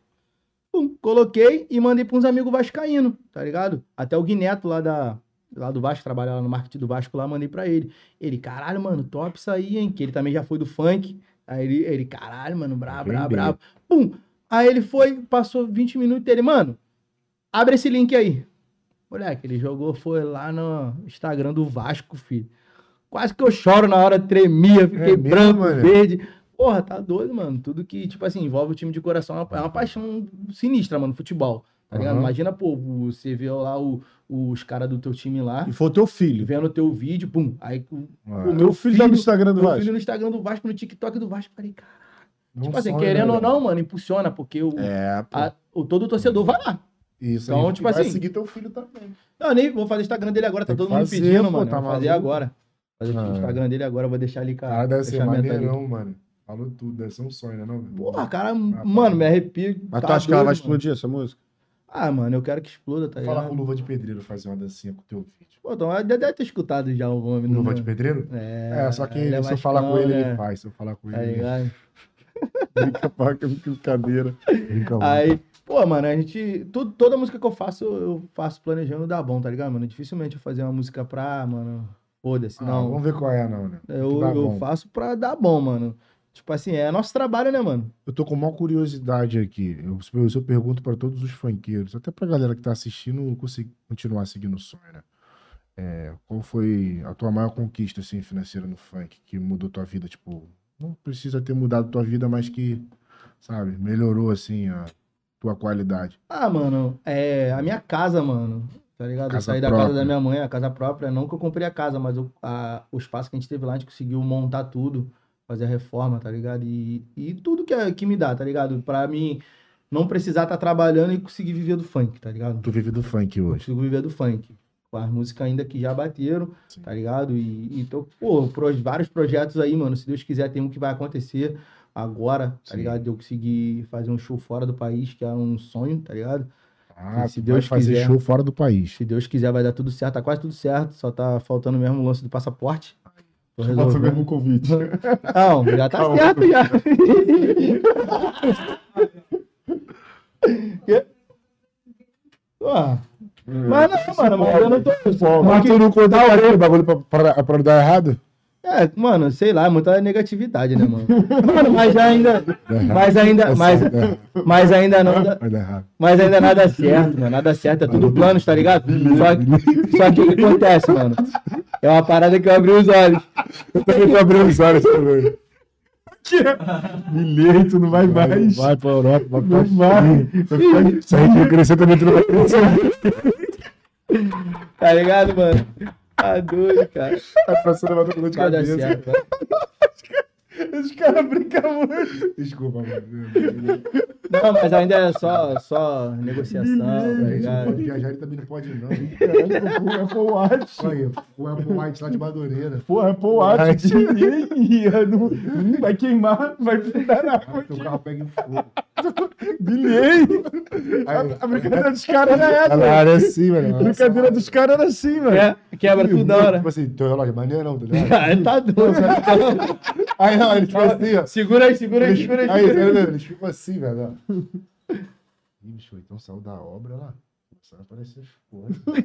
[SPEAKER 1] Pum, coloquei e mandei para uns amigos vascaíno, tá ligado? Até o Guineto lá da lá do Vasco, trabalha lá no marketing do Vasco, lá mandei pra ele. Ele, caralho, mano, top isso aí, hein? Que ele também já foi do funk. Aí ele, ele caralho, mano, brabo, brabo,
[SPEAKER 2] Vendeu.
[SPEAKER 1] brabo. Pum. Aí ele foi, passou 20 minutos ele, mano, abre esse link aí. Moleque, ele jogou, foi lá no Instagram do Vasco, filho. Quase que eu choro na hora, tremia, fiquei
[SPEAKER 2] mesmo,
[SPEAKER 1] branco,
[SPEAKER 2] mano?
[SPEAKER 1] verde. Porra, tá doido, mano. Tudo que, tipo assim, envolve o time de coração é uma, é uma paixão sinistra, mano, futebol. Tá ligado?
[SPEAKER 2] Aham.
[SPEAKER 1] Imagina, pô, você vê lá o, os caras do teu time lá,
[SPEAKER 3] E foi teu filho.
[SPEAKER 1] vendo o teu vídeo, pum. Aí o
[SPEAKER 2] Ah,
[SPEAKER 1] o meu filho,
[SPEAKER 3] Filho tá no Instagram do
[SPEAKER 1] meu
[SPEAKER 3] Vasco.
[SPEAKER 1] filho no Instagram do Vasco, no TikTok do Vasco, falei, cara.
[SPEAKER 2] não
[SPEAKER 1] Tipo assim,
[SPEAKER 2] sonha,
[SPEAKER 1] querendo
[SPEAKER 2] né,
[SPEAKER 1] ou não, mano, impulsiona, porque o,
[SPEAKER 3] É, pô.
[SPEAKER 1] a- o todo torcedor vai lá.
[SPEAKER 2] Isso,
[SPEAKER 1] Então,
[SPEAKER 2] aí
[SPEAKER 1] tipo
[SPEAKER 2] vai
[SPEAKER 1] assim-
[SPEAKER 2] seguir teu filho também.
[SPEAKER 1] Não, eu nem vou fazer o Instagram dele agora, tá
[SPEAKER 2] Tem que
[SPEAKER 1] todo mundo
[SPEAKER 2] fazer,
[SPEAKER 1] pedindo,
[SPEAKER 2] pô,
[SPEAKER 1] mano.
[SPEAKER 2] tá
[SPEAKER 1] eu vou fazer
[SPEAKER 2] maluco.
[SPEAKER 1] agora. Fazer
[SPEAKER 2] Ah.
[SPEAKER 1] o Instagram dele agora, eu vou deixar ali, cara.
[SPEAKER 2] Cara, Ah, deve ser
[SPEAKER 1] fechamento ali.
[SPEAKER 2] maneirão, mano. Falou tudo, deve ser um sonho, né, não? velho?
[SPEAKER 1] Porra, cara,
[SPEAKER 2] Rapaz.
[SPEAKER 1] mano, me arrepio.
[SPEAKER 3] Mas
[SPEAKER 1] tá
[SPEAKER 3] tu acha que ela vai
[SPEAKER 1] doido, mano.
[SPEAKER 3] explodir essa música?
[SPEAKER 1] Ah, mano, eu quero que exploda, tá
[SPEAKER 4] Fala com
[SPEAKER 1] ligado?
[SPEAKER 4] luva de pedreiro fazer uma dancinha com o teu vídeo.
[SPEAKER 1] Pô, então, eu deve ter escutado já o nome.
[SPEAKER 4] Luva
[SPEAKER 1] não-
[SPEAKER 4] de pedreiro?
[SPEAKER 1] É,
[SPEAKER 4] É, só que
[SPEAKER 1] ele é
[SPEAKER 4] se eu falar com
[SPEAKER 1] vascão,
[SPEAKER 4] ele,
[SPEAKER 1] né?
[SPEAKER 4] ele faz. Se eu falar com
[SPEAKER 1] Tá
[SPEAKER 2] <laughs>
[SPEAKER 4] ele,
[SPEAKER 1] ligado?
[SPEAKER 4] brinca pá, que é brincadeira. Brinca muito.
[SPEAKER 1] Aí, pô, mano, a gente. tu- toda música que eu faço, eu- eu faço planejando dar bom, tá ligado, mano? Dificilmente eu fazer uma música pra, mano. Foda-se,
[SPEAKER 4] Ah,
[SPEAKER 1] não.
[SPEAKER 4] Vamos ver qual é, não, né?
[SPEAKER 1] eu
[SPEAKER 4] dá
[SPEAKER 1] eu
[SPEAKER 4] bom.
[SPEAKER 1] faço pra dar bom, mano. Tipo assim, é nosso trabalho, né, mano?
[SPEAKER 2] Eu tô com maior curiosidade aqui. Eu, isso eu pergunto pra todos os funkeiros, até pra galera que tá assistindo conseguir continuar seguindo o sonho, né? É, qual foi a tua maior conquista assim, financeira no funk que mudou tua vida? Tipo, não precisa ter mudado tua vida, mas que, sabe, melhorou assim a tua qualidade.
[SPEAKER 1] Ah, mano, é a minha casa, mano. Tá ligado? Eu
[SPEAKER 2] Casa
[SPEAKER 1] saí da
[SPEAKER 2] própria.
[SPEAKER 1] casa da minha mãe, a casa própria. Não que eu comprei a casa, mas o, a- o espaço que a gente teve lá, a gente conseguiu montar tudo, fazer a reforma, tá ligado? E, e tudo que, é- que me dá, tá ligado? Pra mim não precisar estar trabalhando e conseguir viver do funk, tá ligado?
[SPEAKER 2] Tu vive do funk hoje.
[SPEAKER 1] Consigo viver do funk. Com as músicas ainda que já bateram,
[SPEAKER 2] Sim.
[SPEAKER 1] tá ligado? E, e tô, pô, pro, vários projetos aí, mano. Se Deus quiser, tem um que vai acontecer agora, tá
[SPEAKER 2] Sim.
[SPEAKER 1] ligado? De eu conseguir fazer um show fora do país, que era um sonho, tá ligado?
[SPEAKER 2] Ah,
[SPEAKER 1] se
[SPEAKER 2] tu
[SPEAKER 1] Deus
[SPEAKER 2] vai fazer
[SPEAKER 1] quiser.
[SPEAKER 2] show fora do país.
[SPEAKER 1] Se Deus quiser, vai dar tudo certo. Tá quase tudo certo. Só tá faltando mesmo o lance do passaporte. Tô
[SPEAKER 3] Bota o
[SPEAKER 1] resolvendo.
[SPEAKER 3] mesmo convite.
[SPEAKER 1] Não, já tá
[SPEAKER 3] Calma.
[SPEAKER 1] certo já. Que? Ué, mas não, mano, mas eu não tô.
[SPEAKER 2] tá Mas tá tu não contou pra ele o bagulho pra, pra, pra dar errado?
[SPEAKER 1] É, mano, sei lá, é muita negatividade, né, mano? Mano, mas já ainda. Mas ainda. Mas,
[SPEAKER 2] Vai dar errado.
[SPEAKER 1] mas ainda não. dá-
[SPEAKER 2] Vai dar errado.
[SPEAKER 1] Mas ainda nada certo, mano. Nada certo. É tudo planos, tá ligado? Só que, só que o que acontece, mano? É uma parada que eu abri os olhos.
[SPEAKER 2] Eu também tô abrindo os olhos também.
[SPEAKER 3] Milhei, tu não vai mais.
[SPEAKER 2] Vai pra Europa, vai pra
[SPEAKER 3] Não vai.
[SPEAKER 2] Se a gente crescer também, tu não vai <laughs> crescer.
[SPEAKER 1] Tá ligado, mano? Tá doido, cara.
[SPEAKER 4] Tá passando uma dor de
[SPEAKER 1] Vai dar
[SPEAKER 4] cabeça.
[SPEAKER 1] certo, vai.
[SPEAKER 3] Os caras brincam muito.
[SPEAKER 4] Desculpa, mano.
[SPEAKER 1] Não, mas ainda é só, só negociação, tá
[SPEAKER 4] A gente não pode
[SPEAKER 1] ligado?
[SPEAKER 4] viajar, ele também não pode, não.
[SPEAKER 3] <laughs> Caralho, Apple Watch.
[SPEAKER 4] Olha aí, o Apple White lá de Madureira.
[SPEAKER 3] Pô, é Apple Watch. Ih, eu não- hum, vai queimar, vai dar na
[SPEAKER 4] Vai que teu carro pega em fogo.
[SPEAKER 3] <laughs> Bilhei.
[SPEAKER 4] Aí,
[SPEAKER 3] A brincadeira dos caras era essa.
[SPEAKER 2] Cara, é assim, velho.
[SPEAKER 3] A brincadeira dos caras era assim, mano.
[SPEAKER 1] Que- Quebra É, tudo na hora.
[SPEAKER 4] Tipo assim, teu relógio é maneirão, tá ligado?
[SPEAKER 1] Cara, tá doido.
[SPEAKER 4] Aí não, ele fica assim, ó.
[SPEAKER 1] Segura aí, segura aí, segura aí.
[SPEAKER 4] Aí, sério mesmo, eles
[SPEAKER 2] tipo
[SPEAKER 4] ficam assim, velho. ó. Ih, bicho, então saiu da obra lá. Começaram a aparecer as coisas.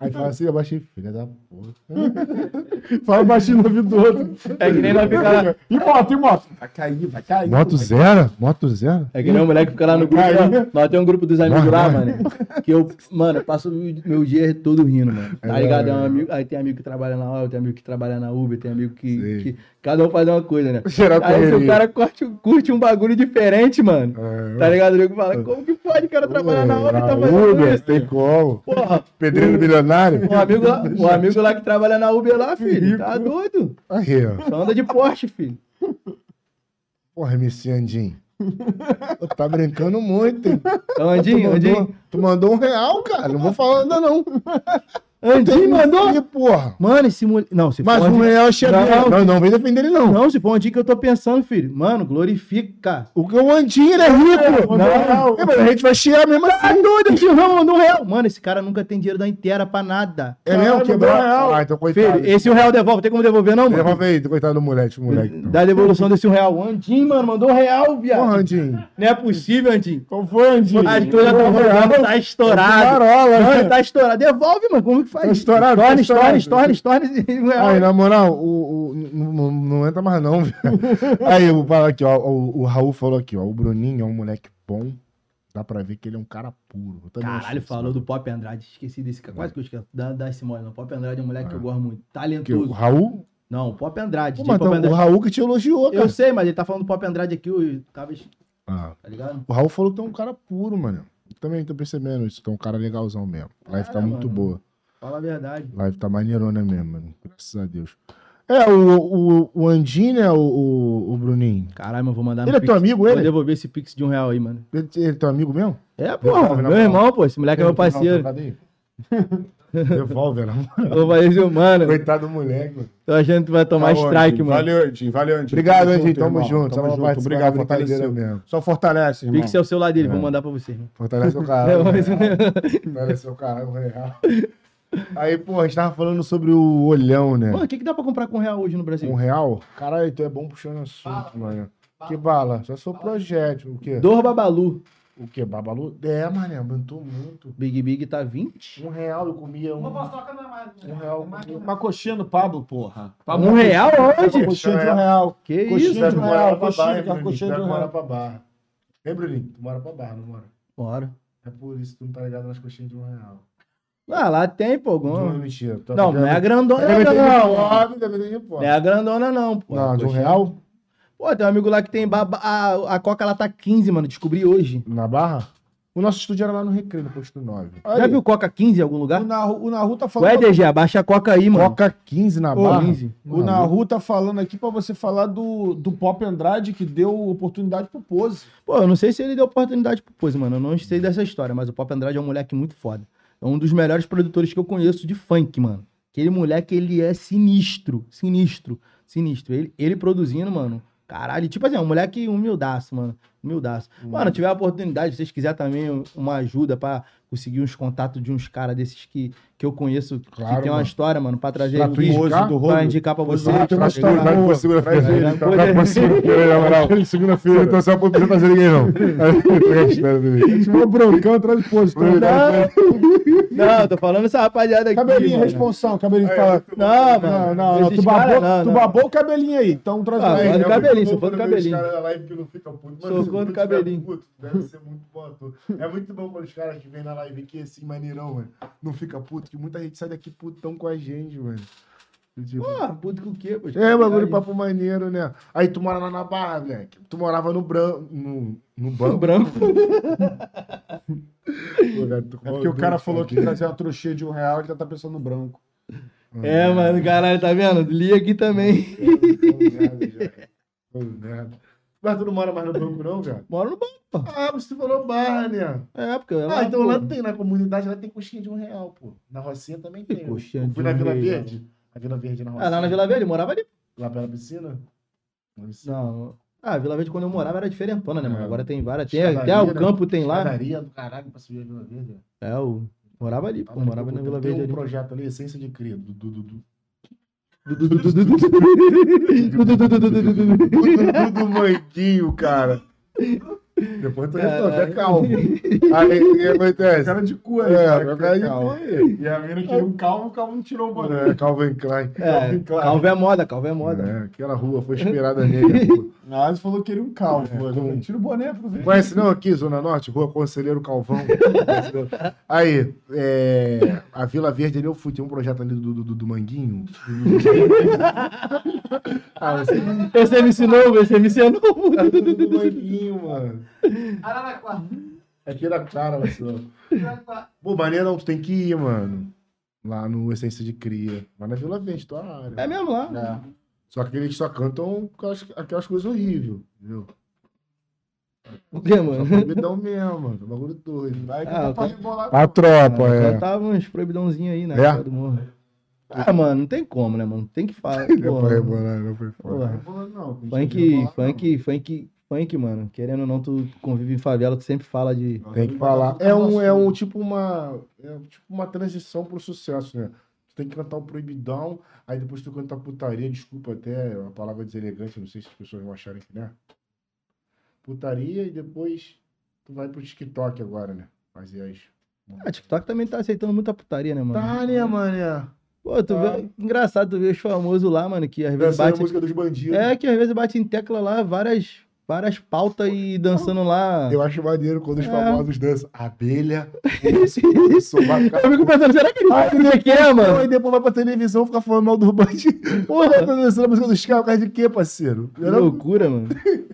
[SPEAKER 4] Aí fala assim, eu baixei, filha da puta.
[SPEAKER 3] Fala baixinho no ouvido do outro.
[SPEAKER 1] É que nem nós fica lá.
[SPEAKER 3] E moto, e moto. Vai cair, vai cair.
[SPEAKER 2] Moto zero? Moto zero?
[SPEAKER 1] É que nem o moleque fica lá no grupo.
[SPEAKER 3] Aí.
[SPEAKER 1] Lá. Nós temos um grupo dos amigos
[SPEAKER 2] Morre,
[SPEAKER 1] lá,
[SPEAKER 2] morre.
[SPEAKER 1] mano. Que eu, mano, eu passo o meu dia todo rindo, mano. Tá
[SPEAKER 2] É,
[SPEAKER 1] ligado? É um
[SPEAKER 2] é.
[SPEAKER 1] amigo- aí tem amigo que trabalha na hora, tem amigo que trabalha na Uber, tem amigo que.
[SPEAKER 2] Sei.
[SPEAKER 1] que- cada um faz uma coisa, né?
[SPEAKER 2] Geral
[SPEAKER 1] Aí se o
[SPEAKER 2] correria.
[SPEAKER 1] cara curte, curte um bagulho diferente, mano.
[SPEAKER 2] É.
[SPEAKER 1] Tá ligado? O nego fala, como que pode o cara trabalhar na hora e tá
[SPEAKER 2] Uber,
[SPEAKER 1] fazendo
[SPEAKER 2] Uber,
[SPEAKER 1] isso?
[SPEAKER 2] tem como.
[SPEAKER 1] Porra,
[SPEAKER 2] Pedreiro milionário?
[SPEAKER 1] o amigo, lá, o amigo lá que trabalha na Uber lá, filho, tá doido.
[SPEAKER 2] Aí, ó.
[SPEAKER 1] Só anda de Porsche, filho.
[SPEAKER 2] Porra, MC Andinho. Pô, Tá brincando muito, hein?
[SPEAKER 1] Então,
[SPEAKER 2] Tu
[SPEAKER 1] Andinho, Andinho.
[SPEAKER 2] mandou, tu mandou um real, cara. Não vou falar ainda, não.
[SPEAKER 1] Andinho mandou.
[SPEAKER 2] Ih, porra.
[SPEAKER 1] Mano, esse moleque. Não, se
[SPEAKER 2] Mas
[SPEAKER 1] for
[SPEAKER 2] um
[SPEAKER 1] Andinho-
[SPEAKER 2] real chega.
[SPEAKER 1] Não.
[SPEAKER 2] Não, não, não vem defender ele, não.
[SPEAKER 1] Não, se for um dia que eu tô pensando, filho. Mano, glorifica.
[SPEAKER 2] O que o Andinho ele é rico.
[SPEAKER 1] Não.
[SPEAKER 2] É, mas a gente vai chiar mesmo assim.
[SPEAKER 1] Tá doido, esse irmão mandou um real. Mano, esse cara nunca tem dinheiro da inteira pra nada.
[SPEAKER 2] É mesmo?
[SPEAKER 3] Caralho,
[SPEAKER 2] Quebrou?
[SPEAKER 3] não é real.
[SPEAKER 2] Ah, então coitado.
[SPEAKER 1] Filho, esse um real devolve. Tem como devolver, não, mano?
[SPEAKER 2] Devolve aí, coitado do moleque, moleque. então.
[SPEAKER 1] Da devolução desse um real. Andinho, mano, mandou um real,
[SPEAKER 2] Porra,
[SPEAKER 1] viado.
[SPEAKER 2] Andinho.
[SPEAKER 1] Não é possível, Andinho.
[SPEAKER 3] Qual foi, Andinho?
[SPEAKER 1] As coisas estão rolando, tá estourado.
[SPEAKER 2] Marola,
[SPEAKER 1] Não,
[SPEAKER 2] né?
[SPEAKER 1] ele tá estourado. Devolve, mano. Como que faz?
[SPEAKER 2] Tá estourado, tá
[SPEAKER 1] Estorna, estorna,
[SPEAKER 2] estourado.
[SPEAKER 1] estorna, estorna. esse <laughs> um real.
[SPEAKER 2] Aí, na moral, o, o- n- n- não entra mais
[SPEAKER 1] <laughs>
[SPEAKER 2] não, velho. Aí, eu falo aqui, ó, o, o Raul falou aqui, ó, o Bruninho é um moleque bom, dá pra ver que ele é um cara puro. Eu também acho
[SPEAKER 1] Caralho,
[SPEAKER 2] isso,
[SPEAKER 1] falou
[SPEAKER 2] mano.
[SPEAKER 1] do Pop Andrade. Esqueci desse cara. Quase que eu esqueci. Dá, dá esse mole, não. Pop Andrade é um moleque que eu
[SPEAKER 2] É.
[SPEAKER 1] gosto tá muito.
[SPEAKER 2] Que o
[SPEAKER 1] Talentoso.
[SPEAKER 2] Raul...
[SPEAKER 1] Não, o Pop Andrade.
[SPEAKER 2] Pô,
[SPEAKER 1] DJ
[SPEAKER 2] mas
[SPEAKER 1] Pop
[SPEAKER 2] então, o
[SPEAKER 1] Andrade.
[SPEAKER 2] Raul que te elogiou, cara.
[SPEAKER 1] Eu sei, mas ele tá falando do Pop Andrade aqui, o Tavis,
[SPEAKER 2] Ah,
[SPEAKER 1] tá ligado?
[SPEAKER 2] o Raul falou que tu é um cara puro, mano. Eu também tô percebendo isso, tu é um cara legalzão mesmo. A live tá
[SPEAKER 1] Cara,
[SPEAKER 2] muito
[SPEAKER 1] mano.
[SPEAKER 2] boa.
[SPEAKER 1] Fala a verdade.
[SPEAKER 2] Live tá maneirona mesmo, mano. Graças a Deus. É, o, o, o Andinho, né, o, o, o Bruninho...
[SPEAKER 1] Caralho, mas eu vou mandar
[SPEAKER 2] Ele é
[SPEAKER 1] Pix.
[SPEAKER 2] teu amigo,
[SPEAKER 1] Vou
[SPEAKER 2] ele?
[SPEAKER 1] devolver esse Pix de um real aí, mano.
[SPEAKER 2] Ele, ele é teu amigo mesmo?
[SPEAKER 1] É, porra.
[SPEAKER 2] Devolve na
[SPEAKER 1] Meu
[SPEAKER 2] mão. um
[SPEAKER 1] irmão, pô. Esse moleque é meu
[SPEAKER 2] Não,
[SPEAKER 1] parceiro.
[SPEAKER 2] trocado aí. <laughs> Devolve, não.
[SPEAKER 1] Ô, Valencio,
[SPEAKER 2] <laughs>
[SPEAKER 1] mano,
[SPEAKER 2] Coitado do moleque, mano.
[SPEAKER 1] tô achando que tu vai tomar
[SPEAKER 3] Tá bom,
[SPEAKER 1] strike,
[SPEAKER 3] Andy.
[SPEAKER 1] mano.
[SPEAKER 3] Valeu, Andy. Valeu, Andy.
[SPEAKER 2] Obrigado,
[SPEAKER 3] Tamo
[SPEAKER 2] Andy. Tamo
[SPEAKER 3] irmão.
[SPEAKER 2] junto.
[SPEAKER 3] Tamo
[SPEAKER 2] Tamo
[SPEAKER 3] junto.
[SPEAKER 2] junto.
[SPEAKER 3] Obrigado,
[SPEAKER 2] fortaleceu
[SPEAKER 3] fortaleceu.
[SPEAKER 2] mesmo.
[SPEAKER 3] Só fortalece, irmão.
[SPEAKER 1] Pixel é o celular dele, vou mandar pra você, irmão.
[SPEAKER 2] Fortaleceu o
[SPEAKER 1] É,
[SPEAKER 2] caralho.
[SPEAKER 1] mas-
[SPEAKER 2] Fortaleceu o caralho, vou errar. Aí, pô, a gente tava falando sobre o olhão, né?
[SPEAKER 1] Mano, o que, que dá pra comprar com real hoje no Brasil?
[SPEAKER 2] Um real? Caralho, tu é bom puxando assunto, mano. Que bala? Só sou projétil. O quê?
[SPEAKER 1] Dor Babalu.
[SPEAKER 2] O quê? Babalu? É, mané, aumentou muito.
[SPEAKER 1] Big Big tá 20?
[SPEAKER 2] Um real eu comia um.
[SPEAKER 8] paçoca não é mais.
[SPEAKER 2] Um real.
[SPEAKER 3] Uma coxinha no Pablo, porra. Pablo,
[SPEAKER 1] Um real
[SPEAKER 3] Uma
[SPEAKER 1] hoje?
[SPEAKER 3] coxinha de um real.
[SPEAKER 1] Que
[SPEAKER 3] Coxinha
[SPEAKER 1] isso?
[SPEAKER 3] de
[SPEAKER 2] Tu mora
[SPEAKER 3] real,
[SPEAKER 2] um pra
[SPEAKER 3] coxinha,
[SPEAKER 2] barra, hein,
[SPEAKER 3] aquela
[SPEAKER 2] Bruninho?
[SPEAKER 3] coxinha de
[SPEAKER 2] Tu
[SPEAKER 3] um
[SPEAKER 2] mora
[SPEAKER 3] real.
[SPEAKER 2] pra barra. Ei, Bruninho, tu mora pra barra, não mora?
[SPEAKER 1] Bora.
[SPEAKER 2] É por isso que tu não tá ligado nas coxinhas de um real.
[SPEAKER 1] Ah, lá tem, pô.
[SPEAKER 2] Não,
[SPEAKER 1] alguma-
[SPEAKER 2] mentira. Tu tá
[SPEAKER 1] Não, não
[SPEAKER 2] ligado?
[SPEAKER 1] é a grandona,
[SPEAKER 2] Deve ter
[SPEAKER 1] não.
[SPEAKER 2] real, óbvio, deve ter real, pô.
[SPEAKER 1] Não é a grandona, não, pô.
[SPEAKER 2] Não, de um
[SPEAKER 1] Coxinha.
[SPEAKER 2] real?
[SPEAKER 1] Pô, tem um amigo lá que tem baba. A, a coca lá tá 15, mano. Descobri hoje.
[SPEAKER 2] Na barra? O nosso estúdio era lá no Recreio, no posto 9.
[SPEAKER 1] Já
[SPEAKER 3] Aí,
[SPEAKER 1] viu coca 15 em algum
[SPEAKER 3] O
[SPEAKER 1] lugar?
[SPEAKER 3] Nahu, o Nahu tá falando.
[SPEAKER 1] Ué, DG, abaixa a coca aí, mano.
[SPEAKER 2] Coca 15 na
[SPEAKER 1] Ô,
[SPEAKER 2] barra.
[SPEAKER 1] 15.
[SPEAKER 3] O Nahu tá falando aqui pra você falar do, do Pop Andrade que deu oportunidade pro Pose.
[SPEAKER 1] Pô, eu não sei se ele deu oportunidade pro Pose, mano. Eu não sei dessa história, mas o Pop Andrade é um moleque muito foda. É um dos melhores produtores que eu conheço de funk, mano. Aquele moleque, ele é sinistro. Sinistro. Sinistro. Ele, ele produzindo, mano. Caralho, tipo assim, é um moleque humildaço, mano. Humildaço.
[SPEAKER 2] Hum.
[SPEAKER 1] Mano, tiver a oportunidade, se vocês quiserem também uma ajuda pra conseguir uns contatos de uns caras desses que, que eu conheço,
[SPEAKER 2] Claro,
[SPEAKER 1] que tem uma
[SPEAKER 2] mano.
[SPEAKER 1] história, mano, pra trazer
[SPEAKER 2] Pra
[SPEAKER 1] aqui,
[SPEAKER 2] tu indicar?
[SPEAKER 1] pra indicar pra você.
[SPEAKER 2] Ah, tem uma
[SPEAKER 1] tá
[SPEAKER 2] história.
[SPEAKER 1] ligado?
[SPEAKER 2] Vai pra segunda-feira.
[SPEAKER 1] Traz ele,
[SPEAKER 2] Vai
[SPEAKER 1] então.
[SPEAKER 2] pra segunda-feira, na moral. Segunda-feira. Então, só pra não trazer ninguém, não. Chama o Broncão, traz posto.
[SPEAKER 3] tá?
[SPEAKER 1] Não, tô falando essa rapaziada aqui.
[SPEAKER 3] Cabelinho,
[SPEAKER 1] mano.
[SPEAKER 3] responsável, cabelinho fala.
[SPEAKER 1] Não,
[SPEAKER 3] Não, não,
[SPEAKER 1] mano.
[SPEAKER 3] não. Tu
[SPEAKER 1] Esses caras,
[SPEAKER 3] babou,
[SPEAKER 1] não,
[SPEAKER 3] tu
[SPEAKER 1] não.
[SPEAKER 3] babou o cabelinho aí. Então traz
[SPEAKER 1] Ah,
[SPEAKER 3] aí.
[SPEAKER 1] olha o cabelinho, sou fã do cabelinho.
[SPEAKER 2] Os caras da live que não ficam putos.
[SPEAKER 1] Sou
[SPEAKER 2] se
[SPEAKER 1] fã do
[SPEAKER 2] tu tiver
[SPEAKER 1] cabelinho.
[SPEAKER 2] puto, Deve ser muito bom ator. É muito bom quando os caras que vêm na live aqui, assim, maneirão, mano. Não fica puto, que muita gente sai daqui putão com a gente, mano. E, tipo,
[SPEAKER 1] Porra, Ah, puto com o quê, pô?
[SPEAKER 2] É, bagulho de papo maneiro, né? Aí tu mora lá na Barra, moleque. Tu morava no branco. No, no
[SPEAKER 1] Pano
[SPEAKER 2] banco.
[SPEAKER 1] branco.
[SPEAKER 2] né?
[SPEAKER 3] É porque o cara falou que trazer uma trouxinha de um real, ele já tá pensando no <laughs> branco.
[SPEAKER 1] É, mano, caralho, tá vendo? Li aqui também.
[SPEAKER 3] Tá
[SPEAKER 2] merda. né? Mas tu não mora mais no banco, não, cara?
[SPEAKER 1] Moro no banco.
[SPEAKER 2] Ah, você falou Barra, né?
[SPEAKER 1] É, porque eu
[SPEAKER 2] Ah, então lá tem, na comunidade lá tem coxinha de um real, pô. Na Rocinha também
[SPEAKER 1] Que
[SPEAKER 2] tem.
[SPEAKER 1] coxinha
[SPEAKER 2] Eu
[SPEAKER 1] de
[SPEAKER 2] Fui na
[SPEAKER 1] um
[SPEAKER 2] Vila
[SPEAKER 1] real.
[SPEAKER 2] Verde. A Vila Verde na Rocinha.
[SPEAKER 1] Ah, lá na Vila Verde, eu morava ali.
[SPEAKER 2] Lá pela piscina? Na piscina.
[SPEAKER 1] Não. Ah, Vila Verde quando eu morava era diferentona, né, mano?
[SPEAKER 2] É.
[SPEAKER 1] Agora tem várias. Tem,
[SPEAKER 2] Escadaria,
[SPEAKER 1] até o
[SPEAKER 2] né?
[SPEAKER 1] campo tem lá.
[SPEAKER 2] Padaria do caralho pra subir a Vila Verde.
[SPEAKER 1] É, o. Morava ali, pô. Morava na Vila Verde
[SPEAKER 2] Tem um
[SPEAKER 1] ali.
[SPEAKER 2] projeto ali, Essência de Cria, do Dudu. Do, do,
[SPEAKER 1] Du- du- du- du- du- du- du- du- du- du- du- du- du- du- du-
[SPEAKER 2] Tudo do Manguinho, cara. Depois tu resolve, é calmo. Aí o que acontece? Cara de cu aí. É, o cara de cu aí.
[SPEAKER 3] E a mina queria um calmo, o calmo não tirou o boné.
[SPEAKER 2] É, Calvin Klein.
[SPEAKER 1] <laughs> É, calva é moda, calva é moda.
[SPEAKER 2] É, aquela rua foi inspirada nele. pô.
[SPEAKER 3] Ah, ele falou que queria um calmo. mano. Eu falei, Tira o boné, aproveita.
[SPEAKER 2] Conhece não aqui, Zona Norte? Rua Conselheiro Calvão. Aí, é, a Vila Verde ali eu fui, tem um projeto ali do, do, do <laughs> Manguinho. Ah,
[SPEAKER 1] Esse MC novo, esse MC é novo.
[SPEAKER 2] Tudo do Manguinho, mano. É
[SPEAKER 8] Araraquara.
[SPEAKER 2] Aqui na cara, pessoal.
[SPEAKER 8] Araraquara.
[SPEAKER 2] Pô, maneirão, tu tem que ir, mano. Lá no Essência de Cria. Lá na Vila Verde, tua área.
[SPEAKER 1] É mesmo lá.
[SPEAKER 2] Só que eles só cantam aquelas, aquelas coisas horríveis, entendeu?
[SPEAKER 1] O que,
[SPEAKER 2] Só
[SPEAKER 1] mano?
[SPEAKER 2] proibidão mesmo, mano. Bagulho doido.
[SPEAKER 3] Vai que
[SPEAKER 1] Ah,
[SPEAKER 3] ah,
[SPEAKER 1] eu
[SPEAKER 3] tá pra
[SPEAKER 1] tô-
[SPEAKER 3] rebolar.
[SPEAKER 9] A tropa,
[SPEAKER 1] Ah,
[SPEAKER 9] é.
[SPEAKER 1] Cantava uns proibidãozinhos aí na
[SPEAKER 2] É?
[SPEAKER 1] cara do morro. Ah, mano, não tem como, né, mano? Tem
[SPEAKER 2] <laughs>
[SPEAKER 1] que falar.
[SPEAKER 2] é
[SPEAKER 9] Não
[SPEAKER 1] porra.
[SPEAKER 9] foi rebolar,
[SPEAKER 3] tá.
[SPEAKER 9] não foi foda.
[SPEAKER 1] Porra.
[SPEAKER 2] Rebolar não, é não
[SPEAKER 1] Funk,
[SPEAKER 2] precisa rebolar,
[SPEAKER 1] funk, funk, funk, mano. Querendo ou não, tu convive em favela, tu sempre fala de.
[SPEAKER 2] não. Tem que falar. É um, é um tipo uma. É tipo uma transição pro sucesso, né? Tu tem que cantar o proibidão, aí depois tu canta a putaria, desculpa até uma palavra deselegante, não sei se as pessoas vão acharem que, né? Putaria e depois tu vai pro TikTok agora, né? Fazer as.
[SPEAKER 1] Ah, TikTok também tá aceitando muita putaria, né, mano?
[SPEAKER 2] Tá, né, mané?
[SPEAKER 1] Pô, tu
[SPEAKER 2] Tá.
[SPEAKER 1] vê. Engraçado, tu vê os famosos lá, mano, que às vezes
[SPEAKER 2] Dançando a
[SPEAKER 1] bate.
[SPEAKER 2] música dos bandidos.
[SPEAKER 1] É, que às vezes bate em tecla lá, várias, várias pautas e dançando lá.
[SPEAKER 2] Eu acho maneiro quando os
[SPEAKER 1] É.
[SPEAKER 2] famosos dançam abelha, <laughs>
[SPEAKER 1] Eu
[SPEAKER 2] sovaca.
[SPEAKER 1] fico pensando, será que ele sabe o que que é, mano?
[SPEAKER 2] E depois vai pra televisão ficar falando mal do bandido. Porra, tá dançando a música dos caras por causa de quê, parceiro?
[SPEAKER 1] Que loucura, mano.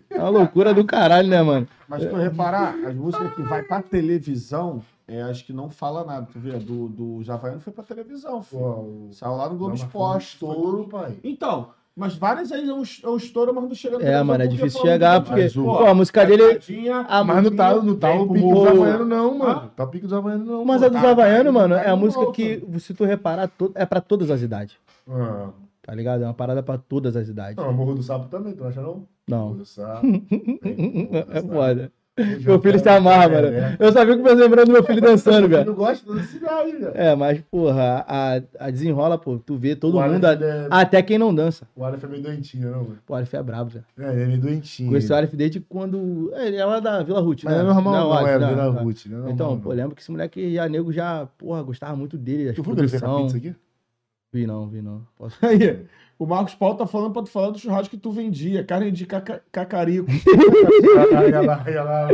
[SPEAKER 1] É uma loucura do caralho, né, mano?
[SPEAKER 3] Mas se tu reparar, as músicas que vai pra televisão, é, acho que não fala nada. Tu vê, a do, do Javaiano foi pra televisão, filho.
[SPEAKER 2] Pô, o-
[SPEAKER 3] Saiu lá no Globo
[SPEAKER 2] Não, mas
[SPEAKER 3] Esporte,
[SPEAKER 2] foi- foi
[SPEAKER 3] estouro.
[SPEAKER 2] tudo, pai.
[SPEAKER 3] Então, Mas várias aí é um, é um estouro, mas não chega no
[SPEAKER 1] É,
[SPEAKER 3] televisão
[SPEAKER 1] mano, é
[SPEAKER 3] porque
[SPEAKER 1] difícil
[SPEAKER 3] falando
[SPEAKER 1] chegar,
[SPEAKER 3] demais.
[SPEAKER 1] porque,
[SPEAKER 3] Mas,
[SPEAKER 1] pô, a música dele-
[SPEAKER 3] Tadinha,
[SPEAKER 1] Ah,
[SPEAKER 2] Mas não tá, não tá
[SPEAKER 3] Tem
[SPEAKER 2] o
[SPEAKER 3] pro
[SPEAKER 2] pique
[SPEAKER 3] povo.
[SPEAKER 2] dos havaianos, não, mano.
[SPEAKER 3] Ah.
[SPEAKER 2] Tá o pique dos havaianos, não.
[SPEAKER 1] Mas
[SPEAKER 2] pô.
[SPEAKER 1] a dos
[SPEAKER 2] Tá.
[SPEAKER 1] Havaianos, mano,
[SPEAKER 2] tá
[SPEAKER 1] é a
[SPEAKER 2] de
[SPEAKER 1] música
[SPEAKER 2] volta.
[SPEAKER 1] que, se tu reparar, to- é pra todas as idades.
[SPEAKER 2] Ah.
[SPEAKER 1] Tá ligado? É uma parada pra todas as idades.
[SPEAKER 2] Não, Morro do Sapo também, tu não acha não? Morro
[SPEAKER 1] Não.
[SPEAKER 2] do
[SPEAKER 1] <laughs>
[SPEAKER 2] Sapo. tem Morro do
[SPEAKER 1] É
[SPEAKER 2] Sapo.
[SPEAKER 1] foda.
[SPEAKER 2] Hoje
[SPEAKER 1] Meu
[SPEAKER 2] eu
[SPEAKER 1] filho se
[SPEAKER 2] quero-
[SPEAKER 1] amarra,
[SPEAKER 2] É,
[SPEAKER 1] mano.
[SPEAKER 2] né?
[SPEAKER 1] Eu sabia que eu lembrando do meu filho dançando,
[SPEAKER 2] Meu
[SPEAKER 1] velho.
[SPEAKER 2] filho gosta da cidade, velho.
[SPEAKER 1] É, mas, porra, a, a desenrola, pô, tu vê todo
[SPEAKER 2] O
[SPEAKER 1] mundo,
[SPEAKER 2] Aleph,
[SPEAKER 1] a-
[SPEAKER 2] ele é-
[SPEAKER 1] até quem não dança.
[SPEAKER 2] O Aleph é meio doentinho, não, mano?
[SPEAKER 1] Pô, o Aleph é brabo, velho.
[SPEAKER 2] É, ele é meio doentinho.
[SPEAKER 1] Conheci o Aleph desde quando. é, Ele é lá da Vila Ruth,
[SPEAKER 2] Mas
[SPEAKER 1] né?
[SPEAKER 2] é normal, não,
[SPEAKER 1] Óbvio,
[SPEAKER 2] é Vila
[SPEAKER 1] tá.
[SPEAKER 2] Ruth, né? Normal,
[SPEAKER 1] Então,
[SPEAKER 2] não.
[SPEAKER 1] pô, é lembro que esse moleque já nego já, porra, gostava muito dele. As
[SPEAKER 2] Tu viu que ele fez com a
[SPEAKER 1] produção.
[SPEAKER 2] pizza aqui?
[SPEAKER 1] Vi não, vi não. Posso...
[SPEAKER 3] <laughs> Aí, o Marcos Paulo tá falando pra tu falar do churrasco que tu vendia, carne de caca-
[SPEAKER 2] <laughs>
[SPEAKER 3] cacarico.
[SPEAKER 2] Tá, Olha lá, olha lá, olha lá.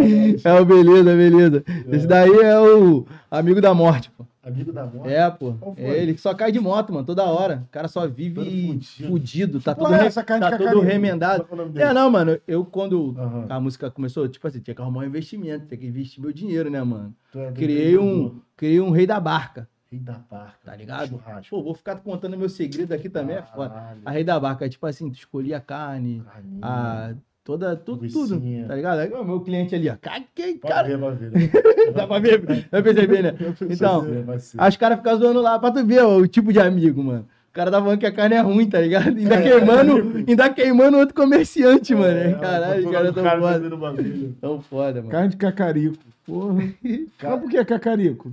[SPEAKER 1] É o beleza, beleza. Esse daí é o amigo da morte, pô.
[SPEAKER 2] tá.
[SPEAKER 1] <laughs>
[SPEAKER 2] Amigo da morte.
[SPEAKER 1] É, pô.
[SPEAKER 2] Qual foi?
[SPEAKER 1] É, ele que só cai de moto, mano, toda hora. O cara só vive
[SPEAKER 2] Todo fudido.
[SPEAKER 1] fudido, tá
[SPEAKER 2] Porra,
[SPEAKER 1] todo, re-
[SPEAKER 2] essa carne
[SPEAKER 1] tá
[SPEAKER 2] de
[SPEAKER 1] todo
[SPEAKER 2] cacareco.
[SPEAKER 1] remendado.
[SPEAKER 2] Qual é o nome dele?
[SPEAKER 1] É, Tá. não, mano, eu quando
[SPEAKER 2] Aham.
[SPEAKER 1] a música começou, tipo assim, tinha que arrumar um investimento, tinha que investir meu dinheiro, né, mano?
[SPEAKER 2] Tu é
[SPEAKER 1] Criei um, criei um rei da barca,
[SPEAKER 2] Rei da parca.
[SPEAKER 1] tá ligado?
[SPEAKER 2] Churrasco.
[SPEAKER 1] Pô, vou ficar contando meu segredo aqui também, é foda.
[SPEAKER 2] Caralho,
[SPEAKER 1] A rei da barca é tipo assim, tu escolhia a carne,
[SPEAKER 2] carninha.
[SPEAKER 1] a Ah, toda, tudo, tudo,
[SPEAKER 2] Linguicinha.
[SPEAKER 1] tá ligado? Aí o meu cliente ali, ó, caguei,
[SPEAKER 2] Pode
[SPEAKER 1] cara,
[SPEAKER 2] ver, vai ver.
[SPEAKER 1] <laughs> dá pra ver, dá pra perceber, né? Então,
[SPEAKER 2] Vai ser, vai ser.
[SPEAKER 1] Aí os caras ficam zoando lá pra tu ver ó, o tipo de amigo, mano. O cara tá falando que a carne é ruim, tá ligado? Ainda queimando, ainda queimando outro comerciante, mano.
[SPEAKER 2] tipo É,
[SPEAKER 1] Caralho,
[SPEAKER 2] botou
[SPEAKER 1] tá
[SPEAKER 2] lá
[SPEAKER 1] os caras
[SPEAKER 2] no
[SPEAKER 1] tão
[SPEAKER 2] cara
[SPEAKER 1] foda.
[SPEAKER 2] fazendo o bagulho.
[SPEAKER 1] Tão foda, mano.
[SPEAKER 3] Carne de cacarico. Porra. Mas por que cacarico?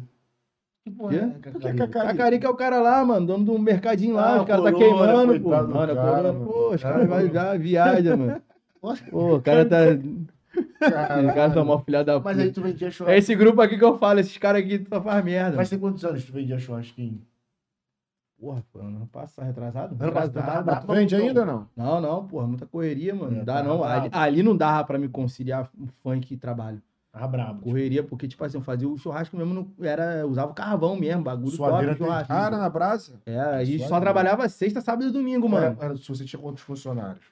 [SPEAKER 2] Que
[SPEAKER 1] Quê?
[SPEAKER 2] porra
[SPEAKER 3] Por que cacarico?
[SPEAKER 1] Cacarica é o cara lá, mano, dono de um mercadinho lá,
[SPEAKER 2] Ah,
[SPEAKER 1] os caras tá
[SPEAKER 2] corona,
[SPEAKER 1] queimando, pô.
[SPEAKER 2] coitado do
[SPEAKER 1] Mano,
[SPEAKER 2] cara,
[SPEAKER 1] corona,
[SPEAKER 2] mano.
[SPEAKER 1] pô, os
[SPEAKER 2] Ah,
[SPEAKER 1] caras vai
[SPEAKER 2] mano.
[SPEAKER 1] já viaja, mano. Pô, o cara tá. O cara tá mó filha da
[SPEAKER 2] Mas aí
[SPEAKER 1] puta.
[SPEAKER 2] tu vendia
[SPEAKER 1] <laughs> É
[SPEAKER 2] churrasco.
[SPEAKER 1] esse grupo aqui que eu falo, esses caras aqui só faz merda.
[SPEAKER 2] Mas
[SPEAKER 1] Mas...
[SPEAKER 2] tem quantos anos tu vendia churrasquinho?
[SPEAKER 1] Porra, pô, ano passado, retrasado?
[SPEAKER 2] Ano passado,
[SPEAKER 1] Retrasado.
[SPEAKER 2] brabo.
[SPEAKER 3] Vende ainda não?
[SPEAKER 1] Não, não, porra, muita correria, mano.
[SPEAKER 2] É,
[SPEAKER 1] não dá,
[SPEAKER 2] tá
[SPEAKER 1] não. Ali,
[SPEAKER 2] brabo.
[SPEAKER 1] ali não dava pra me conciliar um funk e trabalho.
[SPEAKER 2] Ah, brabo.
[SPEAKER 1] Correria, porque, tipo assim, eu fazia o churrasco mesmo, não, era, usava o carvão mesmo, bagulho
[SPEAKER 2] Suadeira
[SPEAKER 1] top, churrasco.
[SPEAKER 2] tem
[SPEAKER 3] Cara na brasa?
[SPEAKER 1] Era, e só
[SPEAKER 2] suadeira.
[SPEAKER 1] trabalhava sexta, sábado e
[SPEAKER 2] É.
[SPEAKER 1] domingo, mano.
[SPEAKER 2] Era- era- Se você tinha quantos funcionários?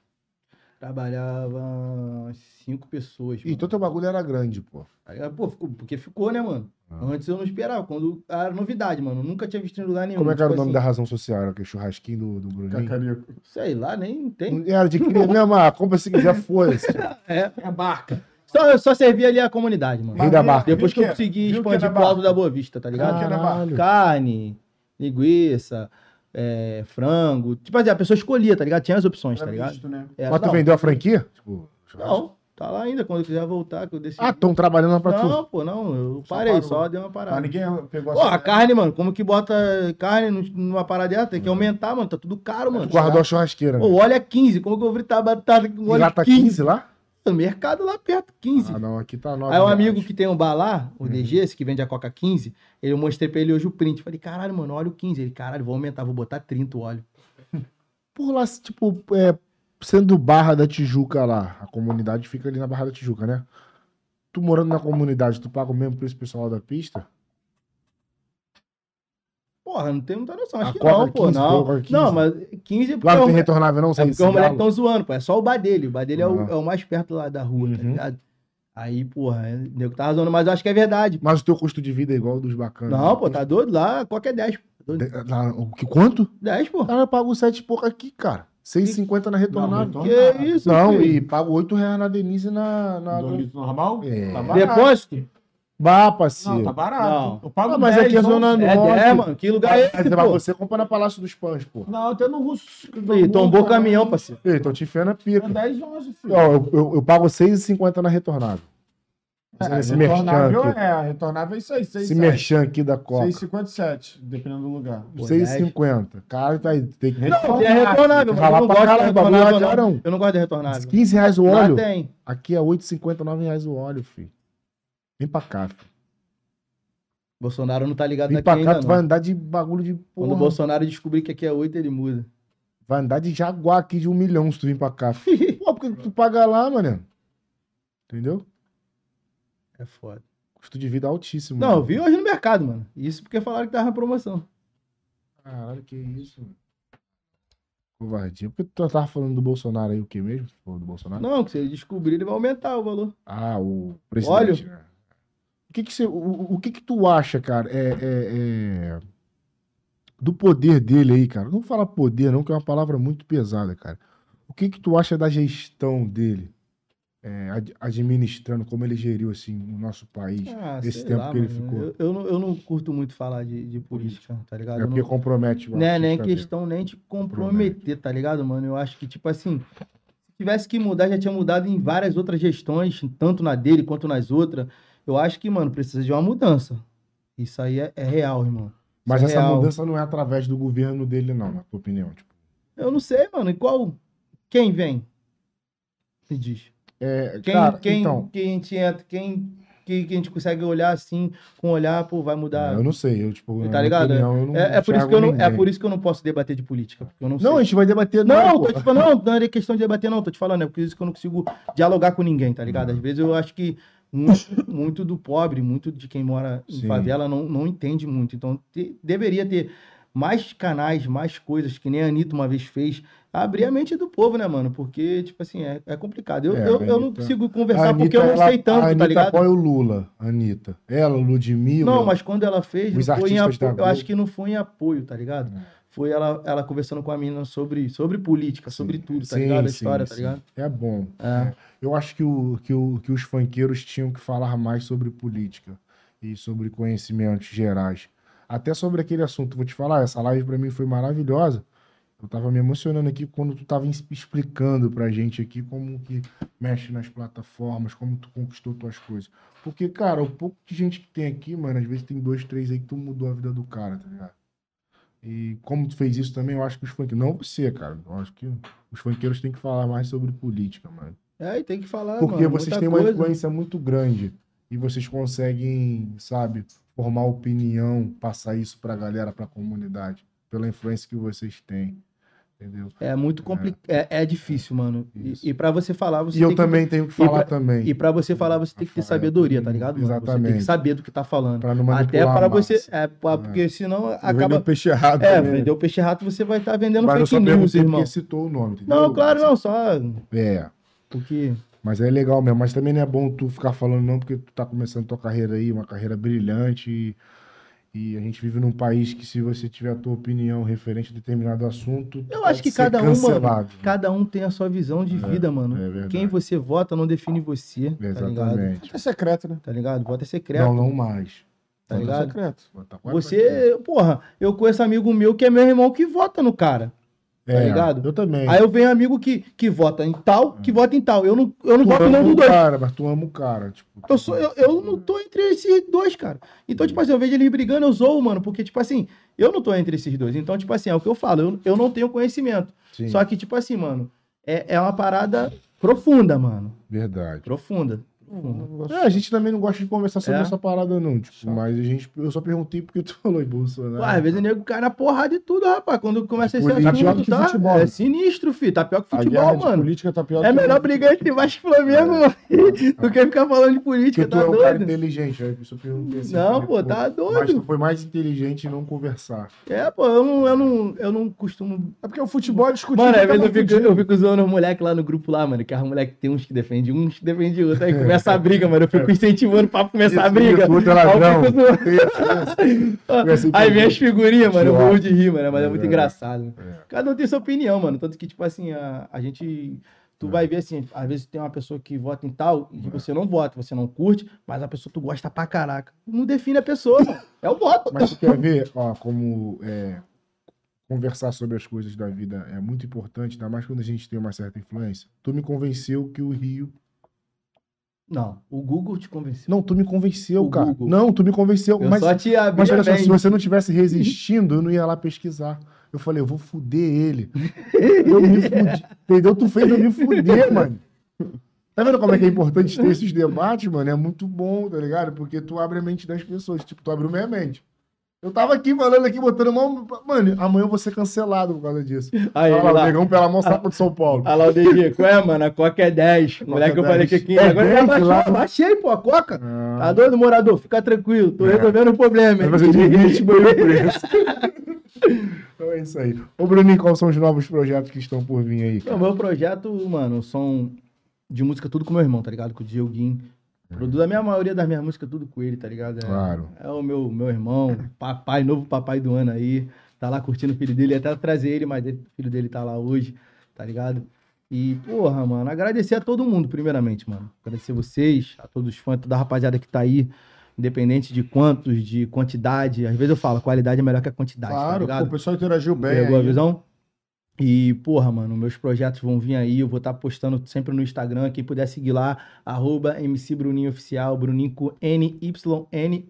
[SPEAKER 1] Trabalhava cinco pessoas.
[SPEAKER 2] Ih,
[SPEAKER 1] mano.
[SPEAKER 2] Então teu bagulho era grande, pô.
[SPEAKER 1] Aí, Pô, ficou- porque ficou, né, mano?
[SPEAKER 2] Ah.
[SPEAKER 1] Antes eu não esperava, quando era novidade, mano. eu Nunca tinha visto em lugar nenhum.
[SPEAKER 2] Como é que era o
[SPEAKER 1] Tipo
[SPEAKER 2] nome da
[SPEAKER 1] assim,
[SPEAKER 2] razão social? Era o quê? Churrasquinho do, do Bruninho? É,
[SPEAKER 3] Cacarico.
[SPEAKER 1] Sei lá, nem tem.
[SPEAKER 2] Era de cria mesmo, ah, compra se quiser, foda-se.
[SPEAKER 1] <laughs> É,
[SPEAKER 3] É barca.
[SPEAKER 1] só, eu só servia ali a comunidade, mano.
[SPEAKER 2] Rei da barca.
[SPEAKER 1] Depois
[SPEAKER 3] Viu
[SPEAKER 1] que eu
[SPEAKER 3] que é?
[SPEAKER 1] consegui
[SPEAKER 3] Viu que é
[SPEAKER 1] expandir
[SPEAKER 3] na
[SPEAKER 1] pro alto
[SPEAKER 3] barca?
[SPEAKER 1] da Boa Vista, tá ligado?
[SPEAKER 3] Viu que é na barca?
[SPEAKER 2] Caralho.
[SPEAKER 1] carne, linguiça, é, frango. Tipo assim, a pessoa escolhia, tá ligado? Tinha as opções, tá ligado?
[SPEAKER 3] né?
[SPEAKER 1] É,
[SPEAKER 2] Mas tu
[SPEAKER 1] não,
[SPEAKER 2] vendeu a franquia? Tipo, churrasco?
[SPEAKER 1] não, tá lá ainda, quando eu quiser voltar, que eu decidi.
[SPEAKER 2] Ah, estão trabalhando lá pra tu.
[SPEAKER 1] não, pô, não, eu
[SPEAKER 2] Só
[SPEAKER 1] parei,
[SPEAKER 2] parou.
[SPEAKER 1] só dei uma
[SPEAKER 3] Mas
[SPEAKER 1] parada.
[SPEAKER 3] ninguém pegou
[SPEAKER 1] Pô, a carne, mano, como que bota carne nu- numa parada dela? Tem que aumentar, mano, tá tudo caro, mano.
[SPEAKER 2] Tu guardou a churrasqueira.
[SPEAKER 1] Pô,
[SPEAKER 2] né?
[SPEAKER 1] o óleo é 15, como que eu vou fritar batata com
[SPEAKER 2] E
[SPEAKER 1] óleo
[SPEAKER 2] lá tá 15,
[SPEAKER 1] 15?
[SPEAKER 2] lá?
[SPEAKER 1] No mercado lá perto, 15.
[SPEAKER 2] Ah, não, aqui tá 9.
[SPEAKER 1] Aí um amigo que tem um bar lá,
[SPEAKER 2] Uhum.
[SPEAKER 1] o DG, esse que vende a Coca 15, eu mostrei pra ele hoje o print. Falei, caralho, mano, óleo 15. Ele, caralho, vou aumentar, vou botar 30 o óleo.
[SPEAKER 2] Por lá, tipo, é, sendo Barra da Tijuca lá, a comunidade fica ali na Barra da Tijuca, né? Tu morando na comunidade, tu paga o mesmo preço pessoal da pista?
[SPEAKER 1] Porra, não tem muita noção. Acho
[SPEAKER 2] A
[SPEAKER 1] que
[SPEAKER 2] Coca
[SPEAKER 1] não, pô,
[SPEAKER 2] 15,
[SPEAKER 1] não.
[SPEAKER 2] Coca 15.
[SPEAKER 1] Não, mas 15 é porque,
[SPEAKER 2] Lá não
[SPEAKER 1] é
[SPEAKER 2] tem
[SPEAKER 1] o- é
[SPEAKER 2] retornável, não? Sem
[SPEAKER 1] porque os moleques
[SPEAKER 2] cigarro?
[SPEAKER 1] estão zoando, pô. É só o bar dele. O bar dele é, o,
[SPEAKER 2] Uhum.
[SPEAKER 1] é o mais perto lá da rua, tá
[SPEAKER 2] Uhum.
[SPEAKER 1] ligado? Aí, porra, é- o nego tava zoando, mas eu acho que é verdade.
[SPEAKER 2] Mas o teu custo de vida é igual ao dos bacanas.
[SPEAKER 1] Não, pô, tá doido lá, Coca é 10.
[SPEAKER 2] De- lá, o que, quanto?
[SPEAKER 1] 10, pô.
[SPEAKER 2] Ah, eu pago 7 e pouco aqui, cara. 6,50 na retornável.
[SPEAKER 3] Não,
[SPEAKER 1] Que isso,
[SPEAKER 2] então Não,
[SPEAKER 1] filho?
[SPEAKER 2] e pago 8 reais na Denise na. na...
[SPEAKER 3] Do litro normal?
[SPEAKER 2] É.
[SPEAKER 3] Tá barato.
[SPEAKER 1] Depósito?
[SPEAKER 2] Bah,
[SPEAKER 3] Não,
[SPEAKER 2] parceiro.
[SPEAKER 3] tá barato.
[SPEAKER 1] Não.
[SPEAKER 3] Eu pago
[SPEAKER 2] Ah, mas aqui é
[SPEAKER 3] 11.
[SPEAKER 2] zona
[SPEAKER 1] É
[SPEAKER 2] Nossa.
[SPEAKER 1] 10, mano. Que lugar é
[SPEAKER 2] Mas
[SPEAKER 1] esse,
[SPEAKER 2] pra
[SPEAKER 1] pô?
[SPEAKER 2] você compra na Palácio dos Pães, pô.
[SPEAKER 3] Não, até no russo. né?
[SPEAKER 1] Ih, tombou o caminhão, parceiro.
[SPEAKER 2] Ei, tô te enfiando a
[SPEAKER 3] É
[SPEAKER 2] pica.
[SPEAKER 3] 10, 11, filho.
[SPEAKER 2] Ó, eu, eu, eu pago 6,50 na retornável. Fazendo esse merchan
[SPEAKER 3] É, retornável
[SPEAKER 2] aqui.
[SPEAKER 3] é, retornável é isso aí, 6,
[SPEAKER 2] Esse merchan aqui da Coca.
[SPEAKER 3] 6,57, dependendo do lugar.
[SPEAKER 1] Pô,
[SPEAKER 2] 6,50. Cara, tá aí. Tem que
[SPEAKER 1] Tem a retornável, mas eu
[SPEAKER 2] Vai lá
[SPEAKER 1] não
[SPEAKER 2] pra
[SPEAKER 1] gosto de
[SPEAKER 2] caralho, bagulho é lá
[SPEAKER 1] retornável,
[SPEAKER 2] de
[SPEAKER 1] não.
[SPEAKER 2] Arão.
[SPEAKER 1] Eu não gosto de retornável.
[SPEAKER 2] 15 reais o
[SPEAKER 1] Lá
[SPEAKER 2] óleo.
[SPEAKER 1] tem.
[SPEAKER 2] Aqui é 8,50, 9 reais o óleo, filho. Vem pra cá, filho.
[SPEAKER 1] Bolsonaro não tá ligado
[SPEAKER 2] Vem
[SPEAKER 1] daqui
[SPEAKER 2] pra
[SPEAKER 1] ainda,
[SPEAKER 2] cá, tu vai
[SPEAKER 1] não.
[SPEAKER 2] andar de bagulho de
[SPEAKER 1] Quando o
[SPEAKER 2] porra.
[SPEAKER 1] Bolsonaro descobrir que aqui é 8,
[SPEAKER 2] <laughs>
[SPEAKER 1] ele muda.
[SPEAKER 2] Vai andar de jaguar aqui de um milhão se tu vir pra cá. filho. Pô, porque tu paga lá, mano. Entendeu?
[SPEAKER 1] É foda.
[SPEAKER 2] Custo de vida altíssimo.
[SPEAKER 1] Não, eu
[SPEAKER 2] mano.
[SPEAKER 1] vi hoje no mercado, mano. Isso porque falaram que tava na promoção.
[SPEAKER 2] Caralho, que isso, mano. Covardia. Por que tu tava falando do Bolsonaro aí o que mesmo? Tu falou do Bolsonaro?
[SPEAKER 1] Não, que se ele descobrir, ele vai aumentar o valor.
[SPEAKER 2] Ah, o presidente. né? O que que, você, o, o que que tu acha, cara? É, é, é- do poder dele aí, cara. Não vou falar poder, não, que é uma palavra muito pesada, cara. O que que tu acha da gestão dele? É, ad- administrando, como ele geriu, assim, o nosso país.
[SPEAKER 1] Ah,
[SPEAKER 2] Esse
[SPEAKER 1] sei
[SPEAKER 2] tempo que ele
[SPEAKER 1] mano.
[SPEAKER 2] ficou.
[SPEAKER 1] Eu, eu não, eu não curto muito falar de, de política, tá ligado?
[SPEAKER 2] É
[SPEAKER 1] Eu não-
[SPEAKER 2] porque compromete o
[SPEAKER 1] né, nem
[SPEAKER 2] artista dele.
[SPEAKER 1] questão nem de comprometer, tá ligado, mano? Eu acho que, tipo assim, se tivesse que mudar, já tinha mudado em várias outras gestões, tanto na dele quanto nas outras. Eu acho que, mano, precisa de uma mudança. Isso aí é, é real, irmão.
[SPEAKER 2] Mas
[SPEAKER 1] Isso é
[SPEAKER 2] essa
[SPEAKER 1] real.
[SPEAKER 2] mudança não é através do governo dele, não, na tua opinião. Tipo,
[SPEAKER 1] Eu não sei, mano. E qual. Quem vem? Me diz.
[SPEAKER 2] é,
[SPEAKER 1] Quem,
[SPEAKER 2] cara,
[SPEAKER 1] quem,
[SPEAKER 2] então,
[SPEAKER 1] quem a gente entra, quem que, que a gente consegue olhar assim, com olhar, pô, vai mudar.
[SPEAKER 2] eu não sei, eu, tipo, na
[SPEAKER 1] Tá
[SPEAKER 2] minha
[SPEAKER 1] ligado?
[SPEAKER 2] opinião, eu não
[SPEAKER 1] é, é por isso
[SPEAKER 2] enxergo
[SPEAKER 1] que eu não, é
[SPEAKER 2] ninguém.
[SPEAKER 1] por isso que eu não posso debater de política. Porque eu não, sei.
[SPEAKER 2] Não, a gente vai debater.
[SPEAKER 1] Não,
[SPEAKER 2] pô.
[SPEAKER 1] tô te falando, não, não é questão de debater, não, tô te falando, é por isso que eu não consigo dialogar com ninguém, tá ligado? Às
[SPEAKER 2] Uhum.
[SPEAKER 1] vezes eu acho que mu- muito, do pobre, muito de quem mora em
[SPEAKER 2] Sim.
[SPEAKER 1] favela não, não entende muito. Então te- deveria ter mais canais, mais coisas, que nem a Anitta uma vez fez, abrir a mente do povo, né, mano? Porque, tipo assim, é, é complicado. Eu,
[SPEAKER 2] É,
[SPEAKER 1] eu,
[SPEAKER 2] a
[SPEAKER 1] eu não
[SPEAKER 2] Anitta-
[SPEAKER 1] consigo
[SPEAKER 2] A
[SPEAKER 1] conversar
[SPEAKER 2] Anitta,
[SPEAKER 1] porque eu não
[SPEAKER 2] ela-
[SPEAKER 1] sei
[SPEAKER 2] a
[SPEAKER 1] tanto, tá
[SPEAKER 2] Anitta
[SPEAKER 1] ligado?
[SPEAKER 2] apoia o Lula, a Anitta. Ela, Ludmilla.
[SPEAKER 1] Não, mas quando ela fez,
[SPEAKER 2] Os
[SPEAKER 1] não foi em
[SPEAKER 2] artistas da
[SPEAKER 1] apoio, eu
[SPEAKER 2] Globo.
[SPEAKER 1] acho que não foi em apoio, tá ligado?
[SPEAKER 2] É.
[SPEAKER 1] Foi ela, ela conversando com a menina sobre, sobre política, sobre tudo, tá
[SPEAKER 2] Sim,
[SPEAKER 1] ligado? A
[SPEAKER 2] sim,
[SPEAKER 1] história, tá
[SPEAKER 2] sim.
[SPEAKER 1] ligado?
[SPEAKER 2] É bom.
[SPEAKER 1] É.
[SPEAKER 2] Eu acho que, o, que, o, que os funkeiros tinham que falar mais sobre política e sobre conhecimentos gerais. Até sobre aquele assunto, vou te falar, essa live pra mim foi maravilhosa. Eu tava me emocionando aqui quando tu tava ens- explicando pra gente aqui como que mexe nas plataformas, como tu conquistou tuas coisas. Porque, cara, o pouco de gente que tem aqui, mano, às vezes tem dois, três aí que tu mudou a vida do cara, tá ligado? E como tu fez isso também, eu acho que os funkeiros... Não você, cara. Eu acho que os funkeiros têm que falar mais sobre política, mano.
[SPEAKER 1] É, e tem que falar,
[SPEAKER 2] Porque
[SPEAKER 1] mano,
[SPEAKER 2] vocês
[SPEAKER 1] muita
[SPEAKER 2] têm uma
[SPEAKER 1] coisa.
[SPEAKER 2] influência muito grande e vocês conseguem, sabe, formar opinião, passar isso pra galera, pra comunidade, pela influência que vocês têm. Entendeu?
[SPEAKER 1] É muito complicado. É. é difícil, mano. E-
[SPEAKER 2] Isso.
[SPEAKER 1] E, pra você falar, você
[SPEAKER 2] e eu
[SPEAKER 1] tem que-
[SPEAKER 2] também tenho que
[SPEAKER 1] pra-
[SPEAKER 2] falar também.
[SPEAKER 1] E pra você falar, você tem que ter
[SPEAKER 2] Rafael,
[SPEAKER 1] sabedoria, tá
[SPEAKER 2] todo
[SPEAKER 1] ligado?
[SPEAKER 2] mundo.
[SPEAKER 1] mano? Você tem que
[SPEAKER 2] Exatamente.
[SPEAKER 1] saber do que tá falando.
[SPEAKER 2] Pra não
[SPEAKER 1] Até
[SPEAKER 2] manipular
[SPEAKER 1] para
[SPEAKER 2] a
[SPEAKER 1] você.
[SPEAKER 2] massa.
[SPEAKER 1] É, pra- porque
[SPEAKER 3] Eu
[SPEAKER 1] senão
[SPEAKER 3] vendi o
[SPEAKER 1] acaba.
[SPEAKER 3] peixe errado.
[SPEAKER 1] É,
[SPEAKER 3] também.
[SPEAKER 1] vender o peixe rato, você vai estar vendendo
[SPEAKER 2] tá Mas eu só
[SPEAKER 1] fake news,
[SPEAKER 2] perguntei
[SPEAKER 1] irmão.
[SPEAKER 2] porque assim citou o nome, entendeu?
[SPEAKER 1] Não, claro, não, só
[SPEAKER 2] É,
[SPEAKER 1] porque.
[SPEAKER 2] mas é legal mesmo. Mas também não é bom tu ficar falando não, porque tu tá começando tua carreira aí, uma carreira brilhante e... E a gente vive num país que, se você tiver a tua opinião referente a determinado assunto,
[SPEAKER 1] Eu
[SPEAKER 2] pode
[SPEAKER 1] acho que
[SPEAKER 2] ser
[SPEAKER 1] cada um, mano,
[SPEAKER 2] cancelado.
[SPEAKER 1] cada um tem a sua visão de vida, mano.
[SPEAKER 2] é verdade.
[SPEAKER 1] Quem você vota não define você, tá ligado?
[SPEAKER 2] Exatamente.
[SPEAKER 3] É secreto, né?
[SPEAKER 1] Tá ligado? Voto é secreto,
[SPEAKER 2] Não, não mais.
[SPEAKER 1] tá
[SPEAKER 3] É
[SPEAKER 1] ligado?
[SPEAKER 3] secreto.
[SPEAKER 2] Tá quase batendo.
[SPEAKER 1] Você, porra, eu conheço amigo meu que é meu irmão que vota no cara.
[SPEAKER 2] É,
[SPEAKER 1] tá ligado?
[SPEAKER 2] Eu também.
[SPEAKER 1] Aí eu venho amigo que, que vota em tal,
[SPEAKER 2] É.
[SPEAKER 1] que vota em tal. Eu não, eu não
[SPEAKER 2] tu
[SPEAKER 1] voto em
[SPEAKER 2] ama
[SPEAKER 1] nenhum
[SPEAKER 2] o
[SPEAKER 1] dos dois.
[SPEAKER 2] cara, mas tu ama o cara. Tipo,
[SPEAKER 1] Eu, sou, eu, eu não tô entre esses dois, cara. Então, tipo assim, eu vejo eles brigando, eu zoo, mano, porque, tipo assim, eu não tô entre esses dois. Então, tipo assim, é o que eu falo, eu, eu não tenho conhecimento.
[SPEAKER 2] Sim,
[SPEAKER 1] Só que, tipo assim, mano, é, é uma parada profunda, mano.
[SPEAKER 2] verdade.
[SPEAKER 1] Profunda.
[SPEAKER 3] Hum,
[SPEAKER 1] profunda.
[SPEAKER 2] É, a gente também não gosta de conversar sobre
[SPEAKER 1] É?
[SPEAKER 2] essa parada, não. Tipo, mas a gente, eu só perguntei porque tu <laughs> falou em Bolsonaro.
[SPEAKER 1] Pô, às vezes o nego cai na porrada e tudo, rapaz. Quando começa esse
[SPEAKER 2] né? Política- tá pior
[SPEAKER 1] assunto,
[SPEAKER 2] que
[SPEAKER 1] tá?
[SPEAKER 2] futebol,
[SPEAKER 1] é
[SPEAKER 2] né?
[SPEAKER 1] sinistro, filho. Tá pior que
[SPEAKER 3] A
[SPEAKER 1] futebol,
[SPEAKER 3] guerra de
[SPEAKER 1] mano.
[SPEAKER 3] política tá pior
[SPEAKER 1] É
[SPEAKER 3] que-
[SPEAKER 1] melhor brigar entre Vasco e Flamengo do que ficar falando de
[SPEAKER 2] porque
[SPEAKER 1] política,
[SPEAKER 2] É. tu
[SPEAKER 1] tá
[SPEAKER 2] é um cara
[SPEAKER 1] doido?
[SPEAKER 2] inteligente. Aí eu só perguntei assim,
[SPEAKER 1] Não,
[SPEAKER 2] falei,
[SPEAKER 1] pô, tá
[SPEAKER 2] Mas tu
[SPEAKER 1] doido.
[SPEAKER 2] foi mais inteligente em não conversar.
[SPEAKER 1] É, pô, eu não, eu não, eu não costumo.
[SPEAKER 3] É porque o futebol é discutido.
[SPEAKER 1] Mano, às
[SPEAKER 3] cada
[SPEAKER 1] vezes eu fico,
[SPEAKER 3] fudido.
[SPEAKER 1] eu fico zoando os moleques lá no grupo lá, mano. Que as moleques tem uns que defende uns que defende outro. Aí começa a briga, mano. Eu fico incentivando pra começar a
[SPEAKER 2] É. Isso,
[SPEAKER 1] briga.
[SPEAKER 2] isso, muito
[SPEAKER 1] Aí, eu
[SPEAKER 2] ladrão.
[SPEAKER 1] fico zoando.
[SPEAKER 2] Começa a
[SPEAKER 1] Aí vem as figurinhas, mano. Eu
[SPEAKER 2] Zoar.
[SPEAKER 1] morro de rir, mano. Mas é muito
[SPEAKER 2] É.
[SPEAKER 1] engraçado. mano.
[SPEAKER 2] É.
[SPEAKER 1] Cada um tem sua opinião, mano. Tanto que, tipo assim, a, a gente. Tu
[SPEAKER 2] É.
[SPEAKER 1] vai ver assim, às vezes tem uma pessoa que vota em tal e que você não vota, você não curte, mas a pessoa tu gosta pra caraca. Não define a pessoa, mano. É o voto.
[SPEAKER 2] Mas tu quer ver, ó, como é, conversar sobre as coisas da vida é muito importante, ainda mais quando a gente tem uma certa influência. Tu me convenceu que o Rio.
[SPEAKER 1] Não, o Google te convenceu.
[SPEAKER 2] Não, tu me convenceu,
[SPEAKER 1] O
[SPEAKER 2] cara.
[SPEAKER 1] Google.
[SPEAKER 2] Não, tu me convenceu.
[SPEAKER 1] Eu
[SPEAKER 2] mas
[SPEAKER 1] só te abri
[SPEAKER 2] mas
[SPEAKER 1] a
[SPEAKER 2] olha só, se
[SPEAKER 1] mente.
[SPEAKER 2] você não tivesse resistindo, eu não ia lá pesquisar. Eu falei, eu vou fuder ele. Eu me fudi. Entendeu? Tu fez eu me <laughs> fuder, mano. Tá vendo como é que é importante ter esses debates, mano? É muito bom, tá ligado? Porque tu abre a mente das pessoas. Tipo, tu abriu minha mente. Eu tava aqui falando aqui, botando mão. Mano, amanhã eu vou ser cancelado por causa disso.
[SPEAKER 1] Aí,
[SPEAKER 2] Olha
[SPEAKER 1] olha
[SPEAKER 2] lá, Ah, o
[SPEAKER 1] lá.
[SPEAKER 2] negão pela mão saco de São Paulo.
[SPEAKER 1] Olha lá o DG, qual é, mano? A Coca é 10. Moleque, eu
[SPEAKER 2] é
[SPEAKER 1] falei que
[SPEAKER 2] 10.
[SPEAKER 1] aqui.
[SPEAKER 2] É
[SPEAKER 1] Agora já
[SPEAKER 2] 10
[SPEAKER 1] baixou,
[SPEAKER 2] lá.
[SPEAKER 1] baixei, pô, a Coca.
[SPEAKER 2] Ah.
[SPEAKER 1] Tá doido, morador? Fica tranquilo, tô
[SPEAKER 2] É.
[SPEAKER 1] resolvendo o problema.
[SPEAKER 2] Vai
[SPEAKER 1] hein?
[SPEAKER 2] fazer <laughs> de 20 banho preço. <laughs> então é isso aí. Ô, Bruninho, quais são os novos projetos que estão por vir aí?
[SPEAKER 1] O
[SPEAKER 2] cara?
[SPEAKER 1] meu projeto, mano, som de música tudo com meu irmão, tá ligado? Com o Dioguinho. Produz a minha maioria das minhas músicas tudo com ele, tá ligado? É,
[SPEAKER 2] Claro.
[SPEAKER 1] é o meu, meu irmão, papai, novo papai do ano aí. Tá lá curtindo o filho dele, ia até trazer ele, mas ele- o filho dele tá lá hoje, tá ligado? E, porra, mano, agradecer a todo mundo, primeiramente, mano. Agradecer vocês, a todos os fãs, toda a rapaziada que tá aí, independente de quantos, de quantidade. Às vezes eu falo, qualidade é melhor que a quantidade, tá
[SPEAKER 3] Claro,
[SPEAKER 1] ligado?
[SPEAKER 3] pô, o pessoal interagiu bem.
[SPEAKER 1] Pegou a
[SPEAKER 3] aí.
[SPEAKER 1] visão? E, porra, mano, meus projetos vão vir aí. Eu vou estar postando sempre no Instagram. Quem puder seguir lá, arroba MC Bruninho Oficial, Bruninho com N-Y-N.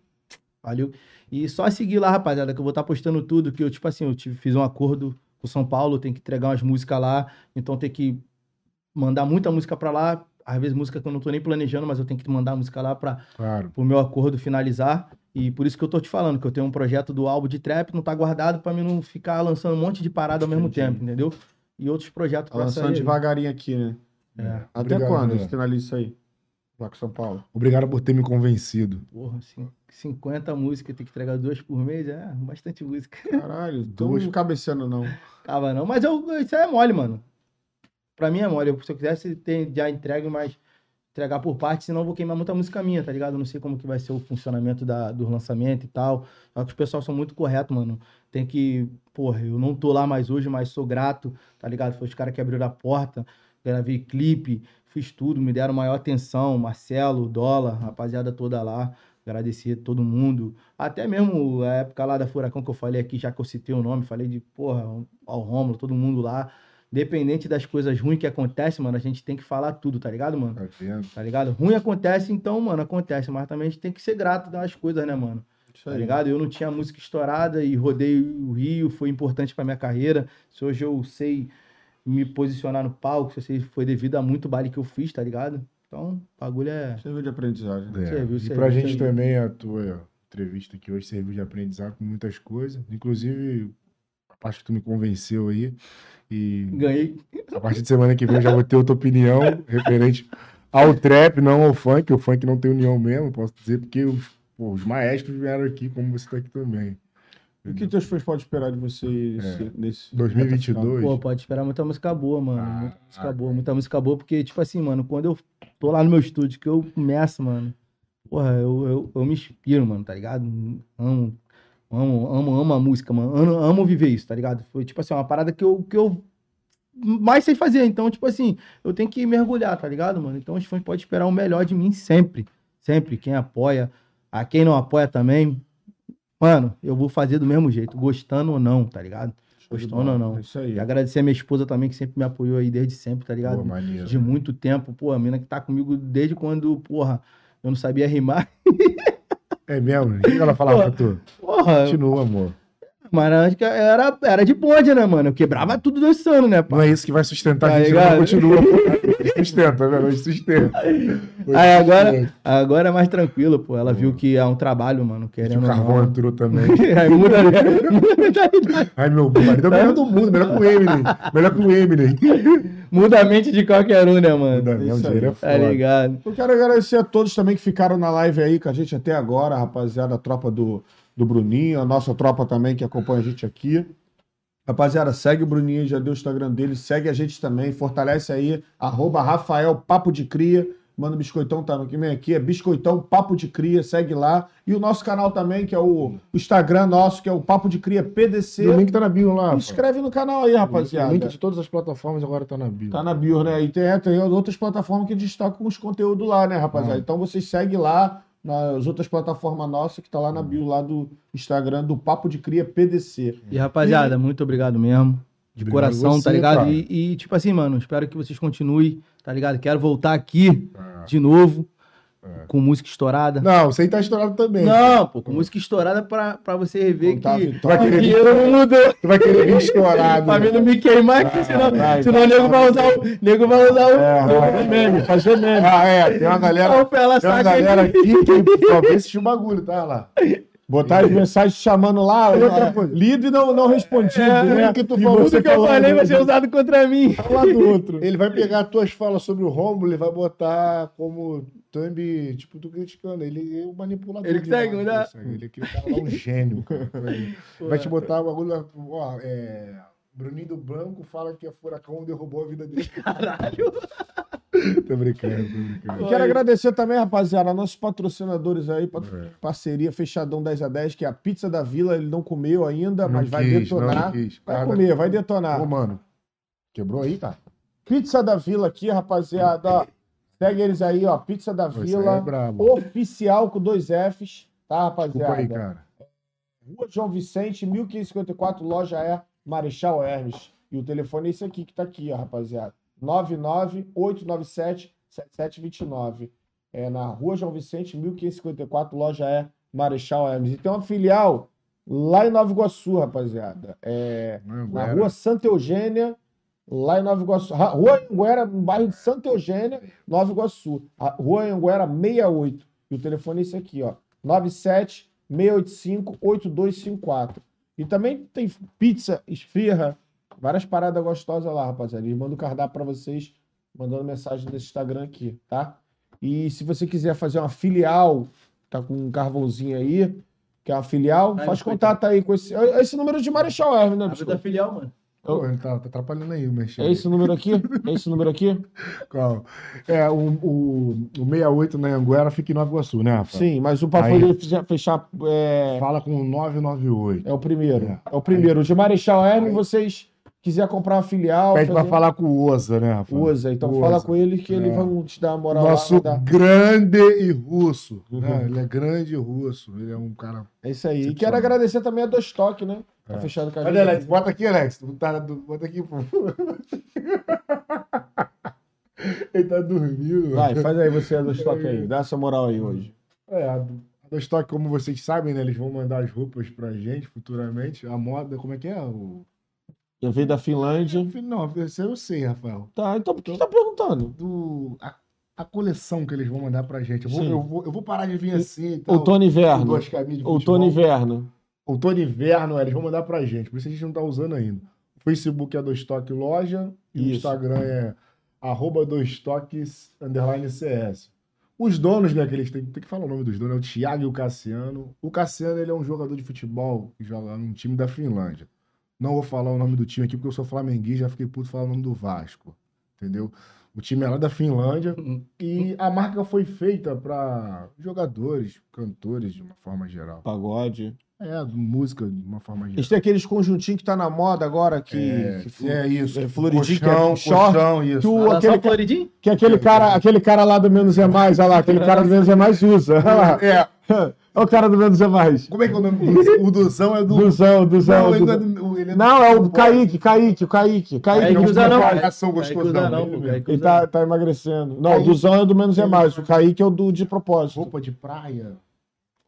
[SPEAKER 1] Valeu. E só seguir lá, rapaziada, que eu vou estar postando tudo. Que eu, tipo assim, eu tive, fiz um acordo com São Paulo, tem que entregar umas músicas lá. Então tem que mandar muita música pra lá. Às vezes música que eu não tô nem planejando, mas eu tenho que mandar a música lá pra
[SPEAKER 2] Claro.
[SPEAKER 1] pro meu acordo finalizar. E por isso que eu tô te falando, que eu tenho um projeto do álbum de trap, não tá guardado pra mim não ficar lançando um monte de parada ao mesmo
[SPEAKER 3] Entendi.
[SPEAKER 1] tempo, entendeu? E outros projetos
[SPEAKER 3] Tá
[SPEAKER 1] pra
[SPEAKER 3] lançando
[SPEAKER 1] sair.
[SPEAKER 3] devagarinho aqui, né?
[SPEAKER 1] É,
[SPEAKER 3] Até
[SPEAKER 2] Obrigado,
[SPEAKER 3] quando
[SPEAKER 2] galera.
[SPEAKER 3] você finaliza isso aí? Lá com São Paulo.
[SPEAKER 2] Obrigado por ter me convencido.
[SPEAKER 1] porra, cin- 50 músicas, tem que entregar duas por mês, é bastante música.
[SPEAKER 3] Caralho, tô
[SPEAKER 2] Duas.
[SPEAKER 3] não cabeceando, não.
[SPEAKER 1] Acaba não, mas eu, isso aí é mole, mano. Pra mim é mole, eu, se eu quisesse ter, já entregue, mas entregar por parte, senão eu vou queimar muita música minha, tá ligado? Eu não sei como que vai ser o funcionamento da, do lançamento e tal. Só que os pessoal são muito corretos, mano. Tem que. Porra, eu não tô lá mais hoje, mas sou grato, tá ligado? Foi os caras que abriram a porta, gravei clipe, fiz tudo, me deram maior atenção. Marcelo, Dólar, rapaziada toda lá. Agradecer todo mundo. Até mesmo a época lá da Furacão que eu falei aqui, já que eu citei o nome, falei de, porra, ao Rômulo, todo mundo lá. Dependente das coisas ruins que acontecem, mano, a gente tem que falar tudo, tá ligado, mano?
[SPEAKER 2] Tá vendo?
[SPEAKER 1] Tá ligado? Ruim acontece, então, mano, acontece. Mas também a gente tem que ser grato das coisas, né, mano?
[SPEAKER 3] Isso
[SPEAKER 1] Tá
[SPEAKER 3] aí.
[SPEAKER 1] ligado? Eu não tinha música estourada e rodei o Rio, foi importante pra minha carreira. Se hoje eu sei me posicionar no palco, se eu sei, foi devido a muito baile que eu fiz, tá ligado? Então, o bagulho é.
[SPEAKER 3] Serviu de aprendizagem.
[SPEAKER 2] É.
[SPEAKER 1] Serviu,
[SPEAKER 2] e
[SPEAKER 1] serviu,
[SPEAKER 2] pra gente
[SPEAKER 1] serviu.
[SPEAKER 2] também, a tua entrevista aqui hoje serviu de aprendizado com muitas coisas, inclusive a parte que tu me convenceu aí. E
[SPEAKER 1] Ganhei.
[SPEAKER 2] a partir de semana que vem eu já vou ter outra opinião referente ao trap, não ao funk. O funk não tem união mesmo, posso dizer, porque os, pô, os maestros vieram aqui, como você tá aqui também.
[SPEAKER 3] E o que teus fãs podem esperar de você nesse- nesse.
[SPEAKER 2] 2022.
[SPEAKER 1] tá, Pô, pode esperar muita música boa, mano.
[SPEAKER 2] Ah,
[SPEAKER 1] muita música boa, muita música boa, porque, tipo assim, mano, quando eu tô lá no meu estúdio, que eu começo, mano, porra, eu, eu, eu me inspiro, mano, tá ligado? Amo, amo, amo, amo a música, mano. Amo, amo viver isso, tá ligado? Foi, tipo assim, uma parada que eu, que eu mais sei fazer. Então, tipo assim, eu tenho que mergulhar, tá ligado, mano? Então os fãs podem esperar o melhor de mim sempre. Sempre. Quem apoia, a quem não apoia também. Mano, eu vou fazer do mesmo jeito, gostando ou não, tá ligado?
[SPEAKER 3] Show de
[SPEAKER 1] Gostou
[SPEAKER 3] bola.
[SPEAKER 1] ou não?
[SPEAKER 3] É Isso aí.
[SPEAKER 1] E agradecer a minha esposa também, que sempre me apoiou aí desde sempre, tá ligado?
[SPEAKER 2] Pô, maneiro.
[SPEAKER 1] de muito tempo. Pô, a mina que tá comigo desde quando, porra, eu não sabia rimar. <laughs>
[SPEAKER 2] É mesmo? O que ela falava pra tu?
[SPEAKER 1] Porra,
[SPEAKER 2] Continua, amor.
[SPEAKER 1] mas acho que era, era de bonde, né, mano? Eu quebrava tudo dançando, né, pá?
[SPEAKER 2] Não é isso que vai sustentar
[SPEAKER 1] Tá
[SPEAKER 2] a gente,
[SPEAKER 1] ligado?
[SPEAKER 2] não continua. A gente sustenta, né? A gente sustenta.
[SPEAKER 1] <laughs> Aí agora, agora é mais tranquilo, pô. Ela viu que é um trabalho, mano,
[SPEAKER 2] Que
[SPEAKER 1] querendo.
[SPEAKER 2] o
[SPEAKER 1] ou
[SPEAKER 2] carvão
[SPEAKER 1] não.
[SPEAKER 2] entrou também.
[SPEAKER 1] <laughs> Aí muda, né? muda,
[SPEAKER 2] Ai, meu marido é o melhor do mundo, melhor que o Eminem. Melhor que o Eminem.
[SPEAKER 1] <laughs> muda a mente de qualquer um, né, mano?
[SPEAKER 2] Daniel
[SPEAKER 3] isso aí.
[SPEAKER 2] Dinheiro é
[SPEAKER 1] Tá
[SPEAKER 2] foda.
[SPEAKER 1] ligado?
[SPEAKER 3] Eu quero agradecer a todos também que ficaram na live aí com a gente até agora, rapaziada, a tropa do, do Bruninho, a nossa tropa também que acompanha a gente aqui. Rapaziada, segue o Bruninho, já deu o Instagram dele, segue a gente também, fortalece aí, arroba Rafael Papo de Cria, manda o biscoitão tá que vem aqui, é biscoitão Papo de Cria, segue lá. E o nosso canal também, que é o o Instagram nosso, que é o Papo de Cria
[SPEAKER 2] E o
[SPEAKER 3] PDC.
[SPEAKER 2] link tá na bio lá.
[SPEAKER 3] Se
[SPEAKER 2] pô.
[SPEAKER 3] inscreve no canal aí,
[SPEAKER 2] O link
[SPEAKER 3] rapaziada.
[SPEAKER 2] de todas as plataformas agora tá na bio.
[SPEAKER 3] Tá na bio, né? E tem, tem outras plataformas que destacam os conteúdos lá, né, rapaziada?
[SPEAKER 2] Ah.
[SPEAKER 3] Então vocês seguem lá nas outras plataformas nossas, que tá lá na bio lá do Instagram do Papo de Cria PDC.
[SPEAKER 1] E rapaziada, muito obrigado mesmo. De
[SPEAKER 2] Obrigado
[SPEAKER 1] coração,
[SPEAKER 2] você,
[SPEAKER 1] tá ligado?
[SPEAKER 2] cara.
[SPEAKER 1] E, e, tipo assim, mano, espero que vocês continuem, tá ligado? Quero voltar aqui
[SPEAKER 2] Ah.
[SPEAKER 1] de novo
[SPEAKER 2] É.
[SPEAKER 1] com música estourada.
[SPEAKER 2] Não, você aí tá estourado também.
[SPEAKER 1] Não, pô, com música estourada pra, pra você ver
[SPEAKER 3] Contar a
[SPEAKER 1] que.
[SPEAKER 2] Tu
[SPEAKER 3] vitória.
[SPEAKER 2] vai querer
[SPEAKER 1] que
[SPEAKER 2] vir,
[SPEAKER 1] eu não mudou.
[SPEAKER 2] tu vai querer vir
[SPEAKER 1] <laughs>
[SPEAKER 2] estourado. né?
[SPEAKER 1] Pra mim não me queimar aqui, senão,
[SPEAKER 3] vai,
[SPEAKER 1] senão o nego vai usar o. Nego vai usar o.
[SPEAKER 2] É, vai.
[SPEAKER 3] Meme, fazer meme.
[SPEAKER 2] Ah, é. Tem uma galera,
[SPEAKER 1] o pé, ela
[SPEAKER 2] tem uma
[SPEAKER 1] saca
[SPEAKER 2] galera
[SPEAKER 1] aqui.
[SPEAKER 2] aqui que só vê esse bagulho, tá
[SPEAKER 1] <laughs>
[SPEAKER 2] lá.
[SPEAKER 3] Botar as mensagens chamando lá,
[SPEAKER 2] Ah,
[SPEAKER 1] né?
[SPEAKER 2] Outra coisa. É,
[SPEAKER 3] lido e não, não respondido, né?
[SPEAKER 2] o que tu
[SPEAKER 3] E
[SPEAKER 2] falou,
[SPEAKER 3] você
[SPEAKER 1] Tudo que eu
[SPEAKER 3] falando
[SPEAKER 1] falei vai
[SPEAKER 3] do-
[SPEAKER 1] ser usado contra mim.
[SPEAKER 3] lá
[SPEAKER 2] <laughs>
[SPEAKER 3] do outro.
[SPEAKER 2] Ele vai pegar as tuas falas sobre o Rômulo e vai botar como thumb, tipo, tu criticando. Ele é o manipulador.
[SPEAKER 1] Ele consegue
[SPEAKER 2] demais,
[SPEAKER 3] né?
[SPEAKER 1] mudar?
[SPEAKER 2] isso aí. Ele é aquele cara lá, um gênio, cara. Vai te botar o bagulho, ó, é... Bruninho do Branco fala que a Furacão derrubou a vida dele.
[SPEAKER 1] Caralho.
[SPEAKER 2] <laughs> Tô brincando, tô brincando.
[SPEAKER 3] Quero agradecer também, rapaziada, nossos patrocinadores aí, pat-
[SPEAKER 2] É.
[SPEAKER 3] parceria fechadão 10 a 10, que é a pizza da vila, ele não comeu ainda,
[SPEAKER 2] É. Não
[SPEAKER 3] mas vai
[SPEAKER 2] quis, não
[SPEAKER 3] detonar.
[SPEAKER 2] quis.
[SPEAKER 3] Vai
[SPEAKER 2] Cara,
[SPEAKER 3] comer, vai detonar.
[SPEAKER 2] Ô, mano. Quebrou aí, cara?
[SPEAKER 3] Pizza da Vila aqui, rapaziada. ó. Segue eles aí, ó. Pizza da
[SPEAKER 2] Pô, isso aí é
[SPEAKER 3] Vila.
[SPEAKER 2] brabo.
[SPEAKER 3] Oficial com dois Fs, tá,
[SPEAKER 2] Desculpa aí,
[SPEAKER 3] rapaziada?
[SPEAKER 2] cara.
[SPEAKER 3] Rua João Vicente, 1554, loja é Marechal Hermes. E o telefone é esse aqui que tá aqui, ó, rapaziada. 99897-7729. É na Rua João Vicente, 1554, loja é Marechal Hermes. E tem uma filial lá em Nova Iguaçu, rapaziada. É
[SPEAKER 2] Não,
[SPEAKER 3] na
[SPEAKER 2] era.
[SPEAKER 3] rua Santa Eugênia, lá em Nova Iguaçu. Ra- Rua Anguera, no bairro de Santa Eugênia, Nova Iguaçu. A rua Anguera 68. E o telefone é esse aqui, ó. 97 685 8254. E também tem pizza, esfirra, várias paradas gostosas lá, rapaziada. Eles mandam o cardápio pra vocês, mandando mensagem nesse Instagram aqui, tá? E se você quiser fazer uma filial, tá com um carvãozinho aí, que é uma filial,
[SPEAKER 1] Ai,
[SPEAKER 3] faz
[SPEAKER 1] biscoito.
[SPEAKER 3] contato aí com esse, é esse número de Marechal Hermes, né,
[SPEAKER 1] Abre
[SPEAKER 3] Biscoito?
[SPEAKER 1] da é filial, mano.
[SPEAKER 2] Pô, ele tá, tá atrapalhando aí o mexer.
[SPEAKER 3] É esse número aqui? É esse número aqui?
[SPEAKER 2] Qual? É, o, o, o 68 na Anguera fica em Nova Iguaçu, né,
[SPEAKER 3] <laughs>
[SPEAKER 2] Rafa?
[SPEAKER 3] Sim, mas o pra
[SPEAKER 2] Aí.
[SPEAKER 3] poder fe- fechar é,
[SPEAKER 2] Fala com o 998.
[SPEAKER 3] é o primeiro.
[SPEAKER 2] É.
[SPEAKER 3] É, o primeiro. O de Marechal Hermes, vocês quiser comprar uma filial,
[SPEAKER 2] Pede pra
[SPEAKER 3] fazer-
[SPEAKER 2] falar com o Oza, né, Rafa?
[SPEAKER 3] usa. Então
[SPEAKER 2] Usa.
[SPEAKER 3] fala com ele que
[SPEAKER 2] É.
[SPEAKER 3] ele vai te dar uma moral
[SPEAKER 2] Nosso
[SPEAKER 3] lá. vai dar-
[SPEAKER 2] grande e russo. né?
[SPEAKER 3] Uhum.
[SPEAKER 2] Ele é grande e russo. Ele é um cara.
[SPEAKER 3] É isso aí. E
[SPEAKER 2] Excepcional.
[SPEAKER 3] quero agradecer também a Dois Toque, né? Tá
[SPEAKER 2] É.
[SPEAKER 3] fechado com a
[SPEAKER 2] Cadê, Alex?
[SPEAKER 3] gente.
[SPEAKER 2] Bota aqui, Alex. Tu tá- tu- Bota aqui, pô. <laughs> Ele tá dormindo.
[SPEAKER 3] Vai,
[SPEAKER 2] mano.
[SPEAKER 3] faz aí você a Dois Toque aí. Dá essa moral aí hoje.
[SPEAKER 2] É, a Dostoque, como vocês sabem, né? Eles vão mandar as roupas pra gente futuramente. A moda, como é que é? O...
[SPEAKER 3] Eu veio da Finlândia.
[SPEAKER 2] Não, isso eu sei, Rafael.
[SPEAKER 3] Tá, então por que que tá perguntando?
[SPEAKER 2] do a, a coleção que eles vão mandar pra gente. Eu vou,
[SPEAKER 3] Sim.
[SPEAKER 2] eu vou, eu vou parar de vir assim. Então,
[SPEAKER 3] Outono e
[SPEAKER 2] com
[SPEAKER 3] inverno.
[SPEAKER 2] duas camisas de
[SPEAKER 3] Outono e
[SPEAKER 2] futebol.
[SPEAKER 3] inverno.
[SPEAKER 2] Outono e inverno, é, eles vão mandar pra gente. Por isso a gente não tá usando ainda. O Facebook é Dostoque Loja e o
[SPEAKER 3] Isso.
[SPEAKER 2] Instagram é arroba Dostoques underline CS. Os donos, né, que eles têm, tem que falar o nome dos donos, é o Thiago e o Cassiano. O Cassiano, ele é um jogador de futebol que joga num time da Finlândia. Não vou falar o nome do time aqui porque eu sou flamenguista, já fiquei puto falar o nome do Vasco, entendeu? O time é lá da Finlândia e a marca foi feita pra jogadores, cantores de uma forma geral.
[SPEAKER 3] Pagode.
[SPEAKER 2] É, música de uma forma geral.
[SPEAKER 3] Eles têm aqueles conjuntinhos que tá na moda agora, que,
[SPEAKER 2] É,
[SPEAKER 3] que fu-
[SPEAKER 2] é isso.
[SPEAKER 3] é
[SPEAKER 2] tipo,
[SPEAKER 3] floridinho, que é
[SPEAKER 2] colchão,
[SPEAKER 3] short,
[SPEAKER 2] colchão, isso.
[SPEAKER 3] que o-
[SPEAKER 1] Olha
[SPEAKER 3] aquele
[SPEAKER 1] só
[SPEAKER 3] ca-
[SPEAKER 1] Floridinho.
[SPEAKER 3] Que aquele cara, aquele cara lá do Menos é Mais, olha lá, aquele cara do Menos é Mais usa. Olha lá.
[SPEAKER 2] É,
[SPEAKER 3] É o cara do Menos é Mais.
[SPEAKER 2] como é que é o nome
[SPEAKER 3] <laughs>
[SPEAKER 2] do O Duzão é do...
[SPEAKER 3] Duzão,
[SPEAKER 2] Não,
[SPEAKER 3] Duzão.
[SPEAKER 2] ele não é
[SPEAKER 3] Duzão.
[SPEAKER 2] do... ele
[SPEAKER 3] Não, é o
[SPEAKER 2] do-
[SPEAKER 3] Kaique, Kaique, o Kaique. Kaique,
[SPEAKER 1] Kaique
[SPEAKER 3] não,
[SPEAKER 1] usa não.
[SPEAKER 2] Palhação
[SPEAKER 1] Aí que usa
[SPEAKER 2] gostoso,
[SPEAKER 1] não, pô, aí que
[SPEAKER 3] Ele
[SPEAKER 1] usa
[SPEAKER 3] tá, tá emagrecendo. Não, o
[SPEAKER 2] Kaique.
[SPEAKER 3] Duzão é do Menos é Mais. O Kaique é o do de propósito.
[SPEAKER 2] Roupa de praia,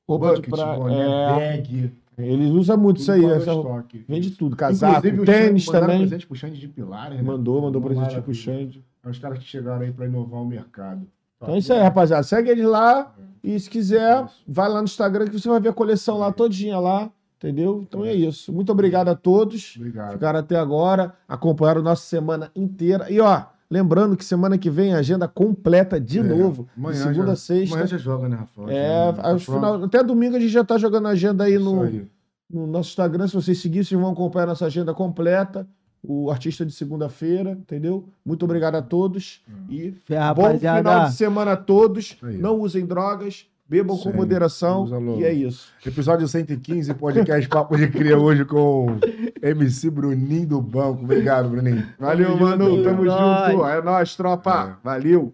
[SPEAKER 3] Roupa de
[SPEAKER 2] bucket,
[SPEAKER 3] praia.
[SPEAKER 2] boné, bag,
[SPEAKER 3] É, ele usa muito isso aí.
[SPEAKER 2] tudo
[SPEAKER 3] essa-
[SPEAKER 2] estoque.
[SPEAKER 3] Vende tudo. Casaco,
[SPEAKER 2] Inclusive, o
[SPEAKER 3] tênis
[SPEAKER 2] Xande- mandaram
[SPEAKER 3] também.
[SPEAKER 2] presente pro Xande de Pilares, né?
[SPEAKER 3] Mandou, mandou
[SPEAKER 2] Uma
[SPEAKER 3] presente pro
[SPEAKER 2] maravilha.
[SPEAKER 3] Xande.
[SPEAKER 2] É os caras que chegaram aí pra inovar o mercado.
[SPEAKER 3] Então é isso aí, rapaziada. Segue ele lá. E se quiser,
[SPEAKER 2] Isso.
[SPEAKER 3] vai lá no Instagram que você vai ver a coleção lá todinha lá. Entendeu? Então é isso. Muito obrigado a todos.
[SPEAKER 2] Obrigado.
[SPEAKER 3] Ficaram até agora, acompanharam a nossa semana inteira. E ó, lembrando que semana que vem a agenda completa de
[SPEAKER 2] É,
[SPEAKER 3] novo.
[SPEAKER 2] amanhã
[SPEAKER 3] de segunda
[SPEAKER 2] já-
[SPEAKER 3] a sexta.
[SPEAKER 2] Amanhã já joga, né, Rafael?
[SPEAKER 3] é,
[SPEAKER 2] Já-
[SPEAKER 3] aos final- até domingo a gente já tá jogando a agenda aí
[SPEAKER 2] Isso
[SPEAKER 3] no,
[SPEAKER 2] aí.
[SPEAKER 3] no nosso Instagram. Se vocês seguirem, vocês vão acompanhar a nossa agenda completa. O artista de segunda-feira, entendeu? Muito obrigado a todos.
[SPEAKER 2] Hum.
[SPEAKER 3] E
[SPEAKER 1] Fé,
[SPEAKER 3] bom final
[SPEAKER 1] rapaziada.
[SPEAKER 3] de semana a todos.
[SPEAKER 2] Isso aí.
[SPEAKER 3] Não usem drogas, bebam com
[SPEAKER 2] Sim,
[SPEAKER 3] moderação.
[SPEAKER 2] usa logo.
[SPEAKER 3] E é isso.
[SPEAKER 2] Episódio 115, podcast Papo de Cria hoje com MC Bruninho do Banco. Obrigado, Bruninho.
[SPEAKER 3] Valeu,
[SPEAKER 1] Tamo junto,
[SPEAKER 3] Manu. Tamo
[SPEAKER 1] é nóis.
[SPEAKER 3] junto. É nóis, tropa. Valeu.